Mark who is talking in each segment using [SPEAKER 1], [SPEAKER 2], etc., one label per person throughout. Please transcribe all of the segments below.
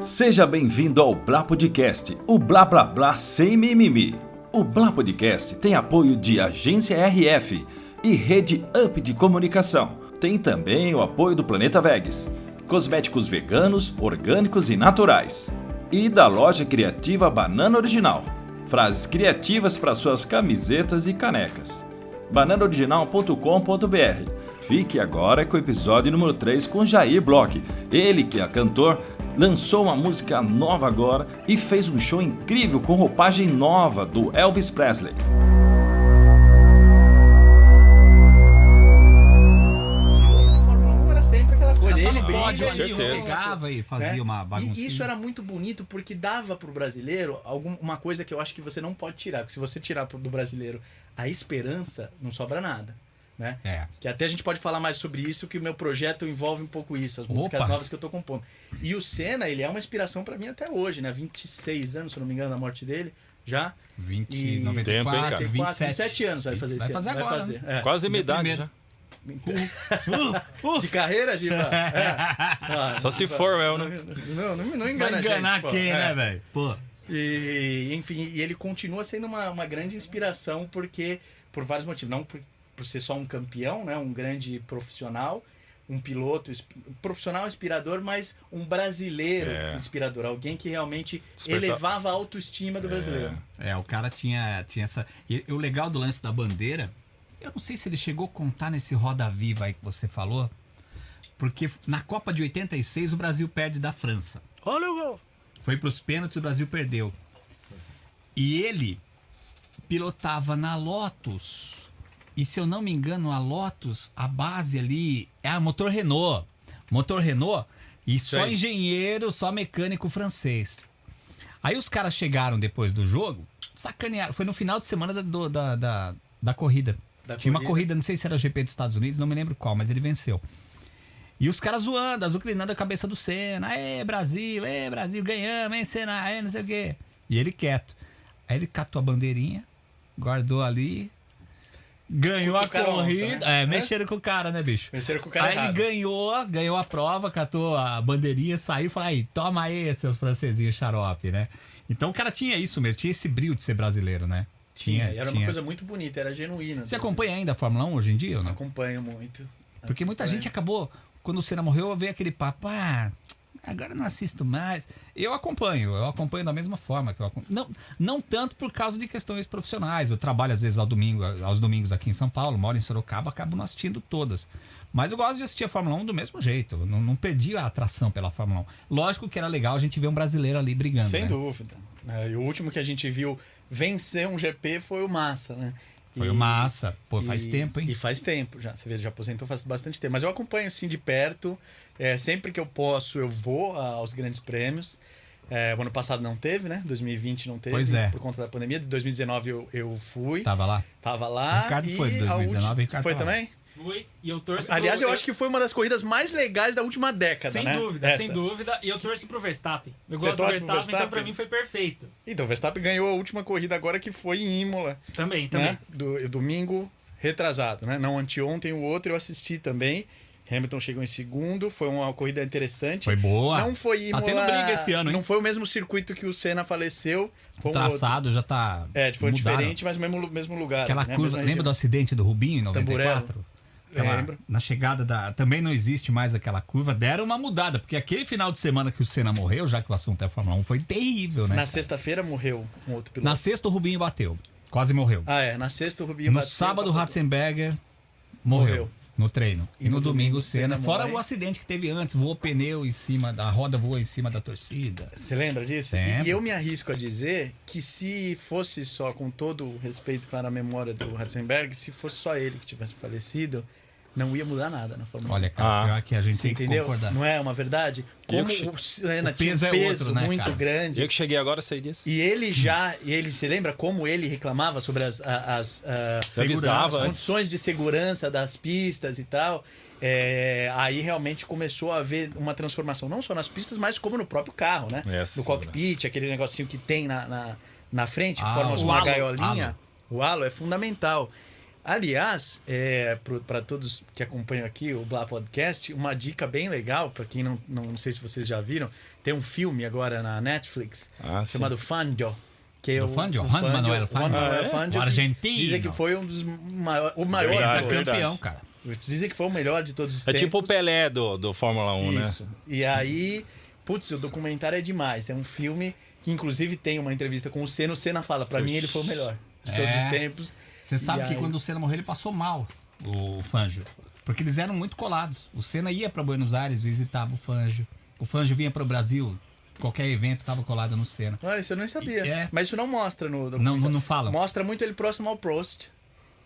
[SPEAKER 1] Seja bem-vindo ao Blá Podcast, o blá blá blá sem mimimi. O Blá Podcast tem apoio de Agência RF e Rede Up de Comunicação. Tem também o apoio do Planeta Vegas, cosméticos veganos, orgânicos e naturais. E da loja criativa Banana Original, frases criativas para suas camisetas e canecas. bananaoriginal.com.br Fique agora com o episódio número 3 com Jair Bloch. Ele, que é cantor, lançou uma música nova agora e fez um show incrível com roupagem nova do Elvis Presley.
[SPEAKER 2] Fórmula 1 era sempre aquela coisa.
[SPEAKER 3] Ele
[SPEAKER 2] Ele
[SPEAKER 3] brinca,
[SPEAKER 2] pode,
[SPEAKER 3] com certeza.
[SPEAKER 4] Pegava e fazia uma bagunça.
[SPEAKER 2] né? É. E isso era muito bonito porque dava pro brasileiro algum, uma coisa que eu acho que você não pode tirar. Porque se você tirar pro- do brasileiro a esperança, não sobra nada. Né?
[SPEAKER 4] É.
[SPEAKER 2] Que até a gente pode falar mais sobre isso, que o meu projeto envolve um pouco isso, as músicas
[SPEAKER 4] Opa!
[SPEAKER 2] novas que eu tô compondo. E o Senna, ele é uma inspiração pra mim até hoje, né? 26 anos, se eu não me engano, da morte dele, já.
[SPEAKER 4] 20,
[SPEAKER 2] E-
[SPEAKER 4] 94,
[SPEAKER 3] Tempo, hein, cara?
[SPEAKER 4] 27.
[SPEAKER 2] 27 anos vai fazer
[SPEAKER 4] Vai
[SPEAKER 2] esse
[SPEAKER 4] fazer
[SPEAKER 2] ano.
[SPEAKER 4] agora,
[SPEAKER 2] Vai fazer.
[SPEAKER 4] né?
[SPEAKER 2] é.
[SPEAKER 3] Quase minha
[SPEAKER 4] Dia
[SPEAKER 3] idade
[SPEAKER 4] primeiro.
[SPEAKER 3] já.
[SPEAKER 4] Uh,
[SPEAKER 2] De carreira, Giba? É. Ah,
[SPEAKER 3] Só se
[SPEAKER 2] não-
[SPEAKER 3] for eu,
[SPEAKER 2] não,
[SPEAKER 3] né?
[SPEAKER 2] não, não, não engana
[SPEAKER 4] Vai
[SPEAKER 2] a
[SPEAKER 4] enganar
[SPEAKER 2] gente, pô.
[SPEAKER 4] quem,
[SPEAKER 2] É.
[SPEAKER 4] né, velho? Pô,
[SPEAKER 2] E, enfim, e ele continua sendo uma, uma grande inspiração porque por vários motivos, não por, por ser só um campeão, né, um grande profissional, um piloto insp- profissional inspirador, mas um brasileiro
[SPEAKER 3] É.
[SPEAKER 2] inspirador, alguém que realmente
[SPEAKER 3] Desperta-
[SPEAKER 2] elevava a autoestima do brasileiro.
[SPEAKER 4] é, o cara tinha, tinha essa. E, e o legal do lance da bandeira, eu não sei se ele chegou a contar nesse Roda Viva aí que você falou, porque na Copa de 86 o Brasil perde da França.
[SPEAKER 3] Olha o gol.
[SPEAKER 4] Foi pros pênaltis, o Brasil perdeu. E ele pilotava na Lotus. E se eu não me engano, a Lotus, a base ali é a motor Renault. Motor Renault e só
[SPEAKER 3] aí.
[SPEAKER 4] engenheiro, só mecânico francês. Aí os caras chegaram depois do jogo, sacanearam. Foi no final de semana da, do- da, da, da corrida.
[SPEAKER 2] Da
[SPEAKER 4] Tinha uma
[SPEAKER 2] corrida.
[SPEAKER 4] corrida, não sei se era GP dos Estados Unidos, não me lembro qual, mas ele venceu. E os caras zoando, azucrinando a cabeça do Senna. Ê, Brasil, ê, Brasil, ganhamos, hein, Senna, ê, não sei o quê. E ele quieto. Aí ele catou a bandeirinha, guardou ali, ganhou a
[SPEAKER 2] Cutucaram a onça,
[SPEAKER 4] corrida.
[SPEAKER 2] né?
[SPEAKER 4] É, mexeram com o cara, né, bicho?
[SPEAKER 2] Mexeram com o cara
[SPEAKER 4] Aí ele
[SPEAKER 2] errado.
[SPEAKER 4] ganhou, ganhou a prova, catou a bandeirinha, saiu e falou: aí, toma aí, seus francesinhos xarope, né? Então o cara tinha isso mesmo, tinha esse brilho de ser brasileiro, né? Tinha,
[SPEAKER 2] É, E era uma
[SPEAKER 4] tinha.
[SPEAKER 2] coisa muito bonita, era genuína.
[SPEAKER 4] Você
[SPEAKER 2] né?
[SPEAKER 4] acompanha ainda a Fórmula 1 hoje em dia ou não?
[SPEAKER 2] Acompanho muito.
[SPEAKER 4] Porque
[SPEAKER 2] É.
[SPEAKER 4] muita gente acabou, quando o Senna morreu, veio aquele papo, ah, agora não assisto mais. Eu acompanho, eu acompanho da mesma forma que eu acompanho. Não, não tanto por causa de questões profissionais. Eu trabalho às vezes ao domingo, aos domingos aqui em São Paulo, moro em Sorocaba, acabo não assistindo todas. Mas eu gosto de assistir a Fórmula 1 do mesmo jeito. Eu Não, não perdi a atração pela Fórmula 1. Lógico que era legal a gente ver um brasileiro ali brigando.
[SPEAKER 2] Sem
[SPEAKER 4] né?
[SPEAKER 2] dúvida. É, e o último que a gente viu vencer um GP foi o Massa, né?
[SPEAKER 4] Foi
[SPEAKER 2] E-
[SPEAKER 4] massa. Pô, faz
[SPEAKER 2] E-
[SPEAKER 4] tempo, hein?
[SPEAKER 2] E faz tempo já. Você vê, ele já aposentou faz bastante tempo. Mas eu acompanho sim de perto. É, sempre que eu posso, eu vou a- aos grandes prêmios. É, o ano passado não teve, né? 2020 não teve.
[SPEAKER 4] Pois é.
[SPEAKER 2] Por conta da pandemia. De 2019 eu, eu fui.
[SPEAKER 4] Tava lá.
[SPEAKER 2] Tava lá.
[SPEAKER 4] O Ricardo
[SPEAKER 2] e
[SPEAKER 4] foi de
[SPEAKER 2] a
[SPEAKER 4] 2019,
[SPEAKER 2] ulti-
[SPEAKER 4] o Ricardo
[SPEAKER 2] Foi
[SPEAKER 4] tava lá.
[SPEAKER 2] também?
[SPEAKER 5] Fui e eu torço
[SPEAKER 2] Aliás, eu acho que foi uma das corridas mais legais da última década,
[SPEAKER 5] Sem
[SPEAKER 2] né?
[SPEAKER 5] dúvida, sem
[SPEAKER 2] Essa.
[SPEAKER 5] dúvida. E eu torço pro Verstappen. Eu
[SPEAKER 2] Você
[SPEAKER 5] gosto do
[SPEAKER 2] torce pro
[SPEAKER 5] Verstappen, então pra
[SPEAKER 2] Verstappen?
[SPEAKER 5] mim foi perfeito.
[SPEAKER 2] Então, o Verstappen ganhou a última corrida agora que foi em Imola.
[SPEAKER 5] Também, também.
[SPEAKER 2] né? Do, domingo retrasado, né? Não anteontem, o outro eu assisti também. Hamilton chegou em segundo, foi uma corrida interessante.
[SPEAKER 4] Foi boa.
[SPEAKER 2] Não foi
[SPEAKER 4] Tá
[SPEAKER 2] Imola.
[SPEAKER 4] tendo briga esse ano, hein?
[SPEAKER 2] Não foi o mesmo circuito que o Senna faleceu. Foi
[SPEAKER 4] O
[SPEAKER 2] um outro.
[SPEAKER 4] traçado já tá.
[SPEAKER 2] É, foi
[SPEAKER 4] mudaram.
[SPEAKER 2] diferente, mas mesmo lu- mesmo lugar.
[SPEAKER 4] Aquela
[SPEAKER 2] né? Mesma
[SPEAKER 4] curva, lembra do
[SPEAKER 2] região.
[SPEAKER 4] acidente do Rubinho em
[SPEAKER 2] Tamburello.
[SPEAKER 4] 94? Aquela-
[SPEAKER 2] Lembro.
[SPEAKER 4] Na chegada da. Também não existe mais aquela curva. Deram uma mudada, porque aquele final de semana que o Senna morreu, já que o assunto é a Fórmula 1, foi terrível, né?
[SPEAKER 2] Na sexta-feira morreu um outro piloto.
[SPEAKER 4] Na sexta, o Rubinho bateu. Quase morreu.
[SPEAKER 2] Ah, é, na sexta o Rubinho
[SPEAKER 4] no
[SPEAKER 2] bateu,
[SPEAKER 4] sábado,
[SPEAKER 2] bateu.
[SPEAKER 4] o Ratzenberger morreu,
[SPEAKER 2] Morreu.
[SPEAKER 4] no treino. E, no, domingo, o Senna.
[SPEAKER 2] Senna
[SPEAKER 4] Fora
[SPEAKER 2] morre.
[SPEAKER 4] o acidente que teve antes, voou pneu em cima da a roda, voou em cima da torcida.
[SPEAKER 2] Você lembra disso?
[SPEAKER 4] Lembro.
[SPEAKER 2] E eu me arrisco a dizer que se fosse só, com todo o respeito claro à memória do Ratzenberg, se fosse só ele que tivesse falecido, não ia mudar nada na Fórmula 1.
[SPEAKER 4] Olha, cara,
[SPEAKER 3] Ah.
[SPEAKER 4] pior que a gente
[SPEAKER 2] Você
[SPEAKER 4] tem que
[SPEAKER 2] entendeu?
[SPEAKER 4] concordar.
[SPEAKER 2] Não é uma verdade?
[SPEAKER 3] E eu
[SPEAKER 2] Como
[SPEAKER 3] che-
[SPEAKER 2] o Senna
[SPEAKER 4] o
[SPEAKER 2] tinha um
[SPEAKER 4] peso
[SPEAKER 2] peso
[SPEAKER 4] é outro, né,
[SPEAKER 2] muito
[SPEAKER 4] cara?
[SPEAKER 3] Eu
[SPEAKER 2] grande.
[SPEAKER 3] que cheguei agora sei disso.
[SPEAKER 2] E ele já, e ele se lembra como ele reclamava sobre as, a- as, ah,
[SPEAKER 3] avisava
[SPEAKER 2] as
[SPEAKER 3] antes.
[SPEAKER 2] condições de segurança das pistas e tal. É, aí realmente começou a haver uma transformação, não só nas pistas, mas como no próprio carro, né?
[SPEAKER 3] É,
[SPEAKER 2] no
[SPEAKER 3] segurança.
[SPEAKER 2] cockpit, aquele negocinho que tem na, na, na frente, que
[SPEAKER 4] Ah,
[SPEAKER 2] forma
[SPEAKER 4] o
[SPEAKER 2] uma
[SPEAKER 5] halo.
[SPEAKER 2] gaiolinha.
[SPEAKER 4] Halo.
[SPEAKER 2] O halo é fundamental. Aliás, é, para todos que acompanham aqui o Blá Podcast, uma dica bem legal, para quem não, não, não sei se vocês já viram, tem um filme agora na Netflix
[SPEAKER 6] Ah, sim.
[SPEAKER 2] chamado Fangio. Que é
[SPEAKER 4] Do
[SPEAKER 2] o
[SPEAKER 4] Fangio?
[SPEAKER 2] o
[SPEAKER 4] Juan Manuel Fangio.
[SPEAKER 2] Juan Manuel
[SPEAKER 4] Ah, é?
[SPEAKER 2] Fangio,
[SPEAKER 4] O
[SPEAKER 2] que
[SPEAKER 4] argentino.
[SPEAKER 2] Dizem que foi um dos maiores. O
[SPEAKER 4] Tá
[SPEAKER 2] maior.
[SPEAKER 6] Verdade,
[SPEAKER 2] de
[SPEAKER 6] verdade.
[SPEAKER 2] todos.
[SPEAKER 4] campeão, cara.
[SPEAKER 2] Dizem que foi o melhor de todos os
[SPEAKER 1] É
[SPEAKER 2] tempos.
[SPEAKER 1] tipo o Pelé do, do Fórmula 1, né?
[SPEAKER 2] Isso. E aí, putz, o documentário é demais. É um filme que, inclusive, tem uma entrevista com o Senna. O Senna fala, pra mim ele foi o melhor de
[SPEAKER 4] É.
[SPEAKER 2] todos os tempos.
[SPEAKER 4] Você sabe
[SPEAKER 2] E
[SPEAKER 4] que
[SPEAKER 2] aí-
[SPEAKER 4] quando o Senna morreu, ele passou mal, o Fangio. Porque eles eram muito colados. O Senna ia para Buenos Aires, visitava o Fangio. O Fangio vinha para o Brasil, qualquer evento tava colado no Senna.
[SPEAKER 2] Ah, isso eu nem sabia.
[SPEAKER 4] E- é.
[SPEAKER 2] Mas isso não mostra no
[SPEAKER 4] Não,
[SPEAKER 2] documentário.
[SPEAKER 4] não, não falam.
[SPEAKER 2] Mostra muito ele próximo ao Prost.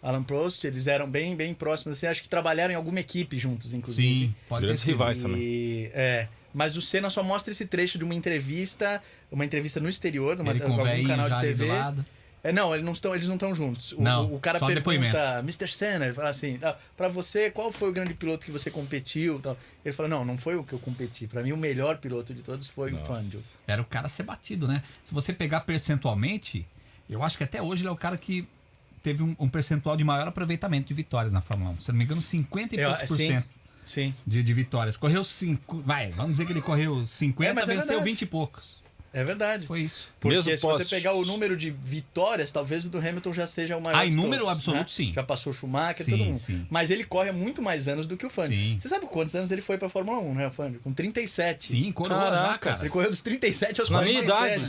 [SPEAKER 2] Alan Prost, eles eram bem, bem próximos. Assim, acho que trabalharam em alguma equipe juntos, inclusive.
[SPEAKER 4] Sim, pode ter
[SPEAKER 1] Grandes
[SPEAKER 4] sido.
[SPEAKER 1] rivais também.
[SPEAKER 2] E, é, mas o Senna só mostra esse trecho de uma entrevista, uma entrevista no exterior, numa,
[SPEAKER 4] Ele com o
[SPEAKER 2] algum
[SPEAKER 4] velhinho
[SPEAKER 2] canal
[SPEAKER 4] já
[SPEAKER 2] de
[SPEAKER 4] ali do
[SPEAKER 2] TV.
[SPEAKER 4] lado.
[SPEAKER 2] É, não, eles não estão, eles não estão juntos. O,
[SPEAKER 4] Não,
[SPEAKER 2] o cara
[SPEAKER 4] só
[SPEAKER 2] pergunta,
[SPEAKER 4] depoimento.
[SPEAKER 2] Mr. Senna, ele fala assim, ah, pra você, qual foi o grande piloto que você competiu? Tal. Ele fala, não, não foi o que eu competi. Pra mim, o melhor piloto de todos foi o Fangio.
[SPEAKER 4] Era o cara a ser batido, né? Se você pegar percentualmente, eu acho que até hoje ele é o cara que teve um, um percentual de maior aproveitamento de vitórias na Fórmula 1. Se eu não me engano, 50 e
[SPEAKER 2] Eu-
[SPEAKER 4] poucos por
[SPEAKER 2] sim.
[SPEAKER 4] cento
[SPEAKER 2] Sim.
[SPEAKER 4] de, de vitórias. Correu 5. Vai, vamos dizer que ele correu 50,
[SPEAKER 2] É, mas é
[SPEAKER 4] venceu
[SPEAKER 2] verdade.
[SPEAKER 4] 20 e poucos.
[SPEAKER 2] É verdade.
[SPEAKER 4] Foi isso.
[SPEAKER 2] Porque
[SPEAKER 1] Mesmo
[SPEAKER 2] se
[SPEAKER 1] pós-
[SPEAKER 2] você pegar o número de vitórias, talvez o do Hamilton já seja o maior.
[SPEAKER 4] Ah, em
[SPEAKER 2] de
[SPEAKER 4] número
[SPEAKER 2] todos,
[SPEAKER 4] absoluto,
[SPEAKER 2] né?
[SPEAKER 4] sim.
[SPEAKER 2] Já passou o Schumacher,
[SPEAKER 4] Sim,
[SPEAKER 2] todo mundo.
[SPEAKER 4] sim.
[SPEAKER 2] Mas ele corre há muito mais anos do que o Fangio.
[SPEAKER 4] Sim.
[SPEAKER 2] Você sabe quantos anos ele foi pra Fórmula 1, né, o Fangio? Com 37.
[SPEAKER 4] Sim, coroa já,
[SPEAKER 1] Caraca.
[SPEAKER 4] cara.
[SPEAKER 2] Ele correu dos 37 aos
[SPEAKER 1] Na minha idade,
[SPEAKER 2] 47.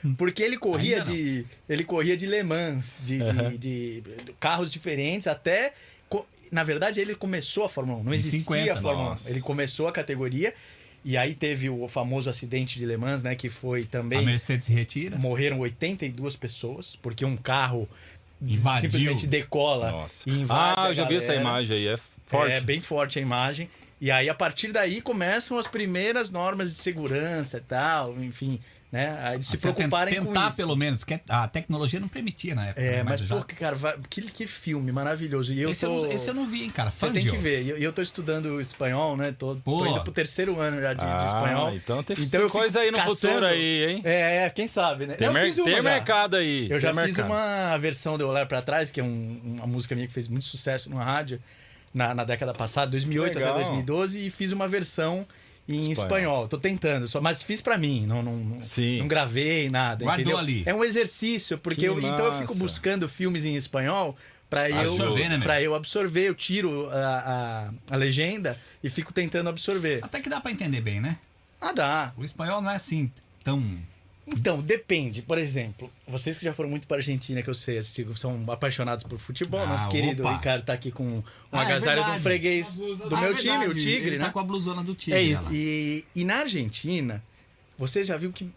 [SPEAKER 1] então.
[SPEAKER 2] Porque ele corria
[SPEAKER 4] Ainda não.
[SPEAKER 2] de. Ele corria de Le Mans, de, de- de- de carros diferentes, até. co- Na verdade, ele começou a Fórmula 1. Não
[SPEAKER 4] Em
[SPEAKER 2] existia
[SPEAKER 4] 50,
[SPEAKER 2] a Fórmula
[SPEAKER 4] nossa.
[SPEAKER 2] 1. Ele começou a categoria. E aí teve o famoso acidente de Le Mans, né? Que foi
[SPEAKER 4] A
[SPEAKER 2] também.
[SPEAKER 4] Mercedes se retira.
[SPEAKER 2] Morreram 82 pessoas, porque um carro
[SPEAKER 4] Invadiu.
[SPEAKER 2] simplesmente decola
[SPEAKER 1] Nossa.
[SPEAKER 2] e invade.
[SPEAKER 1] Ah,
[SPEAKER 2] a
[SPEAKER 1] eu já vi essa
[SPEAKER 2] galera.
[SPEAKER 1] imagem aí. É forte.
[SPEAKER 2] É bem forte a imagem. E aí, a partir daí, começam as primeiras normas de segurança e tal, enfim, né?
[SPEAKER 1] Ah,
[SPEAKER 2] Aí de se
[SPEAKER 4] Você
[SPEAKER 2] preocuparem
[SPEAKER 4] ten-
[SPEAKER 2] com
[SPEAKER 4] tentar
[SPEAKER 2] isso.
[SPEAKER 4] pelo menos, que a tecnologia não permitia na época. né?
[SPEAKER 2] É, mas,
[SPEAKER 4] já-
[SPEAKER 2] pô, cara, vai- que, que filme maravilhoso. E eu
[SPEAKER 4] esse, eu
[SPEAKER 2] tô-
[SPEAKER 4] não, esse eu não vi, hein, cara.
[SPEAKER 2] Você
[SPEAKER 4] Fã
[SPEAKER 2] tem que ver. E eu, e eu tô estudando espanhol, né? Tô, tô
[SPEAKER 4] Pô.
[SPEAKER 2] indo pro terceiro ano já de, de
[SPEAKER 1] Ah,
[SPEAKER 2] espanhol.
[SPEAKER 1] então tem
[SPEAKER 2] eu fico
[SPEAKER 1] coisa aí no futuro aí, hein?
[SPEAKER 2] É, é, quem sabe, né?
[SPEAKER 1] Tem,
[SPEAKER 2] eu
[SPEAKER 1] mer-
[SPEAKER 2] fiz uma
[SPEAKER 1] tem
[SPEAKER 2] já.
[SPEAKER 1] mercado aí.
[SPEAKER 2] Eu já
[SPEAKER 1] tem
[SPEAKER 2] fiz
[SPEAKER 1] mercado.
[SPEAKER 2] uma versão do Olhar Pra Trás, que é um- uma música minha que fez muito sucesso na rádio na, na década passada, 2008 até
[SPEAKER 1] legal.
[SPEAKER 2] 2012, e fiz uma versão em espanhol.
[SPEAKER 1] Espanhol.
[SPEAKER 2] Tô tentando, só, mas fiz pra mim, não, não, não-
[SPEAKER 1] Sim.
[SPEAKER 2] não gravei nada.
[SPEAKER 4] Guardou
[SPEAKER 2] entendeu?
[SPEAKER 4] ali.
[SPEAKER 2] É um exercício, porque
[SPEAKER 1] Que
[SPEAKER 2] eu, então eu fico
[SPEAKER 1] massa.
[SPEAKER 2] buscando filmes em espanhol pra eu
[SPEAKER 4] Absorver, né, meu?
[SPEAKER 2] para eu absorver. Eu tiro a, a, a legenda e fico tentando absorver.
[SPEAKER 4] Até que dá pra entender bem, né?
[SPEAKER 2] Ah, dá.
[SPEAKER 4] O espanhol não é assim tão.
[SPEAKER 2] Então, depende. Por exemplo, vocês que já foram muito para Argentina, que eu sei, assim, são apaixonados por futebol.
[SPEAKER 4] Ah,
[SPEAKER 2] Nosso querido
[SPEAKER 4] opa.
[SPEAKER 2] Ricardo tá aqui com um
[SPEAKER 4] Ah, é
[SPEAKER 2] agasalho de um
[SPEAKER 4] verdade. Tá
[SPEAKER 2] freguês
[SPEAKER 5] Uma blusa
[SPEAKER 2] do
[SPEAKER 5] da-
[SPEAKER 2] meu
[SPEAKER 5] É
[SPEAKER 2] time, o Tigre,
[SPEAKER 4] ele
[SPEAKER 2] né?
[SPEAKER 4] tá com a blusona do Tigre.
[SPEAKER 5] É isso.
[SPEAKER 4] olha lá.
[SPEAKER 2] E, e na Argentina, você já viu que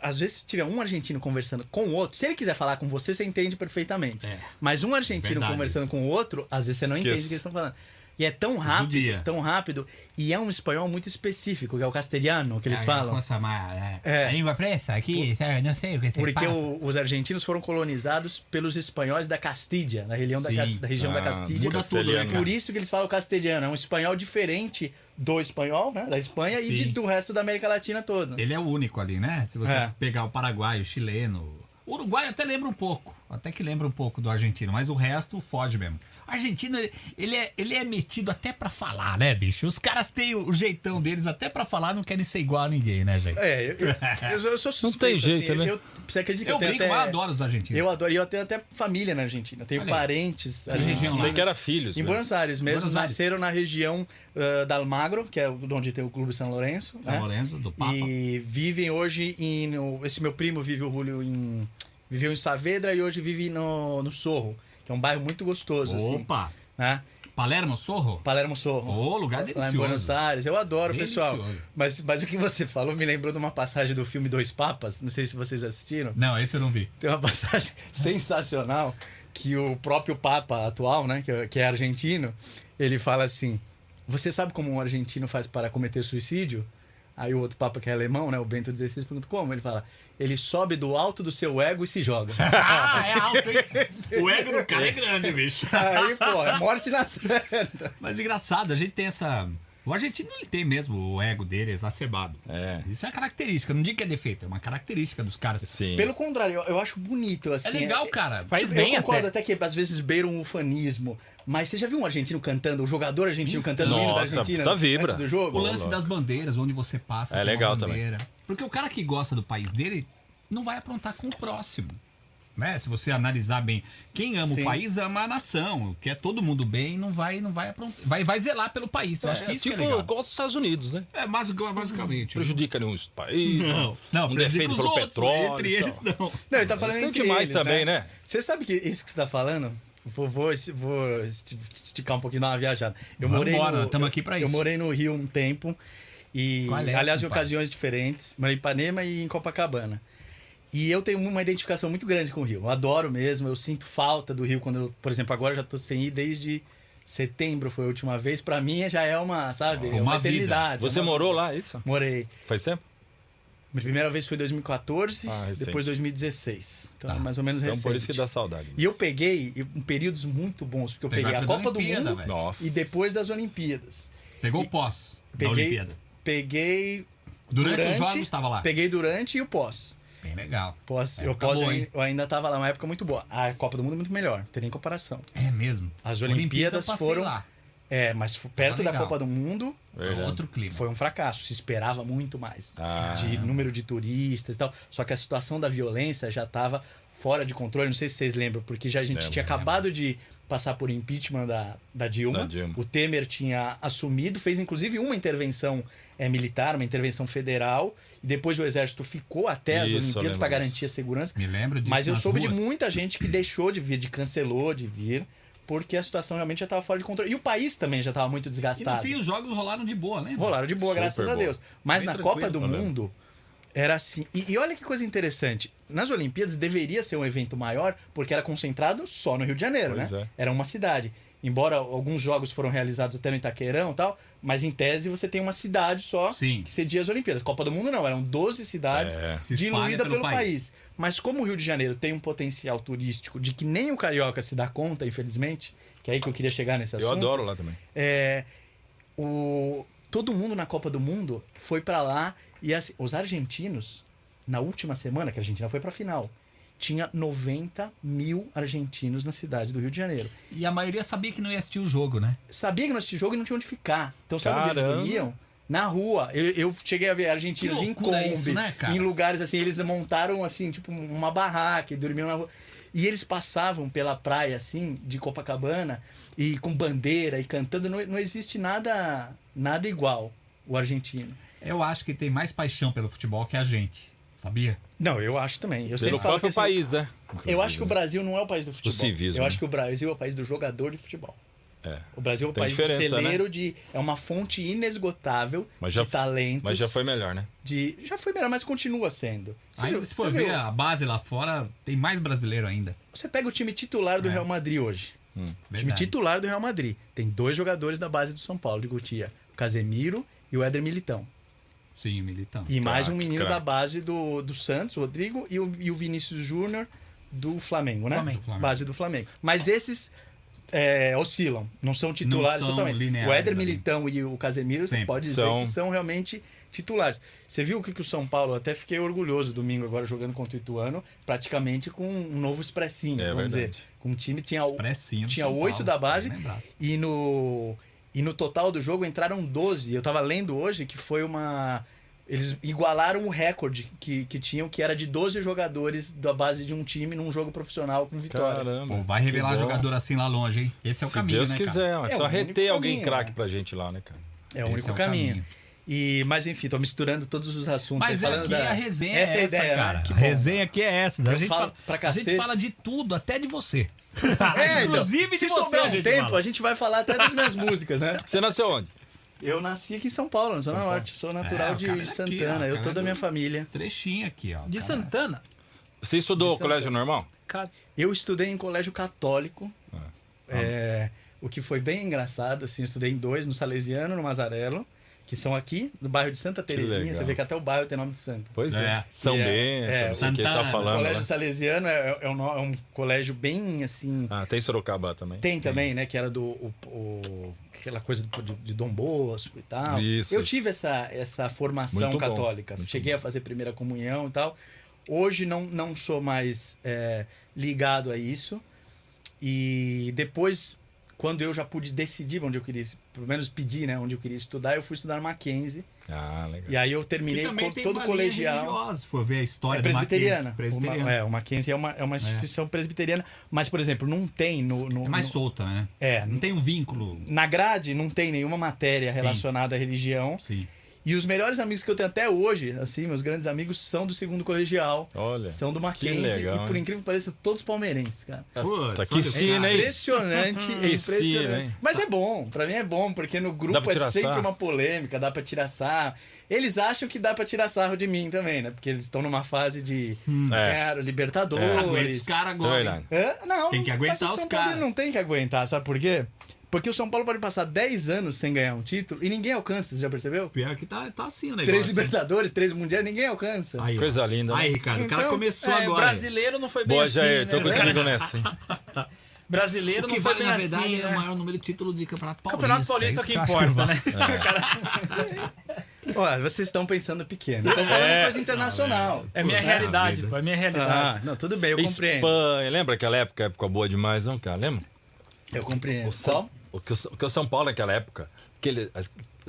[SPEAKER 2] às vezes se tiver um argentino conversando com o outro, se ele quiser falar com você, você entende perfeitamente.
[SPEAKER 4] É.
[SPEAKER 2] Mas um argentino
[SPEAKER 4] Verdade
[SPEAKER 2] conversando
[SPEAKER 4] isso.
[SPEAKER 2] com o outro, às vezes você não
[SPEAKER 1] Esqueço.
[SPEAKER 2] entende o que eles estão falando. E é tão rápido,
[SPEAKER 4] dia.
[SPEAKER 2] tão rápido, e é um espanhol muito específico, que é o castelhano que eles
[SPEAKER 4] É,
[SPEAKER 2] falam.
[SPEAKER 4] coisa mais, né?
[SPEAKER 2] É.
[SPEAKER 4] A língua presa aqui, sabe? Não sei o que você
[SPEAKER 2] Porque
[SPEAKER 4] passa.
[SPEAKER 2] o- os argentinos foram colonizados pelos espanhóis da Castilha, na região da,
[SPEAKER 4] Sim.
[SPEAKER 2] Cas- da região da
[SPEAKER 1] Ah,
[SPEAKER 2] Castilha. Tá
[SPEAKER 4] muda tudo, né, cara?
[SPEAKER 2] Por isso que eles falam castelhano. É um espanhol diferente do espanhol, né? Da Espanha e
[SPEAKER 4] Sim.
[SPEAKER 2] de- do resto da América Latina toda.
[SPEAKER 4] Ele é o único ali, né? Se você
[SPEAKER 2] É.
[SPEAKER 4] pegar o Paraguai, o chileno. O Uruguai até lembra um pouco. Até que lembra um pouco do argentino, mas o resto foge mesmo. O argentino, ele- ele é, ele é metido até pra falar, né, bicho? Os caras têm o jeitão deles até pra falar, não querem ser igual a ninguém, né, gente?
[SPEAKER 2] É, eu, eu- eu sou suspeito.
[SPEAKER 1] tem jeito,
[SPEAKER 2] assim,
[SPEAKER 1] né?
[SPEAKER 2] Eu, você acredita que
[SPEAKER 4] Eu
[SPEAKER 2] eu tenho
[SPEAKER 4] brinco,
[SPEAKER 2] até...
[SPEAKER 4] mas eu adoro os argentinos.
[SPEAKER 2] Eu adoro. E eu tenho até família na Argentina. Tenho
[SPEAKER 4] Olha aí.
[SPEAKER 2] parentes
[SPEAKER 4] região?
[SPEAKER 2] argentinos.
[SPEAKER 1] Sei que era filhos.
[SPEAKER 2] Em
[SPEAKER 1] né?
[SPEAKER 2] Buenos Aires mesmo.
[SPEAKER 4] Buenos Aires.
[SPEAKER 2] Nasceram na região ah, da Almagro, que é onde tem o Clube São Lourenço.
[SPEAKER 4] São
[SPEAKER 2] né?
[SPEAKER 4] Lourenço, do Papa.
[SPEAKER 2] E vivem hoje em. no- esse meu primo vive o Julio em. Viveu em Saavedra e hoje vive no, no Sorro, que é um bairro muito gostoso, assim.
[SPEAKER 4] Opa!
[SPEAKER 2] Né?
[SPEAKER 4] Palermo, Sorro?
[SPEAKER 2] Palermo Sorro.
[SPEAKER 4] Ô,
[SPEAKER 2] Lá
[SPEAKER 4] lugar
[SPEAKER 2] em
[SPEAKER 4] delicioso.
[SPEAKER 2] Buenos Aires, eu adoro, pessoal.
[SPEAKER 4] Delicioso.
[SPEAKER 2] Mas, mas o que você falou me lembrou de uma passagem do filme Dois Papas, não sei se vocês assistiram.
[SPEAKER 4] Não, esse eu não vi.
[SPEAKER 2] Tem uma passagem sensacional que o próprio Papa atual, né, que é- que é argentino, ele fala assim: Você sabe como um argentino faz para cometer suicídio? Aí o outro Papa, que é alemão, né, o Bento XVI, pergunta como? Ele fala: Ele sobe do alto do seu ego e se joga.
[SPEAKER 4] Ah, é alto, hein? O ego do cara é grande, bicho.
[SPEAKER 2] Aí, pô, é morte na certa.
[SPEAKER 4] Mas engraçado, a gente tem essa O argentino ele tem mesmo o ego dele exacerbado.
[SPEAKER 1] É.
[SPEAKER 4] Isso é uma característica. Não digo que é defeito, é uma característica dos caras.
[SPEAKER 1] Sim.
[SPEAKER 2] Pelo contrário, eu, eu acho bonito, assim.
[SPEAKER 4] É legal, cara.
[SPEAKER 2] Eu
[SPEAKER 5] Faz bem
[SPEAKER 2] concordo
[SPEAKER 5] até.
[SPEAKER 2] até. que às vezes beira um ufanismo. Mas você já viu um argentino cantando, um jogador argentino cantando o hino da
[SPEAKER 1] Nossa,
[SPEAKER 2] Argentina
[SPEAKER 1] puta vibra.
[SPEAKER 2] antes do
[SPEAKER 4] O
[SPEAKER 2] jogo?
[SPEAKER 4] lance das bandeiras, onde você passa.
[SPEAKER 1] É
[SPEAKER 4] tem uma
[SPEAKER 1] legal
[SPEAKER 4] bandeira. Porque o cara que gosta do país dele não vai aprontar com o próximo. Né? Se você analisar bem, quem ama
[SPEAKER 2] Sim.
[SPEAKER 4] o país ama a nação. Quer todo mundo bem, não vai, não vai aprontar. Vai, vai zelar pelo país. Eu acho que isso
[SPEAKER 1] tipo,
[SPEAKER 4] que é legal.
[SPEAKER 1] igual os Estados Unidos, né?
[SPEAKER 4] É basic- basicamente.
[SPEAKER 1] Prejudica ali uns países.
[SPEAKER 4] Não, não,
[SPEAKER 1] um
[SPEAKER 4] prejudica
[SPEAKER 1] defeito
[SPEAKER 4] os
[SPEAKER 1] pelo
[SPEAKER 4] outros,
[SPEAKER 1] petróleo. então.
[SPEAKER 4] Entre
[SPEAKER 1] e tal.
[SPEAKER 4] eles, não.
[SPEAKER 2] Não, ele tá falando
[SPEAKER 1] Tem
[SPEAKER 2] entre
[SPEAKER 1] demais
[SPEAKER 2] eles,
[SPEAKER 1] também, né?
[SPEAKER 2] Você sabe que isso que você tá falando? Vou, vou, vou esti- esticar um pouquinho, dar uma viajada. Eu
[SPEAKER 4] Vamos
[SPEAKER 2] morei
[SPEAKER 4] embora,
[SPEAKER 2] no-
[SPEAKER 4] tamo
[SPEAKER 2] eu-
[SPEAKER 4] aqui pra
[SPEAKER 2] Eu
[SPEAKER 4] isso.
[SPEAKER 2] morei no Rio um tempo. E,
[SPEAKER 4] Qual é,
[SPEAKER 2] aliás, em
[SPEAKER 4] compadre?
[SPEAKER 2] ocasiões diferentes. Morei em Ipanema e em Copacabana. E eu tenho uma identificação muito grande com o Rio. Eu adoro mesmo, eu sinto falta do Rio quando eu, por exemplo, agora eu já tô sem ir desde setembro foi a última vez. Pra mim já é uma, sabe,
[SPEAKER 4] Uma
[SPEAKER 2] é uma
[SPEAKER 4] vida.
[SPEAKER 2] eternidade.
[SPEAKER 1] Você
[SPEAKER 2] É uma-
[SPEAKER 1] morou lá, isso?
[SPEAKER 2] Morei.
[SPEAKER 1] Faz tempo?
[SPEAKER 2] Minha primeira vez foi em 2014,
[SPEAKER 1] Ah, recente.
[SPEAKER 2] depois 2016. Então,
[SPEAKER 4] Tá.
[SPEAKER 2] é mais ou menos
[SPEAKER 1] Então
[SPEAKER 2] recente.
[SPEAKER 1] por isso que dá saudade.
[SPEAKER 2] E eu peguei e- um períodos muito bons, porque eu
[SPEAKER 4] Pegar
[SPEAKER 2] peguei a
[SPEAKER 4] da
[SPEAKER 2] Copa do
[SPEAKER 4] Olimpíada,
[SPEAKER 2] Mundo
[SPEAKER 4] velho.
[SPEAKER 1] Nossa.
[SPEAKER 2] e depois das Olimpíadas.
[SPEAKER 4] Pegou o pós da
[SPEAKER 2] Peguei,
[SPEAKER 4] Olimpíada.
[SPEAKER 2] peguei
[SPEAKER 4] Durante, os jogos estava lá.
[SPEAKER 2] Peguei durante e o pós.
[SPEAKER 4] Bem legal.
[SPEAKER 2] Pós-
[SPEAKER 4] É,
[SPEAKER 2] eu,
[SPEAKER 4] época
[SPEAKER 2] pós
[SPEAKER 4] boa,
[SPEAKER 2] eu
[SPEAKER 4] hein?
[SPEAKER 2] ai- eu ainda estava lá, uma época muito boa. A Copa do Mundo é muito melhor, não tem nem comparação.
[SPEAKER 4] É mesmo.
[SPEAKER 2] As
[SPEAKER 4] Olimpíada
[SPEAKER 2] Olimpíadas
[SPEAKER 4] eu passei
[SPEAKER 2] foram-
[SPEAKER 4] lá.
[SPEAKER 2] É, mas f- perto da
[SPEAKER 4] legal.
[SPEAKER 2] Copa do Mundo
[SPEAKER 4] Foi outro clima.
[SPEAKER 2] foi um fracasso, se esperava muito mais
[SPEAKER 1] Ah.
[SPEAKER 2] de número de turistas e tal. Só que a situação da violência já estava fora de controle, não sei se vocês lembram, porque já a gente
[SPEAKER 1] Lembro,
[SPEAKER 2] tinha acabado de passar por impeachment da, da, Dilma.
[SPEAKER 1] Da Dilma.
[SPEAKER 2] O Temer tinha assumido, fez inclusive uma intervenção eh, militar, uma intervenção federal, e depois o exército ficou
[SPEAKER 1] Isso,
[SPEAKER 2] até
[SPEAKER 1] eu
[SPEAKER 2] as Olimpíadas para
[SPEAKER 1] lembro
[SPEAKER 2] garantir a segurança.
[SPEAKER 4] Me lembro disso.
[SPEAKER 2] Mas eu
[SPEAKER 4] nas
[SPEAKER 2] soube
[SPEAKER 4] ruas.
[SPEAKER 2] de muita gente que deixou de vir, de cancelou de vir, porque a situação realmente já estava fora de controle. E o país também já estava muito
[SPEAKER 4] E no
[SPEAKER 2] desgastado.
[SPEAKER 4] fim os jogos rolaram de boa, lembra?
[SPEAKER 2] Rolaram de boa,
[SPEAKER 1] Super
[SPEAKER 2] graças a
[SPEAKER 1] boa.
[SPEAKER 2] Deus. Mas
[SPEAKER 1] Bem
[SPEAKER 2] na
[SPEAKER 1] tranquilo,
[SPEAKER 2] Copa do
[SPEAKER 1] eu lembro.
[SPEAKER 2] Mundo era assim. E, e olha que coisa interessante. Nas Olimpíadas deveria ser um evento maior, porque era concentrado só no Rio de Janeiro,
[SPEAKER 1] Pois
[SPEAKER 2] né?
[SPEAKER 1] é.
[SPEAKER 2] Era uma cidade. Embora alguns jogos foram realizados até no Itaquerão e tal, mas em tese você tem uma cidade só
[SPEAKER 4] Sim.
[SPEAKER 2] que cedia as Olimpíadas. Copa do Mundo não, eram 12 cidades
[SPEAKER 1] É.
[SPEAKER 4] Se espalha
[SPEAKER 2] diluída
[SPEAKER 4] pelo
[SPEAKER 2] pelo,
[SPEAKER 4] país.
[SPEAKER 2] país. Mas como o Rio de Janeiro tem um potencial turístico de que nem o carioca se dá conta, infelizmente, que é aí que eu queria chegar nesse assunto.
[SPEAKER 1] Eu adoro lá também.
[SPEAKER 2] É, o, todo mundo na Copa do Mundo foi pra lá e assim, os argentinos, na última semana, que a Argentina foi pra final, tinha 90 mil argentinos na cidade do Rio de Janeiro.
[SPEAKER 4] E a maioria sabia que não ia assistir o jogo, né?
[SPEAKER 2] Sabia que nós tinha jogo e não tinha onde ficar. Então, sabe onde eles
[SPEAKER 1] Caramba.
[SPEAKER 2] dormiam? Na rua. Eu, eu cheguei a ver argentinos
[SPEAKER 4] Que
[SPEAKER 2] em
[SPEAKER 4] loucura
[SPEAKER 2] Kombi,
[SPEAKER 4] isso, né, cara?
[SPEAKER 2] em lugares assim. Eles montaram, assim, tipo, uma barraca e dormiam na rua. E eles passavam pela praia, assim, de Copacabana, e com bandeira e cantando. Não, não existe nada, nada igual o argentino.
[SPEAKER 4] Eu acho que tem mais paixão pelo futebol que a gente, sabia?
[SPEAKER 2] Não, eu acho também. Eu
[SPEAKER 1] Pelo
[SPEAKER 2] sempre falo que,
[SPEAKER 1] próprio
[SPEAKER 2] assim,
[SPEAKER 1] país, né?
[SPEAKER 2] Eu acho que o Brasil não é o país do futebol.
[SPEAKER 1] civismo,
[SPEAKER 2] eu
[SPEAKER 1] né?
[SPEAKER 2] acho que o Brasil é o país do jogador de futebol.
[SPEAKER 1] É.
[SPEAKER 2] O Brasil é o
[SPEAKER 1] Tem
[SPEAKER 2] país do
[SPEAKER 1] diferença, né?
[SPEAKER 2] celeiro de. É uma fonte inesgotável
[SPEAKER 1] Mas já
[SPEAKER 2] de
[SPEAKER 1] f-
[SPEAKER 2] talentos.
[SPEAKER 1] Mas já foi melhor, né?
[SPEAKER 2] de- já foi melhor, mas continua sendo. Você,
[SPEAKER 4] Aí
[SPEAKER 2] viu-
[SPEAKER 4] se for
[SPEAKER 2] você
[SPEAKER 4] ver
[SPEAKER 2] viu-
[SPEAKER 4] a base lá fora, tem mais brasileiro ainda.
[SPEAKER 2] você pega o time titular do Real Madrid hoje.
[SPEAKER 1] Hum.
[SPEAKER 2] O time
[SPEAKER 4] É. Verdade.
[SPEAKER 2] titular do Real Madrid. Tem dois jogadores da base do São Paulo de Gotia: o Casemiro e o Éder Militão.
[SPEAKER 4] Sim, militão.
[SPEAKER 2] E mais um
[SPEAKER 1] Craque,
[SPEAKER 2] menino da
[SPEAKER 1] craque.
[SPEAKER 2] base do, do Santos, o Rodrigo, e o, e o Vinícius Júnior do Flamengo, né?
[SPEAKER 5] Flamengo.
[SPEAKER 4] Do Flamengo.
[SPEAKER 2] Base do Flamengo. Mas esses é, oscilam, não são titulares
[SPEAKER 4] são
[SPEAKER 2] totalmente.
[SPEAKER 4] lineares
[SPEAKER 2] o Éder
[SPEAKER 4] ali.
[SPEAKER 2] Militão e o Casemiro, você
[SPEAKER 4] Sempre.
[SPEAKER 2] pode dizer
[SPEAKER 1] São.
[SPEAKER 2] que são realmente titulares. Você viu o que, que o São Paulo, eu até fiquei orgulhoso domingo agora jogando contra o Ituano, praticamente com um novo expressinho,
[SPEAKER 1] É
[SPEAKER 2] vamos
[SPEAKER 1] verdade.
[SPEAKER 2] dizer. Com um time tinha o-
[SPEAKER 4] Expressinho do
[SPEAKER 2] tinha
[SPEAKER 4] São
[SPEAKER 2] oito
[SPEAKER 4] Paulo,
[SPEAKER 2] da base
[SPEAKER 4] bem lembrado.
[SPEAKER 2] e no e no total do jogo entraram 12. Eu tava lendo hoje que foi uma eles igualaram o recorde que, que tinham, que era de 12 jogadores da base de um time num jogo profissional com vitória.
[SPEAKER 1] Caramba.
[SPEAKER 4] Pô, vai revelar
[SPEAKER 1] que bom.
[SPEAKER 4] jogador assim lá longe, hein? Esse é o
[SPEAKER 1] Se
[SPEAKER 4] caminho,
[SPEAKER 1] Deus
[SPEAKER 4] né, cara?
[SPEAKER 1] quiser, mas
[SPEAKER 2] É,
[SPEAKER 1] só
[SPEAKER 2] o único
[SPEAKER 1] reter alguém
[SPEAKER 2] caminho,
[SPEAKER 1] craque
[SPEAKER 2] né?
[SPEAKER 1] pra gente lá, né, cara?
[SPEAKER 2] É o
[SPEAKER 4] Esse
[SPEAKER 2] único
[SPEAKER 4] é o
[SPEAKER 2] caminho.
[SPEAKER 4] caminho.
[SPEAKER 2] E, mas enfim, tô misturando todos os assuntos.
[SPEAKER 4] Mas
[SPEAKER 2] aí,
[SPEAKER 4] é
[SPEAKER 2] falando
[SPEAKER 4] aqui
[SPEAKER 2] da-
[SPEAKER 4] a resenha
[SPEAKER 2] essa é a ideia, né?
[SPEAKER 4] cara.
[SPEAKER 2] Que
[SPEAKER 4] a
[SPEAKER 2] bom.
[SPEAKER 4] resenha aqui é essa. A gente,
[SPEAKER 2] falo
[SPEAKER 4] fala,
[SPEAKER 2] pra
[SPEAKER 4] a gente
[SPEAKER 2] cacete.
[SPEAKER 4] fala de tudo, até de você.
[SPEAKER 2] É, então,
[SPEAKER 4] Inclusive
[SPEAKER 2] se
[SPEAKER 4] de você,
[SPEAKER 2] sobrar
[SPEAKER 4] a
[SPEAKER 2] um
[SPEAKER 4] gente
[SPEAKER 2] tempo,
[SPEAKER 4] fala.
[SPEAKER 2] a gente vai falar até das minhas músicas, né?
[SPEAKER 1] Você nasceu onde?
[SPEAKER 2] Eu nasci aqui em São Paulo, na Zona Norte. Sou natural
[SPEAKER 4] É, o
[SPEAKER 2] de
[SPEAKER 4] cara é daqui, ó, o
[SPEAKER 2] Santana.
[SPEAKER 4] cara
[SPEAKER 2] eu,
[SPEAKER 4] é
[SPEAKER 2] toda a
[SPEAKER 4] do-
[SPEAKER 2] minha família.
[SPEAKER 4] Trechinho aqui, ó.
[SPEAKER 5] De
[SPEAKER 4] cara.
[SPEAKER 5] Santana?
[SPEAKER 1] Você estudou colégio normal?
[SPEAKER 5] Cara,
[SPEAKER 2] Eu estudei em colégio católico,
[SPEAKER 1] Ah.
[SPEAKER 2] é, o que foi bem engraçado. Assim, estudei em dois, no Salesiano, no Mazarello, que são aqui, no bairro de Santa Terezinha.
[SPEAKER 1] legal.
[SPEAKER 2] Você vê que até o bairro tem nome de santo.
[SPEAKER 1] Pois é.
[SPEAKER 7] É.
[SPEAKER 1] São
[SPEAKER 2] E é-
[SPEAKER 1] Bento, não
[SPEAKER 2] é,
[SPEAKER 1] sei o que
[SPEAKER 7] Santana,
[SPEAKER 1] está
[SPEAKER 2] O
[SPEAKER 1] falando.
[SPEAKER 2] colégio
[SPEAKER 1] né?
[SPEAKER 2] salesiano é, é um, no- é um colégio bem assim.
[SPEAKER 1] Ah, tem Sorocaba também.
[SPEAKER 2] Tem também, né? Que era do. o- o- aquela coisa do- de, de Dom Bosco e tal.
[SPEAKER 1] Isso,
[SPEAKER 2] Eu
[SPEAKER 1] isso.
[SPEAKER 2] tive essa, essa formação
[SPEAKER 1] Muito bom,
[SPEAKER 2] católica.
[SPEAKER 1] muito
[SPEAKER 2] Cheguei a fazer primeira comunhão e tal. Hoje não, não sou mais é, ligado a isso. E depois, quando eu já pude decidir onde eu queria, pelo menos pedir, né? Onde eu queria estudar, eu fui estudar Mackenzie.
[SPEAKER 1] Ah, legal.
[SPEAKER 2] E aí eu terminei co- todo o colegial.
[SPEAKER 7] religiosa, se for ver a história
[SPEAKER 2] É
[SPEAKER 7] do
[SPEAKER 2] presbiteriana.
[SPEAKER 7] Mackenzie,
[SPEAKER 2] Uma,
[SPEAKER 7] presbiteriana.
[SPEAKER 2] é, o Mackenzie é uma, é uma instituição presbiteriana, mas, por exemplo, não tem no. no
[SPEAKER 7] É mais
[SPEAKER 2] no-
[SPEAKER 7] solta, né?
[SPEAKER 2] É,
[SPEAKER 7] Não tem um vínculo.
[SPEAKER 2] na grade não tem nenhuma matéria
[SPEAKER 7] Sim.
[SPEAKER 2] relacionada à religião.
[SPEAKER 7] Sim.
[SPEAKER 2] E os melhores amigos que eu tenho até hoje, assim, meus grandes amigos, são do segundo colegial.
[SPEAKER 1] Olha.
[SPEAKER 2] São do Mackenzie
[SPEAKER 1] legal,
[SPEAKER 2] e, por
[SPEAKER 1] hein?
[SPEAKER 2] incrível que pareça, todos palmeirenses, cara.
[SPEAKER 7] Putz,
[SPEAKER 1] Tá aqui
[SPEAKER 7] olha,
[SPEAKER 1] sim,
[SPEAKER 7] cara.
[SPEAKER 1] né? hein?
[SPEAKER 2] Impressionante, é
[SPEAKER 1] Que cena,
[SPEAKER 2] impressionante.
[SPEAKER 1] hein?
[SPEAKER 2] Mas é bom, pra mim é bom, porque no
[SPEAKER 1] Dá
[SPEAKER 2] grupo
[SPEAKER 1] pra
[SPEAKER 2] é
[SPEAKER 1] tirar
[SPEAKER 2] sempre
[SPEAKER 1] sarro?
[SPEAKER 2] uma polêmica, dá pra tirar sarro. Eles acham que dá pra tirar sarro de mim também, né? Porque eles estão numa fase de,
[SPEAKER 1] É.
[SPEAKER 2] cara,
[SPEAKER 7] Aguenta
[SPEAKER 2] Libertadores.
[SPEAKER 7] os caras
[SPEAKER 1] É
[SPEAKER 7] agora.
[SPEAKER 1] verdade.
[SPEAKER 7] hein?
[SPEAKER 2] Hã? não,
[SPEAKER 7] Tem que aguentar
[SPEAKER 2] mas o
[SPEAKER 7] os
[SPEAKER 2] São Paulo
[SPEAKER 7] cara.
[SPEAKER 2] não tem que aguentar, sabe por quê? Porque o São Paulo pode passar 10 anos sem ganhar um título e ninguém alcança, você já percebeu?
[SPEAKER 7] Pior que tá, tá assim o negócio.
[SPEAKER 2] Três
[SPEAKER 7] hein?
[SPEAKER 2] Libertadores, três Mundiais, ninguém alcança.
[SPEAKER 7] Aí, ó.
[SPEAKER 1] Coisa linda, né?
[SPEAKER 7] Aí, Ricardo, o cara
[SPEAKER 2] Então,
[SPEAKER 7] começou
[SPEAKER 5] É,
[SPEAKER 7] agora.
[SPEAKER 5] brasileiro não foi bem
[SPEAKER 1] Boa,
[SPEAKER 5] assim.
[SPEAKER 1] Jair.
[SPEAKER 5] né?
[SPEAKER 1] Tô contigo nessa. hein?
[SPEAKER 5] Brasileiro
[SPEAKER 7] O que
[SPEAKER 5] não foi
[SPEAKER 7] vale,
[SPEAKER 5] bem
[SPEAKER 7] na verdade,
[SPEAKER 5] assim,
[SPEAKER 7] é o
[SPEAKER 5] né?
[SPEAKER 7] maior número de título de Campeonato Paulista.
[SPEAKER 5] Campeonato Paulista
[SPEAKER 7] é
[SPEAKER 5] que
[SPEAKER 7] isso eu acho
[SPEAKER 5] importa, né?
[SPEAKER 2] Ó, vocês estão pensando pequeno. Estão falando
[SPEAKER 1] É.
[SPEAKER 2] coisa internacional.
[SPEAKER 5] É minha
[SPEAKER 7] Puta
[SPEAKER 5] realidade,
[SPEAKER 7] vida.
[SPEAKER 5] pô. É minha realidade.
[SPEAKER 2] Ah, não, tudo bem, eu compreendo.
[SPEAKER 1] Espanha. Lembra aquela época? Época boa demais, não, cara? Lembra?
[SPEAKER 2] Eu compreendo. Só
[SPEAKER 1] São- O que o, São- o que o São Paulo naquela época? Aquele, a-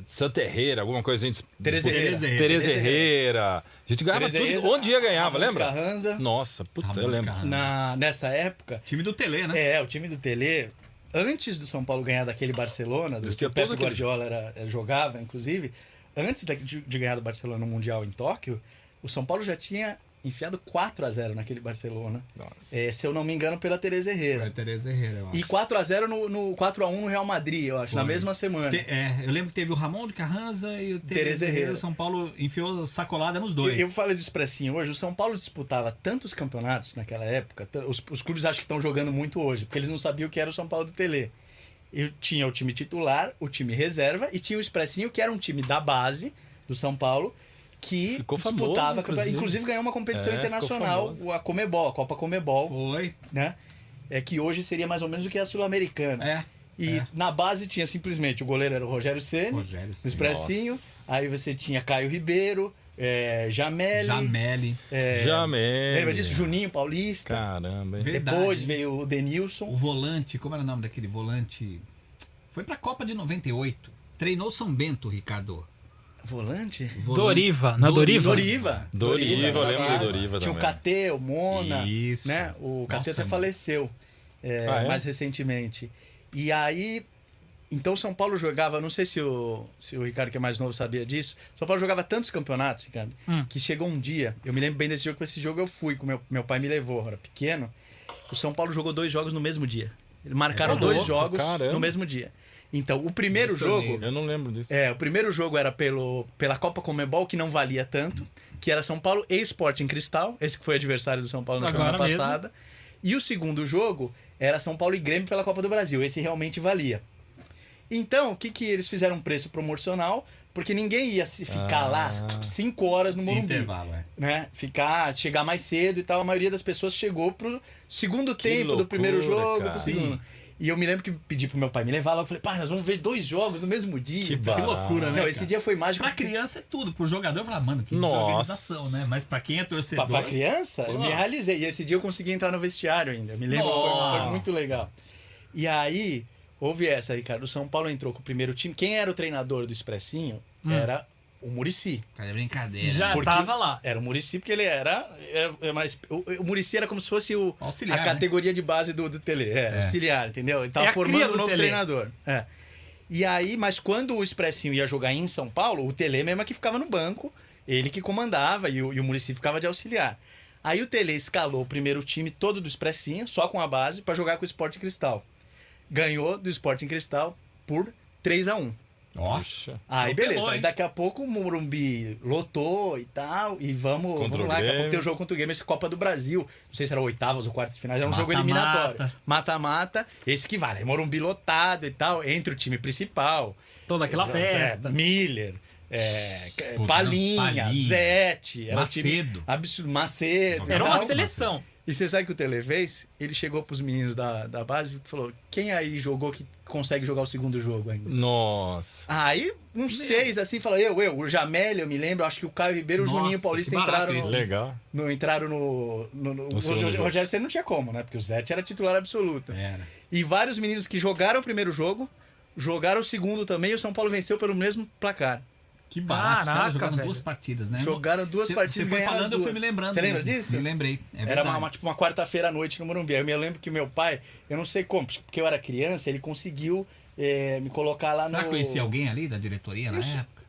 [SPEAKER 1] Santa Herrera, alguma coisa assim.
[SPEAKER 2] Teresa Herrera.
[SPEAKER 1] Tereza Tereza
[SPEAKER 2] Teresa
[SPEAKER 1] Herrera. A gente ganhava
[SPEAKER 2] Teresa
[SPEAKER 1] tudo.
[SPEAKER 2] Herrera,
[SPEAKER 1] Onde ia ganhava,
[SPEAKER 2] Ramon
[SPEAKER 1] lembra?
[SPEAKER 2] Carranza.
[SPEAKER 1] Nossa, puta,
[SPEAKER 7] Ramon
[SPEAKER 1] eu lembro.
[SPEAKER 7] Carranza.
[SPEAKER 2] na, nessa época,
[SPEAKER 7] Time do Tele, né?
[SPEAKER 2] é, o time do Tele, antes do São Paulo ganhar daquele Barcelona, do
[SPEAKER 1] Eles
[SPEAKER 2] que
[SPEAKER 1] tinham
[SPEAKER 2] o Pepe
[SPEAKER 1] todos aqueles-
[SPEAKER 2] Guardiola era- era- jogava, inclusive, antes da- de, de ganhar do Barcelona no Mundial em Tóquio, o São Paulo já tinha enfiado 4 a 0 naquele Barcelona.
[SPEAKER 1] Nossa.
[SPEAKER 2] É, se eu não me engano, pela Tereza
[SPEAKER 7] É
[SPEAKER 2] Herrera.
[SPEAKER 7] Tereza Herrera, eu acho.
[SPEAKER 2] E 4x0 no, no 4x1 no Real Madrid, eu acho, na mesma semana.
[SPEAKER 7] Te- é, eu lembro que teve o Ramon de Carranza e o
[SPEAKER 2] Tereza
[SPEAKER 7] Tereza Herrera.
[SPEAKER 2] Herrera.
[SPEAKER 7] O São Paulo enfiou sacolada nos
[SPEAKER 2] Eu,
[SPEAKER 7] dois.
[SPEAKER 2] eu falei do Expressinho hoje, o São Paulo disputava tantos campeonatos naquela época, t- os, os clubes acham que estão jogando muito hoje, porque eles não sabiam o que era o São Paulo do Tele. Eu tinha o time titular, o time reserva e tinha o Expressinho, que era um time da base do São Paulo, que
[SPEAKER 1] Ficou famoso,
[SPEAKER 2] disputava, campeonato- inclusive.
[SPEAKER 1] inclusive.
[SPEAKER 2] ganhou uma competição
[SPEAKER 1] É, ficou
[SPEAKER 2] internacional,
[SPEAKER 1] famoso.
[SPEAKER 2] a Comebol, a Copa Comebol,
[SPEAKER 7] Foi.
[SPEAKER 2] né? É que hoje seria mais ou menos o que é a Sul-Americana.
[SPEAKER 7] É.
[SPEAKER 2] E
[SPEAKER 7] é.
[SPEAKER 2] na base tinha simplesmente o goleiro era o Rogério Ceni,
[SPEAKER 7] Rogério
[SPEAKER 2] o
[SPEAKER 7] Ceni.
[SPEAKER 2] Expressinho, aí você tinha Caio Ribeiro, é, Jamelli,
[SPEAKER 7] Jameli.
[SPEAKER 2] é,
[SPEAKER 1] Jamais.
[SPEAKER 2] lembra disso? Juninho Paulista.
[SPEAKER 1] Caramba, hein?
[SPEAKER 7] Vê-
[SPEAKER 2] Depois
[SPEAKER 7] Verdade.
[SPEAKER 2] veio o Denilson.
[SPEAKER 7] O volante, como era o nome daquele volante? Foi pra Copa de 98. Treinou o São Bento, Ricardo.
[SPEAKER 2] Volante?
[SPEAKER 7] Volante.
[SPEAKER 5] Doriva. Na Doriva?
[SPEAKER 2] Doriva.
[SPEAKER 1] Doriva, eu lembro
[SPEAKER 2] na
[SPEAKER 1] do
[SPEAKER 2] base.
[SPEAKER 1] Doriva
[SPEAKER 2] Tinha o
[SPEAKER 1] também.
[SPEAKER 2] Catê, o Mona.
[SPEAKER 7] Isso.
[SPEAKER 2] Né? O Catê
[SPEAKER 7] Nossa,
[SPEAKER 2] até
[SPEAKER 7] mano.
[SPEAKER 2] faleceu é,
[SPEAKER 1] Ah, é?
[SPEAKER 2] mais recentemente. E aí. Então São Paulo jogava, não sei se o, se o Ricardo que é mais novo sabia disso. São Paulo jogava tantos campeonatos, Ricardo, que chegou um dia. Eu me lembro bem desse jogo, que esse jogo eu fui, com meu, meu pai me levou, eu era pequeno. O São Paulo jogou dois jogos no mesmo dia. Eles marcaram
[SPEAKER 7] Ô,
[SPEAKER 2] dois
[SPEAKER 1] É, louco,
[SPEAKER 2] jogos
[SPEAKER 1] caramba.
[SPEAKER 2] no mesmo dia. Então, o primeiro
[SPEAKER 7] Dois
[SPEAKER 2] jogo,
[SPEAKER 7] torneios.
[SPEAKER 1] Eu não lembro disso.
[SPEAKER 2] é, o primeiro jogo era pelo, pela Copa Comebol, que não valia tanto, que era São Paulo e Sporting Cristal, esse que foi adversário do São Paulo na
[SPEAKER 5] Agora
[SPEAKER 2] semana
[SPEAKER 5] mesmo.
[SPEAKER 2] passada. E o segundo jogo era São Paulo e Grêmio pela Copa do Brasil, esse realmente valia. Então, o que, que eles fizeram? Um preço promocional, porque ninguém ia se ficar
[SPEAKER 5] Ah.
[SPEAKER 2] lá cinco horas no Morumbi.
[SPEAKER 7] Intervalo, é.
[SPEAKER 2] Né? Ficar, chegar mais cedo e tal. A maioria das pessoas chegou pro segundo tempo do
[SPEAKER 1] loucura,
[SPEAKER 2] primeiro jogo,
[SPEAKER 1] cara.
[SPEAKER 2] pro segundo. E eu me lembro que pedi pro meu pai me levar lá. Eu falei, pai, nós vamos ver dois jogos no mesmo dia.
[SPEAKER 1] Que
[SPEAKER 7] Que
[SPEAKER 1] barato.
[SPEAKER 7] loucura, né?
[SPEAKER 2] Não, esse
[SPEAKER 7] cara?
[SPEAKER 2] dia foi mágico.
[SPEAKER 7] Pra criança é tudo. Pro jogador, falar, mano, que
[SPEAKER 1] Nossa.
[SPEAKER 7] desorganização, né? Mas pra quem é
[SPEAKER 2] Pra,
[SPEAKER 7] torcedor.
[SPEAKER 2] pra criança, eu me
[SPEAKER 7] Pô.
[SPEAKER 2] realizei. E esse dia eu consegui entrar no vestiário ainda. Me lembro, foi, foi
[SPEAKER 7] Nossa.
[SPEAKER 2] muito legal. E aí, houve essa aí, cara. O São Paulo entrou com o primeiro time. Quem era o treinador do Expressinho era o Murici.
[SPEAKER 7] Cara, é brincadeira.
[SPEAKER 5] Já tava lá.
[SPEAKER 2] Era o Murici, porque ele era. era- era mais- o, o Murici era como se fosse o,
[SPEAKER 7] Auxiliar,
[SPEAKER 2] a
[SPEAKER 7] né?
[SPEAKER 2] categoria de base do, do Tele. É, auxiliar, entendeu? Ele tava
[SPEAKER 5] É a cria
[SPEAKER 2] formando
[SPEAKER 5] do
[SPEAKER 2] um novo
[SPEAKER 5] Tele.
[SPEAKER 2] treinador. É. E aí, mas quando o Expressinho ia jogar em São Paulo, o Tele mesmo é que ficava no banco, ele que comandava e o, e o Murici ficava de auxiliar. Aí o Tele escalou o primeiro time todo do Expressinho, só com a base, pra jogar com o Sporting Cristal. Ganhou do Sporting Cristal por 3 a 1
[SPEAKER 7] Ó.
[SPEAKER 1] Puxa.
[SPEAKER 2] Aí
[SPEAKER 7] Atropelou,
[SPEAKER 2] beleza, aí
[SPEAKER 7] hein?
[SPEAKER 2] daqui a pouco o Morumbi lotou e tal, e vamos,
[SPEAKER 1] Contra
[SPEAKER 2] vamos
[SPEAKER 1] o
[SPEAKER 2] lá, daqui a pouco
[SPEAKER 1] Grêmio.
[SPEAKER 2] tem o jogo contra o Grêmio, esse Copa do Brasil, não sei se era oitavas ou quartas de finais, era um jogo
[SPEAKER 7] Mata-mata.
[SPEAKER 2] eliminatório. Mata-mata, esse que vale, Morumbi lotado e tal, entre o time principal.
[SPEAKER 5] Toda aquela
[SPEAKER 2] É,
[SPEAKER 5] festa.
[SPEAKER 2] Miller, é, é,
[SPEAKER 4] Puta,
[SPEAKER 2] Palinha,
[SPEAKER 4] Palinha,
[SPEAKER 2] Zete, era um time
[SPEAKER 4] Macedo.
[SPEAKER 2] absurdo, Macedo. e
[SPEAKER 5] Era uma
[SPEAKER 2] tal.
[SPEAKER 5] seleção.
[SPEAKER 2] E você sabe que o Tele fez? Ele chegou pros meninos da, da base e falou: quem aí jogou que consegue jogar o segundo jogo ainda?
[SPEAKER 1] Nossa.
[SPEAKER 2] Aí, uns
[SPEAKER 4] Né?
[SPEAKER 2] seis assim, falou: eu, eu, o Jamel, eu me lembro, acho que o Caio Ribeiro e o
[SPEAKER 4] Nossa,
[SPEAKER 2] Juninho Paulista
[SPEAKER 4] que barato
[SPEAKER 2] entraram no,
[SPEAKER 4] isso, hein?
[SPEAKER 1] Legal.
[SPEAKER 2] no- entraram no. no, no- o
[SPEAKER 1] segundo
[SPEAKER 2] Rogério-
[SPEAKER 1] jogo.
[SPEAKER 2] o Rogério você não tinha como, né? Porque o Zete era titular absoluto.
[SPEAKER 4] Era.
[SPEAKER 2] E vários meninos que jogaram o primeiro jogo, jogaram o segundo também, e o São Paulo venceu pelo mesmo placar.
[SPEAKER 4] Que barato. os caras
[SPEAKER 5] Caraca,
[SPEAKER 4] jogaram
[SPEAKER 5] velho.
[SPEAKER 4] duas partidas, né?
[SPEAKER 2] Jogaram duas
[SPEAKER 4] Cê-
[SPEAKER 2] partidas
[SPEAKER 4] Você
[SPEAKER 2] e
[SPEAKER 4] foi
[SPEAKER 2] ganharam
[SPEAKER 4] falando,
[SPEAKER 2] as
[SPEAKER 4] eu fui me
[SPEAKER 2] duas.
[SPEAKER 4] lembrando.
[SPEAKER 2] Você lembra
[SPEAKER 4] mesmo.
[SPEAKER 2] disso?
[SPEAKER 4] Me lembrei. É
[SPEAKER 2] era
[SPEAKER 4] verdade.
[SPEAKER 2] uma, uma- tipo uma quarta-feira à noite no Morumbi. Eu me lembro que meu pai, eu não sei como, porque eu era criança, ele conseguiu eh, me colocar lá
[SPEAKER 4] Será
[SPEAKER 2] no.
[SPEAKER 4] que conhecia alguém ali da diretoria na
[SPEAKER 2] Isso.
[SPEAKER 4] época?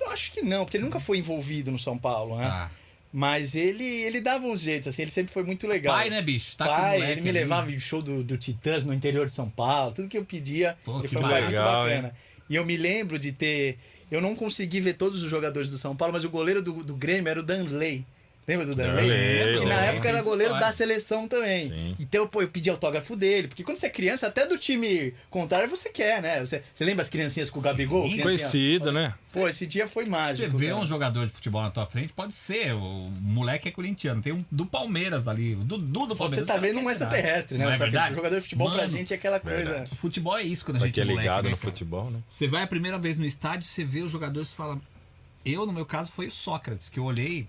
[SPEAKER 2] Eu acho que não, porque ele nunca foi envolvido no São Paulo, né?
[SPEAKER 4] Tá.
[SPEAKER 2] Mas ele, ele dava uns jeitos, assim, ele sempre foi muito legal.
[SPEAKER 4] Pai, né, bicho? Tá com o
[SPEAKER 2] pai,
[SPEAKER 4] moleque
[SPEAKER 2] ele me
[SPEAKER 4] ali.
[SPEAKER 2] levava em show do, do Titãs no interior de São Paulo, tudo que eu pedia,
[SPEAKER 4] Pô,
[SPEAKER 2] ele
[SPEAKER 4] que
[SPEAKER 2] foi um pai muito
[SPEAKER 1] legal,
[SPEAKER 2] bacana. E eu me lembro de ter. Eu não consegui ver todos os jogadores do São Paulo, mas o goleiro do, do Grêmio era o Danley. Lembra do Danley?
[SPEAKER 1] Danley,
[SPEAKER 2] que na
[SPEAKER 1] lembro.
[SPEAKER 2] época era
[SPEAKER 4] Fez
[SPEAKER 2] goleiro
[SPEAKER 4] história.
[SPEAKER 2] da seleção também.
[SPEAKER 1] Sim.
[SPEAKER 2] Então, pô, eu pedi autógrafo dele, porque quando você é criança, até do time contrário você quer, né? Você, você lembra as criancinhas com o Gabigol? Criancinha-
[SPEAKER 1] Conhecido, né?
[SPEAKER 2] Pô, esse dia foi
[SPEAKER 4] Você
[SPEAKER 2] mágico.
[SPEAKER 4] vê
[SPEAKER 2] cara.
[SPEAKER 4] um jogador de futebol na tua frente, pode ser. O moleque é corintiano. Tem um do Palmeiras ali. O Dudu do
[SPEAKER 2] Você
[SPEAKER 4] Palmeiras.
[SPEAKER 2] tá
[SPEAKER 4] O cara
[SPEAKER 2] vendo
[SPEAKER 4] quer
[SPEAKER 2] um
[SPEAKER 4] tirar.
[SPEAKER 2] extraterrestre, né?
[SPEAKER 4] Não é
[SPEAKER 2] Só que
[SPEAKER 4] verdade?
[SPEAKER 2] o jogador de futebol pra
[SPEAKER 4] Mano,
[SPEAKER 2] gente é aquela coisa.
[SPEAKER 4] O futebol é isso quando a
[SPEAKER 1] Aqui
[SPEAKER 4] gente é
[SPEAKER 1] é
[SPEAKER 4] moleque,
[SPEAKER 1] ligado
[SPEAKER 4] né,
[SPEAKER 1] no
[SPEAKER 4] cara?
[SPEAKER 1] futebol, né?
[SPEAKER 4] Você vai a primeira vez no estádio, você vê os jogadores e fala. Eu, no meu caso, foi o Sócrates, que eu olhei,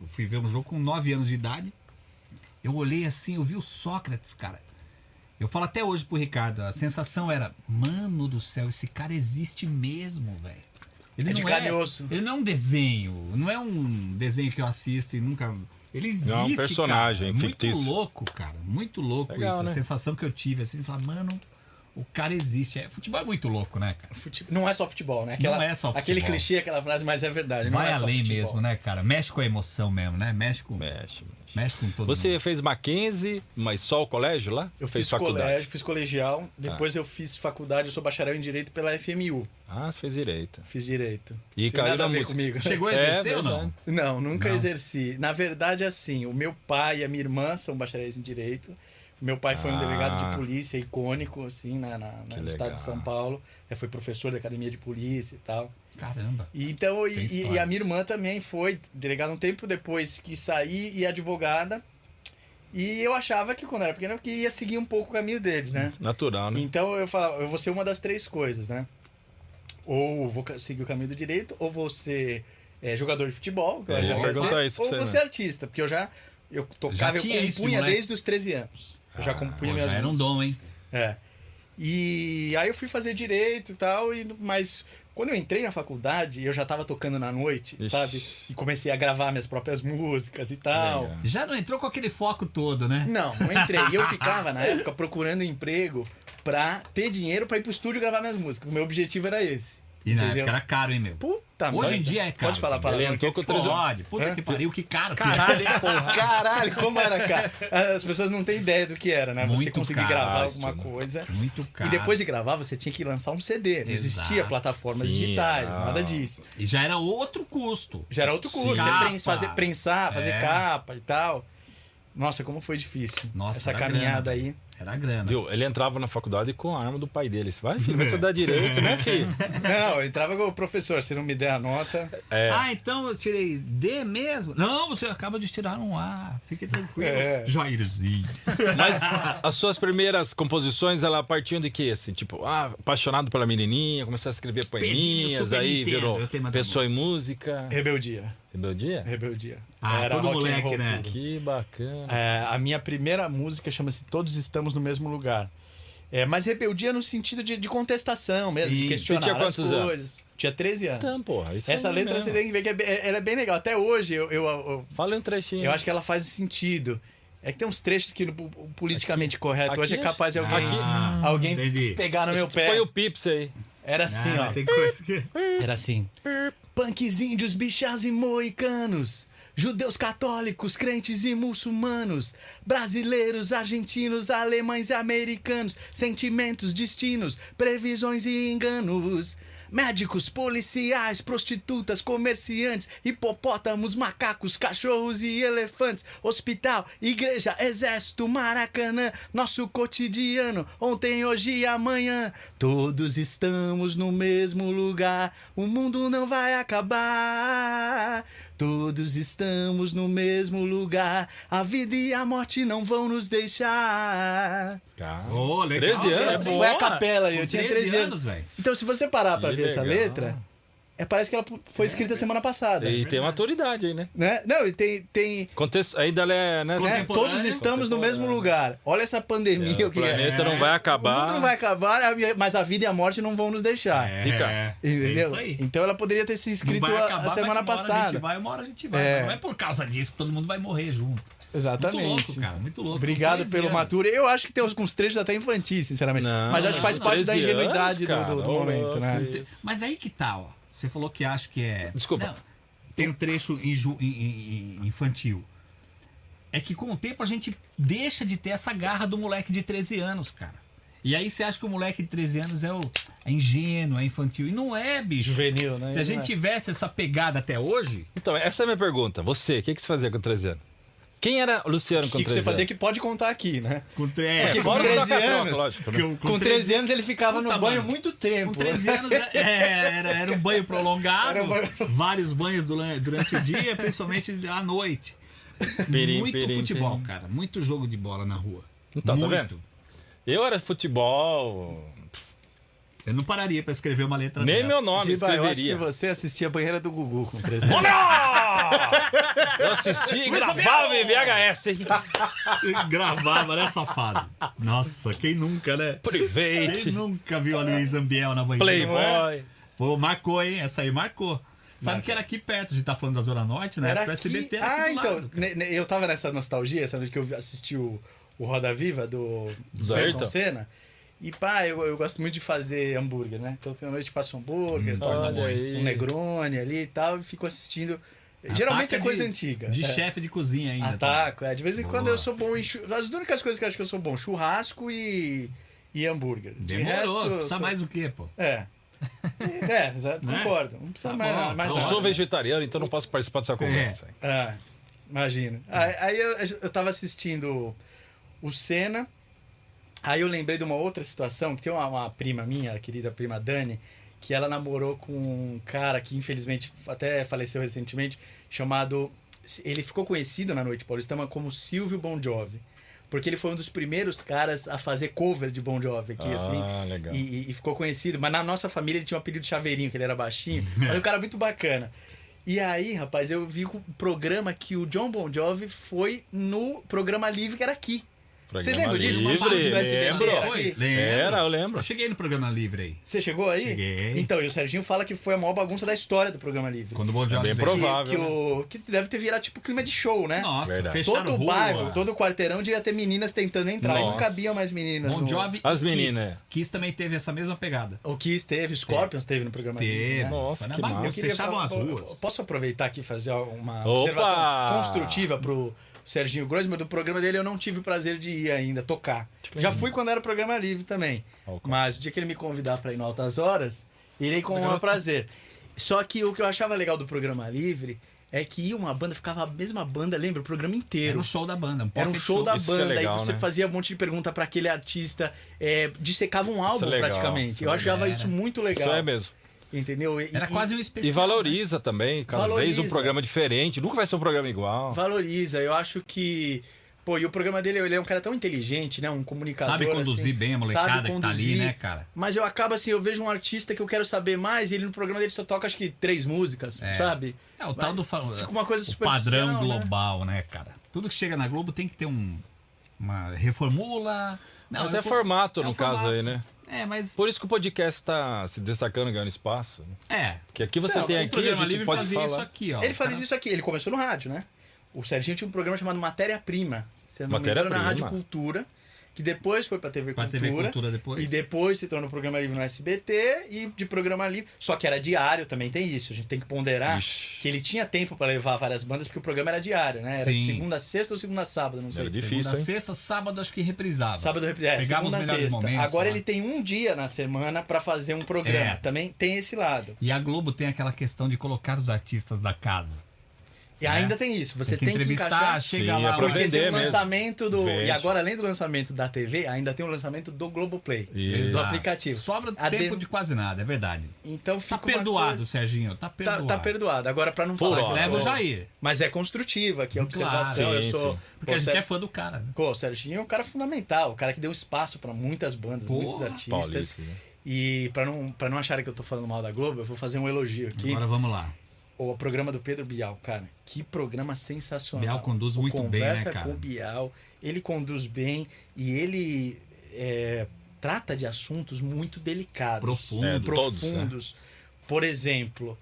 [SPEAKER 4] eu fui ver um jogo com 9 anos de idade. Eu olhei assim, eu vi o Sócrates, cara. Eu falo até hoje pro Ricardo, a sensação era, mano do céu, esse cara existe mesmo, velho. Ele
[SPEAKER 2] É de
[SPEAKER 4] não
[SPEAKER 2] carne e osso.
[SPEAKER 4] Ele não é um desenho, não é um desenho que eu assisto e nunca. Ele existe.
[SPEAKER 1] Não, é um personagem
[SPEAKER 4] cara. Muito
[SPEAKER 1] fictício.
[SPEAKER 4] louco, cara. Muito louco
[SPEAKER 1] Legal,
[SPEAKER 4] isso.
[SPEAKER 1] né?
[SPEAKER 4] A sensação que eu tive, assim, de falar, mano, o cara existe. É, futebol é muito louco, né, cara?
[SPEAKER 2] Fute- Não é só futebol, né? Aquela-
[SPEAKER 4] Não é só futebol.
[SPEAKER 2] Aquele clichê, aquela frase, mas é verdade. não
[SPEAKER 4] Vai
[SPEAKER 2] é só
[SPEAKER 4] além
[SPEAKER 2] futebol.
[SPEAKER 4] mesmo, né, cara? Mexe com a emoção mesmo, né? Mexe com, mexe.
[SPEAKER 1] Mexe, mexe.
[SPEAKER 4] com todo mundo.
[SPEAKER 1] Você fez Mackenzie, mas só o colégio lá?
[SPEAKER 2] Eu
[SPEAKER 1] fez
[SPEAKER 2] fiz colégio, fiz
[SPEAKER 4] Tá.
[SPEAKER 2] colegial, depois eu fiz faculdade, eu sou bacharel em Direito pela FMU.
[SPEAKER 1] Ah, você fez direito.
[SPEAKER 2] Fiz Direito.
[SPEAKER 1] E
[SPEAKER 2] Tem
[SPEAKER 1] caiu
[SPEAKER 2] nada
[SPEAKER 1] na
[SPEAKER 2] a ver
[SPEAKER 1] música.
[SPEAKER 2] comigo.
[SPEAKER 4] Chegou a
[SPEAKER 1] É,
[SPEAKER 4] exercer ou não?
[SPEAKER 1] verdade.
[SPEAKER 2] Não, nunca
[SPEAKER 4] Não.
[SPEAKER 2] exerci. Na verdade, assim, o meu pai e a minha irmã são bacharéis em Direito. Meu pai foi um
[SPEAKER 1] Ah.
[SPEAKER 2] delegado de polícia icônico, assim, na, na- na-
[SPEAKER 1] Que
[SPEAKER 2] no estado de
[SPEAKER 1] legal.
[SPEAKER 2] São Paulo. É, Foi professor da academia de polícia e tal.
[SPEAKER 4] Caramba.
[SPEAKER 2] E então,
[SPEAKER 4] Tem
[SPEAKER 2] e,
[SPEAKER 4] história.
[SPEAKER 2] e a minha irmã também foi delegada um tempo depois que saí e advogada. E eu achava que quando era pequeno eu queria seguir um pouco o caminho deles, né?
[SPEAKER 1] Natural,
[SPEAKER 4] Uhum.
[SPEAKER 1] né?
[SPEAKER 2] Então eu falava, eu vou ser uma das três coisas, né? Ou vou ca- seguir o caminho do direito, ou vou ser é, jogador de futebol, que eu
[SPEAKER 1] É,
[SPEAKER 2] já
[SPEAKER 1] eu ia
[SPEAKER 2] quero
[SPEAKER 1] perguntar
[SPEAKER 2] ser,
[SPEAKER 1] isso pra
[SPEAKER 2] ou
[SPEAKER 1] você,
[SPEAKER 2] vou
[SPEAKER 1] né?
[SPEAKER 2] ser artista, porque eu já eu tocava,
[SPEAKER 4] tinha
[SPEAKER 2] eu
[SPEAKER 4] isso de
[SPEAKER 2] compunha
[SPEAKER 4] moleque?
[SPEAKER 2] desde os 13 anos. Eu já compunha
[SPEAKER 4] Pô,
[SPEAKER 2] minhas
[SPEAKER 4] já era um
[SPEAKER 2] músicas.
[SPEAKER 4] dom, hein?
[SPEAKER 2] É. E aí eu fui fazer direito e tal, e, mas quando eu entrei na faculdade, eu já tava tocando na noite,
[SPEAKER 1] Ixi.
[SPEAKER 2] sabe? E comecei a gravar minhas próprias músicas e tal.
[SPEAKER 1] Legal.
[SPEAKER 4] Já não entrou com aquele foco todo, né?
[SPEAKER 2] Não, não entrei. E eu ficava, na época, procurando emprego pra ter dinheiro pra ir pro estúdio gravar minhas músicas. O meu objetivo era esse.
[SPEAKER 4] E na
[SPEAKER 2] entendeu?
[SPEAKER 4] época era caro, hein, meu?
[SPEAKER 2] Puta
[SPEAKER 4] Hoje em
[SPEAKER 2] merda.
[SPEAKER 4] dia é caro.
[SPEAKER 2] Pode falar
[SPEAKER 4] cara.
[SPEAKER 2] para
[SPEAKER 1] Ele entrou com o três-
[SPEAKER 4] Pode. Puta
[SPEAKER 2] Hã?
[SPEAKER 4] que pariu, que caro. que é.
[SPEAKER 2] Caralho, como era caro. As pessoas não têm ideia do que era, né? Você
[SPEAKER 4] Muito
[SPEAKER 2] conseguir
[SPEAKER 4] caro,
[SPEAKER 2] gravar
[SPEAKER 1] isso,
[SPEAKER 2] alguma
[SPEAKER 1] né?
[SPEAKER 2] coisa.
[SPEAKER 4] Muito caro.
[SPEAKER 2] E depois de gravar, você tinha que lançar um CD. Não existia
[SPEAKER 4] Exato.
[SPEAKER 2] plataformas
[SPEAKER 1] Sim,
[SPEAKER 2] digitais,
[SPEAKER 1] não.
[SPEAKER 2] nada disso.
[SPEAKER 4] E já era outro custo.
[SPEAKER 2] Já era outro
[SPEAKER 4] Sim.
[SPEAKER 2] curso,
[SPEAKER 4] Capa.
[SPEAKER 2] você prens- fazer, prensar, fazer
[SPEAKER 4] É.
[SPEAKER 2] capa e tal. Nossa, como foi difícil
[SPEAKER 4] Nossa,
[SPEAKER 2] essa
[SPEAKER 4] era
[SPEAKER 2] caminhada
[SPEAKER 4] grana.
[SPEAKER 2] aí.
[SPEAKER 4] Era grana.
[SPEAKER 1] Viu? Ele entrava na faculdade com a arma do pai dele. Você vai, filho, vai estudar direito, né, filho?
[SPEAKER 2] Não, eu entrava com o professor, se não me der a nota.
[SPEAKER 1] É.
[SPEAKER 4] Ah, então eu tirei D mesmo? Não, você acaba de tirar um A. Fique tranquilo.
[SPEAKER 2] É.
[SPEAKER 4] Jairzinho.
[SPEAKER 2] tá.
[SPEAKER 1] Mas as suas primeiras composições, ela partiam de quê? Assim, tipo, ah, apaixonado pela menininha, começou a escrever
[SPEAKER 4] meu
[SPEAKER 1] poeminhas,
[SPEAKER 4] Super
[SPEAKER 1] aí
[SPEAKER 4] Nintendo,
[SPEAKER 1] virou
[SPEAKER 4] eu tenho uma
[SPEAKER 1] pessoa em música.
[SPEAKER 2] Rebeldia.
[SPEAKER 1] Rebeldia?
[SPEAKER 2] Rebeldia.
[SPEAKER 4] Ah, todo
[SPEAKER 2] rock and
[SPEAKER 4] moleque,
[SPEAKER 2] roll
[SPEAKER 4] né?
[SPEAKER 2] puro.
[SPEAKER 1] Que bacana.
[SPEAKER 2] É, a minha primeira música chama-se Todos Estamos no Mesmo Lugar. É, mas rebeldia no sentido de, de contestação mesmo,
[SPEAKER 4] Sim.
[SPEAKER 2] de questionar
[SPEAKER 1] Você tinha
[SPEAKER 2] as
[SPEAKER 1] quantos anos?
[SPEAKER 2] coisas. Tinha 13 anos.
[SPEAKER 1] Então, porra, isso
[SPEAKER 2] É. Essa
[SPEAKER 1] é
[SPEAKER 2] letra
[SPEAKER 1] mesmo.
[SPEAKER 2] você tem que ver que é, bem- é- ela é bem legal. Até hoje eu, eu- eu-
[SPEAKER 1] Fala um trechinho.
[SPEAKER 2] eu acho que ela faz sentido. É que tem uns trechos que no- o politicamente correto
[SPEAKER 1] aqui
[SPEAKER 2] hoje é
[SPEAKER 1] acho-
[SPEAKER 2] capaz de alguém,
[SPEAKER 4] Ah,
[SPEAKER 2] alguém
[SPEAKER 4] entendi.
[SPEAKER 2] pegar tá no meu pé.
[SPEAKER 1] Põe o Pips aí.
[SPEAKER 2] Era assim,
[SPEAKER 4] Ah,
[SPEAKER 2] ó.
[SPEAKER 4] Tem coisa que...
[SPEAKER 2] Era assim. Punks índios, bichas e moicanos. Judeus católicos, crentes e muçulmanos, brasileiros, argentinos, alemães e americanos, sentimentos, destinos, previsões e enganos. Médicos, policiais, prostitutas, comerciantes, hipopótamos, macacos, cachorros e elefantes. Hospital, igreja, exército, maracanã. Nosso cotidiano, ontem, hoje e amanhã. Todos estamos no mesmo lugar. O mundo não vai acabar. Todos estamos no mesmo lugar. A vida e a morte não vão nos deixar. Então, assim,
[SPEAKER 1] Cara,
[SPEAKER 4] Ô, legal.
[SPEAKER 1] 13 anos.
[SPEAKER 5] É
[SPEAKER 2] Foi a
[SPEAKER 5] boa.
[SPEAKER 2] capela, eu
[SPEAKER 7] Com
[SPEAKER 2] tinha
[SPEAKER 7] 13
[SPEAKER 2] 13 anos.
[SPEAKER 7] anos, velho.
[SPEAKER 2] Então, se você parar pra
[SPEAKER 1] Que
[SPEAKER 2] ver essa
[SPEAKER 1] legal.
[SPEAKER 2] letra, é, parece que ela foi escrita semana passada.
[SPEAKER 1] E tem maturidade aí, né?
[SPEAKER 2] Né? Não, e tem. tem
[SPEAKER 1] Contexto, ainda ela é, né?
[SPEAKER 2] né?
[SPEAKER 4] Contemporâneo.
[SPEAKER 2] Todos estamos no mesmo lugar. Olha essa pandemia.
[SPEAKER 1] O
[SPEAKER 2] que é.
[SPEAKER 1] planeta não vai
[SPEAKER 2] O
[SPEAKER 1] acabar.
[SPEAKER 2] mundo não vai acabar, a minha- mas a vida e a morte não vão nos deixar.
[SPEAKER 4] É,
[SPEAKER 1] Fica.
[SPEAKER 4] é
[SPEAKER 2] Entendeu?
[SPEAKER 4] isso aí.
[SPEAKER 2] Então ela poderia ter se
[SPEAKER 4] Não
[SPEAKER 2] escrito
[SPEAKER 4] vai
[SPEAKER 2] a-
[SPEAKER 4] acabar,
[SPEAKER 2] a semana
[SPEAKER 4] mas que uma hora a gente
[SPEAKER 2] passada.
[SPEAKER 4] vai, uma hora a gente vai.
[SPEAKER 2] É.
[SPEAKER 4] Não é por causa disso que todo mundo vai morrer junto.
[SPEAKER 2] Exatamente.
[SPEAKER 4] Muito louco, cara. Muito louco.
[SPEAKER 2] Obrigado
[SPEAKER 4] 13
[SPEAKER 2] pelo
[SPEAKER 4] anos.
[SPEAKER 2] Matura. Eu acho que tem alguns trechos até infantis, sinceramente.
[SPEAKER 1] Não,
[SPEAKER 2] mas acho que faz parte da
[SPEAKER 1] 13 anos,
[SPEAKER 2] ingenuidade do-
[SPEAKER 1] cara,
[SPEAKER 2] do, do
[SPEAKER 1] ô,
[SPEAKER 2] momento, né?
[SPEAKER 1] louco.
[SPEAKER 4] Mas aí que tá, ó. Você falou que acha que é.
[SPEAKER 1] Desculpa.
[SPEAKER 4] Não, tem um trecho inju- in- in- in- infantil. É que com o tempo a gente deixa de ter essa garra do moleque de 13 anos, cara. E aí você acha que o moleque de 13 anos é, o, é ingênuo, é infantil. E não é, bicho.
[SPEAKER 2] Juvenil, né?
[SPEAKER 4] Se a gente tivesse essa pegada até hoje,
[SPEAKER 1] Então, essa é a minha pergunta. Você, o que, que você fazia com 13 anos? Quem era o Luciano
[SPEAKER 2] O
[SPEAKER 1] com
[SPEAKER 2] que, que
[SPEAKER 1] 13
[SPEAKER 2] você
[SPEAKER 1] anos?
[SPEAKER 2] fazia que pode contar aqui, né?
[SPEAKER 4] com, tre- é,
[SPEAKER 2] Porque
[SPEAKER 4] com,
[SPEAKER 2] com
[SPEAKER 1] fora da
[SPEAKER 2] 13
[SPEAKER 1] troca,
[SPEAKER 2] anos.
[SPEAKER 1] lógico, né?
[SPEAKER 4] que eu- com
[SPEAKER 2] Com 13 anos ele ficava
[SPEAKER 4] Puta,
[SPEAKER 2] no banho
[SPEAKER 4] mano.
[SPEAKER 2] muito tempo.
[SPEAKER 4] com 13 anos é, era, era um banho prolongado,
[SPEAKER 2] Era um banho-
[SPEAKER 4] vários banhos dura- durante o dia, principalmente à noite.
[SPEAKER 1] Pirim,
[SPEAKER 4] muito
[SPEAKER 1] pirim,
[SPEAKER 4] futebol,
[SPEAKER 1] pirim.
[SPEAKER 4] cara. Muito jogo de bola na rua.
[SPEAKER 1] Então, tá
[SPEAKER 4] muito.
[SPEAKER 1] vendo? Eu era futebol.
[SPEAKER 4] Eu não pararia pra escrever uma letra
[SPEAKER 1] Nem
[SPEAKER 4] dessa.
[SPEAKER 1] meu nome
[SPEAKER 2] Giba, eu acho que
[SPEAKER 1] escreveria.
[SPEAKER 2] você assistia a banheira do Gugu com 13 anos.
[SPEAKER 1] Olá! Eu assistia e
[SPEAKER 4] Luiz
[SPEAKER 1] gravava em VHS, hein?
[SPEAKER 4] Gravava, né, safado? Nossa, quem nunca, né? Quem
[SPEAKER 1] Private,
[SPEAKER 4] nunca viu a Luiz Ambiel na banheira?
[SPEAKER 2] é?
[SPEAKER 1] Playboy.
[SPEAKER 4] Pô, marcou, hein? Essa aí marcou. Sabe que era aqui perto, a gente tá falando da Zona Norte, né? Pro SBT era aqui
[SPEAKER 2] Ah,
[SPEAKER 4] do
[SPEAKER 2] então.
[SPEAKER 4] lado.
[SPEAKER 2] ne- ne- Eu tava nessa nostalgia, essa noite que eu vi- assisti o, o Roda Viva do, do
[SPEAKER 1] Do
[SPEAKER 2] Ayrton
[SPEAKER 1] Ayrton.
[SPEAKER 2] Senna. E pá, eu, eu gosto muito de fazer hambúrguer, né? Então tem uma noite que faço hambúrguer, torço
[SPEAKER 1] Hum, olha
[SPEAKER 2] um-
[SPEAKER 1] aí.
[SPEAKER 2] um negrone ali e tal, e fico assistindo. Geralmente
[SPEAKER 4] Ataca
[SPEAKER 2] é coisa
[SPEAKER 4] de-
[SPEAKER 2] antiga.
[SPEAKER 4] De
[SPEAKER 2] é.
[SPEAKER 4] chefe de cozinha ainda. tá?
[SPEAKER 2] Ataco, é. De vez em quando eu sou bom em. Chu... As únicas coisas que eu acho que eu sou bom, churrasco e, e hambúrguer. De
[SPEAKER 4] Demorou.
[SPEAKER 2] resto, eu
[SPEAKER 4] Precisa
[SPEAKER 2] sou-
[SPEAKER 4] mais o quê, pô?
[SPEAKER 2] É. É, exato,
[SPEAKER 4] Né?
[SPEAKER 2] concordo. Não precisa
[SPEAKER 4] Tá
[SPEAKER 2] mais,
[SPEAKER 4] bom,
[SPEAKER 2] nada, mais
[SPEAKER 4] tá
[SPEAKER 1] Não
[SPEAKER 2] nada.
[SPEAKER 1] sou vegetariano, então não posso participar
[SPEAKER 2] É.
[SPEAKER 1] dessa conversa. hein?
[SPEAKER 2] Ah, imagina. Aí, aí eu, eu tava assistindo o Senna. Aí eu lembrei de uma outra situação, que tem uma, uma prima minha, a querida prima Dani, que ela namorou com um cara que infelizmente até faleceu recentemente, chamado... Ele ficou conhecido na Noite Paulistana como Silvio Bon Jovi. Porque ele foi um dos primeiros caras a fazer cover de Bon Jovi aqui,
[SPEAKER 1] Ah,
[SPEAKER 2] assim.
[SPEAKER 1] legal.
[SPEAKER 2] E, e- e ficou conhecido. Mas na nossa família ele tinha um apelido chaveirinho, que ele era baixinho. Mas era um cara muito bacana. E aí, rapaz, eu vi o programa que o John Bon Jovi foi no programa livre que era aqui. Vocês
[SPEAKER 1] Programa
[SPEAKER 2] lembram disso? Uma
[SPEAKER 1] livre,
[SPEAKER 2] parte do SBT
[SPEAKER 1] lembro.
[SPEAKER 2] era
[SPEAKER 4] Foi?
[SPEAKER 2] aqui.
[SPEAKER 4] Lembro.
[SPEAKER 1] Era, eu lembro.
[SPEAKER 4] Eu cheguei no programa livre aí.
[SPEAKER 2] Você chegou aí?
[SPEAKER 4] Cheguei.
[SPEAKER 2] Então, e o Serginho fala que foi a maior bagunça da história do programa livre.
[SPEAKER 4] Quando né? o Bon
[SPEAKER 1] Bem
[SPEAKER 4] Jovi veio.
[SPEAKER 2] que,
[SPEAKER 1] provável,
[SPEAKER 2] que, o, que deve ter virado tipo clima de show, né?
[SPEAKER 4] Nossa,
[SPEAKER 1] Verdade.
[SPEAKER 4] fecharam
[SPEAKER 2] todo o
[SPEAKER 4] rua.
[SPEAKER 2] bairro, todo o quarteirão devia ter meninas tentando entrar e não
[SPEAKER 1] Nossa.
[SPEAKER 2] cabiam mais meninas.
[SPEAKER 4] Bon
[SPEAKER 2] no-
[SPEAKER 4] Jovi
[SPEAKER 1] As
[SPEAKER 4] e Kiss.
[SPEAKER 1] meninas. né?
[SPEAKER 4] Kiss também teve essa mesma pegada.
[SPEAKER 2] O que esteve, Scorpions teve no programa livre.
[SPEAKER 4] É. Teve.
[SPEAKER 2] né?
[SPEAKER 1] Nossa,
[SPEAKER 4] Foi na
[SPEAKER 1] que
[SPEAKER 4] bagunça.
[SPEAKER 2] Eu
[SPEAKER 1] massa.
[SPEAKER 2] queria
[SPEAKER 4] Fechavam
[SPEAKER 2] falar- um
[SPEAKER 4] as ruas.
[SPEAKER 2] Posso aproveitar aqui e fazer uma
[SPEAKER 1] Opa!
[SPEAKER 2] observação construtiva pro Serginho Grosman? Do programa dele eu não tive o prazer de ir ainda, tocar.
[SPEAKER 1] Tipo
[SPEAKER 2] Já fui quando era programa livre também.
[SPEAKER 1] Ok.
[SPEAKER 2] Mas o dia que ele me convidar para ir no Altas Horas, irei com o maior prazer. Só que o que eu achava legal do programa livre é que ia uma banda, ficava a mesma banda, lembra? O programa inteiro.
[SPEAKER 4] Era um show da banda. Um
[SPEAKER 2] Era um
[SPEAKER 4] pocket
[SPEAKER 2] show da
[SPEAKER 1] Isso que é
[SPEAKER 2] banda,
[SPEAKER 1] legal,
[SPEAKER 2] aí você
[SPEAKER 1] né?
[SPEAKER 2] fazia um monte de pergunta pra aquele artista, é, dissecava um álbum
[SPEAKER 1] legal,
[SPEAKER 2] praticamente.
[SPEAKER 1] isso
[SPEAKER 2] Eu achava isso muito legal.
[SPEAKER 1] Isso é mesmo.
[SPEAKER 2] Entendeu? E-
[SPEAKER 4] Era
[SPEAKER 2] e-
[SPEAKER 4] quase um
[SPEAKER 1] E
[SPEAKER 4] especial.
[SPEAKER 1] valoriza também, cada
[SPEAKER 2] Valoriza.
[SPEAKER 1] vez um programa diferente. Nunca vai ser um programa igual.
[SPEAKER 2] valoriza. Eu acho que. Pô, e o programa dele, ele é um cara tão inteligente, né? Um comunicador.
[SPEAKER 4] Sabe conduzir
[SPEAKER 2] assim,
[SPEAKER 4] bem a molecada
[SPEAKER 2] sabe
[SPEAKER 4] que tá ali,
[SPEAKER 2] conduzir.
[SPEAKER 4] né, cara?
[SPEAKER 2] Mas eu acabo assim, eu vejo um artista que eu quero saber mais, e ele no programa dele só toca acho que três músicas,
[SPEAKER 4] É.
[SPEAKER 2] sabe?
[SPEAKER 4] É, o tal do fa-
[SPEAKER 2] Fica uma coisa
[SPEAKER 4] o
[SPEAKER 2] superficial,
[SPEAKER 4] padrão
[SPEAKER 2] né?
[SPEAKER 4] global, né, cara? Tudo que chega na Globo tem que ter um. Uma reformula. Não,
[SPEAKER 1] Mas
[SPEAKER 4] eu
[SPEAKER 1] é
[SPEAKER 4] vou-
[SPEAKER 1] formato,
[SPEAKER 4] é
[SPEAKER 1] no
[SPEAKER 4] um
[SPEAKER 1] caso aí, né?
[SPEAKER 4] É, mas.
[SPEAKER 1] Por isso que o podcast tá se destacando, ganhando espaço. né?
[SPEAKER 4] É.
[SPEAKER 1] Porque aqui você
[SPEAKER 2] Não, um
[SPEAKER 1] tem
[SPEAKER 2] o
[SPEAKER 1] aqui, a gente pode
[SPEAKER 4] fazia isso
[SPEAKER 1] falar.
[SPEAKER 4] aqui, ó.
[SPEAKER 2] Ele
[SPEAKER 4] O
[SPEAKER 2] faz
[SPEAKER 4] cara-
[SPEAKER 2] isso aqui, ele começou no rádio, né? O Serginho tinha um programa chamado Matéria Prima. Se eu não me engano,
[SPEAKER 1] Matéria
[SPEAKER 2] na
[SPEAKER 1] Prima.
[SPEAKER 2] Rádio Cultura. que depois foi pra TV
[SPEAKER 4] Pra
[SPEAKER 2] Cultura.
[SPEAKER 4] TV Cultura depois.
[SPEAKER 2] E depois se tornou um programa livre no SBT e de programa livre. Só que era diário, também tem isso. A gente tem que ponderar
[SPEAKER 1] Ixi.
[SPEAKER 2] que ele tinha tempo pra levar várias bandas, porque o programa era diário, né? Era de
[SPEAKER 4] Sim.
[SPEAKER 2] segunda a sexta ou segunda a sábado, não sei.
[SPEAKER 1] Era
[SPEAKER 2] se-
[SPEAKER 1] difícil,
[SPEAKER 4] Segunda,
[SPEAKER 1] hein?
[SPEAKER 4] sexta, sábado acho que reprisava.
[SPEAKER 2] Sábado repri- é,
[SPEAKER 4] Pegava os
[SPEAKER 2] segunda a
[SPEAKER 4] melhores
[SPEAKER 2] sexta.
[SPEAKER 4] momentos,
[SPEAKER 2] Agora
[SPEAKER 4] né?
[SPEAKER 2] ele tem um dia na semana pra fazer um programa.
[SPEAKER 4] É.
[SPEAKER 2] Também tem esse lado.
[SPEAKER 4] E a Globo tem aquela questão de colocar os artistas da casa.
[SPEAKER 2] E ainda tem isso. Você
[SPEAKER 4] Né? Tem que
[SPEAKER 2] tem que
[SPEAKER 4] entrevistar,
[SPEAKER 2] encaixar.
[SPEAKER 4] chega
[SPEAKER 1] Sim, é
[SPEAKER 4] lá.
[SPEAKER 1] pra
[SPEAKER 2] Porque
[SPEAKER 1] vender
[SPEAKER 2] tem o
[SPEAKER 1] mesmo.
[SPEAKER 2] lançamento do.
[SPEAKER 1] Vende.
[SPEAKER 2] E agora, além do lançamento da TV, ainda tem o lançamento do Globoplay.
[SPEAKER 1] Isso.
[SPEAKER 2] Do aplicativo.
[SPEAKER 4] Ah, Sobra
[SPEAKER 2] A
[SPEAKER 4] tempo
[SPEAKER 2] de-
[SPEAKER 4] de quase nada, é verdade.
[SPEAKER 2] Então
[SPEAKER 4] Tá
[SPEAKER 2] um- fica uma
[SPEAKER 4] perdoado,
[SPEAKER 2] coisa-
[SPEAKER 4] Serginho. Tá
[SPEAKER 2] Tá,
[SPEAKER 4] perdoado.
[SPEAKER 2] tá perdoado. Agora, pra não
[SPEAKER 1] Por
[SPEAKER 2] falar.
[SPEAKER 1] hora.
[SPEAKER 2] que eu
[SPEAKER 4] Leva o
[SPEAKER 2] sou-
[SPEAKER 4] Jair.
[SPEAKER 2] Mas é construtiva aqui a observação.
[SPEAKER 4] Claro,
[SPEAKER 2] eu
[SPEAKER 1] sim,
[SPEAKER 2] sou.
[SPEAKER 1] sim.
[SPEAKER 4] Porque a
[SPEAKER 2] Pô,
[SPEAKER 4] gente
[SPEAKER 2] Ser-
[SPEAKER 4] é fã do cara. né?
[SPEAKER 2] Pô, o Serginho é um cara fundamental, o cara que deu espaço pra muitas bandas,
[SPEAKER 4] Porra,
[SPEAKER 2] muitos artistas.
[SPEAKER 1] Paulista, né?
[SPEAKER 2] E pra não, pra não acharem que eu tô falando mal da Globo, eu vou fazer um elogio aqui.
[SPEAKER 4] Agora vamos lá.
[SPEAKER 2] O programa do Pedro Bial, cara. Que programa sensacional.
[SPEAKER 4] Bial conduz
[SPEAKER 2] O
[SPEAKER 4] muito bem, né,
[SPEAKER 2] Conversa
[SPEAKER 4] cara?
[SPEAKER 2] com o Bial. Ele conduz bem e ele é, trata de assuntos muito delicados.
[SPEAKER 4] Profundo.
[SPEAKER 1] É, todos, né?
[SPEAKER 2] profundos. Por exemplo,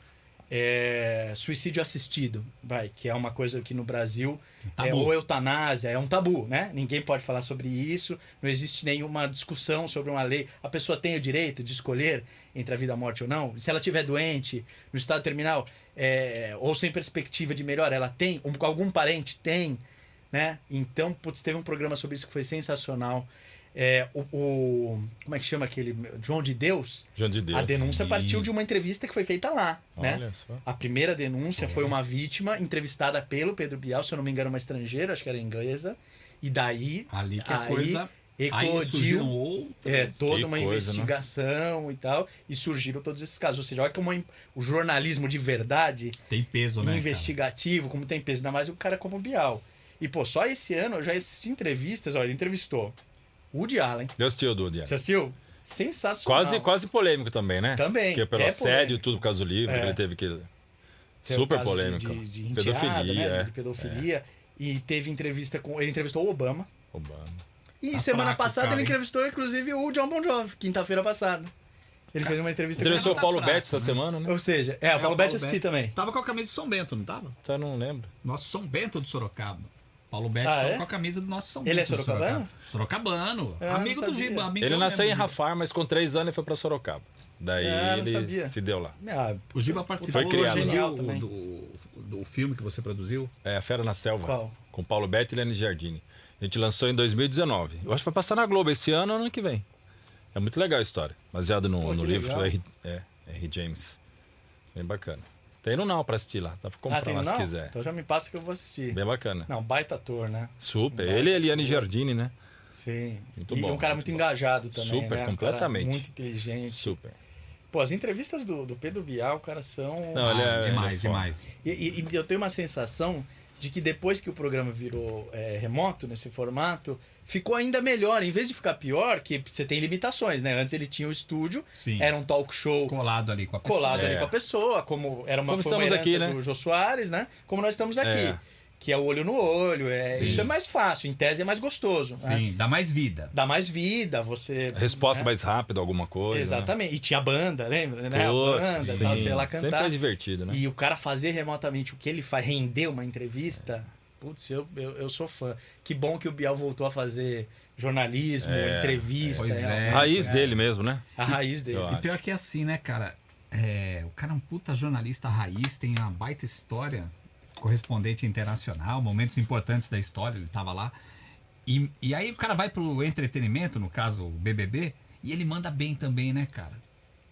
[SPEAKER 2] é, suicídio assistido, vai, que é uma coisa que no Brasil
[SPEAKER 4] Tabu.
[SPEAKER 2] é, ou eutanásia, é um tabu, né? Ninguém pode falar sobre isso, não existe nenhuma discussão sobre uma lei. A pessoa tem o direito de escolher entre a vida e a morte ou não. Se ela estiver doente, no estado terminal, é, ou sem perspectiva de melhor, ela tem, um- algum parente tem, né? Então, putz, teve um programa sobre isso que foi sensacional. É, o, o- Como é que chama aquele? João de Deus?
[SPEAKER 1] João de Deus.
[SPEAKER 2] A denúncia partiu de uma entrevista que foi feita lá,
[SPEAKER 1] Olha
[SPEAKER 2] né?
[SPEAKER 1] só.
[SPEAKER 2] A primeira denúncia foi uma vítima entrevistada pelo Pedro Bial, se eu não me engano, uma estrangeira, acho que era inglesa. E daí.
[SPEAKER 4] Ali que a
[SPEAKER 2] aí
[SPEAKER 4] coisa. Aí um surgiram
[SPEAKER 2] Eclodiu
[SPEAKER 4] outras.
[SPEAKER 2] é, toda
[SPEAKER 1] Que coisa,
[SPEAKER 2] uma
[SPEAKER 1] né?
[SPEAKER 2] investigação e tal. E surgiram todos esses casos. Ou seja, olha como o jornalismo de verdade
[SPEAKER 4] Tem peso, né? cara?
[SPEAKER 2] investigativo, como tem peso, ainda mais um cara como o Bial. E, pô, só esse ano eu já assisti entrevistas, olha, ele entrevistou Woody Allen.
[SPEAKER 1] Eu assisti o Dudu.
[SPEAKER 2] Você assistiu? Sensacional.
[SPEAKER 1] Quase, quase polêmico também, né?
[SPEAKER 2] Também,
[SPEAKER 1] Que é pelo
[SPEAKER 2] que é
[SPEAKER 1] assédio,
[SPEAKER 2] polêmico.
[SPEAKER 1] tudo por causa do livro,
[SPEAKER 2] É.
[SPEAKER 1] ele teve que.
[SPEAKER 2] Teve é o
[SPEAKER 1] Super
[SPEAKER 2] caso
[SPEAKER 1] polêmico.
[SPEAKER 2] De, de, de enteada,
[SPEAKER 1] pedofilia,
[SPEAKER 2] né?
[SPEAKER 1] é.
[SPEAKER 2] De pedofilia. E teve entrevista com. Ele entrevistou o Obama.
[SPEAKER 1] Obama.
[SPEAKER 2] E
[SPEAKER 4] Tá
[SPEAKER 2] semana
[SPEAKER 4] fraco,
[SPEAKER 2] passada
[SPEAKER 4] cara,
[SPEAKER 2] ele
[SPEAKER 4] hein?
[SPEAKER 2] entrevistou, inclusive, o John Bon Jovi, quinta-feira passada. Ele fez uma entrevista
[SPEAKER 1] Entrevistou o
[SPEAKER 4] tá
[SPEAKER 1] Paulo
[SPEAKER 4] fraco,
[SPEAKER 1] Betti essa semana, né?
[SPEAKER 2] Ou seja, é, o Paulo Betti assisti
[SPEAKER 4] Betti.
[SPEAKER 2] também.
[SPEAKER 4] Tava com a camisa do São Bento, não tava?
[SPEAKER 1] Tá, não lembro.
[SPEAKER 4] Nosso São Bento de Sorocaba. Paulo Betti
[SPEAKER 2] Ah,
[SPEAKER 4] tava
[SPEAKER 2] é?
[SPEAKER 4] com a camisa do nosso São
[SPEAKER 2] Ele é
[SPEAKER 4] Bento. de
[SPEAKER 2] sorocabano?
[SPEAKER 4] Sorocabano.
[SPEAKER 2] É, eu
[SPEAKER 4] amigo
[SPEAKER 2] não
[SPEAKER 4] do
[SPEAKER 2] sabia.
[SPEAKER 4] Giba. amigo
[SPEAKER 1] Ele
[SPEAKER 4] do
[SPEAKER 1] nasceu em
[SPEAKER 4] Giba.
[SPEAKER 1] Rafar, mas com três anos ele foi pra Sorocaba. Daí
[SPEAKER 2] É, eu não
[SPEAKER 1] ele
[SPEAKER 2] sabia.
[SPEAKER 1] se deu lá.
[SPEAKER 2] Ah,
[SPEAKER 4] O Giba participou
[SPEAKER 1] Foi criado
[SPEAKER 2] lá.
[SPEAKER 4] produziu o- do, do filme que você produziu.
[SPEAKER 1] É, A Fera na Selva.
[SPEAKER 2] Qual?
[SPEAKER 1] Com Paulo Betti e Lene Giardini. A gente lançou em 2019. Eu acho que vai passar na Globo esse ano ou ano que vem. É muito legal a história. Baseado no,
[SPEAKER 2] Pô,
[SPEAKER 1] no
[SPEAKER 2] que
[SPEAKER 1] livro do
[SPEAKER 2] legal.
[SPEAKER 1] R. É, R. James. Bem bacana. Tem no Now pra assistir lá. Dá pra comprar
[SPEAKER 2] ah, tem
[SPEAKER 1] lá se
[SPEAKER 2] não?
[SPEAKER 1] quiser.
[SPEAKER 2] Então já me passa que eu vou assistir.
[SPEAKER 1] Bem bacana.
[SPEAKER 2] Não, baita ator, né?
[SPEAKER 1] Super. Ele e Eliane Giardini, né?
[SPEAKER 2] Sim.
[SPEAKER 1] Muito
[SPEAKER 2] e
[SPEAKER 1] bom,
[SPEAKER 2] um cara
[SPEAKER 1] muito
[SPEAKER 2] muito,
[SPEAKER 1] bom.
[SPEAKER 2] engajado também.
[SPEAKER 1] Super,
[SPEAKER 2] né? Um cara
[SPEAKER 1] completamente.
[SPEAKER 2] Muito inteligente.
[SPEAKER 1] Super.
[SPEAKER 2] Pô, as entrevistas do, do Pedro Bial, cara, são.
[SPEAKER 1] Não, ele é- ele é
[SPEAKER 4] Ah, demais,
[SPEAKER 1] foda.
[SPEAKER 4] demais.
[SPEAKER 2] E, e- e eu tenho uma sensação de que depois que o programa virou é, remoto nesse formato, ficou ainda melhor. Em vez de ficar pior, que você tem limitações, né? Antes ele tinha o estúdio,
[SPEAKER 4] Sim.
[SPEAKER 2] era um talk show
[SPEAKER 4] Colado ali com a pessoa.
[SPEAKER 2] colado
[SPEAKER 1] É.
[SPEAKER 2] ali com a pessoa, como era uma
[SPEAKER 1] Como
[SPEAKER 2] foi uma
[SPEAKER 1] estamos aqui,
[SPEAKER 2] herança
[SPEAKER 1] né?
[SPEAKER 2] do Jô Soares, né? Como nós estamos aqui.
[SPEAKER 1] É.
[SPEAKER 2] Que é o olho no olho, é,
[SPEAKER 1] Sim.
[SPEAKER 2] isso é mais fácil, em tese é mais gostoso. né?
[SPEAKER 4] Sim, dá mais vida.
[SPEAKER 2] Dá mais vida, você.
[SPEAKER 1] Resposta é
[SPEAKER 2] né?
[SPEAKER 1] mais rápida, alguma coisa. né?
[SPEAKER 2] Exatamente. E tinha banda, lembra? Né? A
[SPEAKER 1] Putz,
[SPEAKER 2] banda,
[SPEAKER 1] sim.
[SPEAKER 2] tal, sei lá,
[SPEAKER 1] Sempre
[SPEAKER 2] cantar.
[SPEAKER 1] é divertido, né?
[SPEAKER 2] E o cara fazer remotamente o que ele faz, render uma entrevista, putz, eu, eu, eu sou fã. Que bom que o Bial voltou a fazer jornalismo, entrevista.
[SPEAKER 4] É, Pois
[SPEAKER 2] né?
[SPEAKER 4] é.
[SPEAKER 1] Raiz dele mesmo, né?
[SPEAKER 2] A raiz dele.
[SPEAKER 1] Eu
[SPEAKER 4] E pior que é assim, né, cara? É, o cara é um puta jornalista raiz, tem uma baita história, correspondente internacional, momentos importantes da história, ele tava lá. E, e aí o cara vai pro entretenimento, no caso o BBB, e ele manda bem também, né, cara?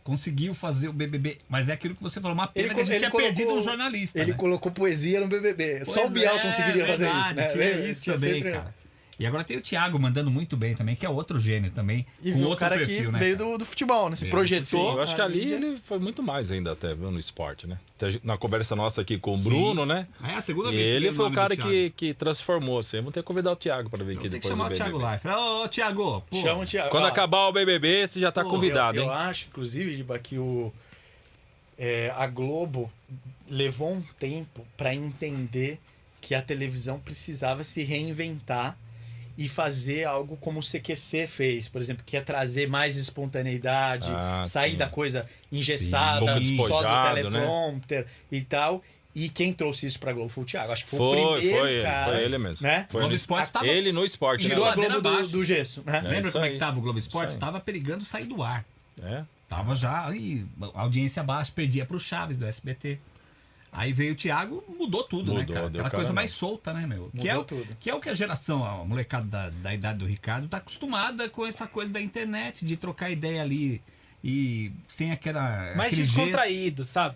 [SPEAKER 4] Conseguiu fazer o BBB, mas é aquilo que você falou, uma pena que a gente tinha perdido um jornalista.
[SPEAKER 2] Ele
[SPEAKER 4] né?
[SPEAKER 2] colocou poesia no BBB. Só o
[SPEAKER 4] Pois
[SPEAKER 2] Bial
[SPEAKER 4] é,
[SPEAKER 2] conseguiria
[SPEAKER 4] verdade,
[SPEAKER 2] fazer isso, né?
[SPEAKER 4] Tinha
[SPEAKER 2] Lembra?
[SPEAKER 4] isso
[SPEAKER 2] Tinha
[SPEAKER 4] também,
[SPEAKER 2] sempre-
[SPEAKER 4] cara. E agora tem o Thiago mandando muito bem também, que é outro gênio também.
[SPEAKER 2] E
[SPEAKER 4] com
[SPEAKER 2] viu o
[SPEAKER 4] outro
[SPEAKER 2] cara
[SPEAKER 4] perfil,
[SPEAKER 2] que
[SPEAKER 4] né,
[SPEAKER 2] veio
[SPEAKER 4] cara?
[SPEAKER 2] do, do futebol, né? Se
[SPEAKER 4] Veio do
[SPEAKER 2] projetou.
[SPEAKER 1] Sim, eu acho que
[SPEAKER 2] a
[SPEAKER 1] ali
[SPEAKER 2] mídia.
[SPEAKER 1] ele foi muito mais ainda até, viu, no esporte, né? Até Na conversa nossa aqui com o Bruno, né?
[SPEAKER 4] É a segunda
[SPEAKER 1] E
[SPEAKER 4] vez que
[SPEAKER 1] ele
[SPEAKER 4] veio o
[SPEAKER 1] foi o
[SPEAKER 4] nome do
[SPEAKER 1] cara
[SPEAKER 4] Thiago.
[SPEAKER 1] que, que transformou, assim. Vamos ter que convidar o Thiago para vir aqui
[SPEAKER 4] Tem que
[SPEAKER 1] depois do
[SPEAKER 4] chamar o
[SPEAKER 1] BBB.
[SPEAKER 4] Thiago lá. e falar, Ô, Thiago, pô.
[SPEAKER 2] Chama o Thiago.
[SPEAKER 1] Quando
[SPEAKER 2] Ó,
[SPEAKER 1] acabar o BBB, você já tá
[SPEAKER 2] Pô,
[SPEAKER 1] convidado,
[SPEAKER 2] eu,
[SPEAKER 1] hein?
[SPEAKER 2] Eu acho, inclusive, Giba, que o, é, a Globo levou um tempo para entender que a televisão precisava se reinventar e fazer algo como o CQC fez, por exemplo, que é trazer mais espontaneidade,
[SPEAKER 1] Ah,
[SPEAKER 2] sair
[SPEAKER 1] sim.
[SPEAKER 2] da coisa engessada,
[SPEAKER 1] Sim, um pouco
[SPEAKER 2] só do
[SPEAKER 1] despojado, né?
[SPEAKER 2] teleprompter e tal, E quem trouxe isso pra Globo foi o Thiago. Acho que foi, o
[SPEAKER 1] Foi,
[SPEAKER 2] primeiro.
[SPEAKER 1] foi ele,
[SPEAKER 2] cara,
[SPEAKER 1] foi ele mesmo.
[SPEAKER 2] Né?
[SPEAKER 1] Foi
[SPEAKER 4] Globo
[SPEAKER 1] ele.
[SPEAKER 4] Esporte tava-
[SPEAKER 1] Ele no esporte,
[SPEAKER 2] Tirou
[SPEAKER 1] né?
[SPEAKER 2] a Globo do,
[SPEAKER 4] abaixo.
[SPEAKER 2] do gesso. Né?
[SPEAKER 1] É
[SPEAKER 4] Lembra
[SPEAKER 1] isso
[SPEAKER 4] como é
[SPEAKER 1] aí.
[SPEAKER 4] que tava o Globo Esporte?
[SPEAKER 1] aí.
[SPEAKER 4] Tava perigando sair do ar.
[SPEAKER 1] É.
[SPEAKER 4] Tava já aí, audiência baixa, perdia pro Chaves do SBT. Aí veio o Thiago, mudou tudo, né,
[SPEAKER 1] Mudou,
[SPEAKER 4] cara?
[SPEAKER 1] deu
[SPEAKER 4] Aquela coisa
[SPEAKER 1] cara
[SPEAKER 4] mais
[SPEAKER 1] não.
[SPEAKER 4] solta, né, meu? que é o,
[SPEAKER 2] tudo.
[SPEAKER 4] Que é o que a geração, a molecada da, da idade do Ricardo, tá acostumada com essa coisa da internet, de trocar ideia ali e sem
[SPEAKER 2] é
[SPEAKER 4] aquela.
[SPEAKER 5] Mais
[SPEAKER 4] aquele gesto,
[SPEAKER 5] descontraído, sabe?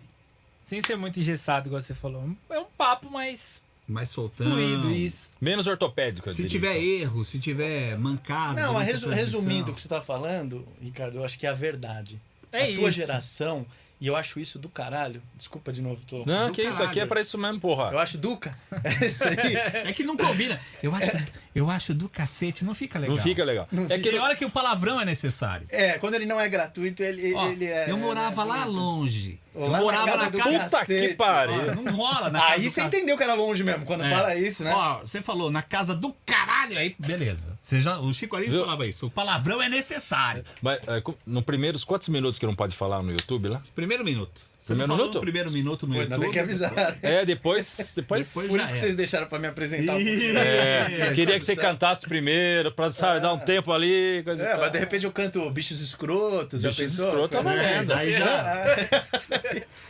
[SPEAKER 5] Sem ser muito engessado, igual você falou. É um papo mais
[SPEAKER 4] mais soltando.
[SPEAKER 5] fluido, isso.
[SPEAKER 1] Menos ortopédico, eu
[SPEAKER 4] Se
[SPEAKER 1] diria. então.
[SPEAKER 4] tiver erro, se tiver mancado.
[SPEAKER 2] Não, mas
[SPEAKER 4] durante Tá a
[SPEAKER 2] resu-
[SPEAKER 4] transmissão.
[SPEAKER 2] resumindo o que você tá falando, Ricardo, eu acho que é a verdade.
[SPEAKER 5] É
[SPEAKER 2] a tua
[SPEAKER 5] isso.
[SPEAKER 2] geração, e eu acho isso do caralho. Desculpa de novo, tô.
[SPEAKER 1] Não,
[SPEAKER 4] Do
[SPEAKER 1] que isso
[SPEAKER 4] caralho.
[SPEAKER 1] aqui é pra isso mesmo, porra.
[SPEAKER 2] Eu acho Duca. É isso aí.
[SPEAKER 4] É que não combina. Eu acho, eu acho do cacete, não fica legal.
[SPEAKER 1] Não fica legal. é que
[SPEAKER 4] Tem hora que o palavrão é necessário.
[SPEAKER 2] É, quando ele não é gratuito, ele,
[SPEAKER 4] Ó,
[SPEAKER 2] ele é.
[SPEAKER 4] eu morava lá longe.
[SPEAKER 2] Lá
[SPEAKER 4] eu
[SPEAKER 2] na
[SPEAKER 4] morava
[SPEAKER 2] casa
[SPEAKER 4] na
[SPEAKER 2] do
[SPEAKER 4] casa.
[SPEAKER 1] Puta que
[SPEAKER 2] Cacete,
[SPEAKER 4] Ó,
[SPEAKER 1] pariu.
[SPEAKER 4] não rola na casa
[SPEAKER 2] Aí
[SPEAKER 4] do
[SPEAKER 2] você
[SPEAKER 4] ca-
[SPEAKER 2] entendeu que era longe mesmo, quando
[SPEAKER 4] É.
[SPEAKER 2] fala isso, né?
[SPEAKER 4] Ó, você falou na casa do caralho, aí beleza. Você já, o Chico Anísio
[SPEAKER 1] Viu?
[SPEAKER 4] falava isso. O palavrão é necessário.
[SPEAKER 1] Mas, é, com- no primeiros quantos minutos que não pode falar no YouTube lá?
[SPEAKER 4] Primeiro minuto. Você
[SPEAKER 1] Primeiro
[SPEAKER 4] não falou
[SPEAKER 1] minuto?
[SPEAKER 4] o Primeiro minuto no
[SPEAKER 2] Pô, Ainda
[SPEAKER 4] YouTube. né?
[SPEAKER 2] bem que Tá avisaram.
[SPEAKER 1] É, depois. Depois.
[SPEAKER 4] Depois
[SPEAKER 2] Por
[SPEAKER 4] já
[SPEAKER 2] isso que
[SPEAKER 4] era.
[SPEAKER 2] vocês deixaram pra me apresentar. um pouquinho.
[SPEAKER 1] É, queria que você cantasse primeiro, pra sabe, dar um tempo ali. Coisa e
[SPEAKER 2] É,
[SPEAKER 1] tal.
[SPEAKER 4] tá.
[SPEAKER 2] mas de repente eu canto Bichos Escrotos. já
[SPEAKER 1] Bichos
[SPEAKER 2] pensou?
[SPEAKER 4] é
[SPEAKER 1] Escrotos,
[SPEAKER 2] Coisa-
[SPEAKER 1] tá valendo.
[SPEAKER 4] Aí já.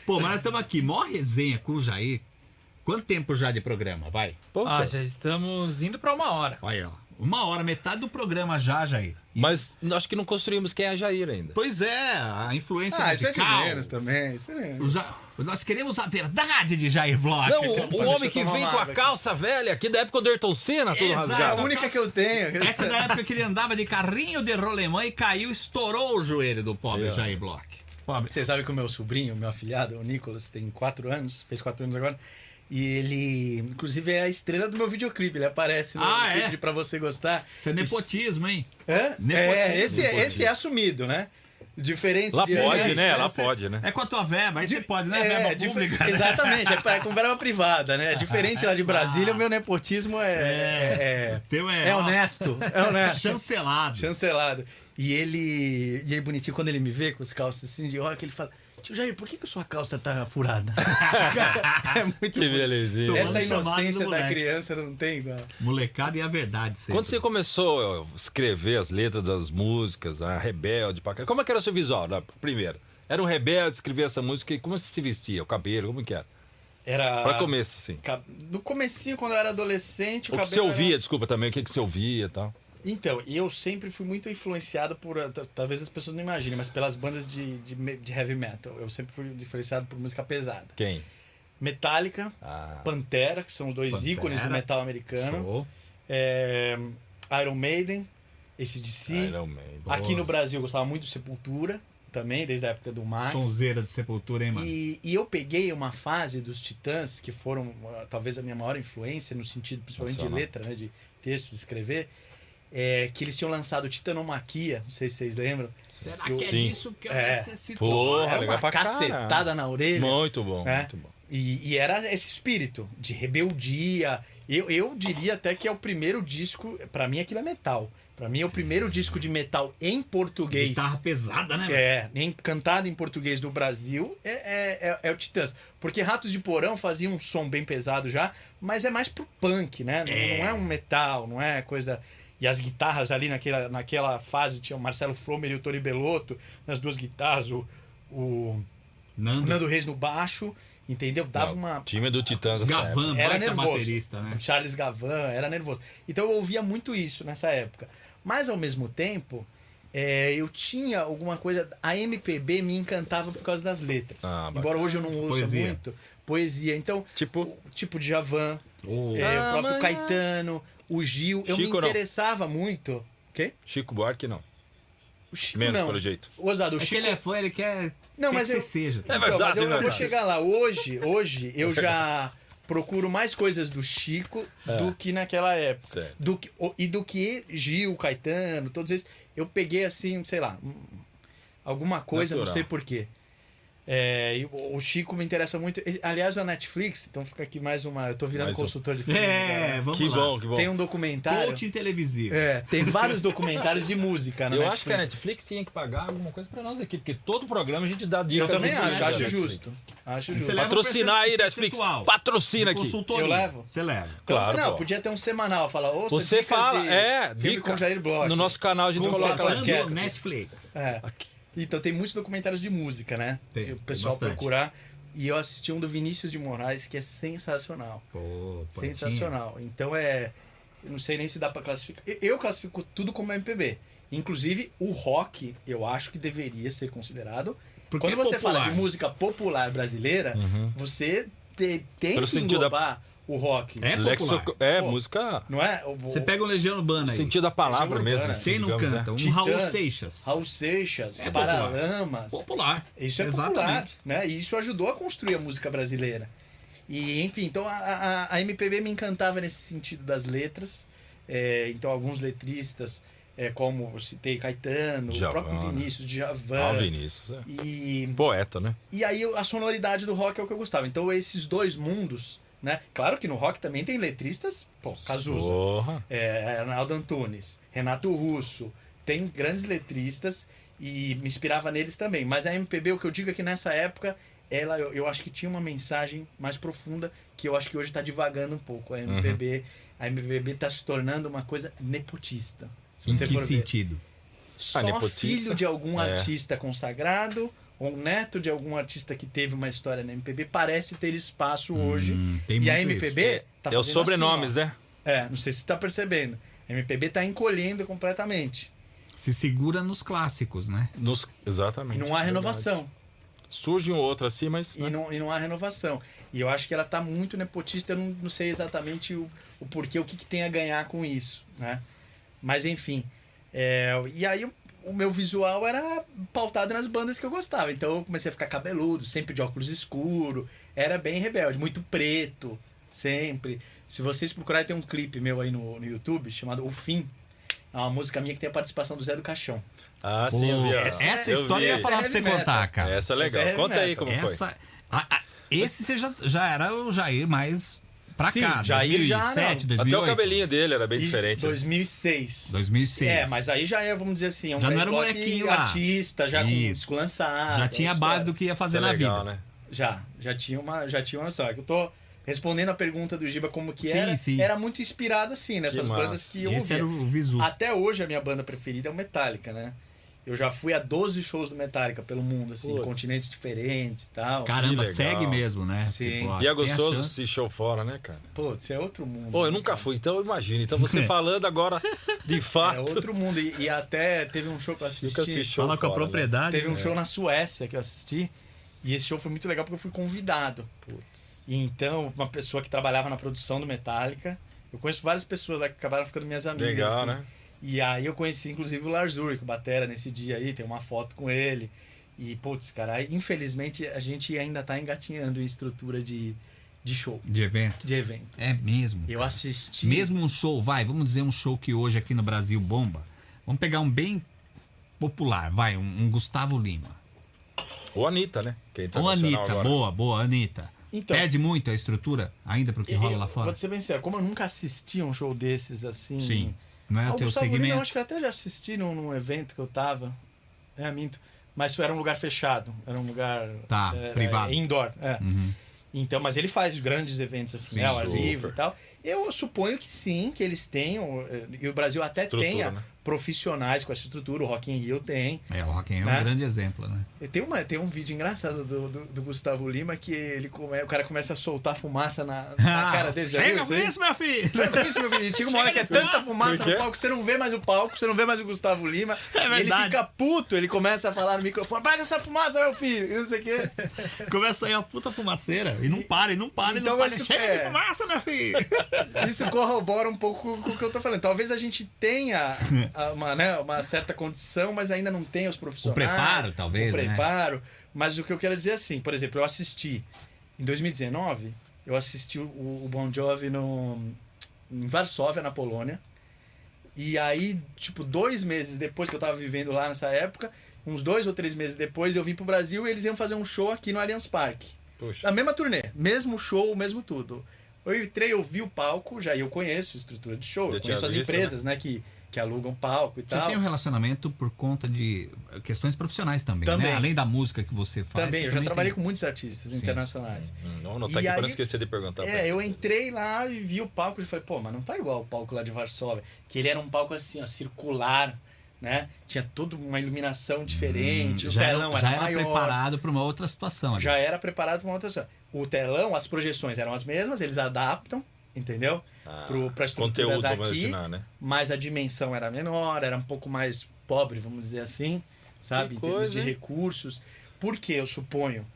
[SPEAKER 4] Pô, mas nós estamos aqui. Mó resenha com o Jair. Quanto tempo já de programa? Vai.
[SPEAKER 1] Pô,
[SPEAKER 5] Ah,
[SPEAKER 1] cara.
[SPEAKER 5] já estamos indo pra uma hora.
[SPEAKER 4] Olha, ó. Uma hora, metade do programa já, Jair.
[SPEAKER 1] Mas acho que não construímos quem é a Jair ainda.
[SPEAKER 4] Pois é, a influência
[SPEAKER 2] Ah, isso é
[SPEAKER 4] musical.
[SPEAKER 2] de menos também. Isso é...
[SPEAKER 4] O Ja- Nós queremos a verdade de Jair Bloch.
[SPEAKER 1] Não, o, o homem
[SPEAKER 2] eu
[SPEAKER 1] que
[SPEAKER 2] tomar
[SPEAKER 1] vem
[SPEAKER 2] uma
[SPEAKER 1] com a
[SPEAKER 2] água aqui.
[SPEAKER 1] calça velha, aqui da época do Ayrton Senna, todo
[SPEAKER 4] Exato.
[SPEAKER 2] É a
[SPEAKER 1] rasgado.
[SPEAKER 2] única que eu tenho.
[SPEAKER 4] Essa é da época que ele andava de carrinho de rolemã e caiu, estourou o joelho do pobre
[SPEAKER 1] Sim, ó.
[SPEAKER 4] Jair Bloch. Pobre.
[SPEAKER 2] Você sabe que o meu sobrinho, meu afilhado, o Nicolas, tem quatro anos, fez quatro anos agora. E ele, inclusive, é a estrela do meu videoclipe. Ele aparece no
[SPEAKER 4] Ah, é?
[SPEAKER 2] clipe de Pra Você Gostar.
[SPEAKER 4] Isso é nepotismo, hein?
[SPEAKER 2] Hã?
[SPEAKER 4] Nepotismo.
[SPEAKER 2] É, esse, é-
[SPEAKER 4] Nepotismo.
[SPEAKER 2] esse é assumido, né? Diferente
[SPEAKER 1] Lá
[SPEAKER 2] de-
[SPEAKER 1] pode, né? Lá
[SPEAKER 4] Esse-
[SPEAKER 1] pode, né? é,
[SPEAKER 4] É com a tua verba, aí você pode, né? verba
[SPEAKER 2] dif-
[SPEAKER 4] pública. né?
[SPEAKER 2] Exatamente, é pra- com verba privada, né? Diferente lá de Brasília, o meu nepotismo é, é,
[SPEAKER 4] teu é-
[SPEAKER 2] é honesto. É honesto.
[SPEAKER 4] né? Chancelado.
[SPEAKER 2] Chancelado. E ele. E aí, bonitinho, quando ele me vê com as calças assim de rock, ele fala: Tio Jair, por que, que a sua calça tá furada? Cara, é muito.
[SPEAKER 1] Que belezinha.
[SPEAKER 4] Tomando
[SPEAKER 2] Essa
[SPEAKER 4] chamada
[SPEAKER 2] inocência
[SPEAKER 4] do
[SPEAKER 2] da
[SPEAKER 4] moleque.
[SPEAKER 2] criança não tem né? igual.
[SPEAKER 4] Molecada e a verdade sempre.
[SPEAKER 1] Quando você começou a escrever as letras das músicas, a Rebelde, pra caralho, como é que era o seu visual? na- Primeiro, era um rebelde, escrevia essa música, e como você se vestia? O cabelo, como que era?
[SPEAKER 2] Era.
[SPEAKER 1] Pra começo, assim.
[SPEAKER 2] ca- No comecinho, quando eu era adolescente, Ah, o,
[SPEAKER 1] O que
[SPEAKER 2] cabelo
[SPEAKER 1] você
[SPEAKER 2] era-
[SPEAKER 1] ouvia, desculpa também, o que, que você ouvia e tal.
[SPEAKER 2] Então, e eu sempre fui muito influenciado por. ah, ta- Talvez as pessoas não imaginem, mas pelas bandas de, de, me- de heavy metal. Eu sempre fui influenciado por música pesada.
[SPEAKER 1] Quem?
[SPEAKER 2] Metallica,
[SPEAKER 1] Ah.
[SPEAKER 2] Pantera, que são os dois
[SPEAKER 4] Pantera.
[SPEAKER 2] ícones do metal americano.
[SPEAKER 4] Show.
[SPEAKER 2] É, Iron Maiden, ACDC.
[SPEAKER 1] Iron Maiden.
[SPEAKER 2] Aqui no Brasil eu gostava muito de Sepultura também, desde a época do Max.
[SPEAKER 4] Sonzeira de sepultura, hein, mano?
[SPEAKER 2] E, e eu peguei uma fase dos Titãs, que foram ah, talvez a minha maior influência, no sentido principalmente de
[SPEAKER 1] Nacional.
[SPEAKER 2] letra, né, de texto, de escrever, é, que eles tinham lançado Titanomaquia, não sei se vocês lembram.
[SPEAKER 4] Será
[SPEAKER 2] Eu-
[SPEAKER 4] que é
[SPEAKER 1] Sim.
[SPEAKER 4] disso que eu
[SPEAKER 2] É.
[SPEAKER 4] necessito?
[SPEAKER 1] Porra,
[SPEAKER 2] Era
[SPEAKER 1] legal
[SPEAKER 2] uma
[SPEAKER 1] pra
[SPEAKER 2] cacetada
[SPEAKER 1] caralho.
[SPEAKER 2] na orelha.
[SPEAKER 1] Muito bom,
[SPEAKER 2] né?
[SPEAKER 1] muito bom.
[SPEAKER 2] E, e era esse espírito de rebeldia. Eu, eu diria até que é o primeiro disco, pra mim aquilo é metal. Pra mim é o primeiro disco de metal em português.
[SPEAKER 4] Guitarra pesada, né? velho?
[SPEAKER 2] É, em- cantado em português do Brasil é, é, é- é o Titãs. Porque Ratos de Porão fazia um som bem pesado já, mas é mais pro punk, né? Não é, não é um metal, não é coisa. E as guitarras ali naquela, naquela fase tinha o Marcelo Fromer e o Tony Belotto nas duas guitarras, o, o
[SPEAKER 4] Nando,
[SPEAKER 2] Nando Reis no baixo, entendeu? Dava
[SPEAKER 1] Não,
[SPEAKER 2] uma.
[SPEAKER 1] É Time do Titãs. essa época.
[SPEAKER 4] Gavan,
[SPEAKER 2] Era
[SPEAKER 4] baita
[SPEAKER 2] nervoso.
[SPEAKER 4] baterista, né?
[SPEAKER 2] O Charles Gavan era nervoso. Então eu ouvia muito isso nessa época. Mas ao mesmo tempo, é, eu tinha alguma coisa. A MPB me encantava por causa das letras.
[SPEAKER 1] Ah, bacana.
[SPEAKER 2] Embora hoje eu não ouça
[SPEAKER 4] Poesia.
[SPEAKER 2] muito. Poesia. Então,
[SPEAKER 1] Tipo?
[SPEAKER 2] o- tipo de Javan,
[SPEAKER 4] Oh.
[SPEAKER 2] é, o próprio
[SPEAKER 1] Amanhã.
[SPEAKER 2] Caetano, o Gil. Eu
[SPEAKER 1] Chico,
[SPEAKER 2] me
[SPEAKER 1] não.
[SPEAKER 2] interessava muito. Quê?
[SPEAKER 1] Chico Buarque, não.
[SPEAKER 2] O Chico,
[SPEAKER 1] Menos,
[SPEAKER 2] não.
[SPEAKER 1] pelo jeito.
[SPEAKER 2] Ousado, o
[SPEAKER 4] É que
[SPEAKER 2] Chico
[SPEAKER 4] ele é fã, ele quer,
[SPEAKER 2] Não,
[SPEAKER 4] quer
[SPEAKER 2] mas
[SPEAKER 4] que
[SPEAKER 2] eu-
[SPEAKER 4] você seja. tá?
[SPEAKER 1] É verdade,
[SPEAKER 2] Então, mas eu,
[SPEAKER 1] é
[SPEAKER 2] eu vou
[SPEAKER 1] verdade.
[SPEAKER 2] chegar lá. Hoje, hoje eu já procuro mais coisas do Chico do que naquela época.
[SPEAKER 1] É. Certo.
[SPEAKER 2] Do que, o- e do que Gil, Caetano, todos esses. Eu peguei assim, sei lá, um- alguma coisa, não
[SPEAKER 1] Natural.
[SPEAKER 2] sei porquê. É, e o o Chico me interessa muito. E, Aliás, na Netflix, então fica aqui mais uma. Eu tô virando
[SPEAKER 1] Mais um.
[SPEAKER 2] consultor de filme.
[SPEAKER 4] É,
[SPEAKER 2] cara.
[SPEAKER 4] vamos
[SPEAKER 1] que
[SPEAKER 4] lá.
[SPEAKER 1] bom, que bom.
[SPEAKER 2] Tem um documentário.
[SPEAKER 4] Coaching televisivo.
[SPEAKER 2] É, tem vários documentários de música, né?
[SPEAKER 1] Eu acho que a Netflix tinha que pagar alguma coisa pra nós aqui, porque todo programa a gente dá
[SPEAKER 2] Eu
[SPEAKER 1] dicas.
[SPEAKER 2] também
[SPEAKER 1] do
[SPEAKER 2] acho,
[SPEAKER 1] filme da
[SPEAKER 2] acho
[SPEAKER 1] Netflix.
[SPEAKER 2] justo. Acho
[SPEAKER 4] E você
[SPEAKER 2] justo.
[SPEAKER 4] leva
[SPEAKER 1] Patrocinar aí,
[SPEAKER 4] um percentual
[SPEAKER 1] Netflix.
[SPEAKER 4] percentual.
[SPEAKER 1] Patrocina aqui.
[SPEAKER 4] Consultoria.
[SPEAKER 2] Eu levo?
[SPEAKER 4] Você leva.
[SPEAKER 2] Então,
[SPEAKER 1] Claro,
[SPEAKER 2] Não,
[SPEAKER 1] pô.
[SPEAKER 2] podia ter um semanal, falar, ouça
[SPEAKER 1] Você
[SPEAKER 2] dicas
[SPEAKER 1] fala,
[SPEAKER 2] de
[SPEAKER 1] é,
[SPEAKER 2] filme
[SPEAKER 1] dica.
[SPEAKER 2] com Jair Bloch.
[SPEAKER 1] No nosso canal a gente
[SPEAKER 2] Com
[SPEAKER 1] coloca lá.
[SPEAKER 2] Sapatão.
[SPEAKER 4] Falando
[SPEAKER 2] podcast.
[SPEAKER 4] Netflix.
[SPEAKER 2] É. Então tem muitos documentários de música, né?
[SPEAKER 4] Tem,
[SPEAKER 2] E o
[SPEAKER 4] tem
[SPEAKER 2] pessoal
[SPEAKER 4] bastante.
[SPEAKER 2] procurar. E eu assisti um do Vinícius de Moraes que é sensacional.
[SPEAKER 4] Pô, pontinha.
[SPEAKER 2] Sensacional. Então é. Eu não sei nem se dá pra classificar. Eu- Eu classifico tudo como MPB. Inclusive, o rock, eu acho que deveria ser considerado.
[SPEAKER 4] Porque
[SPEAKER 2] Quando você
[SPEAKER 4] é popular. Uhum.
[SPEAKER 2] fala de música popular brasileira, você te- tem
[SPEAKER 1] Pelo
[SPEAKER 2] que
[SPEAKER 1] sentido da-
[SPEAKER 2] englobar o rock.
[SPEAKER 4] É
[SPEAKER 1] Lexo-
[SPEAKER 4] popular.
[SPEAKER 1] É,
[SPEAKER 2] Pô.
[SPEAKER 1] música.
[SPEAKER 2] Não é? O-
[SPEAKER 4] Você
[SPEAKER 2] o-
[SPEAKER 4] pega o Legião Urbana aí.
[SPEAKER 1] Sentido da palavra
[SPEAKER 2] Legião
[SPEAKER 1] mesmo.
[SPEAKER 2] Urbana.
[SPEAKER 1] assim,
[SPEAKER 4] Quem não
[SPEAKER 1] digamos,
[SPEAKER 4] canta?
[SPEAKER 1] né?
[SPEAKER 4] Um
[SPEAKER 2] Titãs,
[SPEAKER 4] Raul Seixas.
[SPEAKER 2] Raul Seixas,
[SPEAKER 4] É popular.
[SPEAKER 2] Paralamas.
[SPEAKER 4] Popular.
[SPEAKER 2] Isso é popular,
[SPEAKER 4] Exatamente.
[SPEAKER 2] né? E isso ajudou a construir a música brasileira. E, enfim, então a, a, a MPB me encantava nesse sentido das letras. É, então, alguns letristas, é, como eu citei Caetano,
[SPEAKER 1] Djavan,
[SPEAKER 2] o
[SPEAKER 4] né?
[SPEAKER 2] próprio Vinícius, Djavan.
[SPEAKER 1] Ah, o Vinícius. é.
[SPEAKER 2] E,
[SPEAKER 1] Poeta, né?
[SPEAKER 2] e aí eu- a sonoridade do rock é o que eu gostava. Então, esses dois mundos, né? Claro que no rock também tem letristas, pô, Cazuza
[SPEAKER 1] Porra.
[SPEAKER 2] é, Arnaldo Antunes, Renato Russo, tem grandes letristas e me inspirava neles também. Mas a MPB, o que eu digo é que nessa época, ela eu, eu acho que tinha uma mensagem mais profunda que eu acho que hoje está divagando um pouco. A MPB, a MPB está tá se tornando uma coisa nepotista. Se
[SPEAKER 4] Em que
[SPEAKER 2] for ver.
[SPEAKER 4] sentido? Ah,
[SPEAKER 2] Só
[SPEAKER 1] nepotista?
[SPEAKER 2] filho de algum
[SPEAKER 1] É.
[SPEAKER 2] artista consagrado ou um neto de algum artista que teve uma história na MPB parece ter espaço hoje.
[SPEAKER 4] Hum, tem
[SPEAKER 2] e a
[SPEAKER 4] muito isso.
[SPEAKER 2] MPB tá
[SPEAKER 1] é os
[SPEAKER 2] fazendo
[SPEAKER 1] sobrenomes,
[SPEAKER 2] assim, ó.
[SPEAKER 1] né?
[SPEAKER 2] É, não sei se você tá percebendo. A MPB tá encolhendo completamente.
[SPEAKER 4] Se segura nos clássicos, né?
[SPEAKER 1] Nos- Exatamente.
[SPEAKER 2] E não há
[SPEAKER 1] Verdade.
[SPEAKER 2] renovação.
[SPEAKER 1] Surge um outro assim, mas.
[SPEAKER 2] E não, e não há renovação. E eu acho que ela tá muito nepotista, eu não, não sei exatamente o, o porquê, o que, que tem a ganhar com isso, né? Mas enfim. é, e aí o, o meu visual era pautado nas bandas que eu gostava. Então eu comecei a ficar cabeludo, sempre de óculos escuro. Era bem rebelde, muito preto, sempre. Se vocês procurarem, tem um clipe meu aí no, no YouTube chamado O Fim. É uma música minha que tem a participação do Zé do Caixão.
[SPEAKER 1] Ah, sim, eu
[SPEAKER 4] Pô,
[SPEAKER 1] vi. ó.
[SPEAKER 4] essa
[SPEAKER 1] Eu
[SPEAKER 4] história eu ia
[SPEAKER 1] vi.
[SPEAKER 4] falar
[SPEAKER 2] Essa
[SPEAKER 4] pra
[SPEAKER 2] é
[SPEAKER 4] você
[SPEAKER 2] heavy metal.
[SPEAKER 4] contar, cara.
[SPEAKER 1] Essa é legal.
[SPEAKER 2] Essa é
[SPEAKER 1] Conta aí
[SPEAKER 2] heavy
[SPEAKER 1] como foi.
[SPEAKER 4] Essa- a- a- esse você já, já era o Jair mais pra
[SPEAKER 2] Sim,
[SPEAKER 4] cá.
[SPEAKER 2] Jair já era.
[SPEAKER 1] Até
[SPEAKER 4] 2007,
[SPEAKER 1] o
[SPEAKER 4] 2008.
[SPEAKER 1] cabelinho dele era bem diferente. né?
[SPEAKER 2] 2006.
[SPEAKER 4] 2006.
[SPEAKER 2] É, mas aí já é, vamos dizer assim, é um
[SPEAKER 4] Já não era
[SPEAKER 2] Black Bloc
[SPEAKER 4] molequinho lá.
[SPEAKER 2] artista, já com
[SPEAKER 4] Isso.
[SPEAKER 2] disco lançado.
[SPEAKER 4] já tinha a base do que ia
[SPEAKER 1] Isso
[SPEAKER 4] fazer
[SPEAKER 1] é
[SPEAKER 4] na
[SPEAKER 1] legal,
[SPEAKER 4] vida.
[SPEAKER 1] né?
[SPEAKER 2] Já, já tinha uma, já tinha uma noção. É que eu tô respondendo a pergunta do Giba como que
[SPEAKER 4] Sim,
[SPEAKER 2] era.
[SPEAKER 4] sim.
[SPEAKER 2] Era muito inspirado assim nessas
[SPEAKER 1] Que massa.
[SPEAKER 2] bandas que eu
[SPEAKER 4] Esse
[SPEAKER 2] ouvia.
[SPEAKER 4] era o visu.
[SPEAKER 1] Ah,
[SPEAKER 2] Até hoje a minha banda preferida é o Metallica, né? Eu já fui a 12 shows do Metallica pelo mundo, assim,
[SPEAKER 1] Putz.
[SPEAKER 2] em continentes diferentes e tal.
[SPEAKER 4] Caramba,
[SPEAKER 1] que legal.
[SPEAKER 4] segue mesmo, né?
[SPEAKER 2] Sim.
[SPEAKER 1] E
[SPEAKER 4] ó,
[SPEAKER 1] é
[SPEAKER 4] tem a
[SPEAKER 1] gostoso
[SPEAKER 4] chance.
[SPEAKER 1] esse show fora, né, cara?
[SPEAKER 2] Pô, isso é outro mundo.
[SPEAKER 1] Pô, eu
[SPEAKER 2] né,
[SPEAKER 1] nunca
[SPEAKER 2] cara?
[SPEAKER 1] fui, então imagina. Então
[SPEAKER 4] É.
[SPEAKER 1] você falando agora de
[SPEAKER 2] É
[SPEAKER 1] fato.
[SPEAKER 2] outro mundo. E, e até teve um show que eu
[SPEAKER 1] Nunca
[SPEAKER 2] assisti.
[SPEAKER 1] assisti.
[SPEAKER 4] Fala com
[SPEAKER 1] Show fora,
[SPEAKER 4] a
[SPEAKER 1] né?
[SPEAKER 4] propriedade.
[SPEAKER 2] Teve um show na Suécia que eu assisti. E esse show foi muito legal porque eu fui convidado. E então, uma pessoa que trabalhava na produção do Metallica. Eu conheço várias pessoas lá que acabaram ficando minhas amigas.
[SPEAKER 1] Legal,
[SPEAKER 2] assim.
[SPEAKER 1] né?
[SPEAKER 2] E aí eu conheci, inclusive, o Lars Ulrich, o Batera, nesse dia aí. Tem uma foto com ele. E, putz, cara, aí, infelizmente a gente ainda tá engatinhando em estrutura de, de show,
[SPEAKER 4] De evento.
[SPEAKER 2] de evento.
[SPEAKER 4] É mesmo.
[SPEAKER 2] Eu assisti.
[SPEAKER 4] Mesmo um show, vai, vamos dizer um show que hoje aqui no Brasil bomba. Vamos pegar um bem popular, vai, um, um Gustavo Lima.
[SPEAKER 1] Ou Anitta, né? Que é
[SPEAKER 4] Ou
[SPEAKER 1] internacional
[SPEAKER 4] Anitta,
[SPEAKER 1] agora.
[SPEAKER 4] boa, boa, Anitta.
[SPEAKER 2] Então.
[SPEAKER 4] Perde muito a estrutura ainda pro que
[SPEAKER 2] Eu-
[SPEAKER 4] rola lá
[SPEAKER 2] Vou
[SPEAKER 4] fora?
[SPEAKER 2] te ser bem sincero, como eu nunca assisti a um show desses assim.
[SPEAKER 4] Sim. Não é
[SPEAKER 2] Ah,
[SPEAKER 4] o teu
[SPEAKER 2] Gustavo Lima,
[SPEAKER 4] segmento?
[SPEAKER 2] eu acho que eu até já assisti num, num evento que eu tava. É, minto. Mas isso era um lugar fechado. Era um lugar.
[SPEAKER 4] Tá,
[SPEAKER 2] era
[SPEAKER 4] privado. Uhum.
[SPEAKER 2] Indoor. É. Então, mas ele faz grandes eventos assim,
[SPEAKER 4] Sim,
[SPEAKER 2] né, ao ar
[SPEAKER 1] super.
[SPEAKER 2] livre e tal. Eu suponho que sim, que eles tenham. eh, E o Brasil até
[SPEAKER 1] Estrutura,
[SPEAKER 2] tenha
[SPEAKER 1] né?
[SPEAKER 2] profissionais com essa estrutura. O Rock in Rio tem.
[SPEAKER 4] É, o Rock in Rio é um
[SPEAKER 2] Né?
[SPEAKER 4] grande exemplo, né?
[SPEAKER 2] E Tem, uma, tem um vídeo engraçado do, do, do Gustavo Lima que ele come, o cara começa a soltar fumaça na, na cara dele. já viu
[SPEAKER 4] Chega
[SPEAKER 2] isso
[SPEAKER 4] com
[SPEAKER 2] aí?
[SPEAKER 4] isso, meu filho!
[SPEAKER 2] Não, isso, É meu querido. Chega uma hora que é tanta fumaça
[SPEAKER 1] Por quê?
[SPEAKER 2] no palco que você não vê mais o palco, você não vê mais o Gustavo Lima. e ele
[SPEAKER 4] verdade.
[SPEAKER 2] fica puto, ele começa a falar no microfone: para com essa fumaça, meu filho! E não sei o quê.
[SPEAKER 4] Começa aí a puta fumaceira. E não para, e não para,
[SPEAKER 2] Então,
[SPEAKER 4] e não para.
[SPEAKER 2] mas
[SPEAKER 4] e
[SPEAKER 2] isso
[SPEAKER 4] Chega
[SPEAKER 2] é- Tá.
[SPEAKER 4] de fumaça, meu filho!
[SPEAKER 2] Isso corrobora um pouco com o que eu tô falando. Talvez a gente tenha a- uma, né, uma certa condição, mas ainda não tenha os profissionais.
[SPEAKER 4] O preparo, talvez,
[SPEAKER 2] O
[SPEAKER 4] né?
[SPEAKER 2] preparo. Mas o que eu quero dizer é assim: por exemplo, eu assisti em 2019, eu assisti o, o Bon Jovi no, em Varsóvia, na Polônia. E aí, tipo, dois meses depois que eu tava vivendo lá nessa época, uns dois ou três meses depois, eu vim pro Brasil e eles iam fazer um show aqui no Allianz Parque.
[SPEAKER 1] Puxa.
[SPEAKER 2] A mesma turnê, mesmo show, mesmo tudo. Eu entrei, eu vi o palco, já eu conheço a estrutura de show,
[SPEAKER 1] Já
[SPEAKER 2] eu
[SPEAKER 1] tinha
[SPEAKER 2] conheço as
[SPEAKER 1] visto,
[SPEAKER 2] empresas, né, que, que alugam palco e
[SPEAKER 4] Você
[SPEAKER 2] tal.
[SPEAKER 4] tem um relacionamento por conta de eh, questões profissionais também,
[SPEAKER 2] Também.
[SPEAKER 4] né? Além da música que você faz.
[SPEAKER 2] Também,
[SPEAKER 4] né? você
[SPEAKER 2] eu já trabalhei
[SPEAKER 4] tem-
[SPEAKER 2] com muitos artistas internacionais.
[SPEAKER 1] Hum, Não,
[SPEAKER 2] E
[SPEAKER 1] não tá aqui
[SPEAKER 2] aí-
[SPEAKER 1] pra não esquecer de perguntar. pra
[SPEAKER 2] É,
[SPEAKER 1] ele.
[SPEAKER 2] eu entrei lá e vi o palco e falei, pô, mas não tá igual o palco lá de Varsóvia. Que ele era um palco assim, ó, circular, né? Tinha toda uma iluminação diferente, o
[SPEAKER 4] Hum, já era, um-
[SPEAKER 2] telão
[SPEAKER 4] já
[SPEAKER 2] era,
[SPEAKER 4] era
[SPEAKER 2] maior.
[SPEAKER 4] preparado para uma outra situação. ali.
[SPEAKER 2] Já era preparado para uma outra situação. O telão, as projeções eram as mesmas, eles adaptam, entendeu?
[SPEAKER 1] Ah,
[SPEAKER 2] Pro, pra estrutura
[SPEAKER 1] conteúdo, vamos
[SPEAKER 2] daqui,
[SPEAKER 1] imaginar, né?
[SPEAKER 2] mas a dimensão era menor, era um pouco mais pobre, vamos dizer assim, sabe? em termos
[SPEAKER 1] coisa,
[SPEAKER 2] de
[SPEAKER 1] hein?
[SPEAKER 2] recursos. Por quê, eu suponho?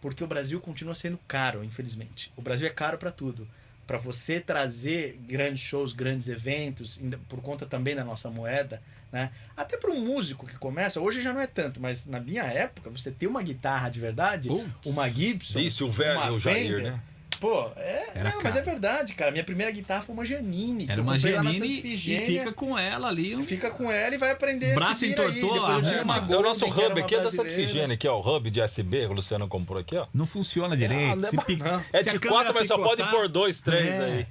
[SPEAKER 2] Porque o Brasil continua sendo caro, infelizmente. O Brasil é caro para tudo. Para você trazer grandes shows, grandes eventos, ainda por conta também da nossa moeda, né? Até para um músico que começa, hoje já não é tanto, mas na minha época, você ter uma guitarra de verdade,
[SPEAKER 4] Putz.
[SPEAKER 2] uma Gibson,
[SPEAKER 1] Disse o velho
[SPEAKER 2] uma
[SPEAKER 1] Jair,
[SPEAKER 2] Fender,
[SPEAKER 1] né?
[SPEAKER 2] Pô, é,
[SPEAKER 4] Era
[SPEAKER 2] não, mas é
[SPEAKER 4] caro.
[SPEAKER 2] verdade, cara. Minha primeira guitarra foi uma Janine. que
[SPEAKER 4] Era
[SPEAKER 2] eu
[SPEAKER 4] uma
[SPEAKER 2] comprei lá na
[SPEAKER 4] Gemini
[SPEAKER 2] Santa
[SPEAKER 4] e
[SPEAKER 2] Ifigênia.
[SPEAKER 4] fica com ela ali. um-
[SPEAKER 2] Fica com ela e vai aprender a
[SPEAKER 4] Braço
[SPEAKER 2] se vir aí.
[SPEAKER 4] entortou, né?
[SPEAKER 2] Depois eu
[SPEAKER 4] a
[SPEAKER 2] tive
[SPEAKER 1] É,
[SPEAKER 2] uma
[SPEAKER 1] mano, é o nosso
[SPEAKER 2] Golden, que era
[SPEAKER 1] hub
[SPEAKER 2] uma
[SPEAKER 1] aqui é da Santa
[SPEAKER 2] brasileira.
[SPEAKER 1] Figênia, aqui, ó. O hub de USB que o Luciano comprou aqui, ó.
[SPEAKER 4] Não funciona direito.
[SPEAKER 1] Ah,
[SPEAKER 4] se
[SPEAKER 1] não é
[SPEAKER 4] pi-
[SPEAKER 1] bom, não.
[SPEAKER 4] se
[SPEAKER 1] É
[SPEAKER 4] a
[SPEAKER 1] de
[SPEAKER 4] câmera
[SPEAKER 1] quatro, mas só
[SPEAKER 4] picotar- né?
[SPEAKER 1] pode pôr dois, três aí.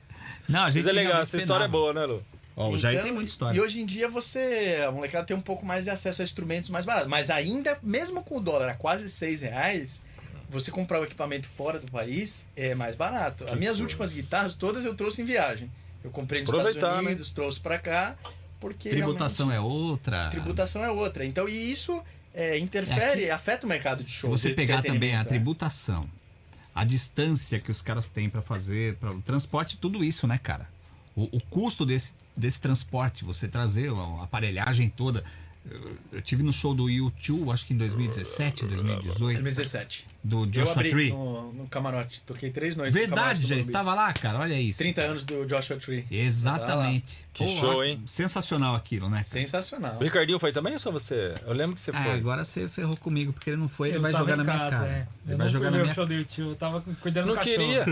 [SPEAKER 4] Não, a gente
[SPEAKER 1] Mas é legal,
[SPEAKER 4] realmente
[SPEAKER 1] essa história é
[SPEAKER 4] penava.
[SPEAKER 1] boa, né, Lu?
[SPEAKER 4] Ó, o Jair
[SPEAKER 2] Então,
[SPEAKER 4] tem muita história.
[SPEAKER 2] E hoje em dia você, a molecada tem um pouco mais de acesso a instrumentos mais baratos. Mas ainda, mesmo com o dólar a quase 6 reais, você comprar o equipamento fora do país é mais barato. As minhas últimas guitarras todas eu trouxe em viagem. Eu comprei nos
[SPEAKER 1] Aproveitar,
[SPEAKER 2] Estados
[SPEAKER 1] né?
[SPEAKER 2] Unidos, trouxe pra cá, porque
[SPEAKER 4] Tributação é outra.
[SPEAKER 2] realmente, tributação é outra. Então, e isso é, interfere,
[SPEAKER 4] É aqui-
[SPEAKER 2] afeta o mercado de
[SPEAKER 4] Se
[SPEAKER 2] shows.
[SPEAKER 4] você
[SPEAKER 2] de
[SPEAKER 4] pegar também a
[SPEAKER 2] entretenimento, né?
[SPEAKER 4] tributação, a distância que os caras têm para fazer, para o transporte, tudo isso, né, cara? O, o custo desse, desse transporte, você trazer a aparelhagem toda. Eu- Eu tive no show do YouTube, acho que em 2017, 2018,
[SPEAKER 2] 2017.
[SPEAKER 4] do
[SPEAKER 2] Eu
[SPEAKER 4] Joshua
[SPEAKER 2] abri um-
[SPEAKER 4] Tree.
[SPEAKER 2] no, no camarote, toquei três noites. no camarote
[SPEAKER 4] Verdade,
[SPEAKER 2] do
[SPEAKER 4] já
[SPEAKER 2] Morumbi.
[SPEAKER 4] estava lá, cara. Olha isso.
[SPEAKER 2] 30 anos do Joshua Tree.
[SPEAKER 4] Exatamente.
[SPEAKER 1] Que show, hein?
[SPEAKER 4] Sensacional aquilo, né? cara?
[SPEAKER 2] Sensacional.
[SPEAKER 1] O Ricardinho foi também ou só você? Eu lembro que você
[SPEAKER 4] Ah,
[SPEAKER 1] foi.
[SPEAKER 4] agora você ferrou comigo, porque ele não foi, ele
[SPEAKER 5] Eu
[SPEAKER 4] vai
[SPEAKER 5] tava
[SPEAKER 4] jogar na
[SPEAKER 5] em
[SPEAKER 4] minha
[SPEAKER 5] casa,
[SPEAKER 4] cara.
[SPEAKER 5] é.
[SPEAKER 4] Ele vai
[SPEAKER 5] Eu não
[SPEAKER 4] jogar
[SPEAKER 5] fui
[SPEAKER 4] na
[SPEAKER 5] ver
[SPEAKER 4] minha
[SPEAKER 5] o show do YouTube, eu tava cuidando
[SPEAKER 1] não
[SPEAKER 5] do cachorro.
[SPEAKER 1] queria.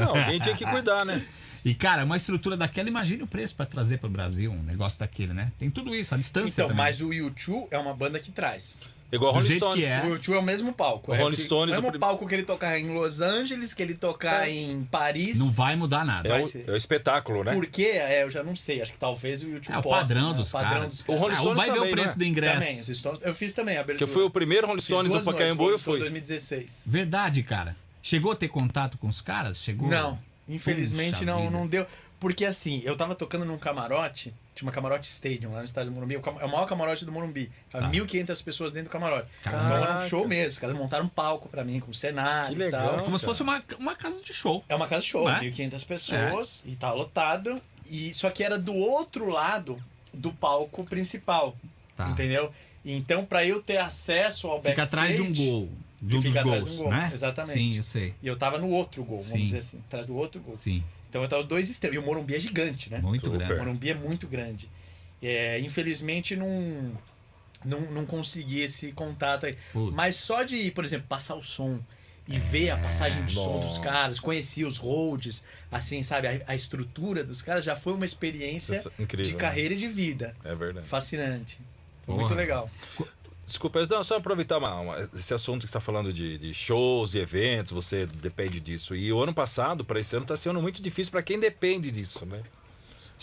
[SPEAKER 1] Não, alguém tinha que cuidar, né?
[SPEAKER 4] E, cara, uma estrutura daquela, imagine o preço pra trazer pro Brasil um negócio daquele, né? Tem tudo isso, a distância
[SPEAKER 2] Então,
[SPEAKER 4] também.
[SPEAKER 2] mas o U2 é uma banda que traz.
[SPEAKER 1] Igual
[SPEAKER 4] Do
[SPEAKER 1] Rolling
[SPEAKER 4] jeito
[SPEAKER 1] Stones.
[SPEAKER 4] que é.
[SPEAKER 2] O U2 é o mesmo palco.
[SPEAKER 1] O
[SPEAKER 2] é
[SPEAKER 1] Rolling
[SPEAKER 2] porque-
[SPEAKER 1] Stones,
[SPEAKER 2] É o
[SPEAKER 1] o
[SPEAKER 2] mesmo
[SPEAKER 1] prim-
[SPEAKER 2] palco que ele tocar em Los Angeles, que ele tocar em Paris.
[SPEAKER 4] Não vai mudar nada.
[SPEAKER 1] É
[SPEAKER 2] Vai
[SPEAKER 1] o,
[SPEAKER 2] ser.
[SPEAKER 1] é o espetáculo, né?
[SPEAKER 2] Por quê? É, eu já não sei. Acho que talvez o U2
[SPEAKER 4] É o
[SPEAKER 2] possa,
[SPEAKER 4] padrão
[SPEAKER 2] né?
[SPEAKER 4] dos
[SPEAKER 2] o padrão
[SPEAKER 4] caras.
[SPEAKER 2] dos
[SPEAKER 1] O Rolling
[SPEAKER 4] Ah,
[SPEAKER 1] Stones
[SPEAKER 4] vai ver o
[SPEAKER 1] também,
[SPEAKER 4] preço
[SPEAKER 1] não
[SPEAKER 4] do ingresso.
[SPEAKER 2] Também, os Stones. Eu fiz também a abertura.
[SPEAKER 1] Que foi o primeiro Rolling
[SPEAKER 2] Fiz
[SPEAKER 1] Stones
[SPEAKER 2] duas
[SPEAKER 1] no
[SPEAKER 2] noites,
[SPEAKER 1] Pacaembu e
[SPEAKER 2] foi em
[SPEAKER 1] foi.
[SPEAKER 2] 2016.
[SPEAKER 4] Verdade, cara. Chegou a ter contato com os caras? Chegou?
[SPEAKER 2] Não, infelizmente
[SPEAKER 4] Puxa
[SPEAKER 2] não,
[SPEAKER 4] vida.
[SPEAKER 2] não deu. Porque assim, eu tava tocando num camarote, tinha uma camarote stadium lá no estádio do Morumbi, o cam- é o maior camarote do Morumbi. Tá. Tava 1.500 pessoas dentro do camarote.
[SPEAKER 4] Tá. Caraca.
[SPEAKER 2] Então era um show mesmo, os caras montaram um palco pra mim, com cenário
[SPEAKER 1] Que
[SPEAKER 2] e tal.
[SPEAKER 1] legal.
[SPEAKER 4] Como se fosse uma, uma casa de show.
[SPEAKER 2] É uma casa de show,
[SPEAKER 4] Né?
[SPEAKER 2] 1.500 pessoas e tá lotado. E, só que era do outro lado do palco principal,
[SPEAKER 4] Tá.
[SPEAKER 2] entendeu? Então pra eu ter acesso ao
[SPEAKER 4] Fica
[SPEAKER 2] backstage...
[SPEAKER 4] atrás de um gol. De um
[SPEAKER 2] fica
[SPEAKER 4] dos
[SPEAKER 2] atrás de
[SPEAKER 4] gols,
[SPEAKER 2] um gol,
[SPEAKER 4] né?
[SPEAKER 2] exatamente.
[SPEAKER 4] Sim, eu sei.
[SPEAKER 2] E eu tava no outro gol, vamos
[SPEAKER 4] Sim.
[SPEAKER 2] dizer assim, atrás do outro gol.
[SPEAKER 4] Sim.
[SPEAKER 2] Então eu tava os dois extremos. E o Morumbi é gigante, né?
[SPEAKER 4] Muito
[SPEAKER 1] Super.
[SPEAKER 2] O
[SPEAKER 4] grande.
[SPEAKER 2] Morumbi é muito grande. É, infelizmente não, não não consegui esse contato aí.
[SPEAKER 4] Putz. É,
[SPEAKER 2] Mas só de, ir, por exemplo, passar o som e ver a passagem de som dos caras, conhecer os holds, assim, sabe, a, a estrutura dos caras já foi uma experiência
[SPEAKER 1] Isso é incrível,
[SPEAKER 2] de
[SPEAKER 1] né?
[SPEAKER 2] carreira e de vida.
[SPEAKER 1] É verdade.
[SPEAKER 2] Fascinante. Foi
[SPEAKER 4] Porra.
[SPEAKER 2] muito legal.
[SPEAKER 1] Desculpa, não, só aproveitar uma- uma- esse assunto que você está falando de, de shows e eventos, você depende disso. E o ano passado, para esse ano, está sendo muito difícil para quem depende disso, né?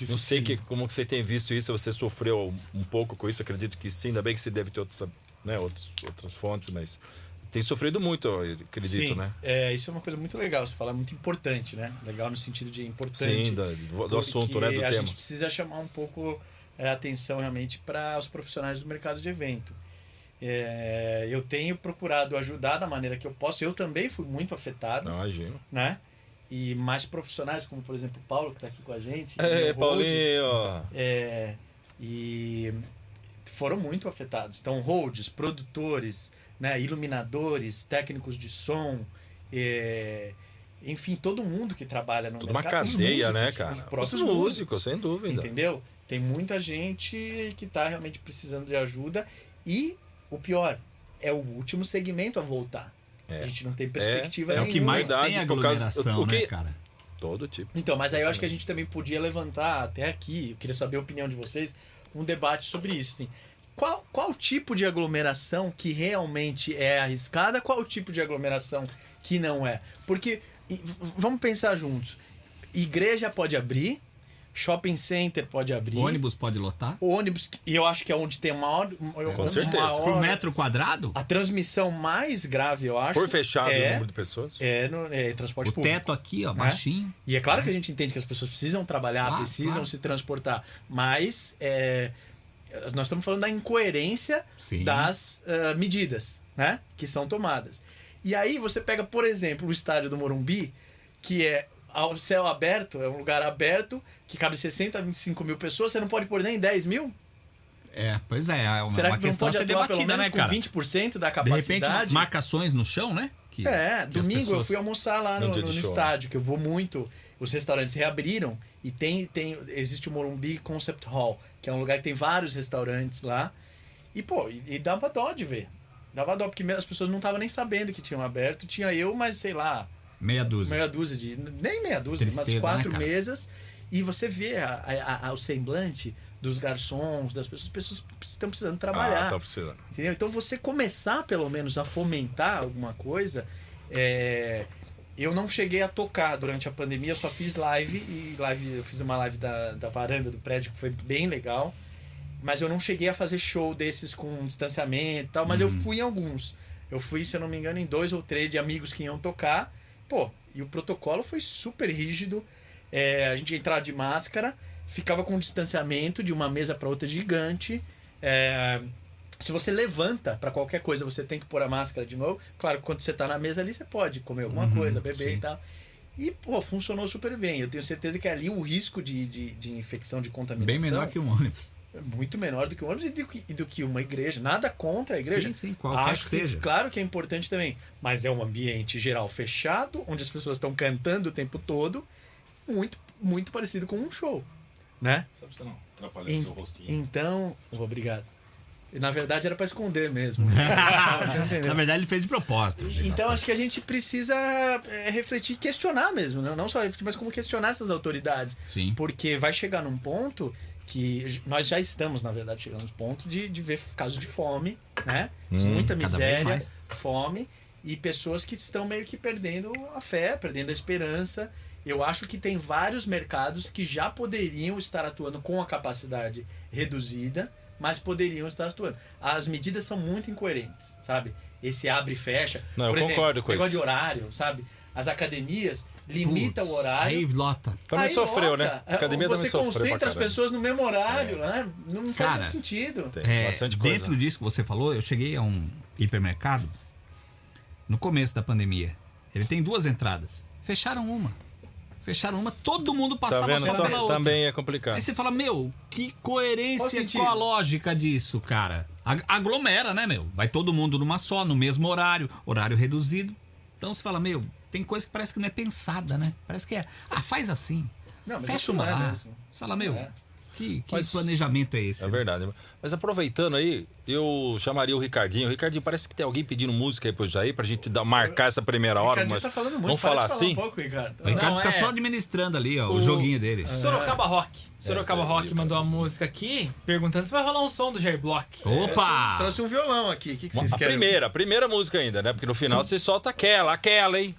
[SPEAKER 1] Não sei que, é como que você tem visto isso, você sofreu um pouco com isso, acredito que sim, ainda bem que você deve ter outros, né, outros, outras fontes, mas tem sofrido muito, eu acredito,
[SPEAKER 2] Sim,
[SPEAKER 1] né?
[SPEAKER 2] é, isso é uma coisa muito legal, você fala, é muito importante, né? Legal no sentido de importante.
[SPEAKER 1] Sim, do, do
[SPEAKER 2] Porque
[SPEAKER 1] assunto, né, do
[SPEAKER 2] a
[SPEAKER 1] tema.
[SPEAKER 2] gente precisa chamar um pouco é, a atenção realmente para os profissionais do mercado de evento. É, eu tenho procurado ajudar da maneira que eu posso. Eu também fui muito afetado,
[SPEAKER 1] Não, imagino.
[SPEAKER 2] né? E mais profissionais, como por exemplo o Paulo, que está aqui com a gente. e
[SPEAKER 1] É,
[SPEAKER 2] o Hold,
[SPEAKER 1] Paulinho!
[SPEAKER 2] é, e foram muito afetados. Então, holds, produtores, né, iluminadores, técnicos de som, é, enfim, todo mundo que trabalha no
[SPEAKER 1] Tudo uma
[SPEAKER 2] mercado. Os
[SPEAKER 1] cadeia, né,
[SPEAKER 2] um músicos,
[SPEAKER 1] cara?
[SPEAKER 2] Os
[SPEAKER 1] Os
[SPEAKER 2] próprios músicos,
[SPEAKER 1] músicos, sem
[SPEAKER 4] é.
[SPEAKER 1] dúvida.
[SPEAKER 2] entendeu? Tem muita gente que está realmente precisando de ajuda e o pior é o último segmento a voltar. A gente não tem perspectiva
[SPEAKER 1] é o
[SPEAKER 4] É o
[SPEAKER 2] nenhuma.
[SPEAKER 4] que mais
[SPEAKER 1] Verdade,
[SPEAKER 4] tem
[SPEAKER 1] por causa-
[SPEAKER 4] aglomeração,
[SPEAKER 1] o que-
[SPEAKER 4] né, cara?
[SPEAKER 1] Todo tipo.
[SPEAKER 2] Então, mas aí eu acho que a gente também podia levantar até aqui, eu queria saber a opinião de vocês, um debate sobre isso. assim. Qual, qual tipo de aglomeração que realmente é arriscada? Qual tipo de aglomeração que não é? Porque, e v- vamos pensar juntos: igreja pode abrir, shopping center pode abrir.
[SPEAKER 4] Ônibus pode lotar?
[SPEAKER 2] ônibus, que- e eu acho que é onde tem uma hora. uma- uma
[SPEAKER 1] certeza.
[SPEAKER 2] hora-
[SPEAKER 4] Por Tipo, um metro quadrado?
[SPEAKER 2] A transmissão mais grave, eu acho.
[SPEAKER 1] Por fechado né, o
[SPEAKER 2] é,
[SPEAKER 1] número de pessoas. Ah,
[SPEAKER 2] é, no, é em transporte
[SPEAKER 4] O
[SPEAKER 2] público.
[SPEAKER 4] teto aqui, ó, baixinho.
[SPEAKER 2] E é claro que a gente entende que as pessoas precisam trabalhar,
[SPEAKER 4] Ah, Claro,
[SPEAKER 2] precisam
[SPEAKER 4] claro.
[SPEAKER 2] se transportar, mas é, nós estamos falando da incoerência
[SPEAKER 4] Sim.
[SPEAKER 2] das ah, medidas né, que são tomadas. E aí você pega, por exemplo, o estádio do Morumbi, que é ao céu aberto, é um lugar aberto, que cabe 60, 25 mil pessoas, você não pode pôr nem 10 mil?
[SPEAKER 4] É, pois é, é uma,
[SPEAKER 2] Será
[SPEAKER 4] uma
[SPEAKER 2] que não
[SPEAKER 4] questão a
[SPEAKER 2] pode
[SPEAKER 4] ser
[SPEAKER 2] atuar pelo
[SPEAKER 4] debatida,
[SPEAKER 2] menos
[SPEAKER 4] né,
[SPEAKER 2] com
[SPEAKER 4] cara?
[SPEAKER 2] 20% da
[SPEAKER 4] De
[SPEAKER 2] capacidade?
[SPEAKER 4] repente, marcações no chão, né? Que-
[SPEAKER 2] É,
[SPEAKER 4] que as
[SPEAKER 2] domingo eu
[SPEAKER 4] pessoas-
[SPEAKER 2] fui almoçar lá
[SPEAKER 1] No
[SPEAKER 2] no,
[SPEAKER 1] dia
[SPEAKER 2] no
[SPEAKER 1] de show,
[SPEAKER 2] estádio, que eu vou muito. Os restaurantes reabriram e tem, tem existe o Morumbi Concept Hall, que é um lugar que tem vários restaurantes lá. E, pô, e, e dava dó de ver. Dava dó, porque as pessoas não estavam nem sabendo que tinham aberto. Tinha eu, mas sei lá,
[SPEAKER 4] Meia dúzia.
[SPEAKER 2] meia dúzia de. Nem meia dúzia,
[SPEAKER 4] Tristeza,
[SPEAKER 2] umas quatro
[SPEAKER 4] né, cara?
[SPEAKER 2] mesas. E você vê a- a- a- o semblante dos garçons, das pessoas. As pessoas estão precisando trabalhar.
[SPEAKER 1] Ah, tá precisando.
[SPEAKER 2] Entendeu? Então você começar pelo menos a fomentar alguma coisa. é, Eu não cheguei a tocar durante a pandemia, eu só fiz live e live, eu fiz uma live da, da varanda do prédio que foi bem legal. Mas eu não cheguei a fazer show desses com distanciamento e tal, mas eu
[SPEAKER 4] Uhum.
[SPEAKER 2] fui em alguns. Eu fui, se eu não me engano, em dois ou três de amigos que iam tocar. Pô, e o protocolo foi super rígido. É, a gente entrava de máscara, ficava com um distanciamento de uma mesa para outra gigante. É, se você levanta para qualquer coisa, você tem que pôr a máscara de novo. Claro, quando você tá na mesa ali, você pode comer alguma
[SPEAKER 4] Uhum,
[SPEAKER 2] coisa, beber e tal. E, pô, funcionou super bem. Eu tenho certeza que é ali o risco de, de, de infecção, de contaminação...
[SPEAKER 4] Bem menor que um ônibus.
[SPEAKER 2] É muito menor do que um ônibus e do que, e do que uma igreja. Nada contra a igreja.
[SPEAKER 4] Sim, sim, qualquer
[SPEAKER 2] Acho
[SPEAKER 4] que
[SPEAKER 2] que,
[SPEAKER 4] seja.
[SPEAKER 2] Claro que é importante também, mas é um ambiente geral fechado, onde as pessoas estão cantando o tempo todo, muito, muito parecido com um show, né?
[SPEAKER 1] Só pra você não atrapalhar
[SPEAKER 2] En- então, obrigado. Na verdade era para esconder mesmo. Você entendeu?
[SPEAKER 4] Na verdade, ele fez de propósito.
[SPEAKER 2] Então acho que a gente precisa é, refletir, questionar mesmo, né? não só refletir, mas como questionar essas autoridades.
[SPEAKER 4] Sim.
[SPEAKER 2] Porque vai chegar num ponto que j- nós já estamos, na verdade, chegando num ponto de, de ver casos de fome, né? Muita
[SPEAKER 4] Hum, vez
[SPEAKER 2] miséria,
[SPEAKER 4] mais.
[SPEAKER 2] fome e pessoas que estão meio que perdendo a fé, perdendo a esperança. Eu acho que tem vários mercados que já poderiam estar atuando com a capacidade reduzida, mas poderiam estar atuando. As medidas são muito incoerentes, sabe? Esse abre e fecha.
[SPEAKER 1] Não, eu concordo com
[SPEAKER 2] negócio
[SPEAKER 1] isso.
[SPEAKER 2] de horário, sabe? As academias limitam o horário.
[SPEAKER 4] Aí lota.
[SPEAKER 1] Também
[SPEAKER 2] Aí
[SPEAKER 1] sofreu,
[SPEAKER 2] lota.
[SPEAKER 1] né? A academia
[SPEAKER 2] Você
[SPEAKER 1] também sofreu. pra
[SPEAKER 2] concentra as
[SPEAKER 1] caralho. É.
[SPEAKER 2] pessoas no mesmo horário, né? Não faz
[SPEAKER 4] Cara,
[SPEAKER 2] muito sentido.
[SPEAKER 1] Tem
[SPEAKER 4] É,
[SPEAKER 1] bastante coisa.
[SPEAKER 4] dentro disso que você falou, eu cheguei a um hipermercado no começo da pandemia. Ele tem duas entradas. Fecharam uma. Fecharam uma, todo mundo
[SPEAKER 1] Tá
[SPEAKER 4] passava
[SPEAKER 1] vendo
[SPEAKER 4] fora
[SPEAKER 1] só?
[SPEAKER 4] pela outra.
[SPEAKER 1] Também é complicado.
[SPEAKER 4] Aí você fala, meu, que
[SPEAKER 2] Qual
[SPEAKER 4] coerência,
[SPEAKER 2] sentido?
[SPEAKER 4] qual a lógica disso, cara? Ag- Aglomera, né, meu? Vai todo mundo numa só, no mesmo horário, horário reduzido. Então você fala, meu, tem coisa que parece que não é pensada, né? Parece que é, ah, faz assim.
[SPEAKER 2] Não, mas isso
[SPEAKER 4] Fecha uma
[SPEAKER 2] não é
[SPEAKER 4] lá.
[SPEAKER 2] mesmo.
[SPEAKER 4] Você fala, meu,
[SPEAKER 2] É.
[SPEAKER 4] que, que
[SPEAKER 1] Mas-
[SPEAKER 4] planejamento é esse?
[SPEAKER 1] É verdade. Mas aproveitando aí, eu chamaria o Ricardinho. Ricardinho, parece que tem alguém pedindo música aí pro Jair pra gente dar, marcar essa primeira
[SPEAKER 2] O
[SPEAKER 1] hora.
[SPEAKER 2] Ricardinho
[SPEAKER 1] Mas
[SPEAKER 2] tá falando muito.
[SPEAKER 1] vamos
[SPEAKER 2] para de
[SPEAKER 1] falar
[SPEAKER 2] um
[SPEAKER 1] assim?
[SPEAKER 2] pouco, Ricardo.
[SPEAKER 4] O Ricardo
[SPEAKER 5] Não,
[SPEAKER 4] fica
[SPEAKER 5] é.
[SPEAKER 4] só administrando ali, ó, o, joguinho dele.
[SPEAKER 5] Sorocaba Rock. Sorocaba
[SPEAKER 1] É,
[SPEAKER 5] Rock
[SPEAKER 1] entendi,
[SPEAKER 5] mandou uma música aqui perguntando se vai rolar um som do Jair Block.
[SPEAKER 4] Opa!
[SPEAKER 2] Trouxe um violão aqui. O que, que vocês
[SPEAKER 1] A
[SPEAKER 2] querem?
[SPEAKER 1] primeira, a primeira música ainda, né? Porque no final você solta aquela, aquela, hein?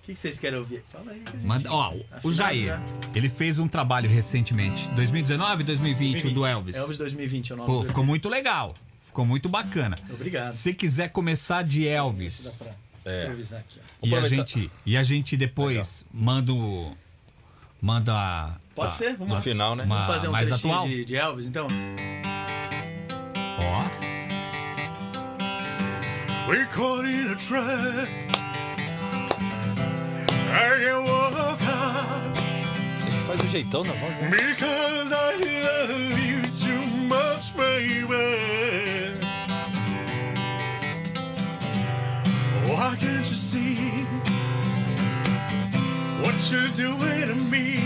[SPEAKER 2] O que, que vocês querem ouvir? Fala aí. gente.
[SPEAKER 4] Manda- ó, o Jair, ele fez um trabalho recentemente, 2019, 2020, o do Elvis.
[SPEAKER 2] Elvis 2020 é o nome
[SPEAKER 4] Pô,
[SPEAKER 2] do-
[SPEAKER 4] ficou muito legal. Ficou muito bacana.
[SPEAKER 2] Obrigado.
[SPEAKER 4] Se quiser começar de
[SPEAKER 2] Dá
[SPEAKER 4] Elvis
[SPEAKER 2] pra
[SPEAKER 1] É.
[SPEAKER 2] improvisar aqui. ó.
[SPEAKER 4] e a,
[SPEAKER 1] aproveitar.
[SPEAKER 4] gente, e a gente depois manda o. Manda. a- tá.
[SPEAKER 2] Pode
[SPEAKER 4] a-
[SPEAKER 2] ser? Vamos
[SPEAKER 1] No
[SPEAKER 2] lá.
[SPEAKER 1] final, né?
[SPEAKER 4] Uma-
[SPEAKER 2] Vamos fazer um
[SPEAKER 4] mais
[SPEAKER 2] trechinho
[SPEAKER 4] atual?
[SPEAKER 2] De, de Elvis, então?
[SPEAKER 4] Ó.
[SPEAKER 2] We're caught in a trap. I can walk out
[SPEAKER 1] Ele faz o jeitão na voz, né?
[SPEAKER 2] because I love you too much, baby. Why can't you see what you're doing to me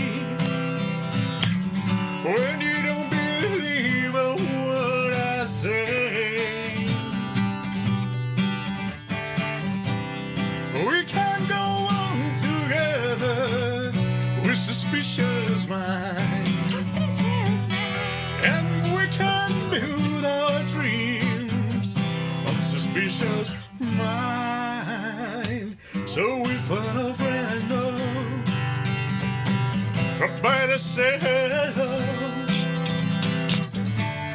[SPEAKER 2] when you don't believe a word I say? We can go on together with suspicious minds. And we can build our dreams
[SPEAKER 8] Companheira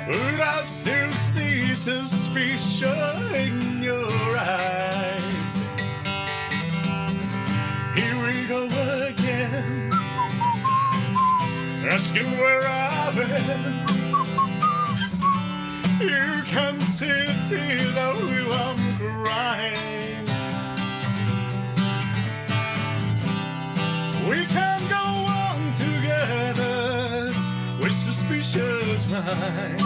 [SPEAKER 8] But I still see suspicion in your eyes. Here we go again, asking where I've been. You can still see that we I'm crying. We can go on together with suspicious minds.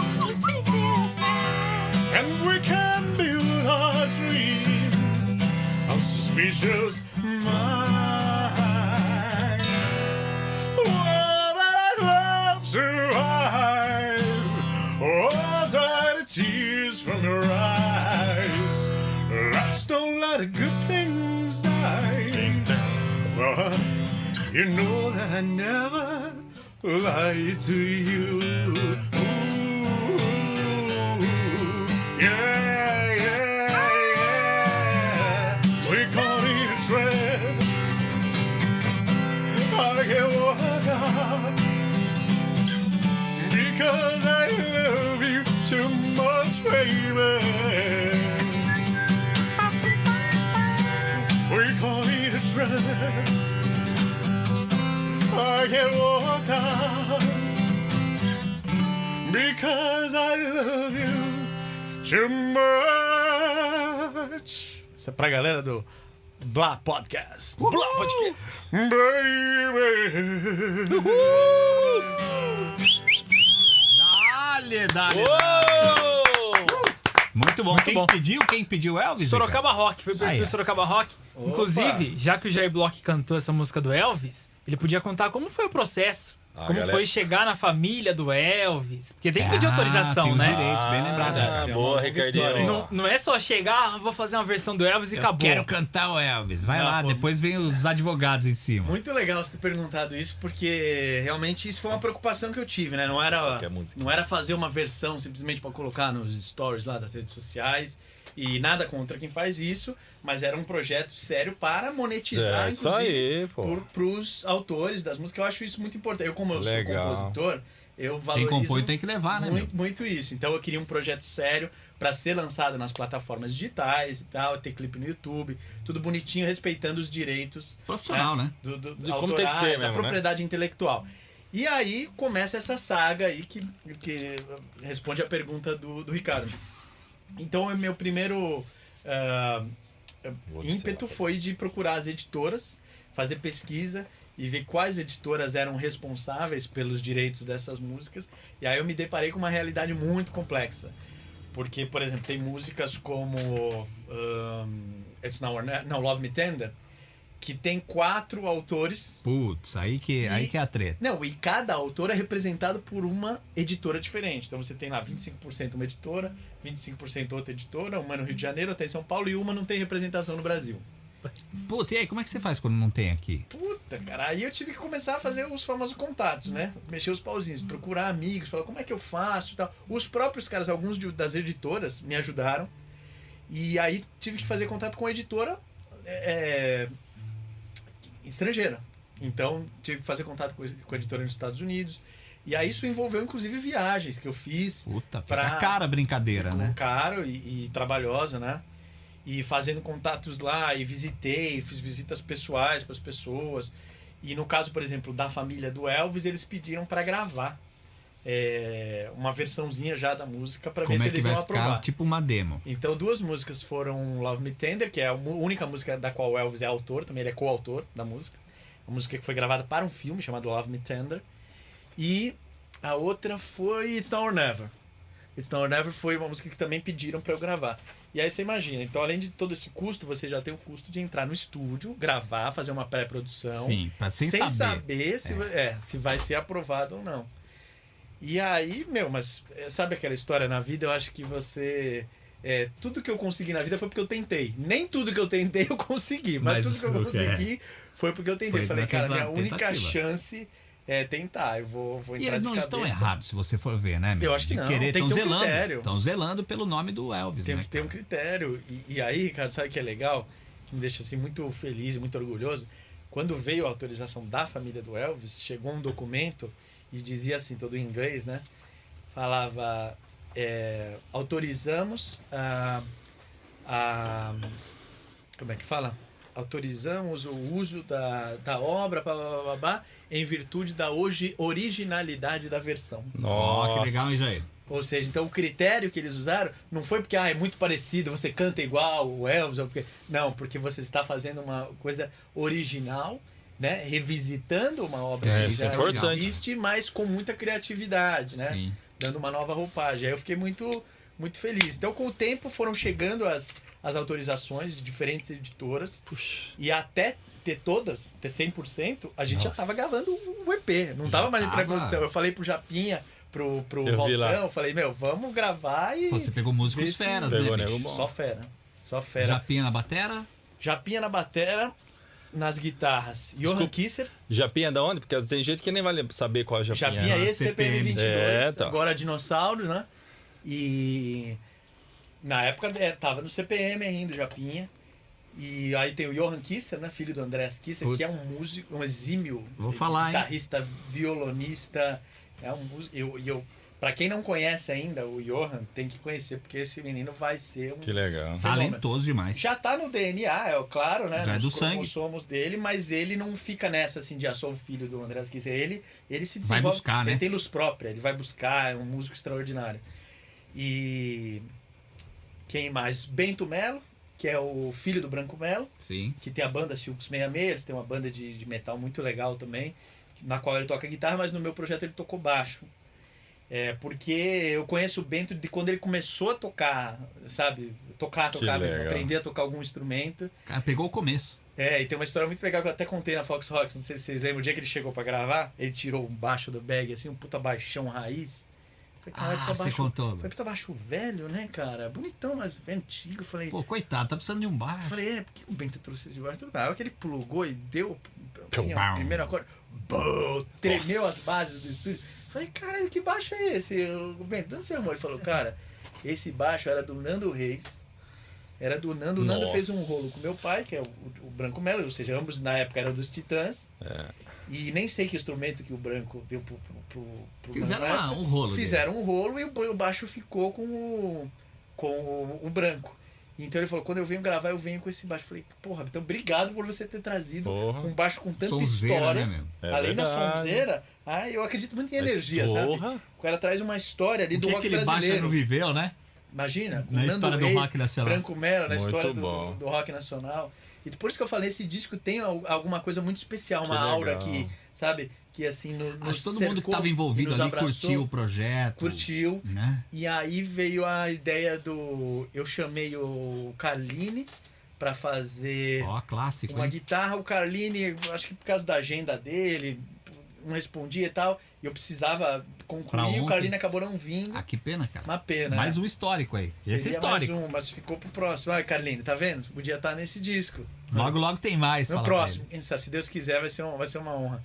[SPEAKER 8] And we can build our dreams of suspicious minds. What I love survive. What are the tears from your eyes? Let's don't let the good things die. Well, you know that I never lie to you. Ooh, yeah, yeah, yeah. We caught in a trap. I can walk out because I love you too much, baby. We caught in a trap. I can walk out because I love you too much,
[SPEAKER 2] Isso é pra galera do Blá Podcast.
[SPEAKER 8] baby.
[SPEAKER 4] Dale, dale. Muito bom. quem
[SPEAKER 5] bom.
[SPEAKER 4] pediu? Quem pediu Elvis?
[SPEAKER 5] Sorocaba Rock, foi o perfil
[SPEAKER 4] Aí, ó.
[SPEAKER 5] Sorocaba Rock. Inclusive, já que o Jair Block cantou essa música do Elvis, ele podia contar como foi o processo.
[SPEAKER 1] Ah,
[SPEAKER 5] como
[SPEAKER 1] galera.
[SPEAKER 5] foi chegar na família do Elvis. Porque tem que pedir
[SPEAKER 4] Ah, tem
[SPEAKER 5] autorização,
[SPEAKER 4] os
[SPEAKER 5] né?
[SPEAKER 4] direitos, bem lembrado.
[SPEAKER 1] Ah,
[SPEAKER 4] Elvis.
[SPEAKER 1] boa,
[SPEAKER 2] história,
[SPEAKER 1] Ricardinho.
[SPEAKER 2] hein?
[SPEAKER 5] Não, não é só chegar, ah, vou fazer uma versão do Elvis e
[SPEAKER 4] Eu
[SPEAKER 5] acabou.
[SPEAKER 4] quero cantar o Elvis. Vai
[SPEAKER 5] Ah,
[SPEAKER 4] lá,
[SPEAKER 5] pô.
[SPEAKER 4] depois vem os advogados em cima.
[SPEAKER 2] Muito legal você ter perguntado isso, porque realmente isso foi uma preocupação que eu tive, né? Não era,
[SPEAKER 1] aqui é música.
[SPEAKER 2] não era fazer uma versão simplesmente pra colocar nos stories lá das redes sociais e nada contra quem faz isso, mas era um projeto sério para monetizar,
[SPEAKER 1] É, isso
[SPEAKER 2] inclusive,
[SPEAKER 1] aí, pô.
[SPEAKER 2] por, pros autores das músicas. Eu acho isso muito importante. Eu, como eu
[SPEAKER 1] Legal.
[SPEAKER 2] sou compositor, eu
[SPEAKER 4] Quem
[SPEAKER 2] valorizo
[SPEAKER 4] compõe tem que levar, né? meu?
[SPEAKER 2] muito, muito isso. Então eu queria um projeto sério pra ser lançado nas plataformas digitais e tal, ter clipe no YouTube, tudo bonitinho, respeitando os direitos
[SPEAKER 4] Profissional, né?
[SPEAKER 2] do, do,
[SPEAKER 1] De como tem que ser
[SPEAKER 2] autorais,
[SPEAKER 1] mesmo,
[SPEAKER 2] a
[SPEAKER 1] né?
[SPEAKER 2] propriedade intelectual. E aí começa essa saga aí que, que responde a pergunta do, do Ricardo. Então, o meu primeiro ah,
[SPEAKER 1] Vou
[SPEAKER 2] ímpeto foi de procurar as editoras, fazer pesquisa e ver quais editoras eram responsáveis pelos direitos dessas músicas. E aí eu me deparei com uma realidade muito complexa. Porque, por exemplo, tem músicas como ahm, It's Now or Ne- Não, Love Me Tender, que tem quatro autores.
[SPEAKER 4] Putz, aí que, aí que é a treta.
[SPEAKER 2] Não, e cada autor é representado por uma editora diferente. Então você tem lá 25% uma editora, 25% outra editora, uma no Rio de Janeiro, outra em São Paulo, e uma não tem representação no Brasil.
[SPEAKER 4] Puta, e aí, como é que você faz quando não tem aqui?
[SPEAKER 2] Puta, cara, aí eu tive que começar a fazer os famosos contatos, né? Mexer os pauzinhos, procurar amigos, falar como é que eu faço e tal. Os próprios caras, alguns de- das editoras, me ajudaram. E aí tive que fazer contato com a editora é, é, estrangeira. Então tive que fazer contato com, com a editora nos Estados Unidos. E aí isso envolveu, inclusive, viagens que eu fiz
[SPEAKER 4] Puta, fica
[SPEAKER 2] Pra-
[SPEAKER 4] cara a brincadeira,
[SPEAKER 2] ficou
[SPEAKER 4] né?
[SPEAKER 2] caro e, e trabalhosa, né? E fazendo contatos lá, e visitei, fiz visitas pessoais para as pessoas. E no caso, por exemplo, da família do Elvis, eles pediram para gravar é, uma versãozinha já da música para ver
[SPEAKER 4] Como
[SPEAKER 2] se
[SPEAKER 4] é que
[SPEAKER 2] eles
[SPEAKER 4] vai
[SPEAKER 2] iam
[SPEAKER 4] ficar?
[SPEAKER 2] aprovar.
[SPEAKER 4] Tipo uma demo.
[SPEAKER 2] Então, duas músicas foram Love Me Tender, que é a mu- única música da qual o Elvis é autor, também ele é coautor da música. Uma música que foi gravada para um filme chamado Love Me Tender. E a outra foi It's Now or Never. It's Now or Never foi uma música que também pediram para eu gravar. E aí você imagina, então além de todo esse custo, você já tem o custo de entrar no estúdio, gravar, fazer uma pré-produção
[SPEAKER 4] Sim, pra, sem, saber.
[SPEAKER 2] se, é, se vai ser aprovado ou não. E aí, meu, mas é, sabe aquela história na vida? Eu acho que você. é, tudo que eu consegui na vida foi porque eu tentei. Nem tudo que eu tentei eu consegui, mas,
[SPEAKER 4] Mas
[SPEAKER 2] tudo que eu
[SPEAKER 4] o que é?
[SPEAKER 2] consegui foi porque eu tentei.
[SPEAKER 4] Foi
[SPEAKER 2] Eu Falei,
[SPEAKER 4] na
[SPEAKER 2] cara, minha
[SPEAKER 4] tentativa.
[SPEAKER 2] única chance é tentar. Eu vou, vou
[SPEAKER 4] E
[SPEAKER 2] entrar
[SPEAKER 4] eles
[SPEAKER 2] de
[SPEAKER 4] não
[SPEAKER 2] cabeça.
[SPEAKER 4] estão errados, se você for ver, né? meu?
[SPEAKER 2] Eu acho que
[SPEAKER 4] De
[SPEAKER 2] não,
[SPEAKER 4] Querer,
[SPEAKER 2] tem
[SPEAKER 4] tão
[SPEAKER 2] que ter um
[SPEAKER 4] zelando.
[SPEAKER 2] critério.
[SPEAKER 4] Estão zelando pelo nome do Elvis,
[SPEAKER 2] Tem
[SPEAKER 4] né?
[SPEAKER 2] que ter um critério. E, e aí, Ricardo, sabe o que é legal? Que me deixa assim muito feliz, e muito orgulhoso. Quando Quando veio a autorização da família do Elvis, chegou um documento e dizia assim, todo em inglês, né? Falava, é, autorizamos a, a... Como é que fala? Autorizamos o uso da, da obra, blá, blá, blá, blá, blá, em virtude da hoje originalidade da versão.
[SPEAKER 4] Ó, que legal, hein, Jair?
[SPEAKER 2] Ou seja, então o critério que eles usaram não foi porque ah, é muito parecido, você canta igual o Elvis, ou porque... não, porque você está fazendo uma coisa original, né? revisitando uma obra
[SPEAKER 1] É,
[SPEAKER 2] que
[SPEAKER 1] isso
[SPEAKER 2] já
[SPEAKER 1] é importante.
[SPEAKER 2] existe, mas com muita criatividade, né?
[SPEAKER 4] Sim.
[SPEAKER 2] dando uma nova roupagem. Aí eu fiquei muito, muito feliz. Então, com o tempo, foram chegando as, as autorizações de diferentes editoras,
[SPEAKER 5] Puxa.
[SPEAKER 2] e até ter todas, ter 100%, a gente já tava gravando um, o EP. Não tava mais em
[SPEAKER 4] tava.
[SPEAKER 2] pré-produção. Eu falei pro Japinha, pro, pro
[SPEAKER 1] Eu vi lá.
[SPEAKER 2] Valtão, eu falei, meu, vamos gravar e.
[SPEAKER 4] Pô, você pegou músicos
[SPEAKER 2] Vê se-
[SPEAKER 4] feras,
[SPEAKER 1] Pegou,
[SPEAKER 4] né?
[SPEAKER 1] né?
[SPEAKER 4] bicho?
[SPEAKER 1] Bom.
[SPEAKER 2] Só fera. Só fera.
[SPEAKER 4] Japinha na batera.
[SPEAKER 2] Japinha na batera, nas guitarras. Johan
[SPEAKER 1] Desculpa.
[SPEAKER 2] Kisser,
[SPEAKER 1] Japinha é da onde? Porque tem gente que nem vai lem- saber qual é a Japinha.
[SPEAKER 2] Japinha
[SPEAKER 1] né?
[SPEAKER 2] esse,
[SPEAKER 4] CPM.
[SPEAKER 2] CPM 22,
[SPEAKER 1] É, então.
[SPEAKER 2] agora dinossauro, né? E na época é, tava no CPM ainda, o Japinha. E aí tem o Johan Kisser, né? Filho do Andreas Kisser,
[SPEAKER 4] Putz.
[SPEAKER 2] que é um músico, um exímio
[SPEAKER 4] Vou falar, hein?
[SPEAKER 2] guitarrista, violonista. É um músico. Eu, eu, pra quem não conhece ainda o Johan, tem que conhecer, porque esse menino vai ser um
[SPEAKER 1] Que legal.
[SPEAKER 4] Talentoso demais.
[SPEAKER 2] já tá no DNA, é claro, né?
[SPEAKER 4] Já é
[SPEAKER 2] nos
[SPEAKER 4] do sangue.
[SPEAKER 2] cromossomos dele, mas ele não fica nessa assim de ah, sou o filho do Andrés Kisser. Ele, ele se
[SPEAKER 4] Vai
[SPEAKER 2] desenvolve.
[SPEAKER 4] buscar,
[SPEAKER 2] ele
[SPEAKER 4] né?
[SPEAKER 2] tem luz própria, ele vai buscar, é um músico extraordinário. E quem mais? Bento Melo, que é o filho do Branco Melo,
[SPEAKER 4] Sim.
[SPEAKER 2] que tem a banda Silks 66, eles têm uma banda de, de metal muito legal também, na qual ele toca guitarra, mas no meu projeto ele tocou baixo. É, porque eu conheço o Bento de quando ele começou a tocar, sabe? Tocar,
[SPEAKER 1] Que
[SPEAKER 2] tocar, mesmo,
[SPEAKER 1] legal.
[SPEAKER 2] aprender a tocar algum instrumento.
[SPEAKER 4] Cara, pegou o começo.
[SPEAKER 2] É, e tem uma história muito legal que eu até contei na Fox Rocks, não sei se vocês lembram, o dia que ele chegou pra gravar, ele tirou um baixo do bag, assim, um puta baixão raiz. Falei,
[SPEAKER 4] Ah,
[SPEAKER 2] puta
[SPEAKER 4] você contou.
[SPEAKER 2] Falei, puta baixo velho, né, cara? Bonitão, mas velho, antigo. Falei,
[SPEAKER 4] Pô, coitado, tá precisando de um bar.
[SPEAKER 2] eu Falei, é, por que o Bento trouxe de baixo? Tudo bem. A hora que ele plugou e deu assim,
[SPEAKER 4] Pum,
[SPEAKER 2] ó,
[SPEAKER 4] bum.
[SPEAKER 2] o primeiro acorde, bum, tremeu as bases do estúdio. Falei, caralho, que baixo é esse? O Bento, de onde você arrumou? Ele falou, cara, esse baixo era do Nando Reis. Era do Nando. O Nando
[SPEAKER 1] Nossa.
[SPEAKER 2] fez um rolo com meu pai, que é o, o Branco Melo, ou seja, ambos na época eram dos Titãs.
[SPEAKER 4] É.
[SPEAKER 2] E nem sei que instrumento que o Branco deu pro. pro, pro, pro
[SPEAKER 4] Fizeram
[SPEAKER 2] Branco na
[SPEAKER 4] uma-
[SPEAKER 2] época.
[SPEAKER 4] um rolo deles.
[SPEAKER 2] Fizeram um rolo e o, o baixo ficou com o, com o, o Branco. Então ele falou: quando eu venho gravar, eu venho com esse baixo. Eu falei: porra, então obrigado por você ter trazido
[SPEAKER 1] Porra.
[SPEAKER 2] um baixo com tanta
[SPEAKER 4] Sonzeira,
[SPEAKER 2] história.
[SPEAKER 4] né,
[SPEAKER 1] meu? É
[SPEAKER 2] Além da
[SPEAKER 1] verdade.
[SPEAKER 2] sonzeira, ah, eu acredito muito em
[SPEAKER 1] Mas
[SPEAKER 2] energia,
[SPEAKER 1] porra.
[SPEAKER 2] sabe? O cara traz uma história ali
[SPEAKER 4] O
[SPEAKER 2] do
[SPEAKER 4] que
[SPEAKER 2] rock
[SPEAKER 4] aquele baixa
[SPEAKER 2] brasileiro.
[SPEAKER 4] não viveu, né?
[SPEAKER 2] Imagina, com
[SPEAKER 4] Na
[SPEAKER 2] Nando
[SPEAKER 4] história do
[SPEAKER 2] Reis,
[SPEAKER 4] rock nacional.
[SPEAKER 2] Branco Melo, na
[SPEAKER 1] Muito
[SPEAKER 2] história do,
[SPEAKER 1] bom.
[SPEAKER 2] do- do rock nacional. E por isso que eu falei, esse disco tem al- alguma coisa muito especial, uma
[SPEAKER 1] legal.
[SPEAKER 2] aura que, sabe, que assim, no,
[SPEAKER 4] Acho
[SPEAKER 2] nos
[SPEAKER 4] que todo mundo que
[SPEAKER 2] cercou
[SPEAKER 4] tava
[SPEAKER 2] e
[SPEAKER 4] envolvido
[SPEAKER 2] nos
[SPEAKER 4] ali
[SPEAKER 2] abraçou,
[SPEAKER 4] curtiu o projeto.
[SPEAKER 2] Curtiu.
[SPEAKER 4] Né?
[SPEAKER 2] E aí veio a ideia do. Eu chamei o Carline pra fazer
[SPEAKER 4] Ó, clássico.
[SPEAKER 2] uma
[SPEAKER 4] hein?
[SPEAKER 2] guitarra. O Carline, acho que por causa da agenda dele, não respondia e tal. E eu precisava
[SPEAKER 4] Pra
[SPEAKER 2] concluir.
[SPEAKER 4] ontem.
[SPEAKER 2] O Carline acabou não vindo.
[SPEAKER 4] Ah, que pena, cara.
[SPEAKER 2] Uma pena. né?
[SPEAKER 4] Mais um histórico aí. Esse é
[SPEAKER 2] Seria
[SPEAKER 4] histórico.
[SPEAKER 2] Mais um, mas ficou pro próximo. Olha, Carline, tá vendo? Podia estar nesse disco.
[SPEAKER 4] Logo, logo tem mais.
[SPEAKER 2] um. No
[SPEAKER 4] fala pra
[SPEAKER 2] próximo.
[SPEAKER 4] ele.
[SPEAKER 2] Se Deus quiser, vai ser, um, vai ser uma honra.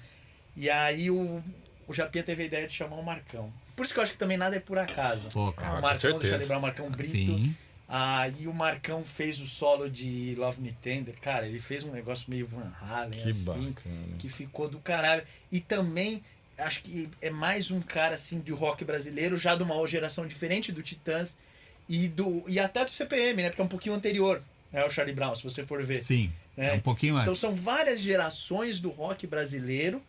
[SPEAKER 2] E aí o, o Japinha teve a ideia de chamar o Marcão. Por isso que eu acho que também nada é por acaso.
[SPEAKER 4] Pô,
[SPEAKER 2] o
[SPEAKER 4] cara.
[SPEAKER 1] com
[SPEAKER 2] Marcão, deixa
[SPEAKER 1] certeza.
[SPEAKER 2] eu lembrar, o Marcão Brito.
[SPEAKER 4] Sim.
[SPEAKER 2] Aí o Marcão fez o solo de Love Me Tender. Cara, ele fez um negócio meio Van Halen,
[SPEAKER 1] Que
[SPEAKER 2] assim,
[SPEAKER 1] bacana.
[SPEAKER 2] que ficou do caralho. E também, acho que é mais um cara, assim, de rock brasileiro, já de uma geração diferente do Titãs e, do, e até do CPM, né? Porque é um pouquinho anterior, né? O Charlie Brown, se você for ver.
[SPEAKER 4] Sim. É
[SPEAKER 2] É.
[SPEAKER 4] um pouquinho
[SPEAKER 2] Então
[SPEAKER 4] antes.
[SPEAKER 2] são várias gerações do rock brasileiro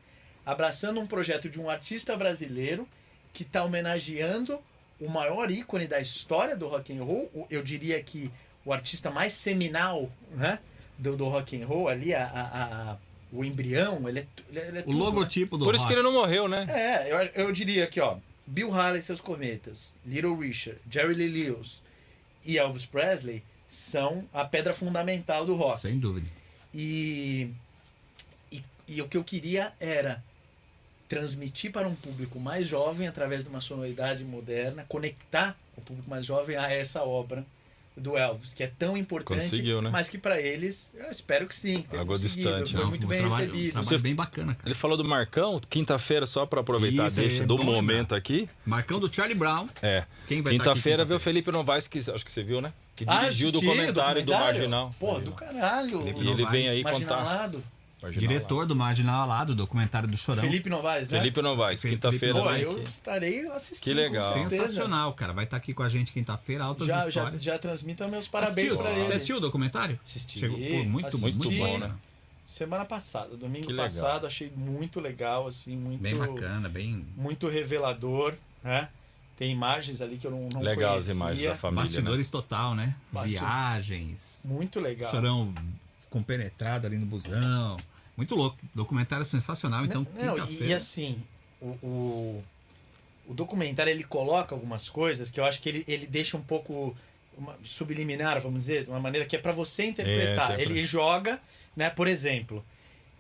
[SPEAKER 2] abraçando um projeto de um artista brasileiro que está homenageando o maior ícone da história do rock and roll, o- eu diria que o artista mais seminal, né, do, do rock and roll ali a, a- a- o embrião, ele é, tu- ele é- ele é
[SPEAKER 4] O
[SPEAKER 2] tudo, né?
[SPEAKER 4] logotipo do
[SPEAKER 1] Por isso que
[SPEAKER 4] rock.
[SPEAKER 1] ele não morreu, né?
[SPEAKER 2] É, eu, eu diria aqui, ó. Bill Haley e seus cometas, Little Richard, Jerry Lee Lewis e Elvis Presley são a pedra fundamental do rock.
[SPEAKER 4] Sem dúvida.
[SPEAKER 2] E, e, e o que eu queria era transmitir para um público mais jovem, através de uma sonoridade moderna, conectar o público mais jovem a essa obra do Elvis, que é tão importante,
[SPEAKER 1] Conseguiu, né?
[SPEAKER 2] mas que para eles, eu espero que sim. que tenha
[SPEAKER 1] Algo
[SPEAKER 2] conseguido,
[SPEAKER 1] distante,
[SPEAKER 2] Foi
[SPEAKER 1] né?
[SPEAKER 2] muito
[SPEAKER 4] um
[SPEAKER 2] bem
[SPEAKER 4] trabalho, Um
[SPEAKER 2] recebido.
[SPEAKER 4] trabalho
[SPEAKER 1] Você-
[SPEAKER 4] bem bacana, cara.
[SPEAKER 1] Ele falou do Marcão, quinta-feira, só pra aproveitar,
[SPEAKER 4] Isso,
[SPEAKER 1] deixa
[SPEAKER 4] é
[SPEAKER 1] do
[SPEAKER 4] bom
[SPEAKER 1] momento aqui.
[SPEAKER 4] Marcão do Charlie Brown.
[SPEAKER 1] É.
[SPEAKER 4] Quem vai
[SPEAKER 1] Quinta-feira
[SPEAKER 4] tá aqui quinta-feira?
[SPEAKER 1] veio o Felipe Novaes, que acho que você viu, né? Que dirigiu o
[SPEAKER 2] Ah, assisti,
[SPEAKER 1] documentário do Marginal.
[SPEAKER 2] Pô,
[SPEAKER 1] Aí,
[SPEAKER 2] do
[SPEAKER 1] ó.
[SPEAKER 2] caralho.
[SPEAKER 1] E ele vem aí contar.
[SPEAKER 2] Marginalado.
[SPEAKER 1] Marginal
[SPEAKER 4] Diretor do Marginal Alado, documentário do Chorão.
[SPEAKER 2] Felipe Novaes, né?
[SPEAKER 1] Felipe Novaes,
[SPEAKER 4] Felipe
[SPEAKER 1] quinta-feira né?
[SPEAKER 2] Pô,
[SPEAKER 1] vai
[SPEAKER 4] Novaes,
[SPEAKER 2] eu
[SPEAKER 1] ser.
[SPEAKER 2] estarei assistindo.
[SPEAKER 1] Que legal.
[SPEAKER 2] com certeza.
[SPEAKER 4] Sensacional, cara. Vai estar aqui com a gente quinta-feira, altas
[SPEAKER 2] Já, já,
[SPEAKER 4] histórias.
[SPEAKER 2] já transmita meus parabéns
[SPEAKER 4] assistiu?
[SPEAKER 2] pra ele.
[SPEAKER 4] Você assistiu o documentário?
[SPEAKER 2] Assisti,
[SPEAKER 4] Chegou, pô, muito, muito
[SPEAKER 2] assisti.
[SPEAKER 4] bom, né?
[SPEAKER 2] Semana passada, domingo
[SPEAKER 1] Que legal.
[SPEAKER 2] passado, achei muito legal, assim, muito,
[SPEAKER 4] Bem bacana, bem
[SPEAKER 2] muito revelador, né? Tem imagens ali que eu não, não
[SPEAKER 1] Legal as
[SPEAKER 2] conhecia.
[SPEAKER 1] imagens da família.
[SPEAKER 4] bastidores total, né?
[SPEAKER 2] Bastidores.
[SPEAKER 4] Viagens,
[SPEAKER 2] Muito legal.
[SPEAKER 4] Chorão compenetrado ali no busão. Muito louco. Documentário sensacional. Então,
[SPEAKER 2] Não, e, e
[SPEAKER 4] quinta-feira.
[SPEAKER 2] assim, o, o, o documentário ele coloca algumas coisas que eu acho que ele, ele deixa um pouco uma- subliminar, vamos dizer, de uma maneira que é pra você interpretar.
[SPEAKER 1] É, interpreta.
[SPEAKER 2] ele joga, né? Por exemplo,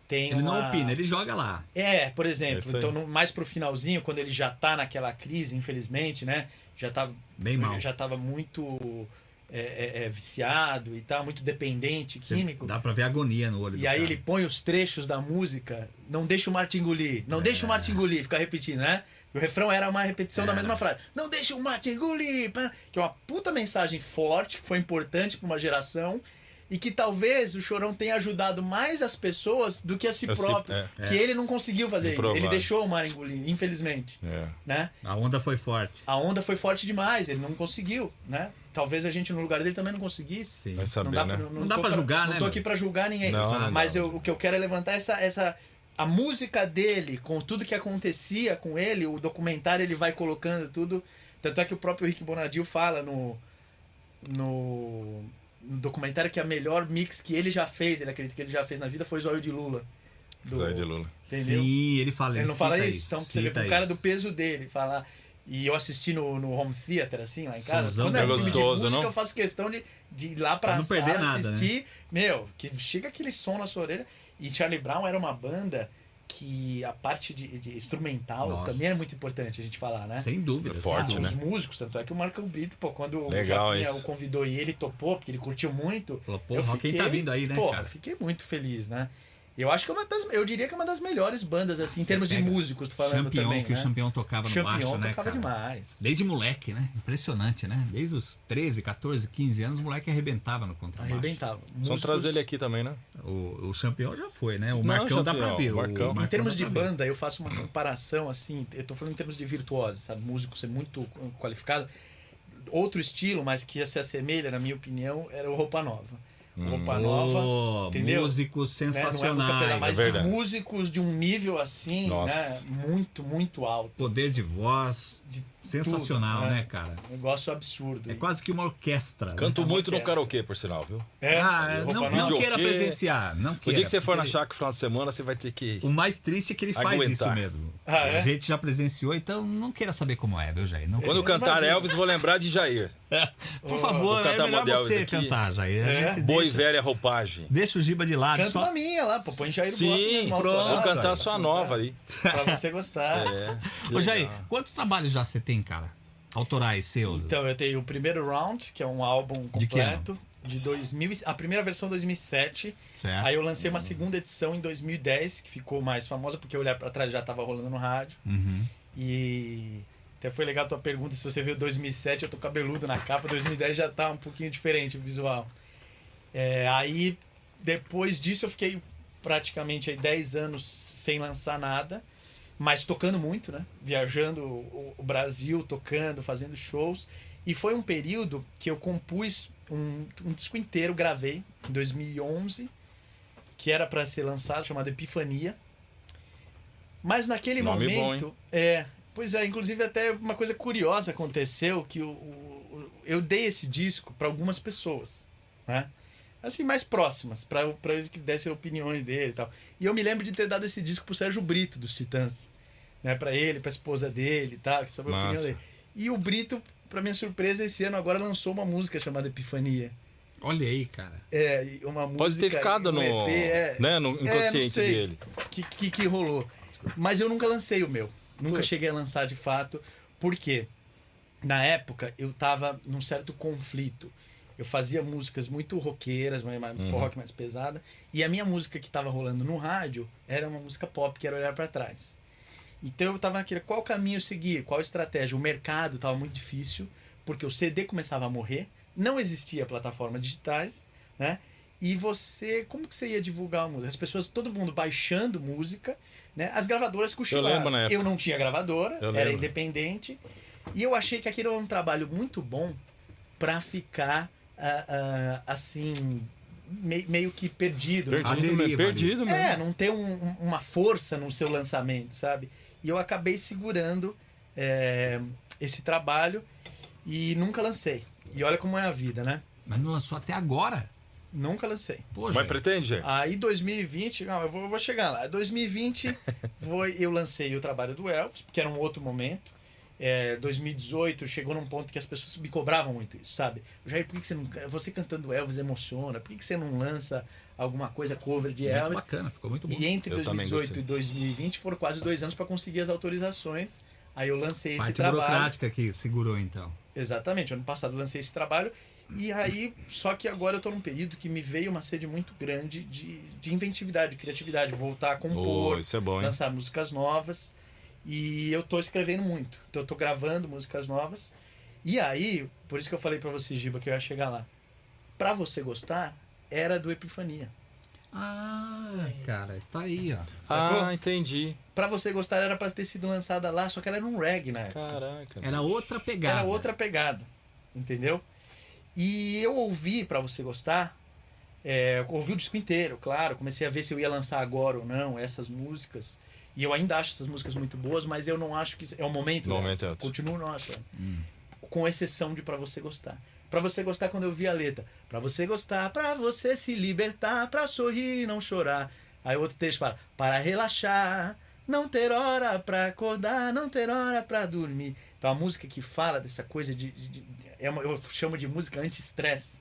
[SPEAKER 2] tem
[SPEAKER 4] Ele não
[SPEAKER 2] uma-
[SPEAKER 4] opina, ele joga lá.
[SPEAKER 2] É, por
[SPEAKER 1] É
[SPEAKER 2] exemplo,
[SPEAKER 1] isso aí.
[SPEAKER 2] então no- mais pro finalzinho, quando ele já tá naquela crise, infelizmente, né? Já tá
[SPEAKER 4] Bem mal.
[SPEAKER 2] já tava muito é, é, é, viciado e tal, muito dependente
[SPEAKER 4] Você-
[SPEAKER 2] químico.
[SPEAKER 4] Dá pra ver agonia no olho do
[SPEAKER 2] E aí
[SPEAKER 4] cara.
[SPEAKER 2] ele põe os trechos da música, não deixa o Martin engolir,
[SPEAKER 1] É.
[SPEAKER 2] não deixa o Martin engolir, fica repetindo, né? O refrão era uma repetição da mesma frase. Não deixa o Martin engolir, pá, que é uma puta mensagem forte, que foi importante pra uma geração e que talvez o Chorão tenha ajudado mais as pessoas do que a si
[SPEAKER 1] A si-
[SPEAKER 2] próprio,
[SPEAKER 1] é.
[SPEAKER 2] que ele não conseguiu fazer. isso. Ele
[SPEAKER 1] Improvável.
[SPEAKER 2] deixou o Mar engolir, infelizmente,
[SPEAKER 1] É.
[SPEAKER 2] né?
[SPEAKER 4] A onda foi forte.
[SPEAKER 2] A onda foi forte demais, ele não conseguiu, né? Talvez a gente no lugar dele também não conseguisse.
[SPEAKER 4] Sim.
[SPEAKER 1] Vai saber,
[SPEAKER 2] Não dá,
[SPEAKER 1] né?
[SPEAKER 2] pra-
[SPEAKER 4] Não dá
[SPEAKER 2] tô
[SPEAKER 4] pra julgar, né,
[SPEAKER 2] Não tô
[SPEAKER 4] meu?
[SPEAKER 2] aqui pra julgar ninguém.
[SPEAKER 1] Não,
[SPEAKER 2] sabe?
[SPEAKER 1] não
[SPEAKER 2] mas eu- o que eu quero é levantar essa, essa. A música dele, com tudo que acontecia com ele, o documentário ele vai colocando tudo. Tanto é que o próprio Rick Bonadil fala no. no no documentário que a melhor mix que ele já fez, ele acredita que ele já fez na vida, foi Zóio de Lula. Do-
[SPEAKER 1] Zóio de Lula.
[SPEAKER 2] Entendeu?
[SPEAKER 4] Sim, ele fala
[SPEAKER 2] Ele não fala
[SPEAKER 4] cita
[SPEAKER 2] isso, então você vê
[SPEAKER 4] cita
[SPEAKER 2] pro cara
[SPEAKER 4] isso.
[SPEAKER 2] do peso dele falar. E eu assisti no, no home theater, assim, lá em casa.
[SPEAKER 4] Somzão
[SPEAKER 2] Quando é,
[SPEAKER 1] é
[SPEAKER 2] filme de
[SPEAKER 1] gostoso,
[SPEAKER 2] música,
[SPEAKER 1] não?
[SPEAKER 2] eu faço questão de, de ir lá pra
[SPEAKER 4] Pra não perder
[SPEAKER 2] sala,
[SPEAKER 4] nada, né?
[SPEAKER 2] assistir. Meu, que chega aquele som na sua orelha. E Charlie Brown era uma banda que a parte de, de instrumental
[SPEAKER 4] Nossa.
[SPEAKER 2] também é muito importante a gente falar, né?
[SPEAKER 4] Sem dúvida.
[SPEAKER 1] Forte,
[SPEAKER 2] Ah,
[SPEAKER 1] né?
[SPEAKER 2] Os músicos, tanto é que o Marco Brito, pô, quando
[SPEAKER 1] Legal
[SPEAKER 2] o Japinha
[SPEAKER 1] isso.
[SPEAKER 2] o convidou e ele topou, porque ele curtiu muito.
[SPEAKER 4] Falou, pô, Rock in tá vindo aí, né,
[SPEAKER 2] pô,
[SPEAKER 4] cara?
[SPEAKER 2] fiquei muito feliz, né? Eu acho que é uma das, eu diria que é uma das melhores bandas, assim, em
[SPEAKER 4] Você
[SPEAKER 2] termos de
[SPEAKER 4] pega
[SPEAKER 2] músicos, tô falando
[SPEAKER 4] Champion,
[SPEAKER 2] também,
[SPEAKER 4] que o
[SPEAKER 2] né?
[SPEAKER 4] Champion tocava no
[SPEAKER 2] Champion
[SPEAKER 4] baixo, né,
[SPEAKER 2] tocava
[SPEAKER 4] cara?
[SPEAKER 2] demais.
[SPEAKER 4] Desde moleque, né? Impressionante, né? Desde os 13, 14, 15 anos, o moleque arrebentava no contrabaixo.
[SPEAKER 2] Arrebentava.
[SPEAKER 1] Só
[SPEAKER 2] Músicos-
[SPEAKER 1] trazer ele aqui também, né?
[SPEAKER 4] O, o campeão já foi, né? O Marcão dá pra
[SPEAKER 1] Champion,
[SPEAKER 4] ver.
[SPEAKER 1] o Marcão.
[SPEAKER 2] Em termos de
[SPEAKER 4] dá pra ver.
[SPEAKER 2] banda, eu faço uma comparação assim, eu tô falando em termos de virtuose, sabe? Músico ser muito qualificado. Outro estilo, mas que se assemelha, na minha opinião, era o Roupa Nova. O
[SPEAKER 4] Hum.
[SPEAKER 2] Roupa Nova,
[SPEAKER 4] Pô,
[SPEAKER 2] entendeu?
[SPEAKER 4] músicos
[SPEAKER 2] né? Não é um campeonato,
[SPEAKER 4] sensacionais.
[SPEAKER 2] mas
[SPEAKER 1] É
[SPEAKER 2] de
[SPEAKER 1] verdade.
[SPEAKER 2] músicos de um nível assim,
[SPEAKER 1] Nossa.
[SPEAKER 2] né? Muito, muito alto.
[SPEAKER 4] Poder de voz
[SPEAKER 2] De
[SPEAKER 4] sensacional,
[SPEAKER 2] tudo,
[SPEAKER 4] né, cara?
[SPEAKER 2] Um negócio absurdo.
[SPEAKER 4] É quase que uma orquestra.
[SPEAKER 1] Canto
[SPEAKER 4] né?
[SPEAKER 1] muito no
[SPEAKER 2] orquestra.
[SPEAKER 1] karaokê, por sinal, viu?
[SPEAKER 2] É,
[SPEAKER 4] Ah,
[SPEAKER 2] roupa
[SPEAKER 4] não,
[SPEAKER 2] nova.
[SPEAKER 4] não queira
[SPEAKER 1] Videokê.
[SPEAKER 4] presenciar. Não
[SPEAKER 1] O
[SPEAKER 4] queira.
[SPEAKER 1] dia que você for na
[SPEAKER 4] porque
[SPEAKER 1] chácara no final de semana, você vai ter que.
[SPEAKER 4] O mais triste é que ele faz isso
[SPEAKER 1] Aguentar.
[SPEAKER 4] mesmo.
[SPEAKER 2] Ah, é?
[SPEAKER 4] A gente já presenciou, então não queira saber como é, viu, Jair? Não
[SPEAKER 1] Quando eu
[SPEAKER 4] queira.
[SPEAKER 1] cantar Elvis, vou lembrar de Jair.
[SPEAKER 4] Por favor,
[SPEAKER 1] Vou
[SPEAKER 4] é
[SPEAKER 1] cantar uma
[SPEAKER 4] melhor
[SPEAKER 1] delas
[SPEAKER 4] você
[SPEAKER 1] aqui.
[SPEAKER 4] cantar, Jair. A
[SPEAKER 2] É.
[SPEAKER 4] gente
[SPEAKER 1] Boi
[SPEAKER 4] deixa,
[SPEAKER 1] velha roupagem.
[SPEAKER 4] deixa o Giba de lado.
[SPEAKER 2] Canta
[SPEAKER 4] só-
[SPEAKER 2] uma minha lá, pô. Põe Jair Bloch
[SPEAKER 1] Sim,
[SPEAKER 2] mesmo,
[SPEAKER 1] vou
[SPEAKER 2] autoral,
[SPEAKER 1] cantar
[SPEAKER 2] cara,
[SPEAKER 1] só a
[SPEAKER 2] pra
[SPEAKER 1] nova
[SPEAKER 2] cantar,
[SPEAKER 1] aí.
[SPEAKER 2] Pra você gostar.
[SPEAKER 1] É.
[SPEAKER 4] Ô, Jair, quantos trabalhos já você tem, cara? Autorais seus?
[SPEAKER 2] Então, eu tenho o primeiro round, que é um álbum
[SPEAKER 4] De que ano?
[SPEAKER 2] completo. De 2000, e- a primeira versão 2007.
[SPEAKER 4] Certo.
[SPEAKER 2] Aí eu lancei uma segunda edição em 2010, que ficou mais famosa, porque olhar pra trás já tava rolando no rádio. E até foi legal a tua pergunta, se você viu 2007, eu tô cabeludo na capa, 2010 já tá um pouquinho diferente o visual. É, aí, depois disso, eu fiquei praticamente aí 10 anos sem lançar nada, mas tocando muito, né? Viajando o, o Brasil, tocando, fazendo shows. E foi um período que eu compus um, um disco inteiro, gravei em 2011, que era para ser lançado, chamado Epifania. Mas naquele
[SPEAKER 1] Nome bom,
[SPEAKER 2] momento. é, pois é, inclusive até uma coisa curiosa aconteceu, que o, o- o- eu dei esse disco para algumas pessoas, né? assim, mais próximas, pra, pra eles que dessem opiniões dele e tal. E eu me lembro de ter dado esse disco pro Sérgio Brito, dos Titãs, né, pra ele, pra esposa dele e tal, é sobre a opinião
[SPEAKER 1] Massa.
[SPEAKER 2] dele. E o Brito, pra minha surpresa, esse ano agora lançou uma música chamada Epifania.
[SPEAKER 4] Olha aí, cara.
[SPEAKER 2] É, e uma música...
[SPEAKER 1] Pode ter ficado
[SPEAKER 2] um
[SPEAKER 1] no,
[SPEAKER 2] EP, é,
[SPEAKER 1] né, no
[SPEAKER 2] é, não
[SPEAKER 1] inconsciente
[SPEAKER 2] sei
[SPEAKER 1] dele.
[SPEAKER 2] Que, que, que rolou. Mas eu nunca lancei o meu. Nunca
[SPEAKER 1] Putz.
[SPEAKER 2] cheguei a lançar de fato. Por quê? Na época, eu tava num certo conflito. Eu fazia músicas muito roqueiras, mais,
[SPEAKER 1] Uhum.
[SPEAKER 2] mais- rock mais pesada. E a minha música que tava rolando no rádio era uma música pop, que era Olhar para Trás. Então eu tava naquele, qual caminho seguir, qual estratégia? O mercado tava muito difícil, porque o CD começava a morrer, não existia plataformas digitais, né? E você, como que você ia divulgar a música? As pessoas, todo mundo baixando música, né? As gravadoras cochilaram.
[SPEAKER 1] lembro na época.
[SPEAKER 2] Eu não tinha gravadora,
[SPEAKER 1] Eu
[SPEAKER 2] era
[SPEAKER 1] lembro.
[SPEAKER 2] independente. E eu achei que aquilo era um trabalho muito bom pra ficar ah, ah, assim, mei- meio que perdido. né?
[SPEAKER 1] Perdido,
[SPEAKER 4] deriva
[SPEAKER 1] mesmo,
[SPEAKER 4] ali.
[SPEAKER 1] perdido mesmo.
[SPEAKER 2] É, não ter um- um- uma força no seu lançamento, sabe? E eu acabei segurando é, esse trabalho e nunca lancei. E olha como é a vida, né?
[SPEAKER 4] Mas não lançou até agora.
[SPEAKER 2] Nunca lancei.
[SPEAKER 4] Pô,
[SPEAKER 1] Mas
[SPEAKER 4] gente,
[SPEAKER 1] pretende, Jé?
[SPEAKER 2] Aí 2020, não, eu vou, eu vou chegar lá. 2020 foi, eu lancei o trabalho do Elvis, porque era um outro momento. É, 2018 chegou num ponto que as pessoas me cobravam muito isso, sabe? Jair, por que que você não. Você cantando Elvis emociona? Por que que você não lança alguma coisa cover de
[SPEAKER 4] é muito
[SPEAKER 2] Elvis?
[SPEAKER 4] bacana, ficou muito bom.
[SPEAKER 2] É, E entre
[SPEAKER 1] Eu também
[SPEAKER 2] 2018 e
[SPEAKER 1] gostei.
[SPEAKER 2] 2020 foram quase dois anos para conseguir as autorizações. Aí eu lancei esse
[SPEAKER 4] Parte
[SPEAKER 2] trabalho.
[SPEAKER 4] burocrática que segurou, então.
[SPEAKER 2] Exatamente, ano passado eu lancei esse trabalho. E aí, só que agora eu tô num período que me veio uma sede muito grande de, de inventividade, criatividade, voltar a compor,
[SPEAKER 1] Oh, isso é bom, hein?
[SPEAKER 2] lançar músicas novas. E eu tô escrevendo muito. Então eu tô gravando músicas novas. E aí, por isso que eu falei para você, Giba, que eu ia chegar lá. Pra você gostar, era do Epifania.
[SPEAKER 4] Ah, cara, tá aí, ó.
[SPEAKER 2] Sacou?
[SPEAKER 1] Ah, entendi.
[SPEAKER 2] Pra você gostar era pra ter sido lançada lá, só que ela era um reggae, né?
[SPEAKER 1] Caraca.
[SPEAKER 4] Era outra pegada.
[SPEAKER 2] Era outra pegada, entendeu? E eu ouvi Pra você gostar, é, eu ouvi o disco inteiro, claro, comecei a ver se eu ia lançar agora ou não essas músicas. E eu ainda acho essas músicas muito boas, mas eu não acho que é o momento.
[SPEAKER 1] No
[SPEAKER 2] delas.
[SPEAKER 1] momento é outro.
[SPEAKER 2] Continuo não achando. Com exceção de Pra você gostar. Pra você gostar quando eu vi a letra. Pra você gostar, pra você se libertar, pra sorrir e não chorar. Aí outro texto fala: para relaxar, não ter hora pra acordar, não ter hora pra dormir. Então a música que fala dessa coisa de. de- de- é uma- eu chamo de música anti-estresse.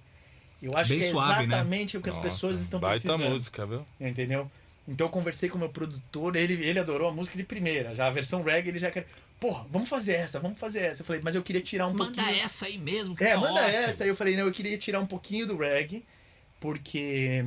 [SPEAKER 2] Eu acho
[SPEAKER 4] Bem
[SPEAKER 2] que é
[SPEAKER 4] suave, né?
[SPEAKER 2] exatamente o que as
[SPEAKER 1] Nossa,
[SPEAKER 2] pessoas estão
[SPEAKER 1] baita
[SPEAKER 2] precisando.
[SPEAKER 1] música, viu?
[SPEAKER 2] Entendeu? Então eu conversei com o meu produtor, ele, ele adorou a música de primeira, já a versão reggae ele já quer. Porra, vamos fazer essa, vamos fazer essa. Eu falei, mas eu queria tirar um
[SPEAKER 4] Manda
[SPEAKER 2] pouquinho.
[SPEAKER 4] essa aí mesmo, que
[SPEAKER 2] É,
[SPEAKER 4] tá
[SPEAKER 2] manda
[SPEAKER 4] ótimo.
[SPEAKER 2] essa. Aí eu falei, não, eu queria tirar um pouquinho do reggae, porque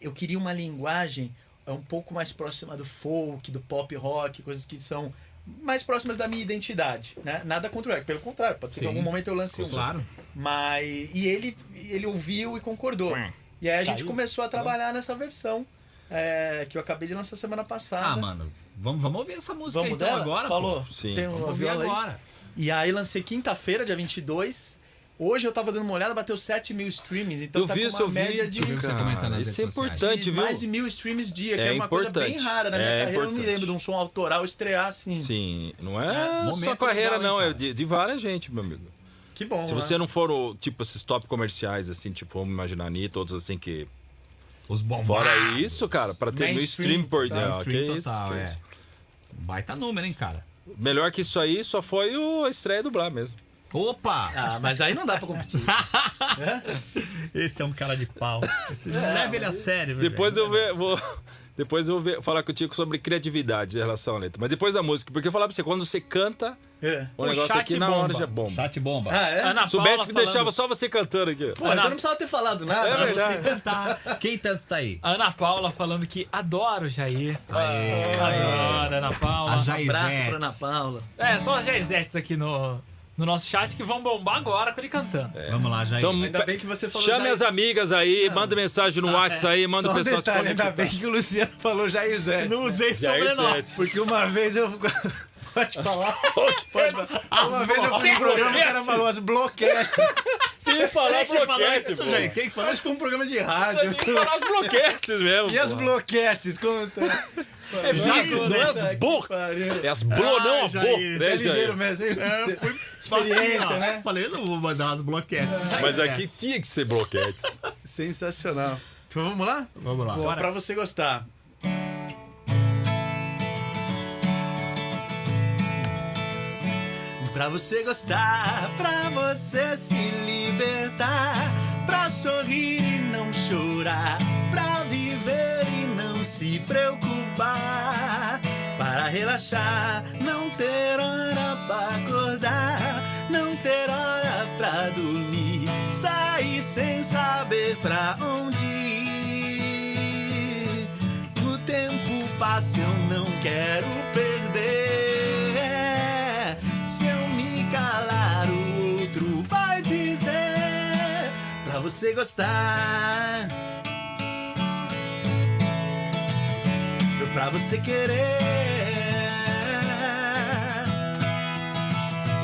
[SPEAKER 2] eu queria uma linguagem é, um pouco mais próxima do folk, do pop rock, coisas que são mais próximas da minha identidade, né? Nada contra o reggae, pelo contrário, pode ser que em
[SPEAKER 4] Sim,
[SPEAKER 2] algum momento eu lance um.
[SPEAKER 4] Claro.
[SPEAKER 2] Mas e ele ele ouviu e concordou. E aí a gente começou
[SPEAKER 1] Tá
[SPEAKER 2] a trabalhar nessa versão é, que eu acabei de lançar semana passada.
[SPEAKER 4] Ah, mano, vamos, vamos ouvir essa música
[SPEAKER 2] Vamos
[SPEAKER 4] então
[SPEAKER 2] dela?
[SPEAKER 4] agora,
[SPEAKER 2] Falou.
[SPEAKER 4] pô.
[SPEAKER 1] Sim.
[SPEAKER 2] Tem
[SPEAKER 4] Vamos
[SPEAKER 2] uma
[SPEAKER 4] ouvir
[SPEAKER 2] viola aí.
[SPEAKER 4] agora.
[SPEAKER 2] E aí lancei quinta-feira, dia 22. Hoje eu tava dando uma olhada, bateu 7 mil streams. Então
[SPEAKER 1] eu
[SPEAKER 2] tá
[SPEAKER 1] vi
[SPEAKER 2] com
[SPEAKER 1] o
[SPEAKER 2] uma
[SPEAKER 1] seu
[SPEAKER 2] média
[SPEAKER 1] vídeo,
[SPEAKER 2] de...
[SPEAKER 4] você comentando
[SPEAKER 1] cara.
[SPEAKER 4] nas
[SPEAKER 1] Isso é
[SPEAKER 4] redes sociais.
[SPEAKER 1] importante,
[SPEAKER 2] de
[SPEAKER 1] viu?
[SPEAKER 2] mais de mil streams dia, que
[SPEAKER 1] É
[SPEAKER 2] é, uma coisa bem
[SPEAKER 1] importante.
[SPEAKER 2] rara na minha
[SPEAKER 1] É
[SPEAKER 2] carreira. Eu não me
[SPEAKER 1] importante.
[SPEAKER 2] lembro de um som autoral estrear assim.
[SPEAKER 1] Sim, não é, só
[SPEAKER 4] É, momento
[SPEAKER 1] carreira,
[SPEAKER 4] legal,
[SPEAKER 1] não,
[SPEAKER 2] então.
[SPEAKER 4] hein,
[SPEAKER 1] é de, de várias gente, meu amigo.
[SPEAKER 2] Que bom.
[SPEAKER 1] Se
[SPEAKER 2] né?
[SPEAKER 1] você não for, o, tipo, esses top comerciais, assim, tipo, vamos imaginar Anitta, outros assim que.
[SPEAKER 4] Os bombados.
[SPEAKER 1] Fora isso, cara, pra ter no
[SPEAKER 2] Mainstream,
[SPEAKER 1] stream por
[SPEAKER 2] tá?
[SPEAKER 1] dentro. Que
[SPEAKER 4] Stream
[SPEAKER 1] isso,
[SPEAKER 4] total,
[SPEAKER 1] que
[SPEAKER 4] é.
[SPEAKER 1] isso.
[SPEAKER 4] Baita número, hein, cara.
[SPEAKER 1] Melhor que isso aí só foi o, a estreia do Blá mesmo.
[SPEAKER 4] Opa!
[SPEAKER 2] Ah, mas aí não dá pra competir.
[SPEAKER 4] Esse é um cara de pau.
[SPEAKER 2] É,
[SPEAKER 4] Esse- não leva ele a sério, meu
[SPEAKER 1] Depois
[SPEAKER 4] velho.
[SPEAKER 1] eu ver- vou. Depois eu vou falar contigo sobre criatividade em relação à letra. Mas depois da música, porque eu falar pra você, quando você canta,
[SPEAKER 2] É.
[SPEAKER 1] o,
[SPEAKER 5] O
[SPEAKER 1] negócio
[SPEAKER 5] chat
[SPEAKER 1] aqui na hora
[SPEAKER 5] bomba.
[SPEAKER 1] já é bomba.
[SPEAKER 4] Chat bomba.
[SPEAKER 2] Ah, é?
[SPEAKER 5] Ana
[SPEAKER 1] Soubesse
[SPEAKER 5] Paula
[SPEAKER 1] que
[SPEAKER 5] falando-
[SPEAKER 1] deixava só você cantando aqui.
[SPEAKER 2] Pô, então não precisava ter falado nada.
[SPEAKER 1] É
[SPEAKER 2] né?
[SPEAKER 1] verdade.
[SPEAKER 4] Tá. Quem tanto tá aí?
[SPEAKER 5] A Ana Paula falando que adora o Jair. Adora, Ana Paula.
[SPEAKER 4] É. A Jair
[SPEAKER 2] Ah, um Abraço pra Ana Paula.
[SPEAKER 5] É, só as Jairzetes aqui no, no nosso chat que vão bombar agora com ele cantando. É
[SPEAKER 4] Vamos lá, Jair.
[SPEAKER 1] Então,
[SPEAKER 2] Ainda bem que você falou
[SPEAKER 1] Chame
[SPEAKER 2] Jair.
[SPEAKER 1] as amigas aí, manda mensagem no WhatsApp aí, manda
[SPEAKER 2] é. Só
[SPEAKER 1] o
[SPEAKER 2] um
[SPEAKER 1] pessoal
[SPEAKER 2] detalhe,
[SPEAKER 1] se
[SPEAKER 2] ainda
[SPEAKER 1] conectar.
[SPEAKER 2] bem que o Luciano falou Jair Zé. Não usei
[SPEAKER 1] Jair Zete.
[SPEAKER 2] Porque uma vez eu. Pode falar? Pode falar. Uma vez eu fui no programa e o cara falou as bloquetes.
[SPEAKER 1] Quem falar
[SPEAKER 2] Quem que falou
[SPEAKER 1] bloquete,
[SPEAKER 2] isso,
[SPEAKER 1] pô.
[SPEAKER 2] Jair? Quem que falou? Acho que foi um programa de rádio.
[SPEAKER 1] Tem que falar os bloquetes mesmo.
[SPEAKER 2] E as
[SPEAKER 1] pô.
[SPEAKER 2] bloquetes? Como tá?
[SPEAKER 1] É
[SPEAKER 2] Jair
[SPEAKER 1] vivo, não
[SPEAKER 2] Zé,
[SPEAKER 1] é as
[SPEAKER 2] que
[SPEAKER 1] bo...
[SPEAKER 2] pariu.
[SPEAKER 1] É as blo, não a bo.
[SPEAKER 4] Jair,
[SPEAKER 1] né,
[SPEAKER 2] É
[SPEAKER 1] Jair?
[SPEAKER 2] ligeiro mesmo. hein? Experiência, né?
[SPEAKER 4] Falei, eu não vou mandar as bloquetes. Jair
[SPEAKER 1] Mas
[SPEAKER 4] Zé.
[SPEAKER 1] aqui tinha que ser bloquetes.
[SPEAKER 2] Sensacional. Então vamos lá?
[SPEAKER 4] Vamos lá.
[SPEAKER 2] Então, pra você gostar. Pra você gostar, pra você se libertar, pra sorrir e não chorar, pra viver e não se preocupar, para relaxar, não ter hora pra acordar, não ter hora pra dormir, sair sem saber pra onde ir. O tempo passa, eu não quero perder. Se eu me calar, o outro vai dizer pra você gostar. pra você querer.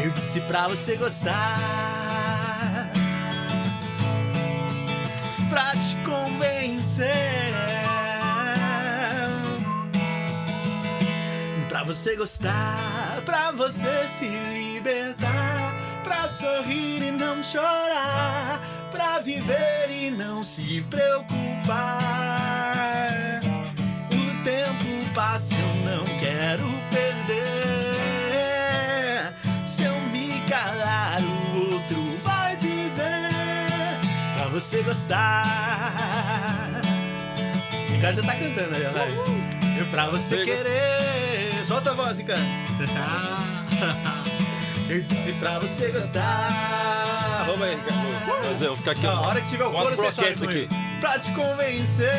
[SPEAKER 2] Eu disse pra você gostar, pra te convencer. Pra você gostar, pra você se libertar, pra sorrir e não chorar, pra viver e não se preocupar. O tempo passa, eu não quero perder. Se eu me calar, o outro vai dizer pra você gostar. O Ricardo já tá cantando aí, ó, vai. Eu Pra você
[SPEAKER 1] Você gost-
[SPEAKER 2] querer. Solta a voz, Ricardo. Eu disse pra você gostar.
[SPEAKER 1] Vamos aí, Ricardo. Mas eu vou ficar aqui.
[SPEAKER 2] Na
[SPEAKER 1] ó.
[SPEAKER 2] hora que tiver o
[SPEAKER 1] Com as
[SPEAKER 2] coro, você chora
[SPEAKER 1] broquetes
[SPEAKER 2] comigo.
[SPEAKER 1] aqui.
[SPEAKER 2] Pra te convencer.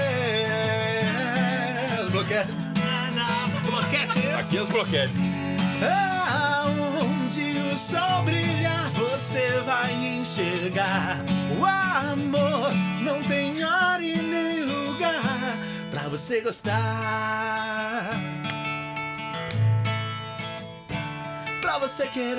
[SPEAKER 2] Os bloquetes.
[SPEAKER 4] Nas bloquetes.
[SPEAKER 1] Aqui os broquetes.
[SPEAKER 2] Aonde o sol brilhar, você vai enxergar. O amor não tem hora e nem lugar pra você gostar. Pra você querer.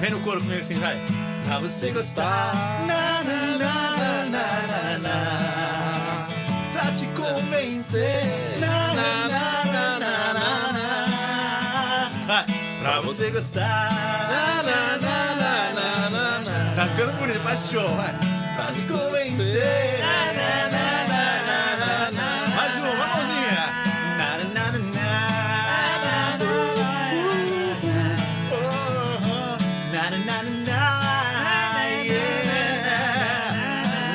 [SPEAKER 2] Vem no coro comigo assim, vai. Pra você gostar. Na, na, na, na, na, na, na. Pra te convencer. Na, na, na, na, na, na, na. Vai. Pra você gostar. Tá ficando bonito, faz esse show, vai. Pra te convencer. Mais uma, uma mãozinha. Na, na, na, na, na. Uh, uh, oh, oh. Na, na, na, na, yeah.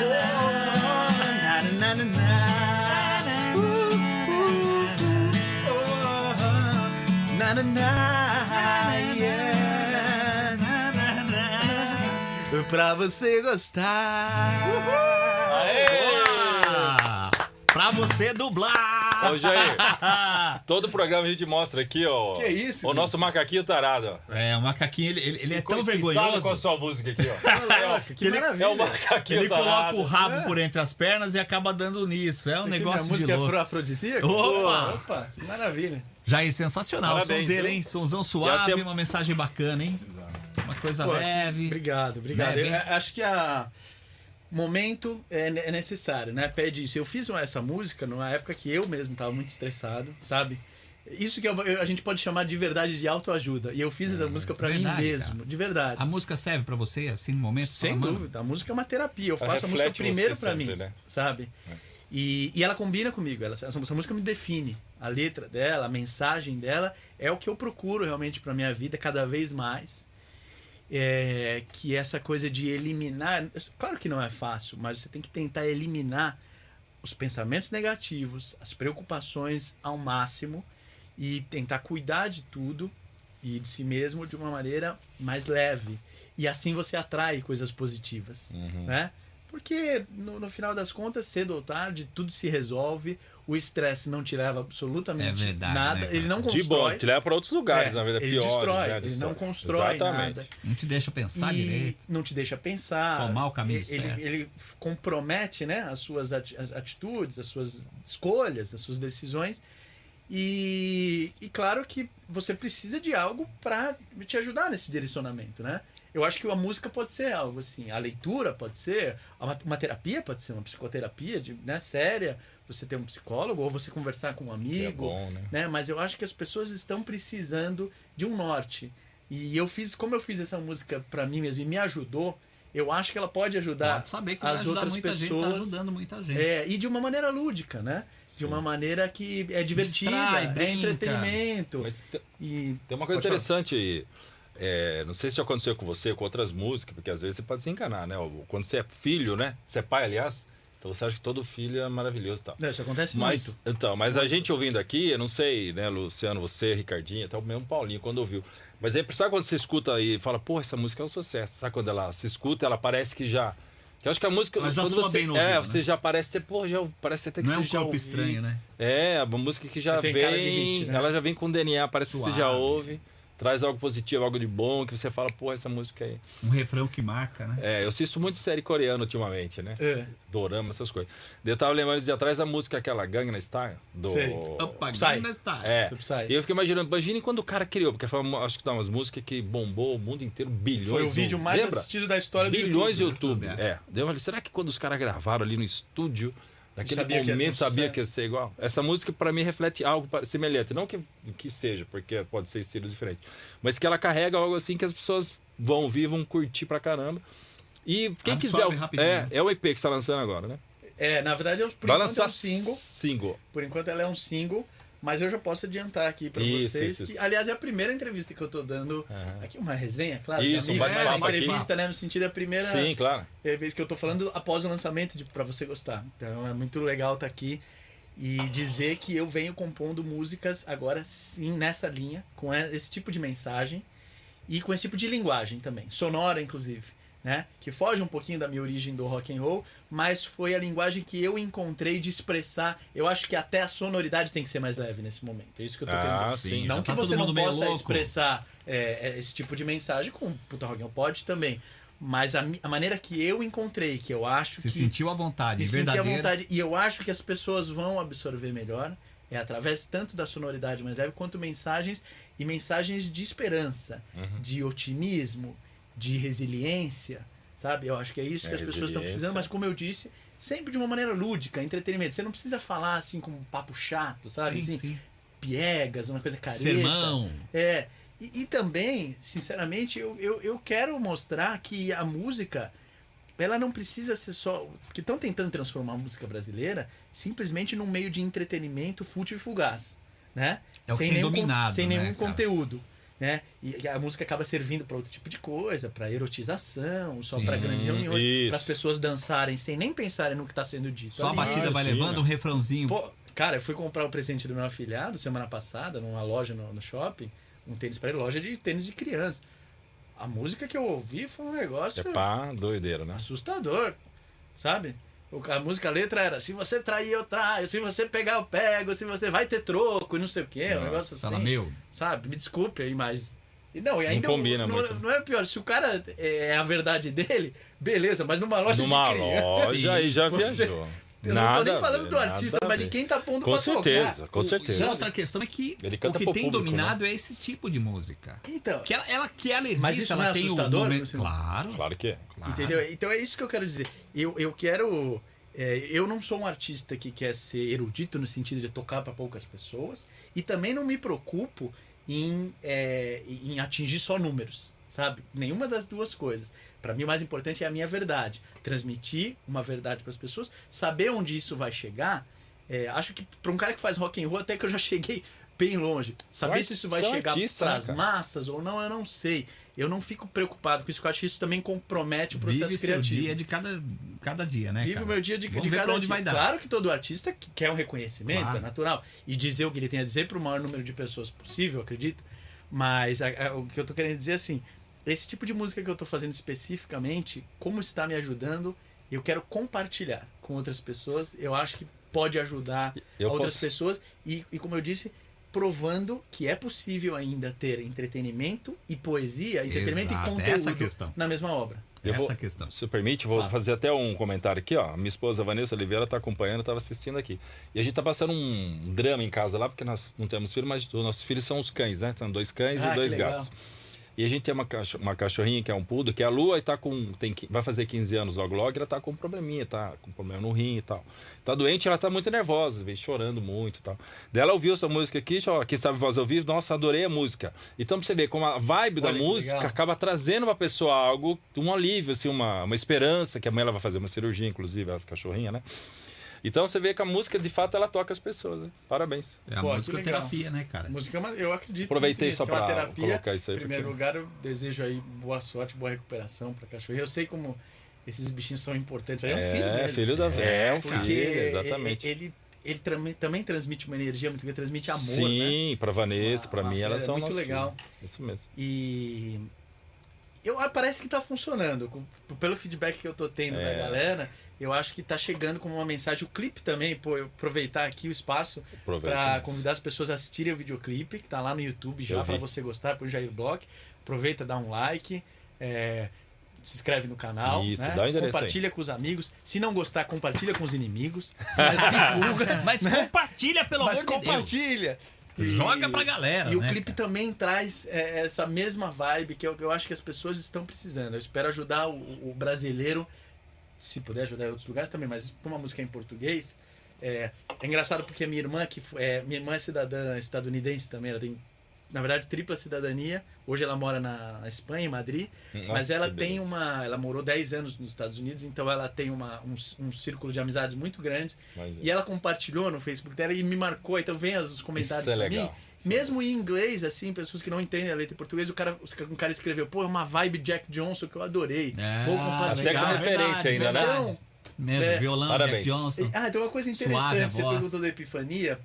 [SPEAKER 2] Oh, oh, na, na, na, na. Uh, uh, oh, oh. Na, na, na, yeah. Pra você gostar.
[SPEAKER 4] Pra você dublar.
[SPEAKER 1] Ô, Jair, todo programa a gente mostra aqui, ó.
[SPEAKER 2] Que isso,
[SPEAKER 1] O nosso macaquinho tarado, ó.
[SPEAKER 4] É, o macaquinho, ele, ele, ele é tão
[SPEAKER 1] Ficou
[SPEAKER 4] vergonhoso.
[SPEAKER 1] excitado com a sua música aqui, ó.
[SPEAKER 2] Caraca, que
[SPEAKER 4] Ele-
[SPEAKER 1] É o
[SPEAKER 2] maravilha.
[SPEAKER 1] macaquinho
[SPEAKER 4] Ele coloca
[SPEAKER 1] tarado.
[SPEAKER 4] o rabo por entre as pernas e acaba dando nisso. É um
[SPEAKER 2] Achei que
[SPEAKER 4] negócio
[SPEAKER 2] minha
[SPEAKER 4] de
[SPEAKER 2] música é
[SPEAKER 4] louco.
[SPEAKER 2] afro- afrodisíaca?
[SPEAKER 4] Opa!
[SPEAKER 2] Opa, que maravilha.
[SPEAKER 4] Já é sensacional.
[SPEAKER 1] Parabéns,
[SPEAKER 4] Sonzeira,
[SPEAKER 1] viu?
[SPEAKER 4] hein?
[SPEAKER 2] é
[SPEAKER 4] Sonzão suave,
[SPEAKER 1] E até-
[SPEAKER 4] uma mensagem bacana, hein? Uma coisa
[SPEAKER 2] Pô,
[SPEAKER 4] leve.
[SPEAKER 2] Obrigado, obrigado.
[SPEAKER 4] Leve,
[SPEAKER 2] Eu,
[SPEAKER 4] hein?
[SPEAKER 2] a- acho que a momento é, ne- é necessário, né? Pede isso. Eu fiz uma- essa música numa época que eu mesmo tava muito estressado, sabe? Isso que eu- eu- a gente pode chamar de verdade de autoajuda. E eu fiz essa música pra mim
[SPEAKER 4] verdade,
[SPEAKER 2] mesmo, de verdade.
[SPEAKER 4] A música serve pra você, assim, no momento? Você
[SPEAKER 2] Sem
[SPEAKER 4] fala, mano,
[SPEAKER 2] dúvida, a música é uma terapia. Eu
[SPEAKER 1] Ela
[SPEAKER 2] faço a música
[SPEAKER 1] reflete
[SPEAKER 2] primeiro
[SPEAKER 1] você
[SPEAKER 2] pra
[SPEAKER 1] sempre,
[SPEAKER 2] mim,
[SPEAKER 1] né?
[SPEAKER 2] sabe? E, e ela combina comigo. Ela, essa, essa música me define. A letra dela, a mensagem dela é o que eu procuro realmente pra minha vida cada vez mais. É, que essa coisa de eliminar, claro que não é fácil, mas você tem que tentar eliminar os pensamentos negativos, as preocupações ao máximo e tentar cuidar de tudo e de si mesmo de uma maneira mais leve. E assim você atrai coisas positivas,
[SPEAKER 4] Uhum.
[SPEAKER 2] né? Porque no, no final das contas, cedo ou tarde, tudo se resolve. O estresse não te leva absolutamente
[SPEAKER 4] É verdade,
[SPEAKER 2] nada.
[SPEAKER 4] né, cara?
[SPEAKER 2] ele não
[SPEAKER 1] De bom,
[SPEAKER 2] constrói.
[SPEAKER 1] te leva pra outros lugares,
[SPEAKER 2] É,
[SPEAKER 1] na verdade,
[SPEAKER 2] ele
[SPEAKER 1] piores.
[SPEAKER 2] destrói,
[SPEAKER 1] né?
[SPEAKER 2] ele
[SPEAKER 1] Destrói.
[SPEAKER 2] não constrói
[SPEAKER 1] Exatamente.
[SPEAKER 2] nada.
[SPEAKER 4] não te deixa pensar
[SPEAKER 2] E
[SPEAKER 4] direito.
[SPEAKER 2] não te deixa pensar.
[SPEAKER 4] Tomar o caminho
[SPEAKER 2] E- ele,
[SPEAKER 4] certo.
[SPEAKER 1] É.
[SPEAKER 2] ele compromete né, as suas ati- as atitudes, as suas escolhas, as suas decisões. E, e claro que você precisa de algo para te ajudar nesse direcionamento, né? Eu acho que a música pode ser algo assim, a leitura pode ser, uma, uma terapia pode ser, uma psicoterapia de, né, séria, você ter um psicólogo ou você conversar com um
[SPEAKER 1] Que
[SPEAKER 2] amigo
[SPEAKER 1] é bom, né?
[SPEAKER 2] né? Mas eu acho que as pessoas estão precisando de um norte. E eu fiz, como eu fiz essa música pra mim mesmo e me ajudou, eu acho que ela pode ajudar
[SPEAKER 4] Pode saber que vai
[SPEAKER 2] Tá. as
[SPEAKER 4] ajudar
[SPEAKER 2] outras
[SPEAKER 4] muita gente, tá
[SPEAKER 2] pessoas.
[SPEAKER 4] ajudando muita gente.
[SPEAKER 2] é, e de uma maneira lúdica, né? De uma maneira que é divertida,
[SPEAKER 4] Distrai,
[SPEAKER 2] é
[SPEAKER 4] brinca.
[SPEAKER 2] entretenimento.
[SPEAKER 1] Mas te-
[SPEAKER 2] E
[SPEAKER 1] tem uma coisa
[SPEAKER 2] Pode falar.
[SPEAKER 1] interessante. é, não sei se já aconteceu com você, com outras músicas, porque às vezes você pode se enganar, né? Quando você é filho, né? Você é pai, aliás, então você acha que todo filho é maravilhoso e tal.
[SPEAKER 2] Não, isso acontece
[SPEAKER 1] Mas,
[SPEAKER 2] muito.
[SPEAKER 1] Então, mas a gente ouvindo aqui, eu não sei, né, Luciano, você, Ricardinho, até o mesmo Paulinho, quando ouviu. Mas aí, sabe quando você escuta e fala, pô, essa música é um sucesso? Sabe quando ela se escuta, ela parece que já. Que eu acho que a música.
[SPEAKER 4] Ela já
[SPEAKER 1] quando
[SPEAKER 4] soa
[SPEAKER 1] você,
[SPEAKER 4] bem no
[SPEAKER 1] É,
[SPEAKER 4] ouvido,
[SPEAKER 1] você
[SPEAKER 4] né?
[SPEAKER 1] já parece, você, pô, já parece até que
[SPEAKER 4] Não é
[SPEAKER 1] você
[SPEAKER 4] um
[SPEAKER 1] já
[SPEAKER 4] corpo
[SPEAKER 1] ouviu.
[SPEAKER 4] estranho, né?
[SPEAKER 1] É, uma música que já
[SPEAKER 2] Tem
[SPEAKER 1] vem.
[SPEAKER 2] cara de hit, né?
[SPEAKER 1] Ela já vem com DNA, parece que você já
[SPEAKER 4] Suave.
[SPEAKER 1] ouve. Traz algo positivo, algo de bom, que você fala, pô, essa música aí.
[SPEAKER 4] Um refrão que marca, né?
[SPEAKER 1] É, eu assisto muito série coreana ultimamente, né?
[SPEAKER 2] É.
[SPEAKER 1] Dorama, essas coisas. Daí Eu tava lembrando de atrás da música, aquela Gangnam Style, do...
[SPEAKER 2] Sei.
[SPEAKER 4] Opa,
[SPEAKER 2] Psy.
[SPEAKER 4] Gangnam Style.
[SPEAKER 1] É.
[SPEAKER 2] Do Psy.
[SPEAKER 1] E eu fiquei imaginando, imagine quando o cara criou, porque foi uma, acho que tá umas músicas que bombou o mundo inteiro, bilhões.
[SPEAKER 2] Foi o
[SPEAKER 1] no-
[SPEAKER 2] vídeo mais
[SPEAKER 1] lembra?
[SPEAKER 2] assistido da história do
[SPEAKER 1] Bilhões do
[SPEAKER 2] Tá YouTube. né?
[SPEAKER 1] YouTube. É. Daí eu falei, será que quando os caras gravaram ali no estúdio, naquele
[SPEAKER 2] Sabia que ia ser um
[SPEAKER 1] momento, sabia
[SPEAKER 2] sucesso.
[SPEAKER 1] que ia ser igual? Essa música, pra mim, reflete algo pa- semelhante. Não que, que seja, porque pode ser estilo diferente. Mas que ela carrega algo assim que as pessoas vão ouvir, vão curtir pra caramba. E quem
[SPEAKER 4] Absorve
[SPEAKER 1] quiser.
[SPEAKER 4] rapidinho.
[SPEAKER 2] né?
[SPEAKER 1] É, é o EP que você tá lançando agora, né?
[SPEAKER 2] É, na verdade, eu, por
[SPEAKER 1] Vai
[SPEAKER 2] enquanto é
[SPEAKER 1] lançar
[SPEAKER 2] um single.
[SPEAKER 1] Single.
[SPEAKER 2] Por enquanto ela é um single, mas eu já posso adiantar aqui pra
[SPEAKER 1] Isso,
[SPEAKER 2] vocês.
[SPEAKER 1] isso,
[SPEAKER 2] que,
[SPEAKER 1] isso.
[SPEAKER 2] aliás, é a primeira entrevista que eu tô dando. Aqui uma resenha, claro.
[SPEAKER 1] Isso,
[SPEAKER 2] de amigo,
[SPEAKER 1] um
[SPEAKER 2] mas
[SPEAKER 1] bate-papo aqui.
[SPEAKER 2] entrevista, né? No sentido, é a primeira
[SPEAKER 1] Sim, claro.
[SPEAKER 2] é, vez que eu tô falando após o lançamento de Pra Você Gostar. Então é muito legal estar aqui e dizer que eu venho compondo músicas agora sim nessa linha, com e- esse tipo de mensagem e com esse tipo de linguagem também, sonora inclusive, né? Que foge um pouquinho da minha origem do rock and roll, mas foi a linguagem que eu encontrei de expressar. Eu acho que até a sonoridade tem que ser mais leve nesse momento. É isso que eu tô
[SPEAKER 1] Ah,
[SPEAKER 2] querendo dizer.
[SPEAKER 1] sim,
[SPEAKER 2] Não
[SPEAKER 4] já
[SPEAKER 2] que
[SPEAKER 4] tá
[SPEAKER 2] você
[SPEAKER 4] todo
[SPEAKER 2] não
[SPEAKER 4] mundo meio
[SPEAKER 2] possa
[SPEAKER 4] louco.
[SPEAKER 2] expressar é, é, esse tipo de mensagem com o Puta Rock and Roll pode também. Mas a, mi- a maneira que eu encontrei, que eu acho
[SPEAKER 4] Se
[SPEAKER 2] que
[SPEAKER 4] sentiu à vontade,
[SPEAKER 2] me senti à
[SPEAKER 4] verdadeiro.
[SPEAKER 2] vontade, e eu acho que as pessoas vão absorver melhor, é através tanto da sonoridade mais leve, quanto mensagens, e mensagens de esperança,
[SPEAKER 1] Uhum.
[SPEAKER 2] de otimismo, de resiliência, sabe? Eu acho que é isso
[SPEAKER 1] É,
[SPEAKER 2] que as pessoas
[SPEAKER 1] resiliência.
[SPEAKER 2] estão precisando, mas como eu disse, sempre de uma maneira lúdica, entretenimento. Você não precisa falar assim com um papo chato, sabe?
[SPEAKER 4] Sim,
[SPEAKER 2] assim,
[SPEAKER 4] sim.
[SPEAKER 2] piegas, uma coisa careta.
[SPEAKER 4] Sermão.
[SPEAKER 2] É. E, e também, sinceramente, eu, eu, eu quero mostrar que a música, ela não precisa ser só. Porque estão tentando transformar a música brasileira simplesmente num meio de entretenimento fútil e fugaz. Né?
[SPEAKER 4] É o que tem
[SPEAKER 2] nenhum, con-
[SPEAKER 4] dominado,
[SPEAKER 2] Sem
[SPEAKER 4] né,
[SPEAKER 2] nenhum
[SPEAKER 4] cara?
[SPEAKER 2] conteúdo. Né? E e a música acaba servindo para outro tipo de coisa, para erotização, só
[SPEAKER 4] Sim.
[SPEAKER 2] para grandes reuniões,
[SPEAKER 1] Isso.
[SPEAKER 2] para as pessoas dançarem sem nem pensarem no que está sendo dito.
[SPEAKER 4] Só a
[SPEAKER 1] Tá
[SPEAKER 2] ali.
[SPEAKER 4] batida vai
[SPEAKER 1] Imagina.
[SPEAKER 4] levando, um refrãozinho.
[SPEAKER 2] Pô, cara, eu fui comprar o presente do meu afilhado semana passada, numa loja no, no shopping, um tênis pra ele, loja de tênis de criança. A música que eu ouvi foi um negócio
[SPEAKER 1] É pá, doideira, né?
[SPEAKER 2] assustador, sabe? O- A música, a letra era: se você trair, eu traio, se você pegar, eu pego, se você vai ter troco e não sei o quê, um negócio assim.
[SPEAKER 4] Fala, meu.
[SPEAKER 2] Sabe? Me desculpe aí, mas. E não, e ainda.
[SPEAKER 1] combina
[SPEAKER 2] não,
[SPEAKER 1] muito.
[SPEAKER 2] Não é pior, se o cara é a verdade dele, beleza, mas numa loja
[SPEAKER 1] Numa
[SPEAKER 2] de criança.
[SPEAKER 1] loja aí já
[SPEAKER 2] você-
[SPEAKER 1] viajou.
[SPEAKER 2] Eu
[SPEAKER 1] nada
[SPEAKER 2] não tô
[SPEAKER 1] a
[SPEAKER 2] nem falando
[SPEAKER 1] ver,
[SPEAKER 2] do artista,
[SPEAKER 1] nada a
[SPEAKER 2] mas de
[SPEAKER 1] ver.
[SPEAKER 2] quem tá pondo
[SPEAKER 1] Com
[SPEAKER 2] pra
[SPEAKER 1] certeza,
[SPEAKER 2] tocar.
[SPEAKER 1] com certeza.
[SPEAKER 4] E outra questão é que
[SPEAKER 1] Ele
[SPEAKER 4] o
[SPEAKER 1] canta
[SPEAKER 4] que
[SPEAKER 1] pro
[SPEAKER 4] tem
[SPEAKER 1] público, né?
[SPEAKER 4] dominado é esse tipo de música.
[SPEAKER 2] Então,
[SPEAKER 4] Que ela, ela- que ela existe,
[SPEAKER 2] Mas isso
[SPEAKER 4] ela
[SPEAKER 2] não é
[SPEAKER 4] tem
[SPEAKER 2] assustador,
[SPEAKER 4] o
[SPEAKER 2] Luciano?
[SPEAKER 4] momento. Claro,
[SPEAKER 1] Claro que é.
[SPEAKER 2] entendeu? Então é isso que eu quero dizer. Eu, eu quero. é, eu não sou um artista que quer ser erudito no sentido de tocar para poucas pessoas e também não me preocupo em, é, em atingir só números, sabe? Nenhuma das duas coisas. Para mim, o mais importante é a minha verdade. Transmitir uma verdade para as pessoas, saber onde isso vai chegar. É, acho que para um cara que faz rock and roll, até que eu já cheguei bem longe. Saber
[SPEAKER 1] ar-
[SPEAKER 2] se isso vai
[SPEAKER 1] sou
[SPEAKER 2] chegar
[SPEAKER 1] artista,
[SPEAKER 2] pras
[SPEAKER 1] né, cara?
[SPEAKER 2] massas ou não, eu não sei. Eu não fico preocupado com isso, porque eu acho que isso também compromete o processo
[SPEAKER 4] Vive seu
[SPEAKER 2] criativo.
[SPEAKER 4] dia de cada, cada dia, né?
[SPEAKER 2] Vive
[SPEAKER 4] cara?
[SPEAKER 2] o meu dia de, de
[SPEAKER 4] Vamos ver
[SPEAKER 2] cada
[SPEAKER 4] pra onde
[SPEAKER 2] dia.
[SPEAKER 4] vai dar.
[SPEAKER 2] Claro que todo artista que quer um reconhecimento,
[SPEAKER 4] Claro.
[SPEAKER 2] é natural. E dizer o que ele tem a dizer para o maior número de pessoas possível, eu acredito. Mas a- a- o que eu tô querendo dizer é assim, esse tipo de música que eu tô fazendo especificamente, como está me ajudando, eu quero compartilhar com outras pessoas. Eu acho que pode ajudar
[SPEAKER 1] Eu
[SPEAKER 2] outras
[SPEAKER 1] posso-
[SPEAKER 2] pessoas. E, e como eu disse, provando que é possível ainda ter entretenimento e poesia, entretenimento
[SPEAKER 4] Exato, é
[SPEAKER 2] e
[SPEAKER 4] essa
[SPEAKER 2] conteúdo
[SPEAKER 4] a questão.
[SPEAKER 2] na mesma obra.
[SPEAKER 1] Eu
[SPEAKER 4] Essa
[SPEAKER 1] vou-
[SPEAKER 4] a questão.
[SPEAKER 1] Se permite, vou
[SPEAKER 2] é Fala.
[SPEAKER 1] fazer até um comentário aqui, ó. Minha esposa Vanessa Oliveira tá acompanhando, tava assistindo aqui. E a gente tá passando um drama em casa lá, porque nós não temos filho, mas os nossos filhos são os cães, né? São dois cães
[SPEAKER 2] Ah,
[SPEAKER 1] e
[SPEAKER 2] que
[SPEAKER 1] dois
[SPEAKER 2] legal.
[SPEAKER 1] gatos. E a gente tem uma, cacho- uma cachorrinha que é um pudo, que é a Lua, e tá com. Tem, qui- vai fazer 15 anos logo logo, e ela tá com um probleminha, tá com problema no rim e tal. Tá doente, ela tá muito nervosa, vem chorando muito e tal. Daí ela ouviu essa música aqui, ó, quem sabe voz ao vivo, nossa, adorei a música. Então pra você ver como a vibe da
[SPEAKER 2] Olha que
[SPEAKER 1] música
[SPEAKER 2] legal.
[SPEAKER 1] acaba trazendo pra pessoa algo, um alívio, assim, uma, uma esperança, que amanhã ela vai fazer uma cirurgia, inclusive, as cachorrinhas, né? Então você vê que a música, de fato, ela toca as pessoas, né? Parabéns.
[SPEAKER 4] É a
[SPEAKER 2] Pô, que
[SPEAKER 4] musicoterapia, né, cara?
[SPEAKER 2] Música, é uma- eu acredito.
[SPEAKER 1] Aproveitei
[SPEAKER 2] muito nisso,
[SPEAKER 1] só
[SPEAKER 2] é uma
[SPEAKER 1] pra
[SPEAKER 2] terapia.
[SPEAKER 1] colocar isso aí,
[SPEAKER 2] Em primeiro
[SPEAKER 1] porque-
[SPEAKER 2] lugar, eu desejo aí boa sorte, boa recuperação pra cachorro. Eu sei como esses bichinhos são importantes. É um filho
[SPEAKER 1] é,
[SPEAKER 2] mesmo,
[SPEAKER 1] filho da
[SPEAKER 2] né?
[SPEAKER 1] É, um
[SPEAKER 2] Porque
[SPEAKER 1] filho, exatamente.
[SPEAKER 2] Ele, ele, também, também transmite uma energia muito grande, transmite amor, né?
[SPEAKER 1] Sim, pra Vanessa,
[SPEAKER 2] Uma-
[SPEAKER 1] pra
[SPEAKER 2] uma
[SPEAKER 1] mim, elas
[SPEAKER 2] fera,
[SPEAKER 1] são
[SPEAKER 2] muito
[SPEAKER 1] nossas
[SPEAKER 2] legal.
[SPEAKER 1] filhas. Isso mesmo.
[SPEAKER 2] E
[SPEAKER 1] É.
[SPEAKER 2] eu, ah, parece que tá funcionando. Com- Pelo feedback que eu tô tendo da galera, Eu acho que tá chegando como uma mensagem. O clipe também, pô, eu aproveitar aqui o espaço
[SPEAKER 1] Aproveita,
[SPEAKER 2] para
[SPEAKER 1] mas-
[SPEAKER 2] convidar as pessoas a assistirem o videoclipe, que tá lá no YouTube
[SPEAKER 1] Eu
[SPEAKER 2] já,
[SPEAKER 1] vi.
[SPEAKER 2] para você gostar, por Jair Block. Aproveita, dá um like, é, se inscreve no canal.
[SPEAKER 1] Isso,
[SPEAKER 2] né?
[SPEAKER 1] dá o endereço aí.
[SPEAKER 2] Compartilha com os amigos. Se não gostar, compartilha com os inimigos. Mas divulga. né?
[SPEAKER 4] Mas compartilha, pelo
[SPEAKER 2] mas
[SPEAKER 4] amor de Deus.
[SPEAKER 2] compartilha.
[SPEAKER 4] Joga pra galera,
[SPEAKER 2] E o
[SPEAKER 4] né,
[SPEAKER 2] clipe também traz é, essa mesma vibe que eu, que eu acho que as pessoas estão precisando. Eu espero ajudar o, o brasileiro, se puder ajudar em outros lugares também, mas como a música é em português, é, é engraçado porque a minha irmã, que fo- é, minha irmã é cidadã estadunidense também, ela tem, na verdade, tripla cidadania. Hoje ela mora na, na Espanha, em Madrid, mas
[SPEAKER 1] Nossa,
[SPEAKER 2] ela
[SPEAKER 1] que
[SPEAKER 2] tem
[SPEAKER 1] beleza.
[SPEAKER 2] uma. Ela morou 10 anos nos Estados Unidos, então ela tem uma, um, c- um círculo de amizades muito grande.
[SPEAKER 1] Imagina.
[SPEAKER 2] E ela compartilhou no Facebook dela e me marcou, então vem os comentários
[SPEAKER 1] Isso é
[SPEAKER 2] pra
[SPEAKER 1] legal.
[SPEAKER 2] mim. Mesmo em inglês, assim, pessoas que não entendem a letra em português, o cara, um cara escreveu, pô, é uma vibe Jack Johnson que eu adorei.
[SPEAKER 4] Ah,
[SPEAKER 2] Vou compartilhar.
[SPEAKER 1] Até com
[SPEAKER 4] Legal,
[SPEAKER 1] referência
[SPEAKER 4] verdade,
[SPEAKER 1] ainda, né?
[SPEAKER 2] Então,
[SPEAKER 4] Mesmo,
[SPEAKER 2] É.
[SPEAKER 4] violão,
[SPEAKER 1] Parabéns.
[SPEAKER 4] Jack Johnson.
[SPEAKER 2] ah, tem uma coisa
[SPEAKER 4] Suave a
[SPEAKER 1] é
[SPEAKER 2] interessante, você
[SPEAKER 4] voz.
[SPEAKER 2] perguntou do Epifania.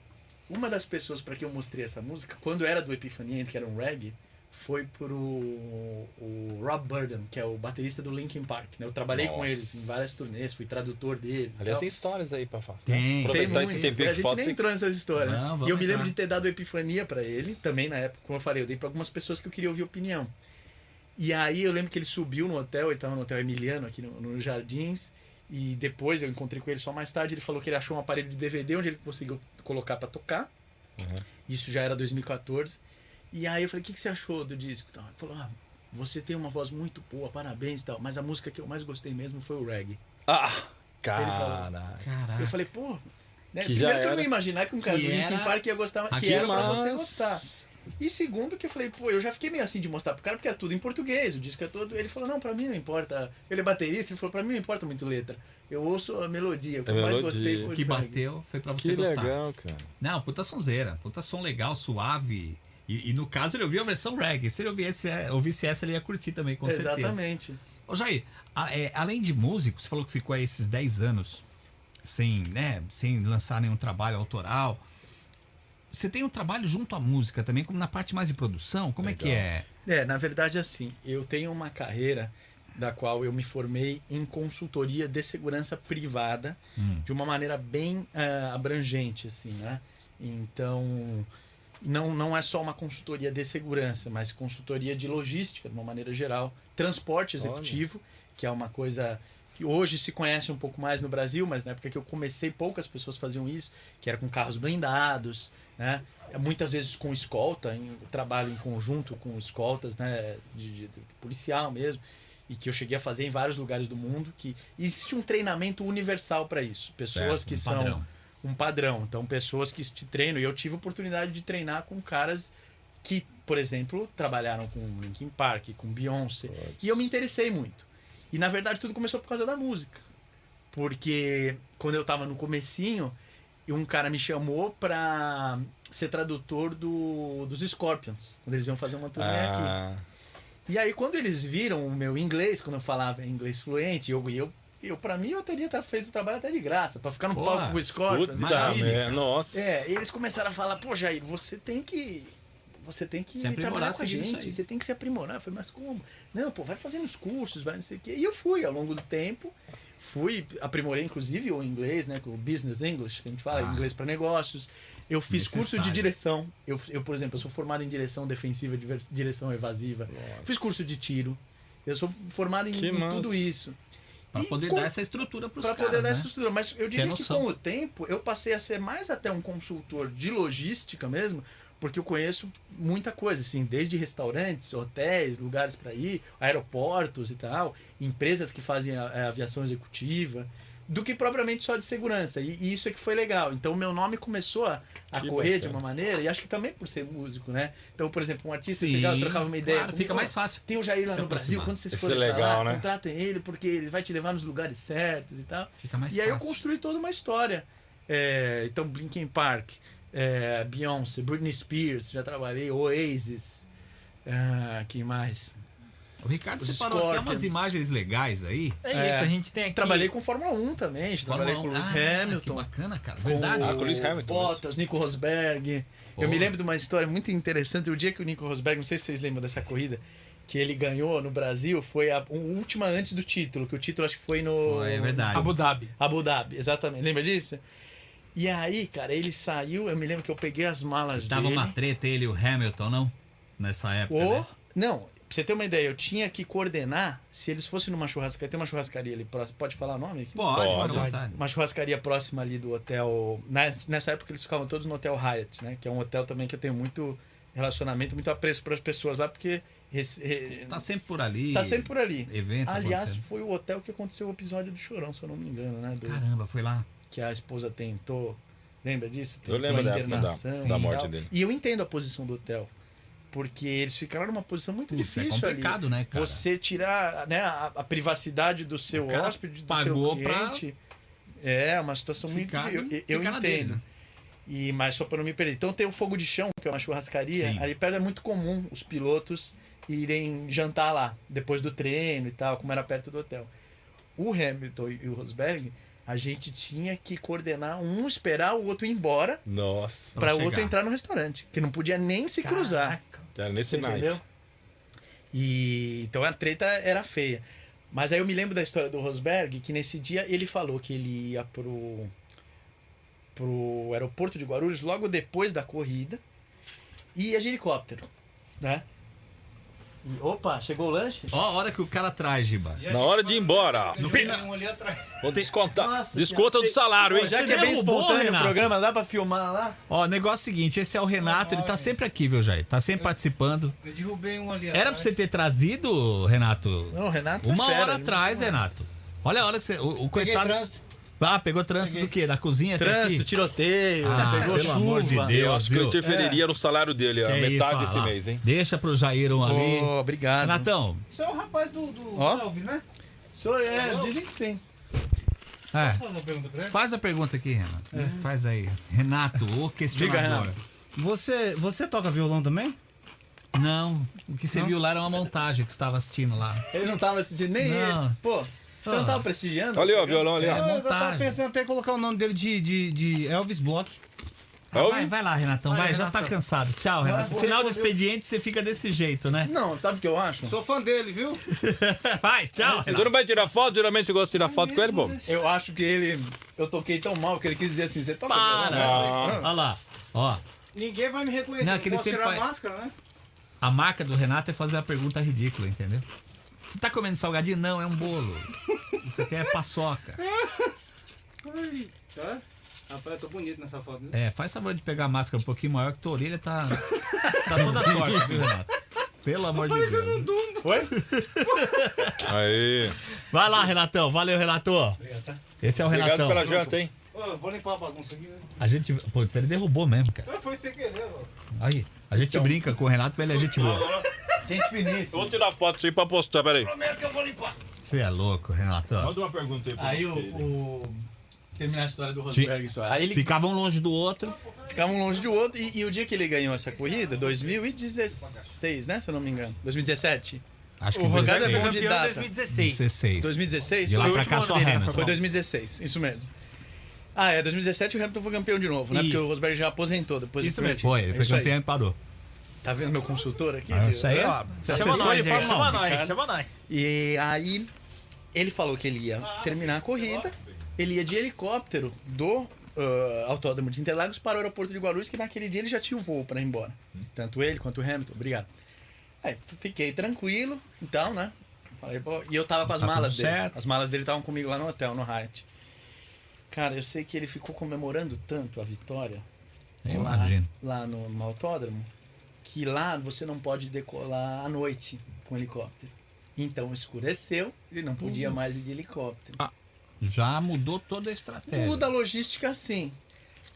[SPEAKER 2] Uma das pessoas para quem eu mostrei essa música, quando era do Epifania, ainda que era um reggae, foi pro o Rob Burden, que é o baterista do Linkin Park. Né? Eu trabalhei com
[SPEAKER 1] Nossa.
[SPEAKER 2] eles em várias turnês, fui tradutor deles. e
[SPEAKER 1] Aliás,
[SPEAKER 2] tal.
[SPEAKER 1] tem histórias aí pra falar.
[SPEAKER 4] Tem.
[SPEAKER 2] Tem
[SPEAKER 1] Aproveitar esse
[SPEAKER 2] muito.
[SPEAKER 1] tempinho
[SPEAKER 2] a
[SPEAKER 1] que
[SPEAKER 2] gente
[SPEAKER 1] falta.
[SPEAKER 2] nem
[SPEAKER 1] você-
[SPEAKER 2] entrou nessa história. né?
[SPEAKER 4] Não, vamos
[SPEAKER 2] e eu me
[SPEAKER 4] entrar.
[SPEAKER 2] lembro de ter dado epifania pra ele, também na época, como eu falei, eu dei pra algumas pessoas que eu queria ouvir opinião. E aí eu lembro que ele subiu no hotel, ele tava no hotel Emiliano, aqui no, no Jardins, e depois eu encontrei com ele só mais tarde, ele falou que ele achou um aparelho de DVD onde ele conseguiu colocar pra tocar.
[SPEAKER 1] Uhum.
[SPEAKER 2] Isso já era 2014. E aí eu falei, o que, que você achou do disco? e tal? Ele falou, ah, você tem uma voz muito boa, parabéns e tal, mas a música que eu mais gostei mesmo foi o reggae.
[SPEAKER 1] Ah,
[SPEAKER 2] falou.
[SPEAKER 1] cara.
[SPEAKER 2] Eu falei, pô. Né?
[SPEAKER 1] Que
[SPEAKER 2] Que
[SPEAKER 1] já
[SPEAKER 2] Primeiro que eu
[SPEAKER 1] era.
[SPEAKER 2] não ia imaginar que um cara
[SPEAKER 4] Que
[SPEAKER 2] do Linkin
[SPEAKER 4] era-
[SPEAKER 2] Park ia gostar,
[SPEAKER 4] Aqui,
[SPEAKER 2] que era pra
[SPEAKER 1] mas-
[SPEAKER 2] você gostar. E segundo que eu falei, pô, eu já fiquei meio assim de mostrar pro cara, porque era tudo em português, o disco é todo. Ele falou, não, pra mim não importa. Ele é baterista, ele falou, pra mim não importa muito letra. Eu ouço a melodia, o que
[SPEAKER 1] A
[SPEAKER 2] eu mais
[SPEAKER 1] melodia.
[SPEAKER 2] gostei foi
[SPEAKER 4] Que
[SPEAKER 2] o reggae."
[SPEAKER 4] bateu, foi pra você
[SPEAKER 1] Que
[SPEAKER 4] gostar.
[SPEAKER 1] legal, cara.
[SPEAKER 4] Não, puta sonzeira. Puta som legal, suave. E, e no caso ele ouviu a versão reggae. Se ele ouvisse, é, ouvisse essa, ele ia curtir também, com certeza.
[SPEAKER 2] Exatamente.
[SPEAKER 4] Ô Jair, a- é, além de músico, você falou que ficou aí esses 10 anos sem, né, sem lançar nenhum trabalho autoral. Você tem um trabalho junto à música também, como na parte mais de produção? Como é que é?
[SPEAKER 2] É, na verdade, assim, eu tenho uma carreira da qual eu me formei em consultoria de segurança privada,
[SPEAKER 1] Hum.
[SPEAKER 2] de uma maneira bem ah, abrangente, assim, né? Então, não, não é só uma consultoria de segurança, mas consultoria de logística, de uma maneira geral, transporte executivo, que é uma coisa que hoje se conhece um pouco mais no Brasil, mas na época que eu comecei, poucas pessoas faziam isso, que era com carros blindados, né? muitas vezes com escolta, em trabalho em conjunto com escoltas, né? de- de- de policial mesmo e que eu cheguei a fazer em vários lugares do mundo, que existe um treinamento universal para isso. Pessoas
[SPEAKER 4] Certo,
[SPEAKER 2] que
[SPEAKER 4] um
[SPEAKER 2] são
[SPEAKER 4] padrão.
[SPEAKER 2] um padrão. Então, pessoas que te treinam. E eu tive a oportunidade de treinar com caras que, por exemplo, trabalharam com Linkin Park, com Beyoncé. E eu me interessei muito. E, na verdade, tudo começou por causa da música. Porque quando eu tava no comecinho, e um cara me chamou pra ser tradutor do, dos Scorpions. Quando eles iam fazer uma turnê aqui.
[SPEAKER 1] Ah,
[SPEAKER 2] E aí, quando eles viram o meu inglês, quando eu falava inglês fluente, eu, eu, eu pra mim, eu teria tra- feito o trabalho até de graça, pra ficar no
[SPEAKER 4] Porra,
[SPEAKER 2] palco com o Scorpions.
[SPEAKER 1] puta
[SPEAKER 4] imagine,
[SPEAKER 1] merda. Nossa.
[SPEAKER 2] É, e eles começaram a falar, pô, Jair, você tem que. Você tem que
[SPEAKER 4] Se aprimorar
[SPEAKER 2] trabalhar com a
[SPEAKER 4] seguindo isso
[SPEAKER 2] gente,
[SPEAKER 4] aí.
[SPEAKER 2] você tem que se aprimorar. Eu falei, mas como? Não, pô, vai fazendo os cursos, vai não sei o quê. E eu fui ao longo do tempo, fui, aprimorei inclusive o inglês, né? Com o business English, que a gente fala,
[SPEAKER 4] Ah.
[SPEAKER 2] inglês para negócios. Eu fiz curso de
[SPEAKER 4] Necessário.
[SPEAKER 2] direção. Eu, eu, por exemplo, eu sou formado em direção defensiva, diver- direção evasiva. Fiz curso de tiro. Eu sou formado em,
[SPEAKER 1] Que
[SPEAKER 2] em
[SPEAKER 1] massa.
[SPEAKER 2] tudo isso.
[SPEAKER 4] Pra
[SPEAKER 2] E
[SPEAKER 4] poder
[SPEAKER 2] com-
[SPEAKER 4] dar essa estrutura pros
[SPEAKER 2] para
[SPEAKER 4] caras,
[SPEAKER 2] poder dar
[SPEAKER 4] né?
[SPEAKER 2] essa estrutura. Mas eu diria que
[SPEAKER 4] noção.
[SPEAKER 2] com o tempo eu passei a ser mais até um consultor de logística mesmo, porque eu conheço muita coisa, assim, desde restaurantes, hotéis, lugares para ir, aeroportos e tal, empresas que fazem a, a aviação executiva, do que propriamente só de segurança. E, e isso é que foi legal. Então meu nome começou a, a
[SPEAKER 1] Que
[SPEAKER 2] correr de
[SPEAKER 1] bacana.
[SPEAKER 2] uma maneira, e acho que também por ser músico, né? Então, por exemplo, um artista
[SPEAKER 4] Sim,
[SPEAKER 2] chegava, trocava uma ideia.
[SPEAKER 4] claro,
[SPEAKER 2] comigo,
[SPEAKER 4] fica mais fácil.
[SPEAKER 2] Tem o Jair lá
[SPEAKER 4] Se
[SPEAKER 2] no Brasil,
[SPEAKER 4] aproximar.
[SPEAKER 2] quando vocês
[SPEAKER 1] Isso é
[SPEAKER 2] forem pra
[SPEAKER 1] legal,
[SPEAKER 2] lá,
[SPEAKER 1] né?
[SPEAKER 2] contratem ele, porque ele vai te levar nos lugares certos e tal
[SPEAKER 4] Fica mais
[SPEAKER 2] e aí eu
[SPEAKER 4] fácil.
[SPEAKER 2] construí toda uma história. É, então, Linkin Park, é, Beyoncé, Britney Spears, já trabalhei, Oasis, ah, quem mais?
[SPEAKER 4] O Ricardo
[SPEAKER 2] Os
[SPEAKER 4] separou até umas
[SPEAKER 2] Scorpions.
[SPEAKER 4] imagens legais aí.
[SPEAKER 5] É isso,
[SPEAKER 2] É.
[SPEAKER 5] a gente tem aqui.
[SPEAKER 2] Trabalhei com Fórmula 1 também, já trabalhei com o Lewis
[SPEAKER 4] Ah, Que
[SPEAKER 2] Hamilton,
[SPEAKER 4] bacana, cara.
[SPEAKER 2] com
[SPEAKER 4] Verdade.
[SPEAKER 1] Ah, com o Lewis Hamilton,
[SPEAKER 2] Bottas, Nico Rosberg.
[SPEAKER 4] Pô.
[SPEAKER 2] Eu me lembro de uma história muito interessante. O dia que o Nico Rosberg, não sei se vocês lembram dessa corrida, que ele ganhou no Brasil foi a um- última antes do título, que o título acho que foi no.
[SPEAKER 4] Pô, é verdade.
[SPEAKER 5] Abu Dhabi.
[SPEAKER 2] Abu Dhabi, exatamente. Lembra disso? E aí, cara, ele saiu. Eu me lembro que eu peguei as malas
[SPEAKER 4] Dava
[SPEAKER 2] dele.
[SPEAKER 4] uma treta ele e o Hamilton, não? Nessa época,
[SPEAKER 2] Ô,
[SPEAKER 4] né?
[SPEAKER 2] Não, pra você ter uma ideia, eu tinha que coordenar se eles fossem numa churrascaria. Tem uma churrascaria ali próximo. Pode falar o nome aqui?
[SPEAKER 4] Pode,
[SPEAKER 1] Pode.
[SPEAKER 4] pode, tá. à vontade.
[SPEAKER 2] Uma churrascaria próxima ali do hotel. na- Nessa época eles ficavam todos no Hotel Hyatt, né? Que é um hotel também que eu tenho muito relacionamento, muito apreço para as pessoas lá, porque. rece- re-
[SPEAKER 4] Tá sempre por ali.
[SPEAKER 2] tá sempre por ali.
[SPEAKER 4] Eventos
[SPEAKER 2] Aliás,
[SPEAKER 4] acontecendo.
[SPEAKER 2] foi o hotel que aconteceu o episódio do Chorão, se eu não me engano, né? Do-
[SPEAKER 4] Caramba, foi lá.
[SPEAKER 2] que a esposa tentou. Lembra disso?
[SPEAKER 1] Eu
[SPEAKER 2] Tentou
[SPEAKER 1] lembro
[SPEAKER 2] a
[SPEAKER 1] dessa,
[SPEAKER 2] internação
[SPEAKER 1] da-
[SPEAKER 2] e
[SPEAKER 1] da
[SPEAKER 2] tal.
[SPEAKER 1] morte dele.
[SPEAKER 2] E eu entendo a posição do hotel. Porque eles ficaram numa posição muito
[SPEAKER 4] Putz, é
[SPEAKER 2] difícil
[SPEAKER 4] complicado,
[SPEAKER 2] ali.
[SPEAKER 4] né, cara?
[SPEAKER 2] Você tirar né, a, a privacidade do seu
[SPEAKER 4] O cara
[SPEAKER 2] hóspede, do
[SPEAKER 4] pagou
[SPEAKER 2] seu
[SPEAKER 4] pra
[SPEAKER 2] cliente. É, uma situação
[SPEAKER 4] Ficar-
[SPEAKER 2] muito... Eu, eu
[SPEAKER 4] ficar na
[SPEAKER 2] entendo.
[SPEAKER 4] dele, né?
[SPEAKER 2] E, mas só para não me perder. Então tem o Fogo de Chão, que é uma churrascaria.
[SPEAKER 4] Sim.
[SPEAKER 2] Ali perto é muito comum os pilotos irem jantar lá, depois do treino e tal, como era perto do hotel. O Hamilton e o Rosberg, a gente tinha que coordenar um esperar o outro ir embora
[SPEAKER 1] Nossa.
[SPEAKER 2] para o
[SPEAKER 4] chegar.
[SPEAKER 2] outro entrar no restaurante, que não podia nem se cruzar.
[SPEAKER 5] Caraca.
[SPEAKER 1] Era nesse
[SPEAKER 2] Você
[SPEAKER 1] naipe.
[SPEAKER 2] entendeu? E então a treta era feia. Mas aí eu me lembro da história do Rosberg, que nesse dia ele falou que ele ia pro pro aeroporto de Guarulhos logo depois da corrida e ia de helicóptero, né? E, opa, chegou o lanche?
[SPEAKER 4] Ó a hora que o cara traz, Giba.
[SPEAKER 1] Na hora de ir embora.
[SPEAKER 2] um
[SPEAKER 1] Pina. Vou descontar.
[SPEAKER 2] assim. Nossa,
[SPEAKER 1] Desconta do
[SPEAKER 2] tem-
[SPEAKER 1] salário,
[SPEAKER 2] Pô,
[SPEAKER 1] hein?
[SPEAKER 2] já
[SPEAKER 4] Você
[SPEAKER 2] que é bem
[SPEAKER 4] derrubou,
[SPEAKER 2] espontâneo o
[SPEAKER 4] Renato.
[SPEAKER 2] programa, dá pra filmar lá?
[SPEAKER 4] Ó, o negócio é o seguinte, esse é o Renato, ele tá sempre aqui, viu, Jair? Tá
[SPEAKER 2] É.
[SPEAKER 4] sempre participando.
[SPEAKER 3] Eu derrubei um ali
[SPEAKER 4] Era pra
[SPEAKER 3] atrás.
[SPEAKER 4] você ter trazido, Renato,
[SPEAKER 2] Não, o Renato é
[SPEAKER 4] uma
[SPEAKER 2] fera,
[SPEAKER 4] hora
[SPEAKER 2] ele-
[SPEAKER 4] atrás, Renato. Olha a hora que você... O, o
[SPEAKER 3] Peguei
[SPEAKER 4] coitado...
[SPEAKER 3] trânsito.
[SPEAKER 4] Ah, pegou trânsito do quê? Da cozinha até
[SPEAKER 2] Trânsito,
[SPEAKER 4] aqui?
[SPEAKER 2] tiroteio,
[SPEAKER 4] Ah,
[SPEAKER 2] pegou
[SPEAKER 4] pelo
[SPEAKER 2] chuva.
[SPEAKER 4] amor de Deus,
[SPEAKER 1] Eu acho que eu
[SPEAKER 4] viu?
[SPEAKER 1] interferiria no salário dele, a
[SPEAKER 4] Que isso, Ah.
[SPEAKER 1] metade
[SPEAKER 4] olha
[SPEAKER 1] desse
[SPEAKER 4] lá.
[SPEAKER 1] mês, hein?
[SPEAKER 4] Deixa pro Jair um ali.
[SPEAKER 2] Ô, obrigado.
[SPEAKER 4] Renatão,
[SPEAKER 3] Isso é o rapaz do, do
[SPEAKER 2] Ó.
[SPEAKER 3] Elvis, né?
[SPEAKER 2] Sou, é, dizem que sim.
[SPEAKER 4] é,
[SPEAKER 3] Faz uma pergunta pra ele.
[SPEAKER 4] faz a pergunta aqui, Renato. Faz aí. Renato, o questionador.
[SPEAKER 2] Renato.
[SPEAKER 3] Você, você toca violão também?
[SPEAKER 4] Não, o que você viu lá era uma montagem que você estava assistindo lá.
[SPEAKER 2] Ele não tava assistindo nem
[SPEAKER 4] Não.
[SPEAKER 2] ele. Pô, você não tava prestigiando?
[SPEAKER 1] Olha ali, ó, violão ali,
[SPEAKER 4] É
[SPEAKER 1] ó.
[SPEAKER 3] Ah, eu tava
[SPEAKER 4] montagem.
[SPEAKER 3] pensando até em colocar o nome dele de, de, de Elvis Block.
[SPEAKER 4] Vai, vai lá, Renatão, vai, já tá cansado. Tchau, Renato.
[SPEAKER 3] vou
[SPEAKER 4] Final do
[SPEAKER 3] responder.
[SPEAKER 4] expediente você fica desse jeito, né?
[SPEAKER 2] Não, sabe o que eu acho?
[SPEAKER 3] Sou fã dele, viu?
[SPEAKER 4] Vai, tchau,
[SPEAKER 1] Você
[SPEAKER 4] Renato.
[SPEAKER 1] não vai tirar foto? Geralmente você gosta de tirar foto com ele, bom.
[SPEAKER 2] Eu acho que ele. Eu toquei tão mal que ele quis dizer assim: você toca
[SPEAKER 4] Para!
[SPEAKER 2] violão? né?"
[SPEAKER 4] Olha lá, ó.
[SPEAKER 3] Ninguém vai me reconhecer.
[SPEAKER 4] Não,
[SPEAKER 3] Não,
[SPEAKER 4] aquele
[SPEAKER 3] posso
[SPEAKER 4] sempre
[SPEAKER 3] tirar a
[SPEAKER 4] faz-
[SPEAKER 3] máscara, né?
[SPEAKER 4] A marca do Renato é fazer uma pergunta ridícula, entendeu? Você tá comendo salgadinho? Não, é um bolo. Isso aqui é paçoca.
[SPEAKER 3] Ai, tá? Rapaz, eu tô bonito nessa foto, né?
[SPEAKER 4] É, faz favor de pegar a máscara um pouquinho maior que tua orelha tá, tá toda torta, viu, Renato? Pelo amor de Deus.
[SPEAKER 2] Foi?
[SPEAKER 1] Aí.
[SPEAKER 4] Vai lá, Renatão. Valeu, Renato. Esse é o
[SPEAKER 1] Obrigado
[SPEAKER 4] Renatão.
[SPEAKER 1] pela janta, hein?
[SPEAKER 3] Ô, eu vou limpar a bagunça aqui, né?
[SPEAKER 4] A gente. Putz, ele derrubou mesmo, cara.
[SPEAKER 3] Ah, Foi sem querer, mano.
[SPEAKER 4] Aí. A gente
[SPEAKER 5] Então-
[SPEAKER 4] brinca com o Renato, mas ele é gente boa.
[SPEAKER 2] Gente finíssima.
[SPEAKER 1] Vou tirar foto aí pra postar, peraí.
[SPEAKER 4] Você é louco, Renato.
[SPEAKER 1] Manda uma pergunta aí pra
[SPEAKER 2] Aí o. Terminar a história do
[SPEAKER 5] É
[SPEAKER 2] Rosberg só. Aí ele
[SPEAKER 4] Ficavam longe do outro.
[SPEAKER 2] ficava um longe do outro. E, e o dia que ele ganhou essa corrida, 2016, né? Se eu não me engano. 2017.
[SPEAKER 4] Acho que
[SPEAKER 5] O Rogério
[SPEAKER 4] 16.
[SPEAKER 5] foi é campeão em
[SPEAKER 2] Candidata.
[SPEAKER 5] 2016.
[SPEAKER 4] 16.
[SPEAKER 2] 2016?
[SPEAKER 4] De lá
[SPEAKER 5] Foi o
[SPEAKER 4] pra
[SPEAKER 5] último
[SPEAKER 4] cá
[SPEAKER 5] ano
[SPEAKER 4] só
[SPEAKER 5] dele né? na
[SPEAKER 4] Hamilton.
[SPEAKER 2] Foi 2016, isso mesmo. Ah, é, 2017 o Hamilton foi campeão de novo, né? Porque
[SPEAKER 5] Isso.
[SPEAKER 2] o Rosberg já aposentou depois
[SPEAKER 5] Isso
[SPEAKER 2] do
[SPEAKER 5] mesmo.
[SPEAKER 4] Foi, ele
[SPEAKER 2] É
[SPEAKER 4] foi
[SPEAKER 2] isso aí.
[SPEAKER 4] campeão e parou.
[SPEAKER 2] Tá vendo meu consultor aqui?
[SPEAKER 4] Ah,
[SPEAKER 2] Diego?
[SPEAKER 4] isso aí é-
[SPEAKER 2] Ó,
[SPEAKER 4] isso
[SPEAKER 2] assessor
[SPEAKER 5] Chama
[SPEAKER 4] Você
[SPEAKER 2] de
[SPEAKER 4] só
[SPEAKER 5] nós,
[SPEAKER 4] ele
[SPEAKER 5] gente.
[SPEAKER 4] fala,
[SPEAKER 5] Chama
[SPEAKER 4] não,
[SPEAKER 5] nós, chama nós.
[SPEAKER 2] E aí ele falou que ele ia terminar a corrida, ele ia de helicóptero do ah, Autódromo de Interlagos para o aeroporto de Guarulhos, que naquele dia ele já tinha o voo para ir embora. Tanto ele quanto o Hamilton, obrigado. Aí f- fiquei tranquilo, então, né? Falei, pô, e eu tava com as
[SPEAKER 4] Tá tudo
[SPEAKER 2] malas dele.
[SPEAKER 4] certo.
[SPEAKER 2] As malas dele estavam comigo lá no hotel, no Hyatt. Cara, eu sei que ele ficou comemorando tanto a vitória
[SPEAKER 4] Eu
[SPEAKER 2] lá,
[SPEAKER 4] Né? imagino.
[SPEAKER 2] lá no, no autódromo que lá você não pode decolar à noite com helicóptero. Então escureceu, ele não podia mais ir de helicóptero.
[SPEAKER 4] Já mudou toda a estratégia.
[SPEAKER 2] Muda a logística sim.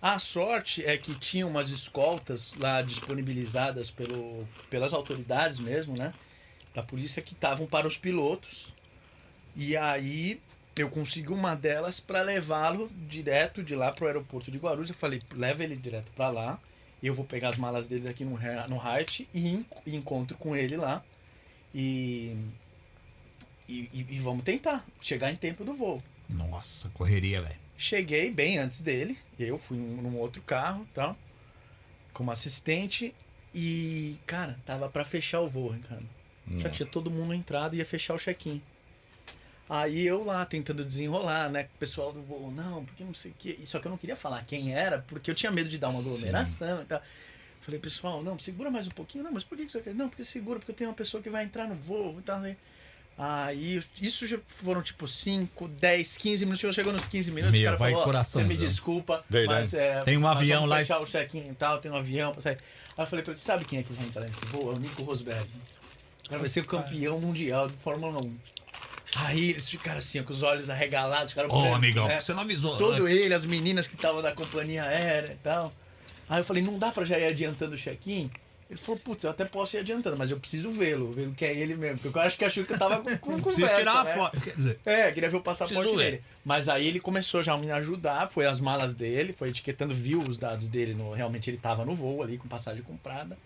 [SPEAKER 2] A sorte é que tinha umas escoltas lá disponibilizadas pelo, pelas autoridades mesmo, né? Da polícia que estavam para os pilotos. E aí eu consegui uma delas para levá-lo direto de lá para o aeroporto de Guarulhos. Eu falei, leva ele direto para lá. Eu vou pegar as malas deles aqui no, Ra- no Hyatt e en- e encontro com ele lá. E, e, e- e vamos tentar chegar em tempo do voo.
[SPEAKER 4] Nossa, correria, velho.
[SPEAKER 2] Cheguei bem antes dele. Eu fui num num outro carro, tal, como assistente e cara, tava pra fechar o voo, hein, cara. Já
[SPEAKER 4] Hum.
[SPEAKER 2] tinha todo mundo entrado e ia fechar o check-in. Aí eu lá tentando desenrolar, né? com O pessoal do voo, não, porque não sei o quê. Só que eu não queria falar quem era, porque eu tinha medo de dar uma aglomeração e tal. Falei, pessoal, não, segura mais um pouquinho. Não, mas por que que você quer? Não, porque segura, porque tem uma pessoa que vai entrar no voo e tal. né? Aí, isso já foram tipo 5, 10, 15 minutos. Chegou- Chegou nos 15 minutos,
[SPEAKER 4] Meu,
[SPEAKER 2] o cara
[SPEAKER 4] vai
[SPEAKER 2] falou, ó,
[SPEAKER 4] coraçãozão.
[SPEAKER 2] você me desculpa,
[SPEAKER 1] Verdade.
[SPEAKER 2] mas é,
[SPEAKER 4] Tem um
[SPEAKER 2] nós
[SPEAKER 4] avião
[SPEAKER 2] vamos
[SPEAKER 4] lá e-
[SPEAKER 2] fechar o check-in e tal, tem um avião pra sair. Aí eu falei pra ele, sabe quem é que vai entrar nesse voo? É o Nico Rosberg. O cara vai ser o campeão mundial de Fórmula 1. Aí eles ficaram assim, ó, com os olhos arregalados, ficaram
[SPEAKER 4] Ô,
[SPEAKER 2] olhando,
[SPEAKER 4] amigão, É,
[SPEAKER 2] né?
[SPEAKER 4] você não avisou.
[SPEAKER 2] Todo ele, as meninas que estavam da companhia aérea e tal. Aí eu falei, não dá pra já ir adiantando o check-in? Ele falou, putz, eu até posso ir adiantando, mas eu preciso vê-lo, vê-lo que é ele mesmo. Porque eu acho que achou que eu tava com, com
[SPEAKER 4] Preciso
[SPEAKER 2] conversa,
[SPEAKER 4] tirar
[SPEAKER 2] né?
[SPEAKER 4] a foto. Quer dizer,
[SPEAKER 2] É, queria ver o passaporte
[SPEAKER 4] Preciso ver.
[SPEAKER 2] dele. Mas aí ele começou já a me ajudar, foi as malas dele, foi etiquetando, viu os dados dele. No, realmente ele tava no voo ali, com passagem comprada.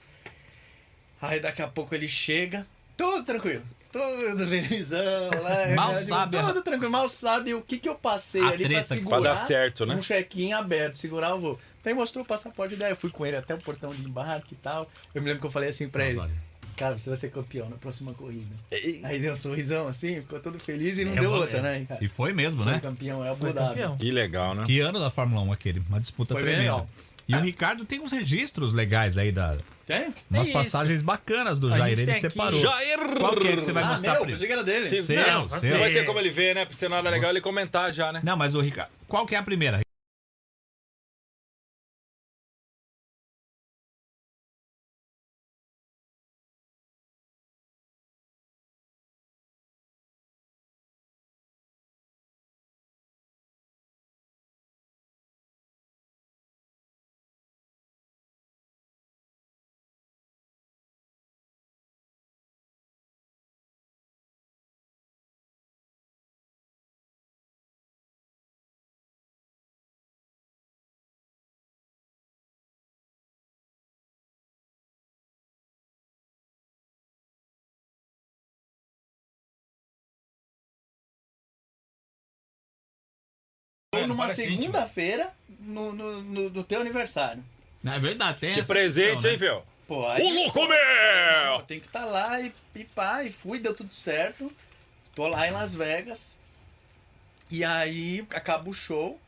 [SPEAKER 2] Aí daqui a pouco ele chega, todo tranquilo. Todo felizão lá.
[SPEAKER 4] Mal
[SPEAKER 2] eu digo,
[SPEAKER 4] sabe, né?
[SPEAKER 2] Todo tranquilo, mal sabe o que, que eu passei
[SPEAKER 4] A
[SPEAKER 2] ali pra
[SPEAKER 4] treta que-
[SPEAKER 2] segurar.
[SPEAKER 1] Pra dar certo, né?
[SPEAKER 2] Um check-in aberto, segurar o voo. Daí mostrou o passaporte dele, eu fui com ele até o portão de embarque e tal. Eu me lembro que eu falei assim pra
[SPEAKER 4] Mas
[SPEAKER 2] ele.
[SPEAKER 4] olha.
[SPEAKER 2] Cara, você vai ser campeão na próxima corrida.
[SPEAKER 1] E-
[SPEAKER 2] Aí deu um sorrisão assim, ficou todo feliz e não
[SPEAKER 4] é,
[SPEAKER 2] deu
[SPEAKER 4] vou-
[SPEAKER 2] outra, né? cara?
[SPEAKER 4] E foi mesmo,
[SPEAKER 2] Foi
[SPEAKER 4] né?
[SPEAKER 2] campeão, é o
[SPEAKER 5] Foi
[SPEAKER 2] Abu Dhabi.
[SPEAKER 5] campeão.
[SPEAKER 1] Que legal, né?
[SPEAKER 4] Que ano da Fórmula 1 aquele? Uma disputa
[SPEAKER 2] Foi bem
[SPEAKER 4] tremenda.
[SPEAKER 2] legal.
[SPEAKER 4] E o Ricardo tem uns registros legais aí da
[SPEAKER 2] Tem?
[SPEAKER 4] umas
[SPEAKER 5] isso.
[SPEAKER 4] passagens bacanas do
[SPEAKER 5] A
[SPEAKER 4] Jair.
[SPEAKER 5] gente
[SPEAKER 4] Ele
[SPEAKER 5] tem aqui-
[SPEAKER 4] separou.
[SPEAKER 1] Jair!
[SPEAKER 4] Qual que é que você vai
[SPEAKER 2] Ah,
[SPEAKER 4] mostrar
[SPEAKER 2] meu,
[SPEAKER 4] pra ele?
[SPEAKER 2] pensei que era dele.
[SPEAKER 1] Se-
[SPEAKER 4] Seu,
[SPEAKER 1] não,
[SPEAKER 4] seu.
[SPEAKER 1] não vai ter como ele ver, né? Porque se não é legal ele comentar já, né?
[SPEAKER 4] Não, mas o Ricardo. Qual que é a primeira?
[SPEAKER 2] Foi numa
[SPEAKER 1] parece íntimo.
[SPEAKER 2] segunda-feira, no, no, no- no teu aniversário.
[SPEAKER 4] Não, é verdade, tem
[SPEAKER 1] Que
[SPEAKER 4] essa
[SPEAKER 1] presente,
[SPEAKER 4] questão, né?
[SPEAKER 1] hein, Fel?
[SPEAKER 2] Pô,
[SPEAKER 1] O
[SPEAKER 2] aí
[SPEAKER 1] louco meu!
[SPEAKER 2] eu tenho que estar lá e, e pá, e fui, deu tudo certo. Tô lá em Las Vegas. E aí acaba o show,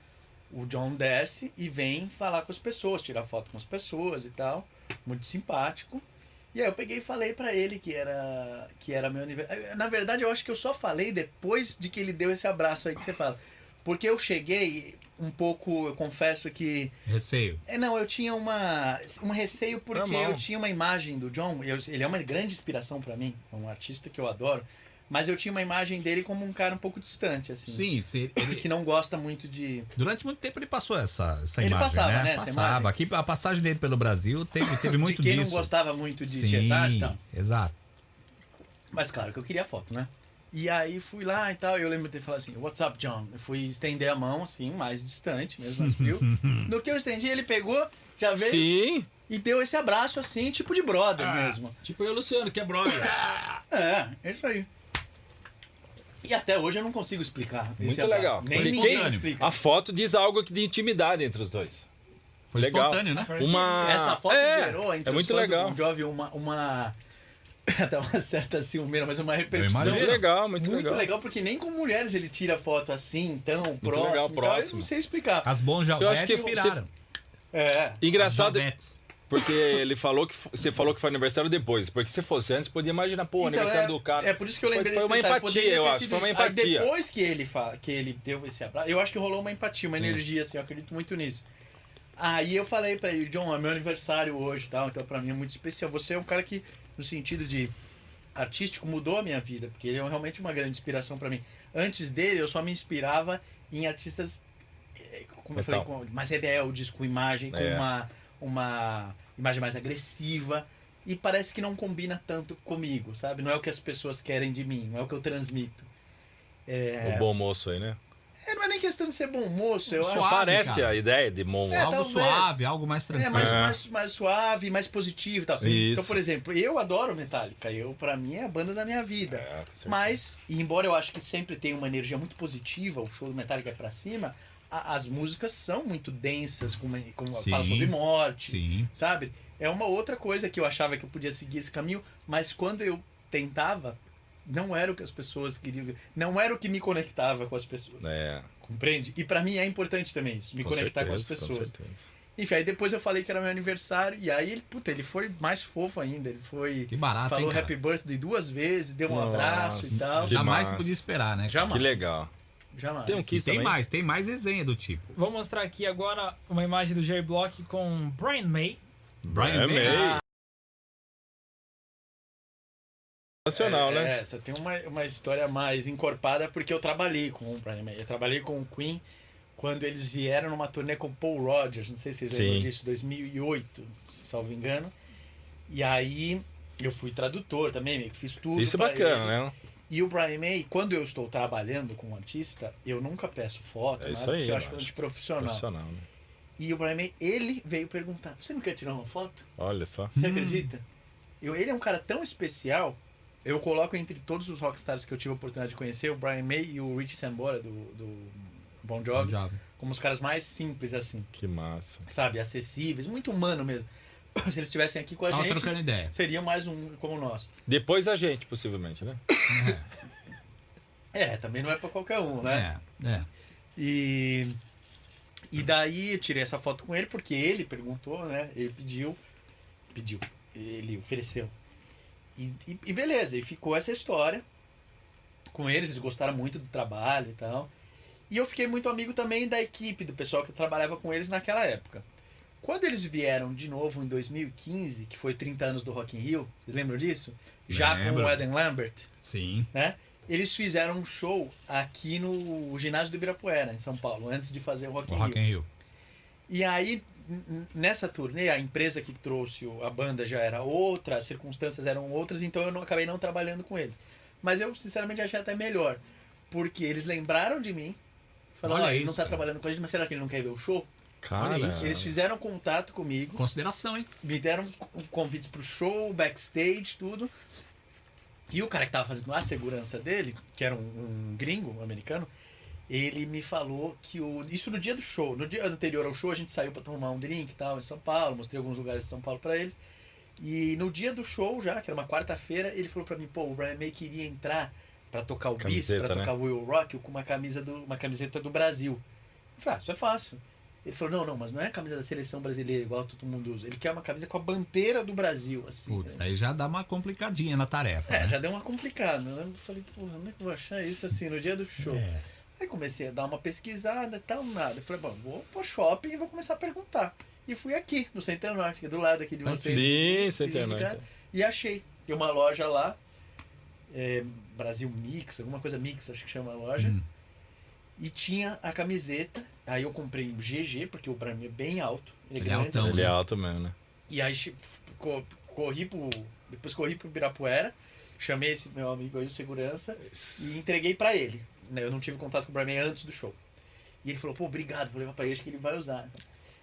[SPEAKER 2] o John desce e vem falar com as pessoas, tirar foto com as pessoas e tal. Muito simpático. E aí eu peguei e falei pra ele que era que era meu aniversário. Na verdade, eu acho que eu só falei depois de que ele deu esse abraço aí que você fala. Porque eu cheguei um pouco, eu confesso que
[SPEAKER 4] Receio.
[SPEAKER 2] é, não, eu tinha uma, um receio porque
[SPEAKER 1] Normal.
[SPEAKER 2] eu tinha uma imagem do John. eu- ele é uma grande inspiração pra mim, é um artista que eu adoro. Mas eu tinha uma imagem dele como um cara um pouco distante, assim.
[SPEAKER 4] Sim, se- ele-
[SPEAKER 2] Que não gosta muito de.
[SPEAKER 4] durante muito tempo ele passou essa, essa
[SPEAKER 2] Ele
[SPEAKER 4] imagem,
[SPEAKER 2] passava,
[SPEAKER 4] né?
[SPEAKER 2] né, essa
[SPEAKER 4] Passava.
[SPEAKER 2] imagem.
[SPEAKER 4] Aqui, a passagem dele pelo Brasil teve, teve muito
[SPEAKER 2] de quem
[SPEAKER 4] disso.
[SPEAKER 2] não gostava muito de tá, então?
[SPEAKER 4] Sim,
[SPEAKER 2] tietar e tal.
[SPEAKER 4] exato.
[SPEAKER 2] Mas claro que eu queria foto, né? E aí fui lá e tal, eu lembro de ter falado assim, what's up, John? Eu fui estender a mão, assim, mais distante, mesmo mais frio. no que eu estendi, ele pegou, já veio
[SPEAKER 5] Sim.
[SPEAKER 2] e deu esse abraço, assim, tipo de brother
[SPEAKER 4] Ah.
[SPEAKER 2] mesmo.
[SPEAKER 5] Tipo eu e o Luciano, que é brother.
[SPEAKER 2] É, é isso aí. E até hoje eu não consigo explicar. esse
[SPEAKER 1] Muito
[SPEAKER 2] abraço.
[SPEAKER 1] legal.
[SPEAKER 2] Nem
[SPEAKER 1] Porque
[SPEAKER 2] ninguém
[SPEAKER 4] quem-
[SPEAKER 2] explica.
[SPEAKER 1] A foto diz algo que de intimidade entre os dois.
[SPEAKER 4] Foi
[SPEAKER 1] legal.
[SPEAKER 4] espontâneo, né?
[SPEAKER 1] Uma...
[SPEAKER 2] Essa foto
[SPEAKER 1] é,
[SPEAKER 2] gerou entre
[SPEAKER 1] É muito
[SPEAKER 2] os fãs
[SPEAKER 1] legal.
[SPEAKER 2] do Bon Jovi uma, uma... até uma certa ciúmeira, mas uma repercussão.
[SPEAKER 4] imagino.
[SPEAKER 1] Muito
[SPEAKER 4] Muito
[SPEAKER 1] legal, muito,
[SPEAKER 2] Muito
[SPEAKER 1] legal.
[SPEAKER 2] legal, porque nem com mulheres ele tira foto assim, tão próximo.
[SPEAKER 1] legal,
[SPEAKER 2] e tal,
[SPEAKER 1] próximo.
[SPEAKER 2] Eu não sei explicar.
[SPEAKER 4] As bons
[SPEAKER 1] Eu acho que
[SPEAKER 4] jovetes
[SPEAKER 1] você-
[SPEAKER 4] viraram.
[SPEAKER 2] É.
[SPEAKER 1] Engraçado,
[SPEAKER 4] Jovetes.
[SPEAKER 1] porque ele falou que f- você falou que foi aniversário depois, porque se fosse antes podia imaginar, pô,
[SPEAKER 2] é,
[SPEAKER 1] aniversário do cara.
[SPEAKER 2] é por isso que eu lembrei
[SPEAKER 1] Foi, foi
[SPEAKER 2] desse
[SPEAKER 1] uma
[SPEAKER 2] detalhe,
[SPEAKER 1] empatia,
[SPEAKER 2] poderia
[SPEAKER 1] eu
[SPEAKER 2] ter
[SPEAKER 1] acho.
[SPEAKER 2] sido
[SPEAKER 1] Foi uma
[SPEAKER 2] isso. Aí
[SPEAKER 1] empatia.
[SPEAKER 2] depois que ele, fa- que ele deu esse abraço, eu acho que rolou uma empatia, uma energia, assim, eu acredito muito nisso. Aí eu falei pra ele, John, é meu aniversário hoje e tal, então pra mim é muito especial. Você é um cara que, no sentido de artístico, mudou a minha vida, porque ele é realmente uma grande inspiração pra mim. Antes dele, eu só me inspirava em artistas, eh, como eu
[SPEAKER 1] Metal.
[SPEAKER 2] falei, com, mais rebeldes, é com imagem, com
[SPEAKER 1] É.
[SPEAKER 2] uma, uma imagem mais agressiva. E parece que não combina tanto comigo, sabe? Não é o que as pessoas querem de mim, não é o que eu transmito.
[SPEAKER 1] O bom moço aí, né?
[SPEAKER 2] É, não é nem questão de ser bom moço, eu
[SPEAKER 4] Suave,
[SPEAKER 2] acho.
[SPEAKER 1] Parece
[SPEAKER 4] cara.
[SPEAKER 1] a ideia de bom
[SPEAKER 2] É,
[SPEAKER 4] algo
[SPEAKER 2] talvez.
[SPEAKER 4] suave, algo mais
[SPEAKER 2] É
[SPEAKER 4] tranquilo.
[SPEAKER 2] mais,
[SPEAKER 1] É.
[SPEAKER 2] mais, mais suave, mais positivo e tal.
[SPEAKER 1] Isso.
[SPEAKER 2] Então, por exemplo, eu adoro Metallica. Eu, pra mim, é a banda da minha vida.
[SPEAKER 1] É, com certeza.
[SPEAKER 2] Mas, e embora eu acho que sempre tem uma energia muito positiva, o show do Metallica é pra cima, a- as músicas são muito densas, como, como
[SPEAKER 4] Sim.
[SPEAKER 2] fala sobre morte,
[SPEAKER 4] Sim.
[SPEAKER 2] sabe? É uma outra coisa que eu achava que eu podia seguir esse caminho, mas quando eu tentava não era o que as pessoas queriam, não era o que me conectava com as pessoas.
[SPEAKER 1] É,
[SPEAKER 2] Compreende? E pra mim é importante também isso, me
[SPEAKER 1] com
[SPEAKER 2] conectar com as
[SPEAKER 1] certeza,
[SPEAKER 2] pessoas.
[SPEAKER 1] certeza.
[SPEAKER 2] Enfim, aí depois eu falei que era meu aniversário, e aí ele, puta, ele foi mais fofo ainda. Ele foi.
[SPEAKER 4] Que barato,
[SPEAKER 2] Falou
[SPEAKER 4] hein, cara?
[SPEAKER 2] happy birthday duas vezes, deu um
[SPEAKER 1] Nossa,
[SPEAKER 2] abraço e tal.
[SPEAKER 1] que-
[SPEAKER 4] Jamais
[SPEAKER 1] massa.
[SPEAKER 4] podia esperar, né?
[SPEAKER 2] Jamais.
[SPEAKER 1] Que legal.
[SPEAKER 2] Jamais.
[SPEAKER 1] Tem um
[SPEAKER 4] E
[SPEAKER 1] kit
[SPEAKER 4] tem
[SPEAKER 1] também?
[SPEAKER 4] mais, tem mais resenha do tipo.
[SPEAKER 5] Vou mostrar aqui agora uma imagem do Jerry Block com Brian May.
[SPEAKER 4] Brian
[SPEAKER 1] É,
[SPEAKER 4] May.
[SPEAKER 1] meio. Nacional,
[SPEAKER 2] é,
[SPEAKER 1] né?
[SPEAKER 2] É, você tem uma, uma história mais encorpada, porque eu trabalhei com o Brian May. Eu trabalhei com o Queen quando eles vieram numa turnê com o Paul Rogers, não sei se vocês lembram
[SPEAKER 1] Sim.
[SPEAKER 2] disso, 2008, salvo engano. E aí eu fui tradutor também, meio que fiz tudo.
[SPEAKER 1] Isso é
[SPEAKER 2] pra
[SPEAKER 1] bacana,
[SPEAKER 2] eles.
[SPEAKER 1] né?
[SPEAKER 2] E o Brian May, quando eu estou trabalhando com um artista, eu nunca peço foto,
[SPEAKER 1] É isso
[SPEAKER 2] nada,
[SPEAKER 1] aí,
[SPEAKER 2] porque eu
[SPEAKER 1] eu
[SPEAKER 2] acho
[SPEAKER 1] acho.
[SPEAKER 2] antiprofissional.
[SPEAKER 1] Profissional, né?
[SPEAKER 2] E o Brian May, ele veio perguntar: Você não quer tirar uma foto?
[SPEAKER 1] Olha só.
[SPEAKER 2] Você acredita? Eu, ele é um cara tão especial. Eu coloco entre todos os rockstars que eu tive a oportunidade de conhecer, o Brian May e o Richie Sambora do, do Bon Jovi,
[SPEAKER 4] Bom job.
[SPEAKER 2] como os caras mais simples, assim,
[SPEAKER 1] Que massa.
[SPEAKER 2] sabe? Acessíveis, muito humano mesmo. Se eles estivessem aqui com a
[SPEAKER 4] Tava
[SPEAKER 2] gente,
[SPEAKER 4] trocando ideia.
[SPEAKER 2] seria mais um como nós.
[SPEAKER 1] Depois da gente, possivelmente, né?
[SPEAKER 2] É, também não é pra qualquer um, né?
[SPEAKER 4] É, é.
[SPEAKER 2] E, e daí eu tirei essa foto com ele porque ele perguntou, né? Ele pediu. Pediu. Ele ofereceu. E, e, e beleza, e ficou essa história com eles, eles gostaram muito do trabalho e tal. E eu fiquei muito amigo também da equipe, do pessoal que trabalhava com eles naquela época. Quando eles vieram de novo em 2015, que foi 30 anos do Rock in Rio, vocês lembram disso? Já com
[SPEAKER 4] Lembro.
[SPEAKER 2] o Eden Lambert
[SPEAKER 4] Sim.
[SPEAKER 2] né? Eles fizeram um show aqui no ginásio do Ibirapuera, em São Paulo, antes de fazer o Rock
[SPEAKER 4] O
[SPEAKER 2] in
[SPEAKER 4] Rock in
[SPEAKER 2] Rio.
[SPEAKER 4] Rio.
[SPEAKER 2] E aí, n- n- nessa turnê, a empresa que trouxe o- a banda já era outra, as circunstâncias eram outras, então eu não, acabei não trabalhando com eles. Mas eu, sinceramente, achei até melhor, porque eles lembraram de mim, falaram,
[SPEAKER 4] Olha
[SPEAKER 2] "Ó, ele não
[SPEAKER 4] isso,
[SPEAKER 2] tá
[SPEAKER 4] cara.
[SPEAKER 2] trabalhando com a gente, mas será que ele não quer ver o show?
[SPEAKER 1] Cara,
[SPEAKER 2] Eles fizeram contato comigo,
[SPEAKER 4] Consideração, hein?
[SPEAKER 2] me deram um convite pro show, backstage, tudo. E o cara que tava fazendo a segurança dele, que era um, um gringo um americano, ele me falou que o. Isso no dia do show. No dia anterior ao show, a gente saiu pra tomar um drink e tal em São Paulo, mostrei alguns lugares de São Paulo pra eles. E no dia do show, já, que era uma quarta-feira, ele falou pra mim, pô, o Brian May queria entrar pra tocar o Bis,
[SPEAKER 1] Camiseta,
[SPEAKER 2] pra
[SPEAKER 1] né?
[SPEAKER 2] tocar o Will Rock com uma camisa do, uma camiseta do Brasil. Eu falei, ah, isso é fácil. Ele falou, não, não, mas não é a camisa da seleção brasileira igual todo mundo usa. Ele quer uma camisa com a bandeira do Brasil, assim.
[SPEAKER 4] Putz, aí já dá uma complicadinha na tarefa.
[SPEAKER 2] É,
[SPEAKER 4] né?
[SPEAKER 2] já deu uma complicada. né? Eu falei, porra, onde é que eu vou achar isso assim no dia do show?
[SPEAKER 4] né? É.
[SPEAKER 2] Aí comecei a dar uma pesquisada e tal, nada. Eu falei, bom, vou pro shopping e vou começar a perguntar. E fui aqui, no Centro Norte, que é do lado aqui de vocês.
[SPEAKER 1] Sim, você
[SPEAKER 2] Fiz um
[SPEAKER 1] entendeu.
[SPEAKER 2] cara, E achei. Tem uma loja lá, é, Brasil Mix, alguma coisa Mix, acho que chama a loja. E tinha a camiseta. Aí eu comprei o GG, porque o Brian é bem alto. Ele é
[SPEAKER 4] Ele é
[SPEAKER 2] grande.
[SPEAKER 4] altão.
[SPEAKER 2] assim.
[SPEAKER 1] Ele é alto mesmo, né?
[SPEAKER 2] E aí che- co- corri pro. Depois corri pro Ibirapuera, chamei esse meu amigo aí, o segurança, e entreguei pra ele. né? Eu não tive contato com o Brian May antes do show. E ele falou, pô, obrigado, vou levar pra ele, acho que ele vai usar.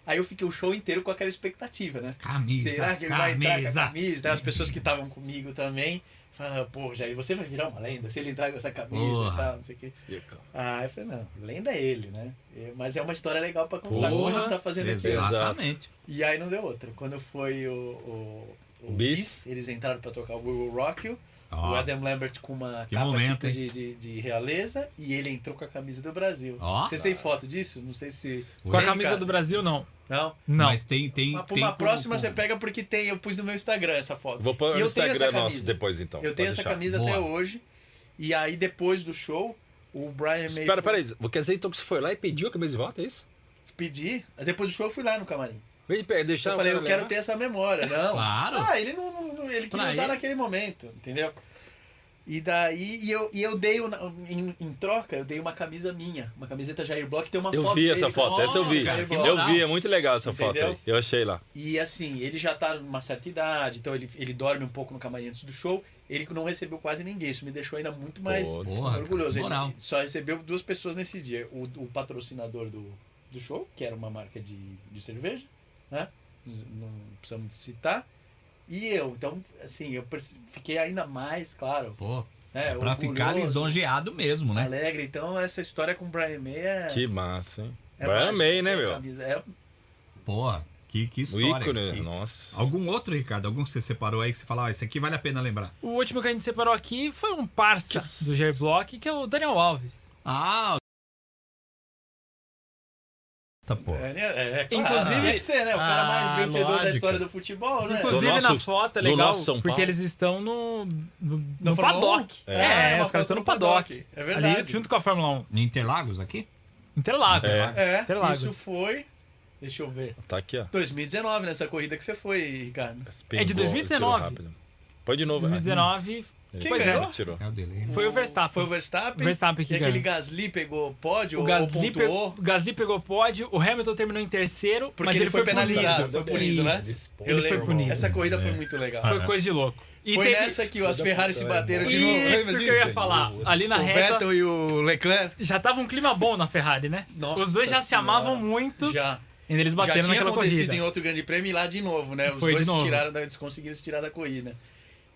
[SPEAKER 2] Aí eu fiquei o show inteiro com aquela expectativa, né?
[SPEAKER 4] Camisa,
[SPEAKER 2] Será que ele vai entrar com a
[SPEAKER 4] camisa.
[SPEAKER 2] camisa? Daí As pessoas que estavam comigo também falaram, pô, Jair, você vai virar uma lenda se ele entrar com essa camisa e
[SPEAKER 4] Porra.
[SPEAKER 2] tal, não sei o quê. Ah, eu falei, não, lenda é ele, né? É, Mas é uma história legal pra
[SPEAKER 1] Porra,
[SPEAKER 2] contar, como a gente tá fazendo aqui.
[SPEAKER 1] exato.
[SPEAKER 4] Exatamente.
[SPEAKER 2] E aí não deu outra. Quando foi o, o, o
[SPEAKER 1] O Bis.
[SPEAKER 2] Bis, eles entraram pra tocar o We Will Rock You. O
[SPEAKER 4] Nossa.
[SPEAKER 2] Adam Lambert com uma
[SPEAKER 4] Que
[SPEAKER 2] capa
[SPEAKER 4] momento,
[SPEAKER 2] tipo
[SPEAKER 4] hein?
[SPEAKER 2] de, de, de realeza e ele entrou com a camisa do Brasil.
[SPEAKER 4] Ó.
[SPEAKER 2] Vocês têm foto disso? Não sei se.
[SPEAKER 5] Com a
[SPEAKER 2] Tem,
[SPEAKER 5] camisa
[SPEAKER 2] cara?
[SPEAKER 5] do Brasil, não.
[SPEAKER 2] Não.
[SPEAKER 5] Não.
[SPEAKER 4] Mas tem, tem,
[SPEAKER 2] Mas pra
[SPEAKER 4] tem
[SPEAKER 2] uma
[SPEAKER 4] como-
[SPEAKER 2] próxima
[SPEAKER 4] como-
[SPEAKER 2] você pega porque tem. Eu pus no meu Instagram essa foto.
[SPEAKER 1] Vou pôr
[SPEAKER 2] E
[SPEAKER 1] no
[SPEAKER 2] eu tenho essa
[SPEAKER 1] Instagram nosso
[SPEAKER 2] camisa.
[SPEAKER 1] depois, então.
[SPEAKER 2] eu
[SPEAKER 1] pode
[SPEAKER 2] tenho essa
[SPEAKER 1] deixar.
[SPEAKER 2] camisa
[SPEAKER 4] Boa.
[SPEAKER 2] até hoje. E aí depois do show, o Brian May
[SPEAKER 1] Espera,
[SPEAKER 2] foi
[SPEAKER 1] peraí. Quer dizer então que você foi lá e pediu a camisa de volta, é isso?
[SPEAKER 2] pedir. Depois do show eu fui lá no camarim.
[SPEAKER 1] Vem de pé, deixa
[SPEAKER 2] Eu falei, eu
[SPEAKER 1] levar.
[SPEAKER 2] quero ter essa memória, não.
[SPEAKER 4] Claro.
[SPEAKER 2] Ah, ele não, não- não- ele queria
[SPEAKER 4] Pra
[SPEAKER 2] usar
[SPEAKER 4] ele.
[SPEAKER 2] naquele momento, entendeu? E daí, e eu, e eu dei, uma- em, em troca, eu dei uma camisa minha, uma camiseta Jair Block, tem uma
[SPEAKER 1] Eu
[SPEAKER 2] foto
[SPEAKER 1] vi essa
[SPEAKER 2] dele,
[SPEAKER 1] foto, essa eu vi.
[SPEAKER 2] cara, que
[SPEAKER 1] Eu
[SPEAKER 2] moral.
[SPEAKER 1] vi, é muito legal essa foto
[SPEAKER 2] Entendeu?
[SPEAKER 1] aí. Eu achei lá.
[SPEAKER 2] E assim, ele já tá numa certa idade, então ele, ele dorme um pouco no camarim antes do show. Ele não recebeu quase ninguém, isso me deixou ainda muito mais
[SPEAKER 1] Pô,
[SPEAKER 4] porra,
[SPEAKER 2] orgulhoso.
[SPEAKER 4] cara,
[SPEAKER 2] Ele
[SPEAKER 4] moral.
[SPEAKER 2] só recebeu duas pessoas nesse dia: o, o patrocinador do, do show, que era uma marca de, de cerveja, né? Não precisamos citar. E eu, então, assim, eu perce- fiquei ainda mais, claro,
[SPEAKER 4] Pô,
[SPEAKER 2] né?
[SPEAKER 4] é pra ficar
[SPEAKER 2] orgulhoso,
[SPEAKER 4] lisonjeado mesmo, né?
[SPEAKER 2] Alegre. Então, essa história com o Brian May é.
[SPEAKER 1] Que massa, hein?
[SPEAKER 2] é
[SPEAKER 1] Brian
[SPEAKER 2] mágica,
[SPEAKER 1] May, né,
[SPEAKER 2] tem a
[SPEAKER 1] meu?
[SPEAKER 2] camisa. É,
[SPEAKER 4] Pô, que Que, que
[SPEAKER 1] O
[SPEAKER 4] história.
[SPEAKER 1] Um ícone, né?
[SPEAKER 4] que-
[SPEAKER 1] nossa.
[SPEAKER 4] Algum outro, Ricardo? Algum que você separou aí que você fala, ó, esse aqui vale a pena lembrar.
[SPEAKER 5] O último que a gente separou aqui foi um parça do Jair Block, que é o Daniel Alves.
[SPEAKER 4] Ah, tá, pô.
[SPEAKER 2] É, é, é claro.
[SPEAKER 5] Inclusive-
[SPEAKER 2] Tinha que ser, né? O cara
[SPEAKER 4] Ah,
[SPEAKER 2] mais vencedor da
[SPEAKER 4] lógico.
[SPEAKER 2] história do futebol, né?
[SPEAKER 5] Inclusive
[SPEAKER 1] Do nosso-
[SPEAKER 5] na foto é
[SPEAKER 1] do
[SPEAKER 5] legal,
[SPEAKER 1] nosso São
[SPEAKER 5] porque
[SPEAKER 1] Paulo.
[SPEAKER 5] eles estão no, no, no
[SPEAKER 2] Fórmula
[SPEAKER 5] paddock.
[SPEAKER 2] 1?
[SPEAKER 5] É,
[SPEAKER 2] É, uma
[SPEAKER 5] os caras estão
[SPEAKER 2] festa
[SPEAKER 5] no
[SPEAKER 2] no paddock.
[SPEAKER 5] paddock.
[SPEAKER 2] É verdade.
[SPEAKER 5] Ali junto com a Fórmula
[SPEAKER 4] Em Interlagos aqui?
[SPEAKER 5] 1. Interlagos.
[SPEAKER 2] É,
[SPEAKER 5] Interlagos.
[SPEAKER 2] isso foi. Deixa eu ver.
[SPEAKER 1] Tá aqui,
[SPEAKER 2] É
[SPEAKER 1] ó.
[SPEAKER 2] 2019, nessa corrida que você foi, Ricardo.
[SPEAKER 5] É de 2019.
[SPEAKER 1] Tirou rápido. Põe de novo.
[SPEAKER 5] 2019
[SPEAKER 2] Quem
[SPEAKER 5] Pois é.
[SPEAKER 2] ganhou?
[SPEAKER 1] Ah, tirou.
[SPEAKER 4] É o dele.
[SPEAKER 5] foi o Verstappen.
[SPEAKER 2] Foi o Verstappen.
[SPEAKER 5] Verstappen que
[SPEAKER 2] E aquele
[SPEAKER 5] ganhou.
[SPEAKER 2] Gasly pegou pódio
[SPEAKER 5] O
[SPEAKER 2] ou
[SPEAKER 5] Gasly, pe-
[SPEAKER 2] pontuou.
[SPEAKER 5] o Gasly pegou pódio, o Hamilton terminou em terceiro,
[SPEAKER 2] Porque
[SPEAKER 5] mas
[SPEAKER 2] ele, foi
[SPEAKER 5] punido.
[SPEAKER 2] penalizado, foi punido, né?
[SPEAKER 5] Isso.
[SPEAKER 2] Eu
[SPEAKER 5] Ele foi
[SPEAKER 2] lembro.
[SPEAKER 5] punido. É.
[SPEAKER 2] Essa corrida foi muito legal.
[SPEAKER 1] Ah, é.
[SPEAKER 5] Foi coisa de louco. E
[SPEAKER 2] Foi
[SPEAKER 5] teve-
[SPEAKER 2] nessa que as Ferrari se
[SPEAKER 5] né?
[SPEAKER 2] bateram de novo,
[SPEAKER 5] Isso
[SPEAKER 2] lembra
[SPEAKER 5] que
[SPEAKER 2] disso?
[SPEAKER 5] eu ia falar. Ali na
[SPEAKER 2] O
[SPEAKER 5] reta,
[SPEAKER 2] Vettel e o Leclerc
[SPEAKER 5] já tava um clima bom na Ferrari, né?
[SPEAKER 2] Nossa
[SPEAKER 5] Os dois já se
[SPEAKER 2] Senhora.
[SPEAKER 5] amavam muito
[SPEAKER 2] já,
[SPEAKER 5] e eles
[SPEAKER 2] já
[SPEAKER 5] bateram
[SPEAKER 2] tinha
[SPEAKER 5] naquela
[SPEAKER 2] acontecido
[SPEAKER 5] corrida.
[SPEAKER 2] em outro grande prêmio e lá de novo, né? Os
[SPEAKER 5] Foi de
[SPEAKER 2] dois se
[SPEAKER 5] novo.
[SPEAKER 2] tiraram, da- eles conseguiram se tirar da corrida.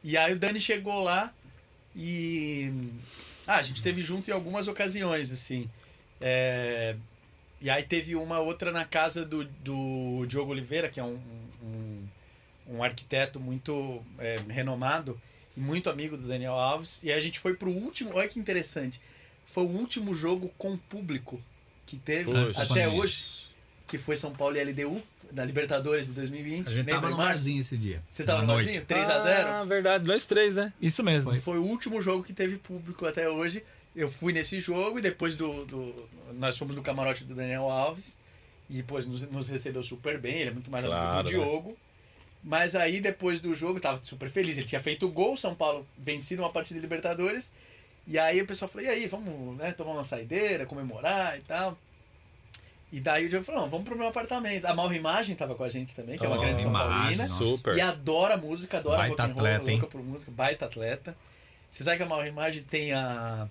[SPEAKER 2] E aí o Dani chegou lá e... Ah, a gente teve junto em algumas ocasiões, assim. É, E aí teve uma outra na casa do, do Diogo Oliveira, que é um, um, um arquiteto muito é, renomado e muito amigo do Daniel Alves. E aí a gente foi pro último, olha que interessante, foi o último jogo com público que teve
[SPEAKER 1] Poxa.
[SPEAKER 2] até hoje, que foi São Paulo e LDU, da Libertadores de 2020.
[SPEAKER 4] A gente tava
[SPEAKER 2] Lembra,
[SPEAKER 4] no
[SPEAKER 2] Marcos?
[SPEAKER 4] barzinho esse dia.
[SPEAKER 2] Vocês estavam no
[SPEAKER 4] À noite.
[SPEAKER 2] barzinho? 3x0?
[SPEAKER 1] Ah, verdade. Nós três, né?
[SPEAKER 5] Isso mesmo.
[SPEAKER 2] Foi o último jogo que teve público até hoje. Eu fui nesse jogo e depois do. do- nós fomos no camarote do Daniel Alves. E depois nos, nos recebeu super bem. Ele é muito mais
[SPEAKER 1] Claro,
[SPEAKER 2] amigo do
[SPEAKER 1] né?
[SPEAKER 2] Diogo. Mas aí depois do jogo, eu tava super feliz. Ele tinha feito o gol, São Paulo vencido uma partida de Libertadores. E aí o pessoal falou: e aí, vamos né, tomar uma saideira, comemorar e tal. E daí o Diogo falou: não, vamos pro meu apartamento. A Mal Imagem tava com a gente também, que é uma
[SPEAKER 1] Oh,
[SPEAKER 2] grande São
[SPEAKER 4] Maura
[SPEAKER 2] Paulina.
[SPEAKER 4] Imagem,
[SPEAKER 1] Super.
[SPEAKER 2] E adora música, adora
[SPEAKER 4] Baita
[SPEAKER 2] rock and roll, é
[SPEAKER 4] atleta, hein?
[SPEAKER 2] louca por música, baita atleta. Você sabe que a Maura Imagem tem a...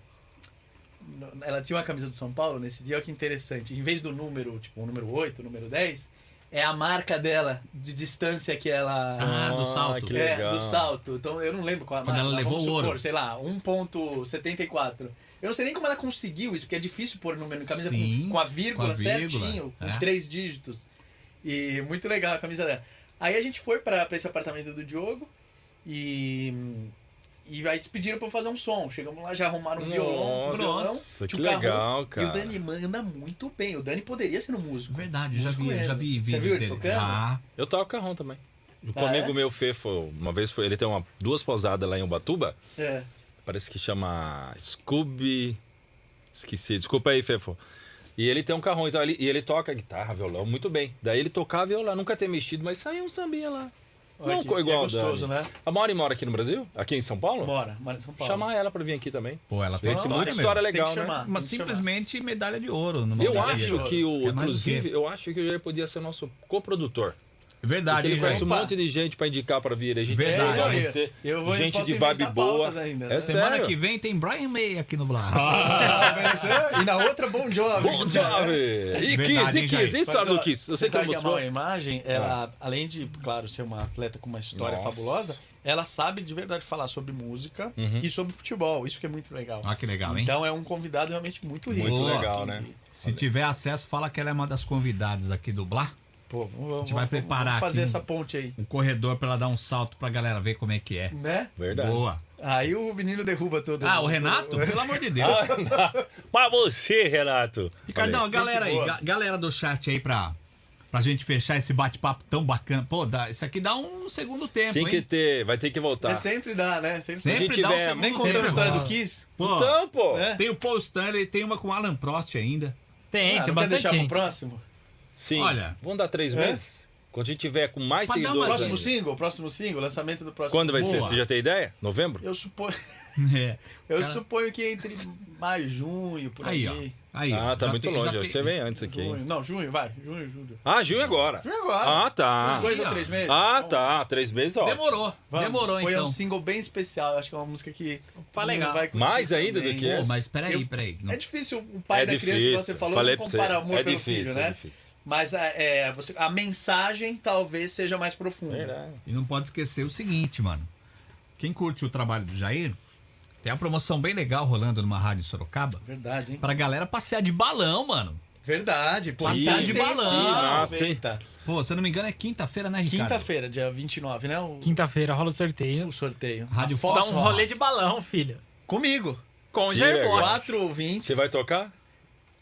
[SPEAKER 2] Ela tinha uma camisa do São Paulo nesse dia, olha que interessante. Em vez do número, tipo, o número 8, o número 10, é a marca dela, de distância que ela...
[SPEAKER 4] Ah, do salto.
[SPEAKER 1] que
[SPEAKER 2] é,
[SPEAKER 1] legal.
[SPEAKER 2] do salto. Então, eu não lembro qual a
[SPEAKER 4] Quando
[SPEAKER 2] marca.
[SPEAKER 4] ela
[SPEAKER 2] mas
[SPEAKER 4] levou
[SPEAKER 2] vamos
[SPEAKER 4] o
[SPEAKER 2] supor,
[SPEAKER 4] ouro.
[SPEAKER 2] Sei lá, 1.74. Eu não sei nem como ela conseguiu isso, porque é difícil pôr número em camisa
[SPEAKER 4] Sim,
[SPEAKER 2] com, com a vírgula
[SPEAKER 4] com a vírgula,
[SPEAKER 2] certinho, com
[SPEAKER 4] é.
[SPEAKER 2] três dígitos. E muito legal a camisa dela. Aí a gente foi pra pra esse apartamento do Diogo e. E aí eles pediram pra eu fazer um som. Chegamos lá, já arrumaram um violão, um
[SPEAKER 1] Nossa,
[SPEAKER 2] violão.
[SPEAKER 1] que
[SPEAKER 2] tinha um carro.
[SPEAKER 1] legal,
[SPEAKER 2] E
[SPEAKER 1] cara.
[SPEAKER 2] o Dani manda muito bem. O Dani poderia ser um músico.
[SPEAKER 4] Verdade, já vi,
[SPEAKER 2] Músico é.
[SPEAKER 4] já vi
[SPEAKER 2] Você
[SPEAKER 4] vídeos
[SPEAKER 2] viu ele
[SPEAKER 4] dele.
[SPEAKER 2] tocando?
[SPEAKER 4] Ah,
[SPEAKER 1] Eu tava com o carrão também. Um
[SPEAKER 2] Ah,
[SPEAKER 1] amigo
[SPEAKER 2] é?
[SPEAKER 1] meu, Fefo, uma vez foi. Ele tem uma, duas pousadas lá em Ubatuba.
[SPEAKER 2] É.
[SPEAKER 1] Parece que chama Scooby. Esqueci. Desculpa aí, Fefo. E ele tem um carrão, então ele, e ele toca guitarra, violão, muito bem. Daí ele tocava violão, nunca tinha mexido, mas saiu um sambinha lá.
[SPEAKER 2] Olha
[SPEAKER 1] não
[SPEAKER 2] que-
[SPEAKER 1] co- igual
[SPEAKER 2] é
[SPEAKER 1] ao Dani.
[SPEAKER 2] gostoso, né?
[SPEAKER 1] A Mauri mora aqui no Brasil? Aqui em São Paulo?
[SPEAKER 2] Bora, mora em São Paulo. Então,
[SPEAKER 1] Chamar ela pra vir aqui também.
[SPEAKER 4] pô, ela
[SPEAKER 1] Tem
[SPEAKER 4] fez história,
[SPEAKER 1] muita
[SPEAKER 4] mesmo.
[SPEAKER 1] história
[SPEAKER 2] Tem que
[SPEAKER 1] legal, né?
[SPEAKER 2] chamar, tá tem
[SPEAKER 4] Mas
[SPEAKER 2] que chamar.
[SPEAKER 4] simplesmente medalha de ouro. numa
[SPEAKER 1] Eu
[SPEAKER 4] galeria.
[SPEAKER 1] acho que
[SPEAKER 4] Você
[SPEAKER 1] o,
[SPEAKER 4] quer é mais o quê?
[SPEAKER 1] inclusive, eu acho que o Jair podia ser nosso coprodutor.
[SPEAKER 4] Verdade,
[SPEAKER 1] Porque ele
[SPEAKER 4] hein,
[SPEAKER 1] conhece um
[SPEAKER 2] Ah, Opa.
[SPEAKER 1] monte de gente pra indicar pra vir. A gente
[SPEAKER 4] Verdade.
[SPEAKER 1] vai
[SPEAKER 2] Eu ia-
[SPEAKER 1] você,
[SPEAKER 2] eu vou-
[SPEAKER 1] gente
[SPEAKER 2] posso
[SPEAKER 1] de
[SPEAKER 2] inventar
[SPEAKER 1] vibe boa.
[SPEAKER 2] pautas ainda,
[SPEAKER 1] é
[SPEAKER 2] né?
[SPEAKER 4] Semana
[SPEAKER 1] sério. Ah.
[SPEAKER 4] que vem tem Brian May aqui no Blá.
[SPEAKER 2] e na outra, Bon Jovi.
[SPEAKER 1] Bom job! E
[SPEAKER 4] Verdade,
[SPEAKER 1] Kiss,
[SPEAKER 4] hein,
[SPEAKER 1] e
[SPEAKER 4] Jair?
[SPEAKER 1] Kiss, e história do Kiss? Eu sei que
[SPEAKER 2] sabe
[SPEAKER 1] você
[SPEAKER 2] que a
[SPEAKER 1] mostrou.
[SPEAKER 2] Maura Imagem, ela,
[SPEAKER 4] Ah.
[SPEAKER 2] além de, claro, ser uma atleta com uma história
[SPEAKER 1] Nossa.
[SPEAKER 2] fabulosa, ela sabe de verdade falar sobre música e sobre futebol. Isso que é muito legal.
[SPEAKER 4] Uhum. Ah, que legal, hein?
[SPEAKER 2] Então é um convidado realmente muito rico.
[SPEAKER 1] Muito
[SPEAKER 4] Boa.
[SPEAKER 1] legal, né?
[SPEAKER 4] Se tiver acesso, fala que ela é uma das convidadas aqui do Blá.
[SPEAKER 2] Pô, vamos,
[SPEAKER 4] gente vai preparar
[SPEAKER 2] fazer
[SPEAKER 4] aqui um-
[SPEAKER 2] essa ponte aí,
[SPEAKER 4] Um corredor pra ela dar um salto pra galera ver como é que é.
[SPEAKER 2] né?
[SPEAKER 1] Verdade.
[SPEAKER 4] Boa.
[SPEAKER 2] Aí o menino derruba todo.
[SPEAKER 4] Ah, o Renato? Pelo amor de Deus.
[SPEAKER 1] Ah, Mas você, Renato.
[SPEAKER 4] Ricardão, a galera aí,
[SPEAKER 2] boa.
[SPEAKER 4] ga- galera do chat aí pra, pra gente fechar esse bate-papo tão bacana. Pô, dá- isso aqui dá um segundo tempo,
[SPEAKER 1] Tem que
[SPEAKER 4] hein?
[SPEAKER 1] ter, vai ter que voltar.
[SPEAKER 2] É, sempre dá, né? Sempre,
[SPEAKER 4] Sempre
[SPEAKER 1] Se
[SPEAKER 4] dá um
[SPEAKER 1] tiver-
[SPEAKER 4] segundo
[SPEAKER 2] Nem
[SPEAKER 4] tempo.
[SPEAKER 2] contando a história do Kiss.
[SPEAKER 4] Pô,
[SPEAKER 1] Então, pô.
[SPEAKER 2] É.
[SPEAKER 4] tem o Paul Stanley, tem uma com o Alan Prost ainda.
[SPEAKER 2] Ah,
[SPEAKER 5] Tem, tem
[SPEAKER 2] não quer
[SPEAKER 5] bastante
[SPEAKER 2] deixar pro
[SPEAKER 5] gente.
[SPEAKER 2] próximo?
[SPEAKER 1] Sim.
[SPEAKER 4] Olha.
[SPEAKER 1] Vamos dar três meses? Quando a gente tiver com mais
[SPEAKER 4] Pra dar uma
[SPEAKER 1] seguidores.
[SPEAKER 2] Próximo
[SPEAKER 1] ainda.
[SPEAKER 2] single? Próximo single? Lançamento do próximo
[SPEAKER 1] Quando vai ser?
[SPEAKER 4] Boa.
[SPEAKER 1] Você já tem ideia? Novembro?
[SPEAKER 2] Eu suponho,
[SPEAKER 4] É.
[SPEAKER 2] eu suponho que entre maio e junho, por aí.
[SPEAKER 4] Aí, ó. Aí, ó.
[SPEAKER 1] Ah, tá
[SPEAKER 4] Já
[SPEAKER 1] muito
[SPEAKER 4] tem- já
[SPEAKER 1] longe.
[SPEAKER 4] tem-
[SPEAKER 1] Você vem antes aqui.
[SPEAKER 2] Junho.
[SPEAKER 1] hein?
[SPEAKER 2] Não, junho, vai. Junho, julho.
[SPEAKER 1] Ah, junho agora.
[SPEAKER 2] Junho agora.
[SPEAKER 1] Ah, tá.
[SPEAKER 2] Uns dois
[SPEAKER 4] Aí, ó.
[SPEAKER 2] ou três meses.
[SPEAKER 1] Ah,
[SPEAKER 2] Vamos-
[SPEAKER 1] tá. Três meses, ó.
[SPEAKER 4] Demorou,
[SPEAKER 2] vamos.
[SPEAKER 4] demorou
[SPEAKER 2] Foi
[SPEAKER 4] então.
[SPEAKER 2] um single bem especial. Acho que é uma música que. todo
[SPEAKER 5] legal.
[SPEAKER 2] mundo vai curtir
[SPEAKER 1] Mais ainda do
[SPEAKER 2] também.
[SPEAKER 1] que
[SPEAKER 4] Pô,
[SPEAKER 1] esse?
[SPEAKER 4] mas peraí,
[SPEAKER 2] Eu-
[SPEAKER 4] peraí. Não-
[SPEAKER 2] É difícil um pai
[SPEAKER 1] É
[SPEAKER 2] da criança,
[SPEAKER 1] difícil.
[SPEAKER 2] igual você falou,
[SPEAKER 1] Falei
[SPEAKER 2] não
[SPEAKER 1] pra você.
[SPEAKER 2] comparar amor
[SPEAKER 1] É
[SPEAKER 2] pelo
[SPEAKER 1] difícil,
[SPEAKER 2] filho,
[SPEAKER 1] é
[SPEAKER 2] né?
[SPEAKER 1] difícil.
[SPEAKER 2] Mas a, é, você- a mensagem talvez seja mais profunda.
[SPEAKER 1] Verdade.
[SPEAKER 4] E não pode esquecer o seguinte, mano. Quem curte o trabalho do Jair, tem uma promoção bem legal rolando numa rádio em Sorocaba
[SPEAKER 2] Verdade, hein?
[SPEAKER 4] pra galera passear de balão, mano.
[SPEAKER 2] Verdade. Pô,
[SPEAKER 4] Passar
[SPEAKER 2] e-
[SPEAKER 4] de
[SPEAKER 2] tem-
[SPEAKER 4] balão.
[SPEAKER 2] e-
[SPEAKER 1] Ah,
[SPEAKER 2] Aproveita.
[SPEAKER 4] Pô, se eu não me engano, é quinta-feira, né, Ricardo?
[SPEAKER 2] Quinta-feira, dia 29, né? O,
[SPEAKER 5] Quinta-feira rola o sorteio.
[SPEAKER 2] o sorteio.
[SPEAKER 4] Rádio
[SPEAKER 2] A
[SPEAKER 5] Dá
[SPEAKER 2] Fox
[SPEAKER 5] uns
[SPEAKER 2] Rock.
[SPEAKER 5] rolê de balão, filho.
[SPEAKER 2] Comigo.
[SPEAKER 5] Com o
[SPEAKER 1] Que
[SPEAKER 5] Jair
[SPEAKER 1] legal.
[SPEAKER 5] Block.
[SPEAKER 2] Quatro ouvintes.
[SPEAKER 1] Você vai tocar?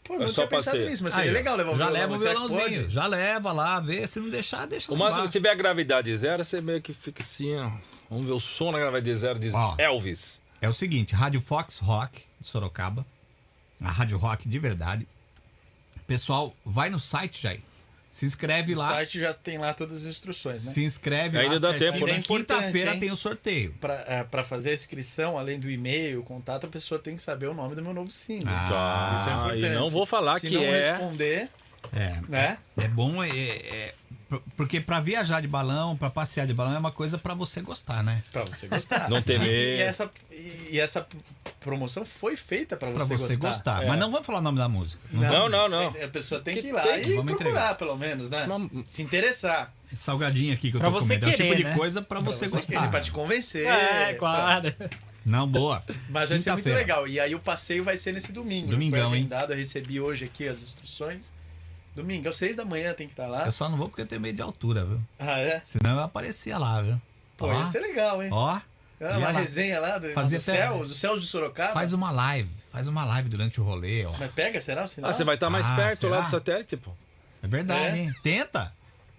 [SPEAKER 2] Pô, não
[SPEAKER 1] É só
[SPEAKER 2] tinha pensado
[SPEAKER 1] parceiro.
[SPEAKER 2] nisso, mas
[SPEAKER 4] Aí,
[SPEAKER 2] seria
[SPEAKER 4] ó,
[SPEAKER 2] legal levar o
[SPEAKER 4] Já
[SPEAKER 2] violão.
[SPEAKER 4] leva o
[SPEAKER 2] será que
[SPEAKER 4] violãozinho,
[SPEAKER 2] pode?
[SPEAKER 4] já leva lá, vê. Se não deixar, deixa
[SPEAKER 1] O
[SPEAKER 4] lá
[SPEAKER 1] máximo,
[SPEAKER 4] embaixo.
[SPEAKER 1] se tiver gravidade zero, você meio que fica assim, ó. Vamos ver o som na gravidade zero de
[SPEAKER 4] Ó.
[SPEAKER 1] Elvis.
[SPEAKER 4] É o seguinte, Rádio Fox Rock de Sorocaba, a Rádio Rock de verdade. Pessoal, vai no site, Jair. Se inscreve
[SPEAKER 2] O
[SPEAKER 4] lá.
[SPEAKER 2] site já tem lá todas as instruções, né? É
[SPEAKER 4] Se inscreve
[SPEAKER 1] Ainda
[SPEAKER 4] lá.
[SPEAKER 1] dá
[SPEAKER 4] certinho.
[SPEAKER 1] tempo, né?
[SPEAKER 4] Tem
[SPEAKER 2] Importante,
[SPEAKER 4] Quinta-feira
[SPEAKER 2] hein?
[SPEAKER 4] tem o sorteio.
[SPEAKER 2] Pra, é, pra fazer a inscrição, além do e-mail, contato, a pessoa tem que saber o nome do meu novo single. Isso é
[SPEAKER 1] Ah, e
[SPEAKER 2] importante.
[SPEAKER 1] não vou falar
[SPEAKER 2] Se
[SPEAKER 1] que
[SPEAKER 2] não
[SPEAKER 1] é.
[SPEAKER 2] responder,
[SPEAKER 4] É,
[SPEAKER 2] né?
[SPEAKER 4] é bom, é, é- pr- porque pra viajar de balão, pra passear de balão é uma coisa pra você gostar, né?
[SPEAKER 2] Pra você gostar.
[SPEAKER 1] Não tem
[SPEAKER 2] E- E,
[SPEAKER 1] medo.
[SPEAKER 2] essa, e e essa promoção foi feita pra
[SPEAKER 4] Pra
[SPEAKER 2] você, é.
[SPEAKER 4] você gostar. Mas não vamos falar o nome da música.
[SPEAKER 1] Não, não, não.
[SPEAKER 2] A pessoa tem que,
[SPEAKER 1] Que
[SPEAKER 2] ir lá
[SPEAKER 1] tem
[SPEAKER 2] e
[SPEAKER 4] que- Vamos
[SPEAKER 2] procurar,
[SPEAKER 4] entregar.
[SPEAKER 2] pelo menos, né?
[SPEAKER 1] Mas-
[SPEAKER 2] Se interessar.
[SPEAKER 4] Salgadinho aqui que eu
[SPEAKER 5] Pra
[SPEAKER 4] tô
[SPEAKER 5] você
[SPEAKER 4] comendo. é o tipo
[SPEAKER 5] querer,
[SPEAKER 4] de
[SPEAKER 5] né?
[SPEAKER 4] coisa pra você
[SPEAKER 2] Você
[SPEAKER 4] gostar.
[SPEAKER 2] Pra te convencer.
[SPEAKER 5] É,
[SPEAKER 2] pra-
[SPEAKER 5] claro.
[SPEAKER 4] Não, boa.
[SPEAKER 2] Mas vai ser muito
[SPEAKER 4] Quinta-feira.
[SPEAKER 2] legal. E aí o passeio vai ser nesse domingo.
[SPEAKER 4] Domingão,
[SPEAKER 2] Foi
[SPEAKER 4] hein?
[SPEAKER 2] agendado, Eu recebi hoje aqui as instruções. Domingo, às seis da manhã tem que estar lá.
[SPEAKER 4] Eu só não vou porque eu tenho medo de altura, viu?
[SPEAKER 2] Ah, é?
[SPEAKER 4] Senão eu aparecia lá, viu?
[SPEAKER 2] Pô,
[SPEAKER 4] ó,
[SPEAKER 2] ia ser legal, hein?
[SPEAKER 4] ó,
[SPEAKER 2] Ah,
[SPEAKER 4] ia
[SPEAKER 2] uma
[SPEAKER 4] lá.
[SPEAKER 2] resenha lá do,
[SPEAKER 4] Fazia
[SPEAKER 2] do
[SPEAKER 4] até-
[SPEAKER 2] céu, do céu de Sorocaba.
[SPEAKER 4] faz uma live. Faz uma live durante o rolê, ó.
[SPEAKER 2] Mas pega, será? o sinal?
[SPEAKER 1] Ah, você vai estar mais
[SPEAKER 4] Ah,
[SPEAKER 1] perto
[SPEAKER 4] será?
[SPEAKER 1] lá do satélite, pô.
[SPEAKER 4] É
[SPEAKER 2] É?
[SPEAKER 4] verdade, hein? Tenta.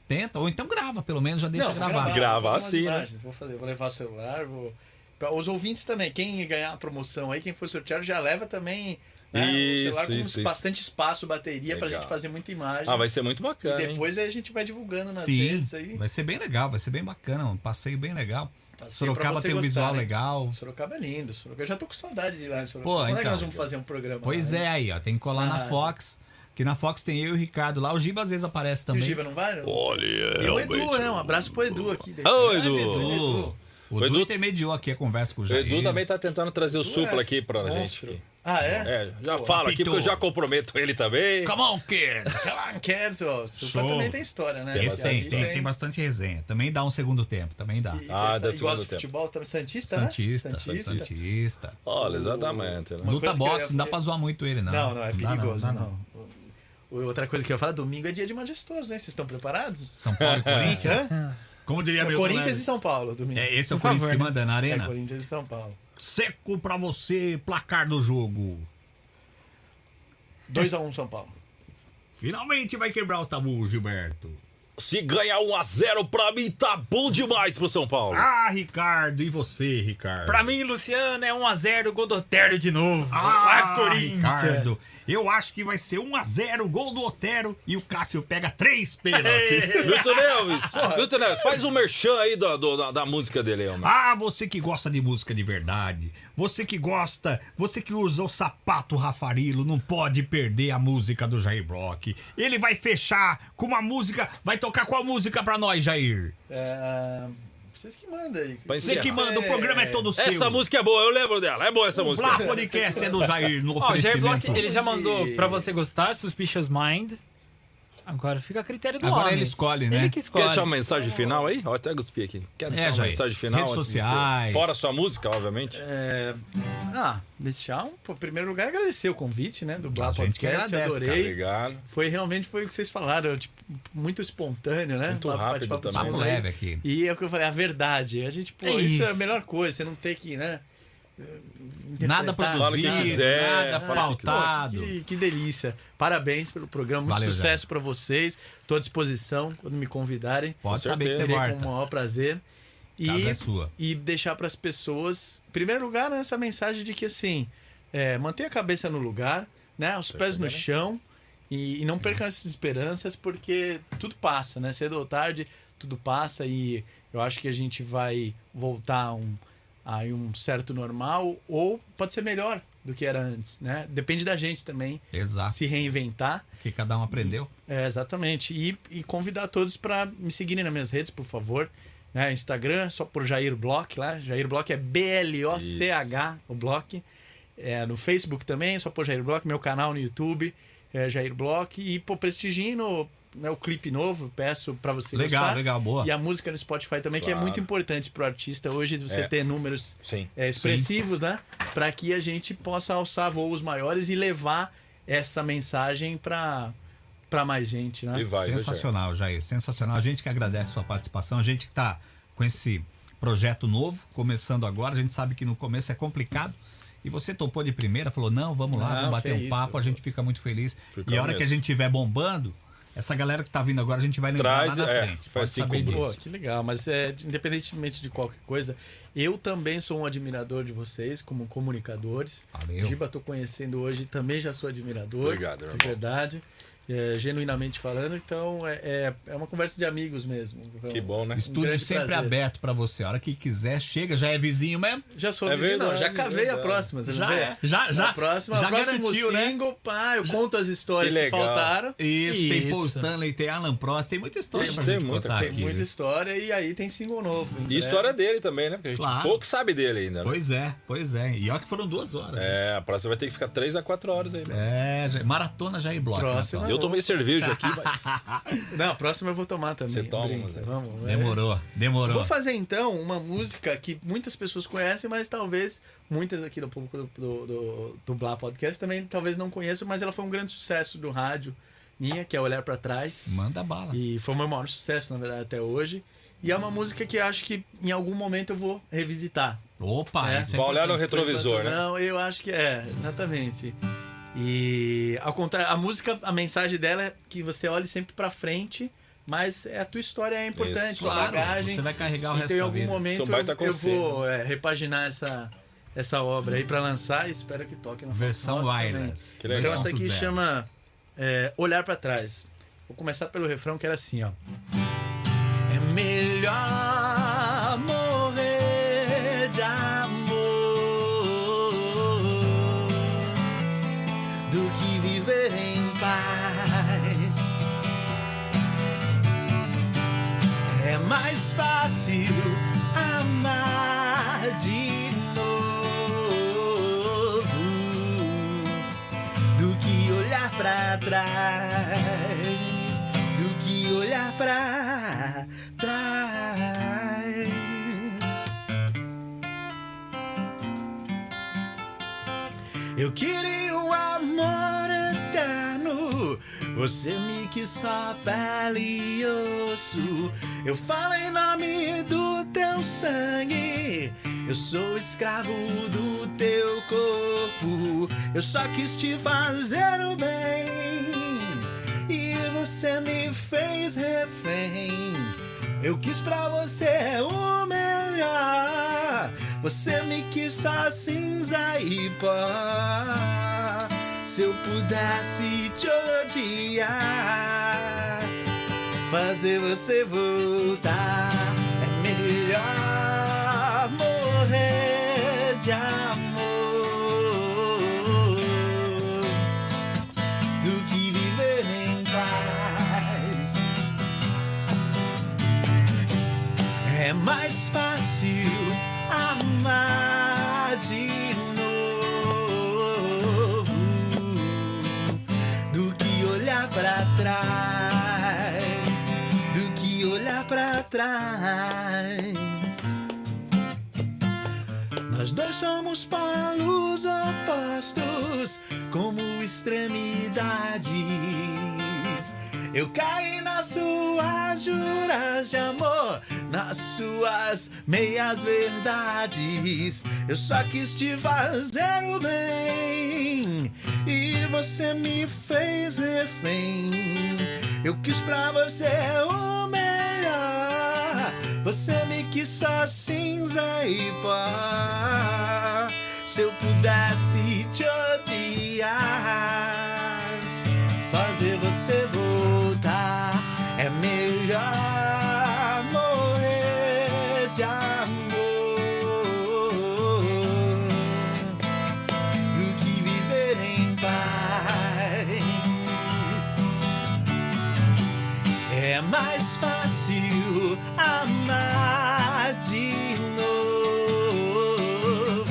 [SPEAKER 4] Tenta. Ou então grava, pelo menos já deixa
[SPEAKER 2] Não, vou
[SPEAKER 4] gravado.
[SPEAKER 1] gravar.
[SPEAKER 2] vou fazer umas
[SPEAKER 1] assim, né?
[SPEAKER 2] imagens, Vou fazer, vou levar o celular, vou... Pra os ouvintes também, quem ganhar a promoção aí, quem for sorteado, já leva também né,
[SPEAKER 1] Isso,
[SPEAKER 2] o celular com
[SPEAKER 1] isso, isso.
[SPEAKER 2] bastante espaço, bateria, pra
[SPEAKER 1] Legal.
[SPEAKER 2] gente fazer muita imagem.
[SPEAKER 1] Ah, vai ser muito
[SPEAKER 2] E
[SPEAKER 1] bacana, hein?
[SPEAKER 2] depois aí a gente vai divulgando nas
[SPEAKER 4] Sim,
[SPEAKER 2] redes aí.
[SPEAKER 4] vai ser bem legal, vai ser bem bacana, um passeio bem legal.
[SPEAKER 2] Passeio pra
[SPEAKER 4] Sorocaba
[SPEAKER 2] você
[SPEAKER 4] tem um
[SPEAKER 2] gostar,
[SPEAKER 4] visual
[SPEAKER 2] né?
[SPEAKER 4] legal.
[SPEAKER 2] Sorocaba é lindo. Sorocaba. Eu já tô com saudade de ir lá em Sorocaba.
[SPEAKER 4] Pô,
[SPEAKER 2] Quando é que
[SPEAKER 4] então.
[SPEAKER 2] nós vamos fazer um programa?
[SPEAKER 4] Pois
[SPEAKER 2] lá,
[SPEAKER 4] é,
[SPEAKER 2] né?
[SPEAKER 4] aí, ó, tem que colar na
[SPEAKER 2] Ah.
[SPEAKER 4] Fox, que na Fox tem eu e o Ricardo lá, o Giba às vezes aparece
[SPEAKER 2] E o
[SPEAKER 4] também.
[SPEAKER 2] Giba não vai? não?
[SPEAKER 1] Olha,
[SPEAKER 2] E o Edu, né? Um abraço pro Edu aqui.
[SPEAKER 1] Ô,
[SPEAKER 4] Grande
[SPEAKER 2] né?
[SPEAKER 1] Edu.
[SPEAKER 4] Edu. O
[SPEAKER 1] O
[SPEAKER 4] Edu
[SPEAKER 1] Edu-
[SPEAKER 4] intermediou aqui a conversa com o
[SPEAKER 1] O
[SPEAKER 4] Jair.
[SPEAKER 1] Edu também tá tentando trazer o supla aqui pra gente.
[SPEAKER 2] é monstro.
[SPEAKER 1] aqui.
[SPEAKER 2] Ah, é?
[SPEAKER 1] É, já falo aqui
[SPEAKER 4] apitou.
[SPEAKER 1] porque eu já comprometo ele também.
[SPEAKER 4] Come on, kids!
[SPEAKER 2] Ah, Cats, ó. O Supla
[SPEAKER 4] Show.
[SPEAKER 2] também tem história, né?
[SPEAKER 4] Esse tem,
[SPEAKER 2] Ali
[SPEAKER 4] tem, tem bastante resenha. Também dá um segundo tempo, também dá.
[SPEAKER 2] E você
[SPEAKER 1] Ah,
[SPEAKER 2] sa-
[SPEAKER 1] da
[SPEAKER 2] e gosta
[SPEAKER 1] segunda
[SPEAKER 2] de
[SPEAKER 1] tempo.
[SPEAKER 2] futebol também. Santista, né?
[SPEAKER 4] Santista,
[SPEAKER 2] tá?
[SPEAKER 4] tá
[SPEAKER 2] Santista.
[SPEAKER 4] Santista. Santista.
[SPEAKER 1] Olha, exatamente. Né?
[SPEAKER 2] Uma
[SPEAKER 4] Luta
[SPEAKER 2] coisa que eu ia
[SPEAKER 4] boxe, não dá
[SPEAKER 2] fazer-
[SPEAKER 4] pra zoar muito ele, não.
[SPEAKER 2] Não, não, é
[SPEAKER 4] dá
[SPEAKER 2] perigoso,
[SPEAKER 4] dá
[SPEAKER 2] não. O- Outra coisa que eu ia falar, domingo é dia de majestoso, né? Vocês estão preparados?
[SPEAKER 4] São Paulo e Corinthians?
[SPEAKER 2] Hã? É
[SPEAKER 4] Como diria É meu
[SPEAKER 2] Corinthians e
[SPEAKER 4] colega.
[SPEAKER 2] São Paulo, domingo.
[SPEAKER 4] É, esse é o
[SPEAKER 5] Por favor,
[SPEAKER 4] Corinthians que
[SPEAKER 5] né?
[SPEAKER 4] manda na
[SPEAKER 2] É
[SPEAKER 4] arena.
[SPEAKER 2] Corinthians e São Paulo.
[SPEAKER 4] Seco pra você, placar do jogo.
[SPEAKER 2] 2x1 São Paulo.
[SPEAKER 4] Finalmente vai quebrar o tabu, Gilberto.
[SPEAKER 1] Se ganhar 1x0 pra mim, tá bom demais pro São Paulo.
[SPEAKER 4] Ah, Ricardo, e você, Ricardo?
[SPEAKER 5] Pra mim, Luciano, é 1x0 Godotério de novo.
[SPEAKER 4] ah,
[SPEAKER 5] Vai, é Corinthians.
[SPEAKER 4] Ricardo. Eu acho que vai ser 1 a 0 gol do Otero e o Cássio pega três pênaltis.
[SPEAKER 1] Milton Neves, Milton Neves, faz um merchan aí do- do- da, da música dele, aí, homem.
[SPEAKER 4] Ah, você que gosta de música de verdade, você que gosta, você que usa o sapato Rafarilo, não pode perder a música do Jair Brock. Ele vai fechar com uma música, vai tocar qual música pra nós, Jair?
[SPEAKER 2] É, Vocês que mandam aí.
[SPEAKER 1] Vai
[SPEAKER 4] Você
[SPEAKER 1] ser
[SPEAKER 4] que
[SPEAKER 1] Sim.
[SPEAKER 4] manda, o programa é todo seu.
[SPEAKER 1] Essa música é boa, eu lembro dela. É boa essa música.
[SPEAKER 4] Blá Podcast é do Jair no
[SPEAKER 5] Ó, o Jair Block,
[SPEAKER 4] oferecimento.
[SPEAKER 5] ele já mandou
[SPEAKER 2] De-
[SPEAKER 5] pra você gostar, Suspicious Mind. Agora fica a critério do
[SPEAKER 4] Agora
[SPEAKER 5] homem.
[SPEAKER 4] ele escolhe, né?
[SPEAKER 5] Ele que
[SPEAKER 1] Quer
[SPEAKER 5] escolhe.
[SPEAKER 1] deixar uma mensagem final aí? Ó, até guspi aqui. Quer deixar uma
[SPEAKER 4] É, Jair.
[SPEAKER 1] mensagem final?
[SPEAKER 4] Redes
[SPEAKER 1] antes de você-
[SPEAKER 4] sociais.
[SPEAKER 1] Fora sua música, obviamente.
[SPEAKER 2] É, Ah, deixar um. Pô, em primeiro lugar, agradecer o convite, né? Do Blá
[SPEAKER 4] A gente que
[SPEAKER 2] Podcast.
[SPEAKER 4] agradece,
[SPEAKER 2] adorei.
[SPEAKER 1] Obrigado.
[SPEAKER 2] Foi realmente foi o que vocês falaram, tipo, muito espontâneo, né?
[SPEAKER 1] Muito
[SPEAKER 2] Bate-
[SPEAKER 1] rápido
[SPEAKER 2] bate-papo
[SPEAKER 1] também,
[SPEAKER 4] Papo
[SPEAKER 1] né?
[SPEAKER 2] espontâneo.
[SPEAKER 4] leve aqui.
[SPEAKER 2] E é o que eu falei, a verdade. A gente, pô,
[SPEAKER 5] É
[SPEAKER 2] isso. é a
[SPEAKER 5] isso.
[SPEAKER 2] melhor coisa, você não ter que, né?
[SPEAKER 4] Nada
[SPEAKER 1] Fala o que
[SPEAKER 4] produzido,
[SPEAKER 1] quiser,
[SPEAKER 4] nada
[SPEAKER 1] fala o que quiser.
[SPEAKER 4] pautado.
[SPEAKER 2] Que, que delícia. Parabéns pelo programa, muito
[SPEAKER 4] Valeu,
[SPEAKER 2] sucesso pra vocês. Tô à disposição quando me convidarem.
[SPEAKER 4] Pode
[SPEAKER 1] Com
[SPEAKER 4] saber que você
[SPEAKER 2] Irei com o
[SPEAKER 4] volta.
[SPEAKER 2] maior prazer. E,
[SPEAKER 4] Casa é sua.
[SPEAKER 2] e deixar pras pessoas, em primeiro lugar, né, essa mensagem de que assim, é, mantenha a cabeça no lugar, né, os pés no chão e, e
[SPEAKER 4] Uhum.
[SPEAKER 2] não percam essas esperanças, porque tudo passa, né? Cedo ou tarde, tudo passa e eu acho que a gente vai voltar a um, a um certo normal ou pode ser melhor do que era antes, né? Depende da gente também
[SPEAKER 4] Exato,
[SPEAKER 2] se reinventar.
[SPEAKER 4] que cada um aprendeu.
[SPEAKER 2] É, exatamente. E, e convidar todos para me seguirem nas minhas redes, por favor. Né, Instagram, só por Jair Block lá. Jair Block é B-L-O-C-H, o Block. É, no Facebook também, só por Jair Block. Meu canal no YouTube é Jair Block. E, pô, prestigindo né, o clipe novo, peço para você
[SPEAKER 4] Legal,
[SPEAKER 2] gostar.
[SPEAKER 4] legal, boa.
[SPEAKER 2] E a música no Spotify também, que é
[SPEAKER 1] Claro.
[SPEAKER 2] muito importante pro artista hoje você
[SPEAKER 1] É.
[SPEAKER 2] ter números
[SPEAKER 1] Sim.
[SPEAKER 2] é, expressivos, né? Para que a gente possa alçar voos maiores e levar essa mensagem para para mais gente, né?
[SPEAKER 1] E vai, né, Jair?
[SPEAKER 4] Sensacional, Jair. Sensacional. A gente que agradece a sua participação. A gente que está com esse projeto novo, começando agora. A gente sabe que no começo é complicado. E você topou de primeira, falou: não, vamos lá,
[SPEAKER 2] Não,
[SPEAKER 4] vamos bater
[SPEAKER 2] que
[SPEAKER 4] um
[SPEAKER 2] isso,
[SPEAKER 4] papo. A gente fica muito feliz.
[SPEAKER 1] Fica
[SPEAKER 4] e a hora que a
[SPEAKER 1] mesmo.
[SPEAKER 4] gente estiver bombando, essa galera que tá vindo agora, a gente vai lembrar
[SPEAKER 1] Traz,
[SPEAKER 4] lá na
[SPEAKER 1] é,
[SPEAKER 4] frente.
[SPEAKER 1] faz
[SPEAKER 4] Pode
[SPEAKER 1] cinco
[SPEAKER 4] saber
[SPEAKER 1] blues.
[SPEAKER 4] disso.
[SPEAKER 2] Pô, que legal, mas é, independentemente de qualquer coisa, eu também sou um admirador de vocês como comunicadores.
[SPEAKER 4] Valeu.
[SPEAKER 2] Giba, tô conhecendo hoje, também já sou admirador.
[SPEAKER 1] Obrigado, meu
[SPEAKER 2] De
[SPEAKER 1] irmão.
[SPEAKER 2] verdade, é, genuinamente falando, então é, é, é uma conversa de amigos mesmo. Então,
[SPEAKER 1] Que bom, né?
[SPEAKER 4] Estúdio
[SPEAKER 2] grande
[SPEAKER 4] sempre
[SPEAKER 2] prazer.
[SPEAKER 4] aberto para você. A hora que quiser, chega, já é vizinho mesmo.
[SPEAKER 2] Já sou
[SPEAKER 1] É
[SPEAKER 2] vizinho, não,
[SPEAKER 1] verdade,
[SPEAKER 2] já cavei
[SPEAKER 1] verdade.
[SPEAKER 2] a próxima, você não
[SPEAKER 4] Já
[SPEAKER 2] vê?
[SPEAKER 4] é. Já, já.
[SPEAKER 2] a próxima,
[SPEAKER 4] já
[SPEAKER 2] o próximo
[SPEAKER 4] garantiu, né?
[SPEAKER 2] single, pá, eu conto as histórias
[SPEAKER 1] Que
[SPEAKER 2] que,
[SPEAKER 1] legal.
[SPEAKER 2] faltaram.
[SPEAKER 4] Isso, tem Paul
[SPEAKER 5] Isso.
[SPEAKER 4] Stanley, tem Alan Prost, tem muita história
[SPEAKER 1] Tem-
[SPEAKER 4] pra
[SPEAKER 1] tem
[SPEAKER 4] gente
[SPEAKER 1] muita-
[SPEAKER 4] contar
[SPEAKER 2] Tem
[SPEAKER 4] aqui.
[SPEAKER 2] muita história e aí tem single novo.
[SPEAKER 1] E a história dele também, né? Porque a gente
[SPEAKER 4] Claro.
[SPEAKER 1] pouco sabe dele ainda. Né?
[SPEAKER 4] Pois é, pois é. E olha que foram duas horas.
[SPEAKER 1] É, a próxima vai ter que ficar 3 a 4 horas aí. né?
[SPEAKER 4] É, já- maratona Jair Block. né,
[SPEAKER 2] Próxima.
[SPEAKER 4] Paulo?
[SPEAKER 1] é então. Eu tomei cerveja aqui, mas.
[SPEAKER 2] Não, a próxima eu vou tomar também.
[SPEAKER 1] Você toma,
[SPEAKER 2] Brinca,
[SPEAKER 1] Zé.
[SPEAKER 2] Vamos, é.
[SPEAKER 4] Demorou, demorou.
[SPEAKER 2] Vou fazer então uma música que muitas pessoas conhecem, mas talvez muitas aqui do público do, do, do, do Blá Podcast também talvez não conheçam, mas ela foi um grande sucesso do rádio minha, que é Olhar Pra Trás.
[SPEAKER 4] Manda bala.
[SPEAKER 2] E foi o meu maior sucesso, na verdade, até hoje. E é uma música que eu acho que em algum momento eu vou revisitar.
[SPEAKER 4] Opa,
[SPEAKER 2] É.
[SPEAKER 4] isso é
[SPEAKER 1] Vai olhar no
[SPEAKER 4] importante.
[SPEAKER 1] retrovisor,
[SPEAKER 2] Por enquanto,
[SPEAKER 1] né?
[SPEAKER 2] Não, eu acho que é, exatamente. E ao contrário, a música, a mensagem dela é que você olhe sempre pra frente, mas é, a tua história é importante,
[SPEAKER 1] Isso,
[SPEAKER 2] tua
[SPEAKER 4] claro,
[SPEAKER 2] bagagem.
[SPEAKER 4] você vai carregar o
[SPEAKER 2] então,
[SPEAKER 4] resto
[SPEAKER 2] em
[SPEAKER 4] da
[SPEAKER 2] algum
[SPEAKER 4] vida.
[SPEAKER 2] momento
[SPEAKER 1] Isso é um baita
[SPEAKER 2] eu, eu
[SPEAKER 1] conselho.
[SPEAKER 2] vou é, repaginar essa essa obra aí pra lançar e espero que toque na
[SPEAKER 4] Versão
[SPEAKER 2] Fox também.
[SPEAKER 4] wireless.
[SPEAKER 1] Que legal.
[SPEAKER 2] Então essa aqui
[SPEAKER 4] 2.0.
[SPEAKER 2] chama é, Olhar pra Trás. Vou começar pelo refrão que era assim, ó. É melhor morrer de amor do que viver em paz. É mais fácil amar de novo do que olhar pra trás, do que olhar pra trás. Eu queria um amor eterno. Você me quis só pele e osso. Eu falo em nome do teu sangue. Eu sou escravo do teu corpo. Eu só quis te fazer o bem. E você me fez refém. Eu quis pra você é o melhor. Você me quis só cinza e pó. Se eu pudesse te odiar, fazer você voltar é melhor morrer de amor do que viver em paz. É mais fácil amar de novo do que olhar pra trás, do que olhar pra trás. Nós dois somos polos opostos, como extremidades. Eu caí nas suas juras de amor, nas suas meias verdades. Eu só quis te fazer o bem e você me fez refém. Eu quis pra você o melhor. Você me quis só cinza e pó. Se eu pudesse te odiar, fazer você voltar é melhor morrer de amor do que viver em paz. É mais fácil amar de novo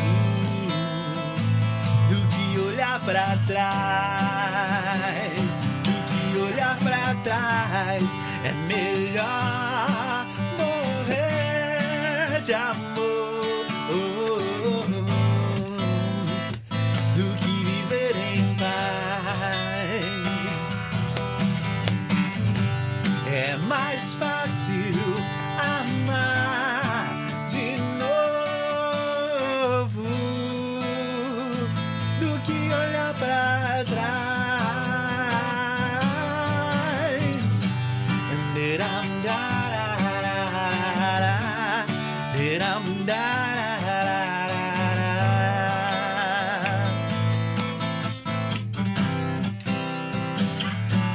[SPEAKER 2] do que olhar pra trás, do que olhar pra trás é melhor morrer de amor do que viver em paz.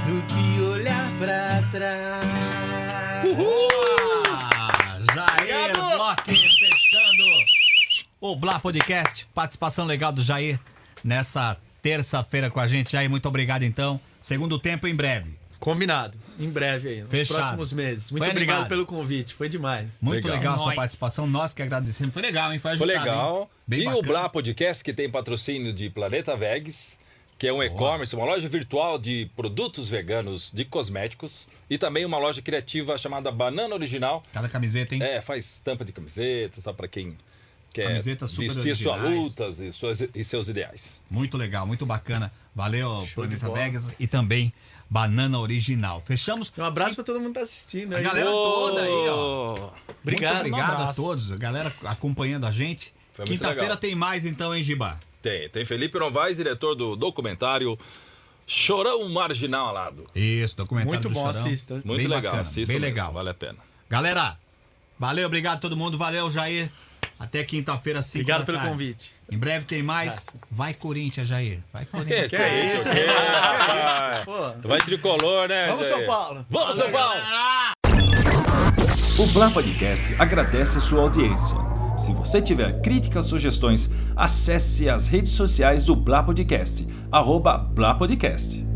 [SPEAKER 2] Do que olhar pra trás.
[SPEAKER 4] Ah, Jair Block fechando o Blá Podcast. Participação legal do Jair nessa terça-feira com a gente. Jair, muito obrigado então. Segundo tempo em breve.
[SPEAKER 2] Combinado. Em breve aí, nos
[SPEAKER 4] Fechado.
[SPEAKER 2] próximos meses. Muito
[SPEAKER 4] Foi
[SPEAKER 2] obrigado
[SPEAKER 4] animado.
[SPEAKER 2] pelo convite, foi demais.
[SPEAKER 4] Muito
[SPEAKER 1] Legal.
[SPEAKER 4] legal, a sua
[SPEAKER 5] Nós.
[SPEAKER 4] participação. Nós que agradecemos. Foi legal, hein? Foi
[SPEAKER 1] Foi
[SPEAKER 4] ajudado.
[SPEAKER 1] legal.
[SPEAKER 4] hein? Tá Bem
[SPEAKER 1] e o
[SPEAKER 4] bacana.
[SPEAKER 1] Blá Podcast, que tem patrocínio de Planeta Vegs, que é um e-commerce, uma loja virtual de produtos veganos de cosméticos. E também uma loja criativa chamada Banana Original.
[SPEAKER 4] Cada camiseta, hein?
[SPEAKER 1] É, faz tampa de camiseta, só para quem quer
[SPEAKER 4] Camisetas super
[SPEAKER 1] vestir suas
[SPEAKER 4] originais.
[SPEAKER 1] lutas e, suas, e seus ideais.
[SPEAKER 4] Muito legal, muito bacana. Valeu, Planeta Vegas e também Banana Original. Fechamos.
[SPEAKER 2] Um abraço pra todo mundo que tá assistindo
[SPEAKER 4] A
[SPEAKER 2] aí.
[SPEAKER 4] galera toda aí, ó.
[SPEAKER 2] Obrigado.
[SPEAKER 4] Muito
[SPEAKER 5] Um
[SPEAKER 4] obrigado a
[SPEAKER 5] abraço.
[SPEAKER 4] todos, a galera acompanhando a gente.
[SPEAKER 1] Foi muito
[SPEAKER 4] Quinta-feira
[SPEAKER 1] legal.
[SPEAKER 4] tem mais então, hein, Giba?
[SPEAKER 1] Tem, tem Felipe Novaes, diretor do documentário Chorão Marginal Alado.
[SPEAKER 4] Isso, documentário
[SPEAKER 2] Muito
[SPEAKER 4] do
[SPEAKER 2] bom,
[SPEAKER 4] Chorão.
[SPEAKER 2] assista.
[SPEAKER 1] Muito
[SPEAKER 4] Bem
[SPEAKER 1] legal,
[SPEAKER 4] bacana,
[SPEAKER 1] assista
[SPEAKER 4] bem
[SPEAKER 1] mesmo,
[SPEAKER 4] legal.
[SPEAKER 1] vale a pena.
[SPEAKER 4] Galera, valeu, obrigado a todo mundo. Valeu, Jair. Até quinta-feira, cinco
[SPEAKER 2] Obrigado
[SPEAKER 4] da
[SPEAKER 2] pelo
[SPEAKER 4] tarde.
[SPEAKER 2] convite.
[SPEAKER 4] Em breve tem mais. Vai Corinthians, Jair. Vai Corinthians.
[SPEAKER 1] que é isso? Que rapaz?
[SPEAKER 2] Pô.
[SPEAKER 1] Vai tricolor, né?
[SPEAKER 2] Vamos,
[SPEAKER 1] Jair?
[SPEAKER 2] São Paulo.
[SPEAKER 1] Vamos, São Paulo!
[SPEAKER 9] O Blá Podcast agradece sua audiência. Se você tiver críticas, sugestões, acesse as redes sociais do Blá Podcast, arroba Blá Podcast.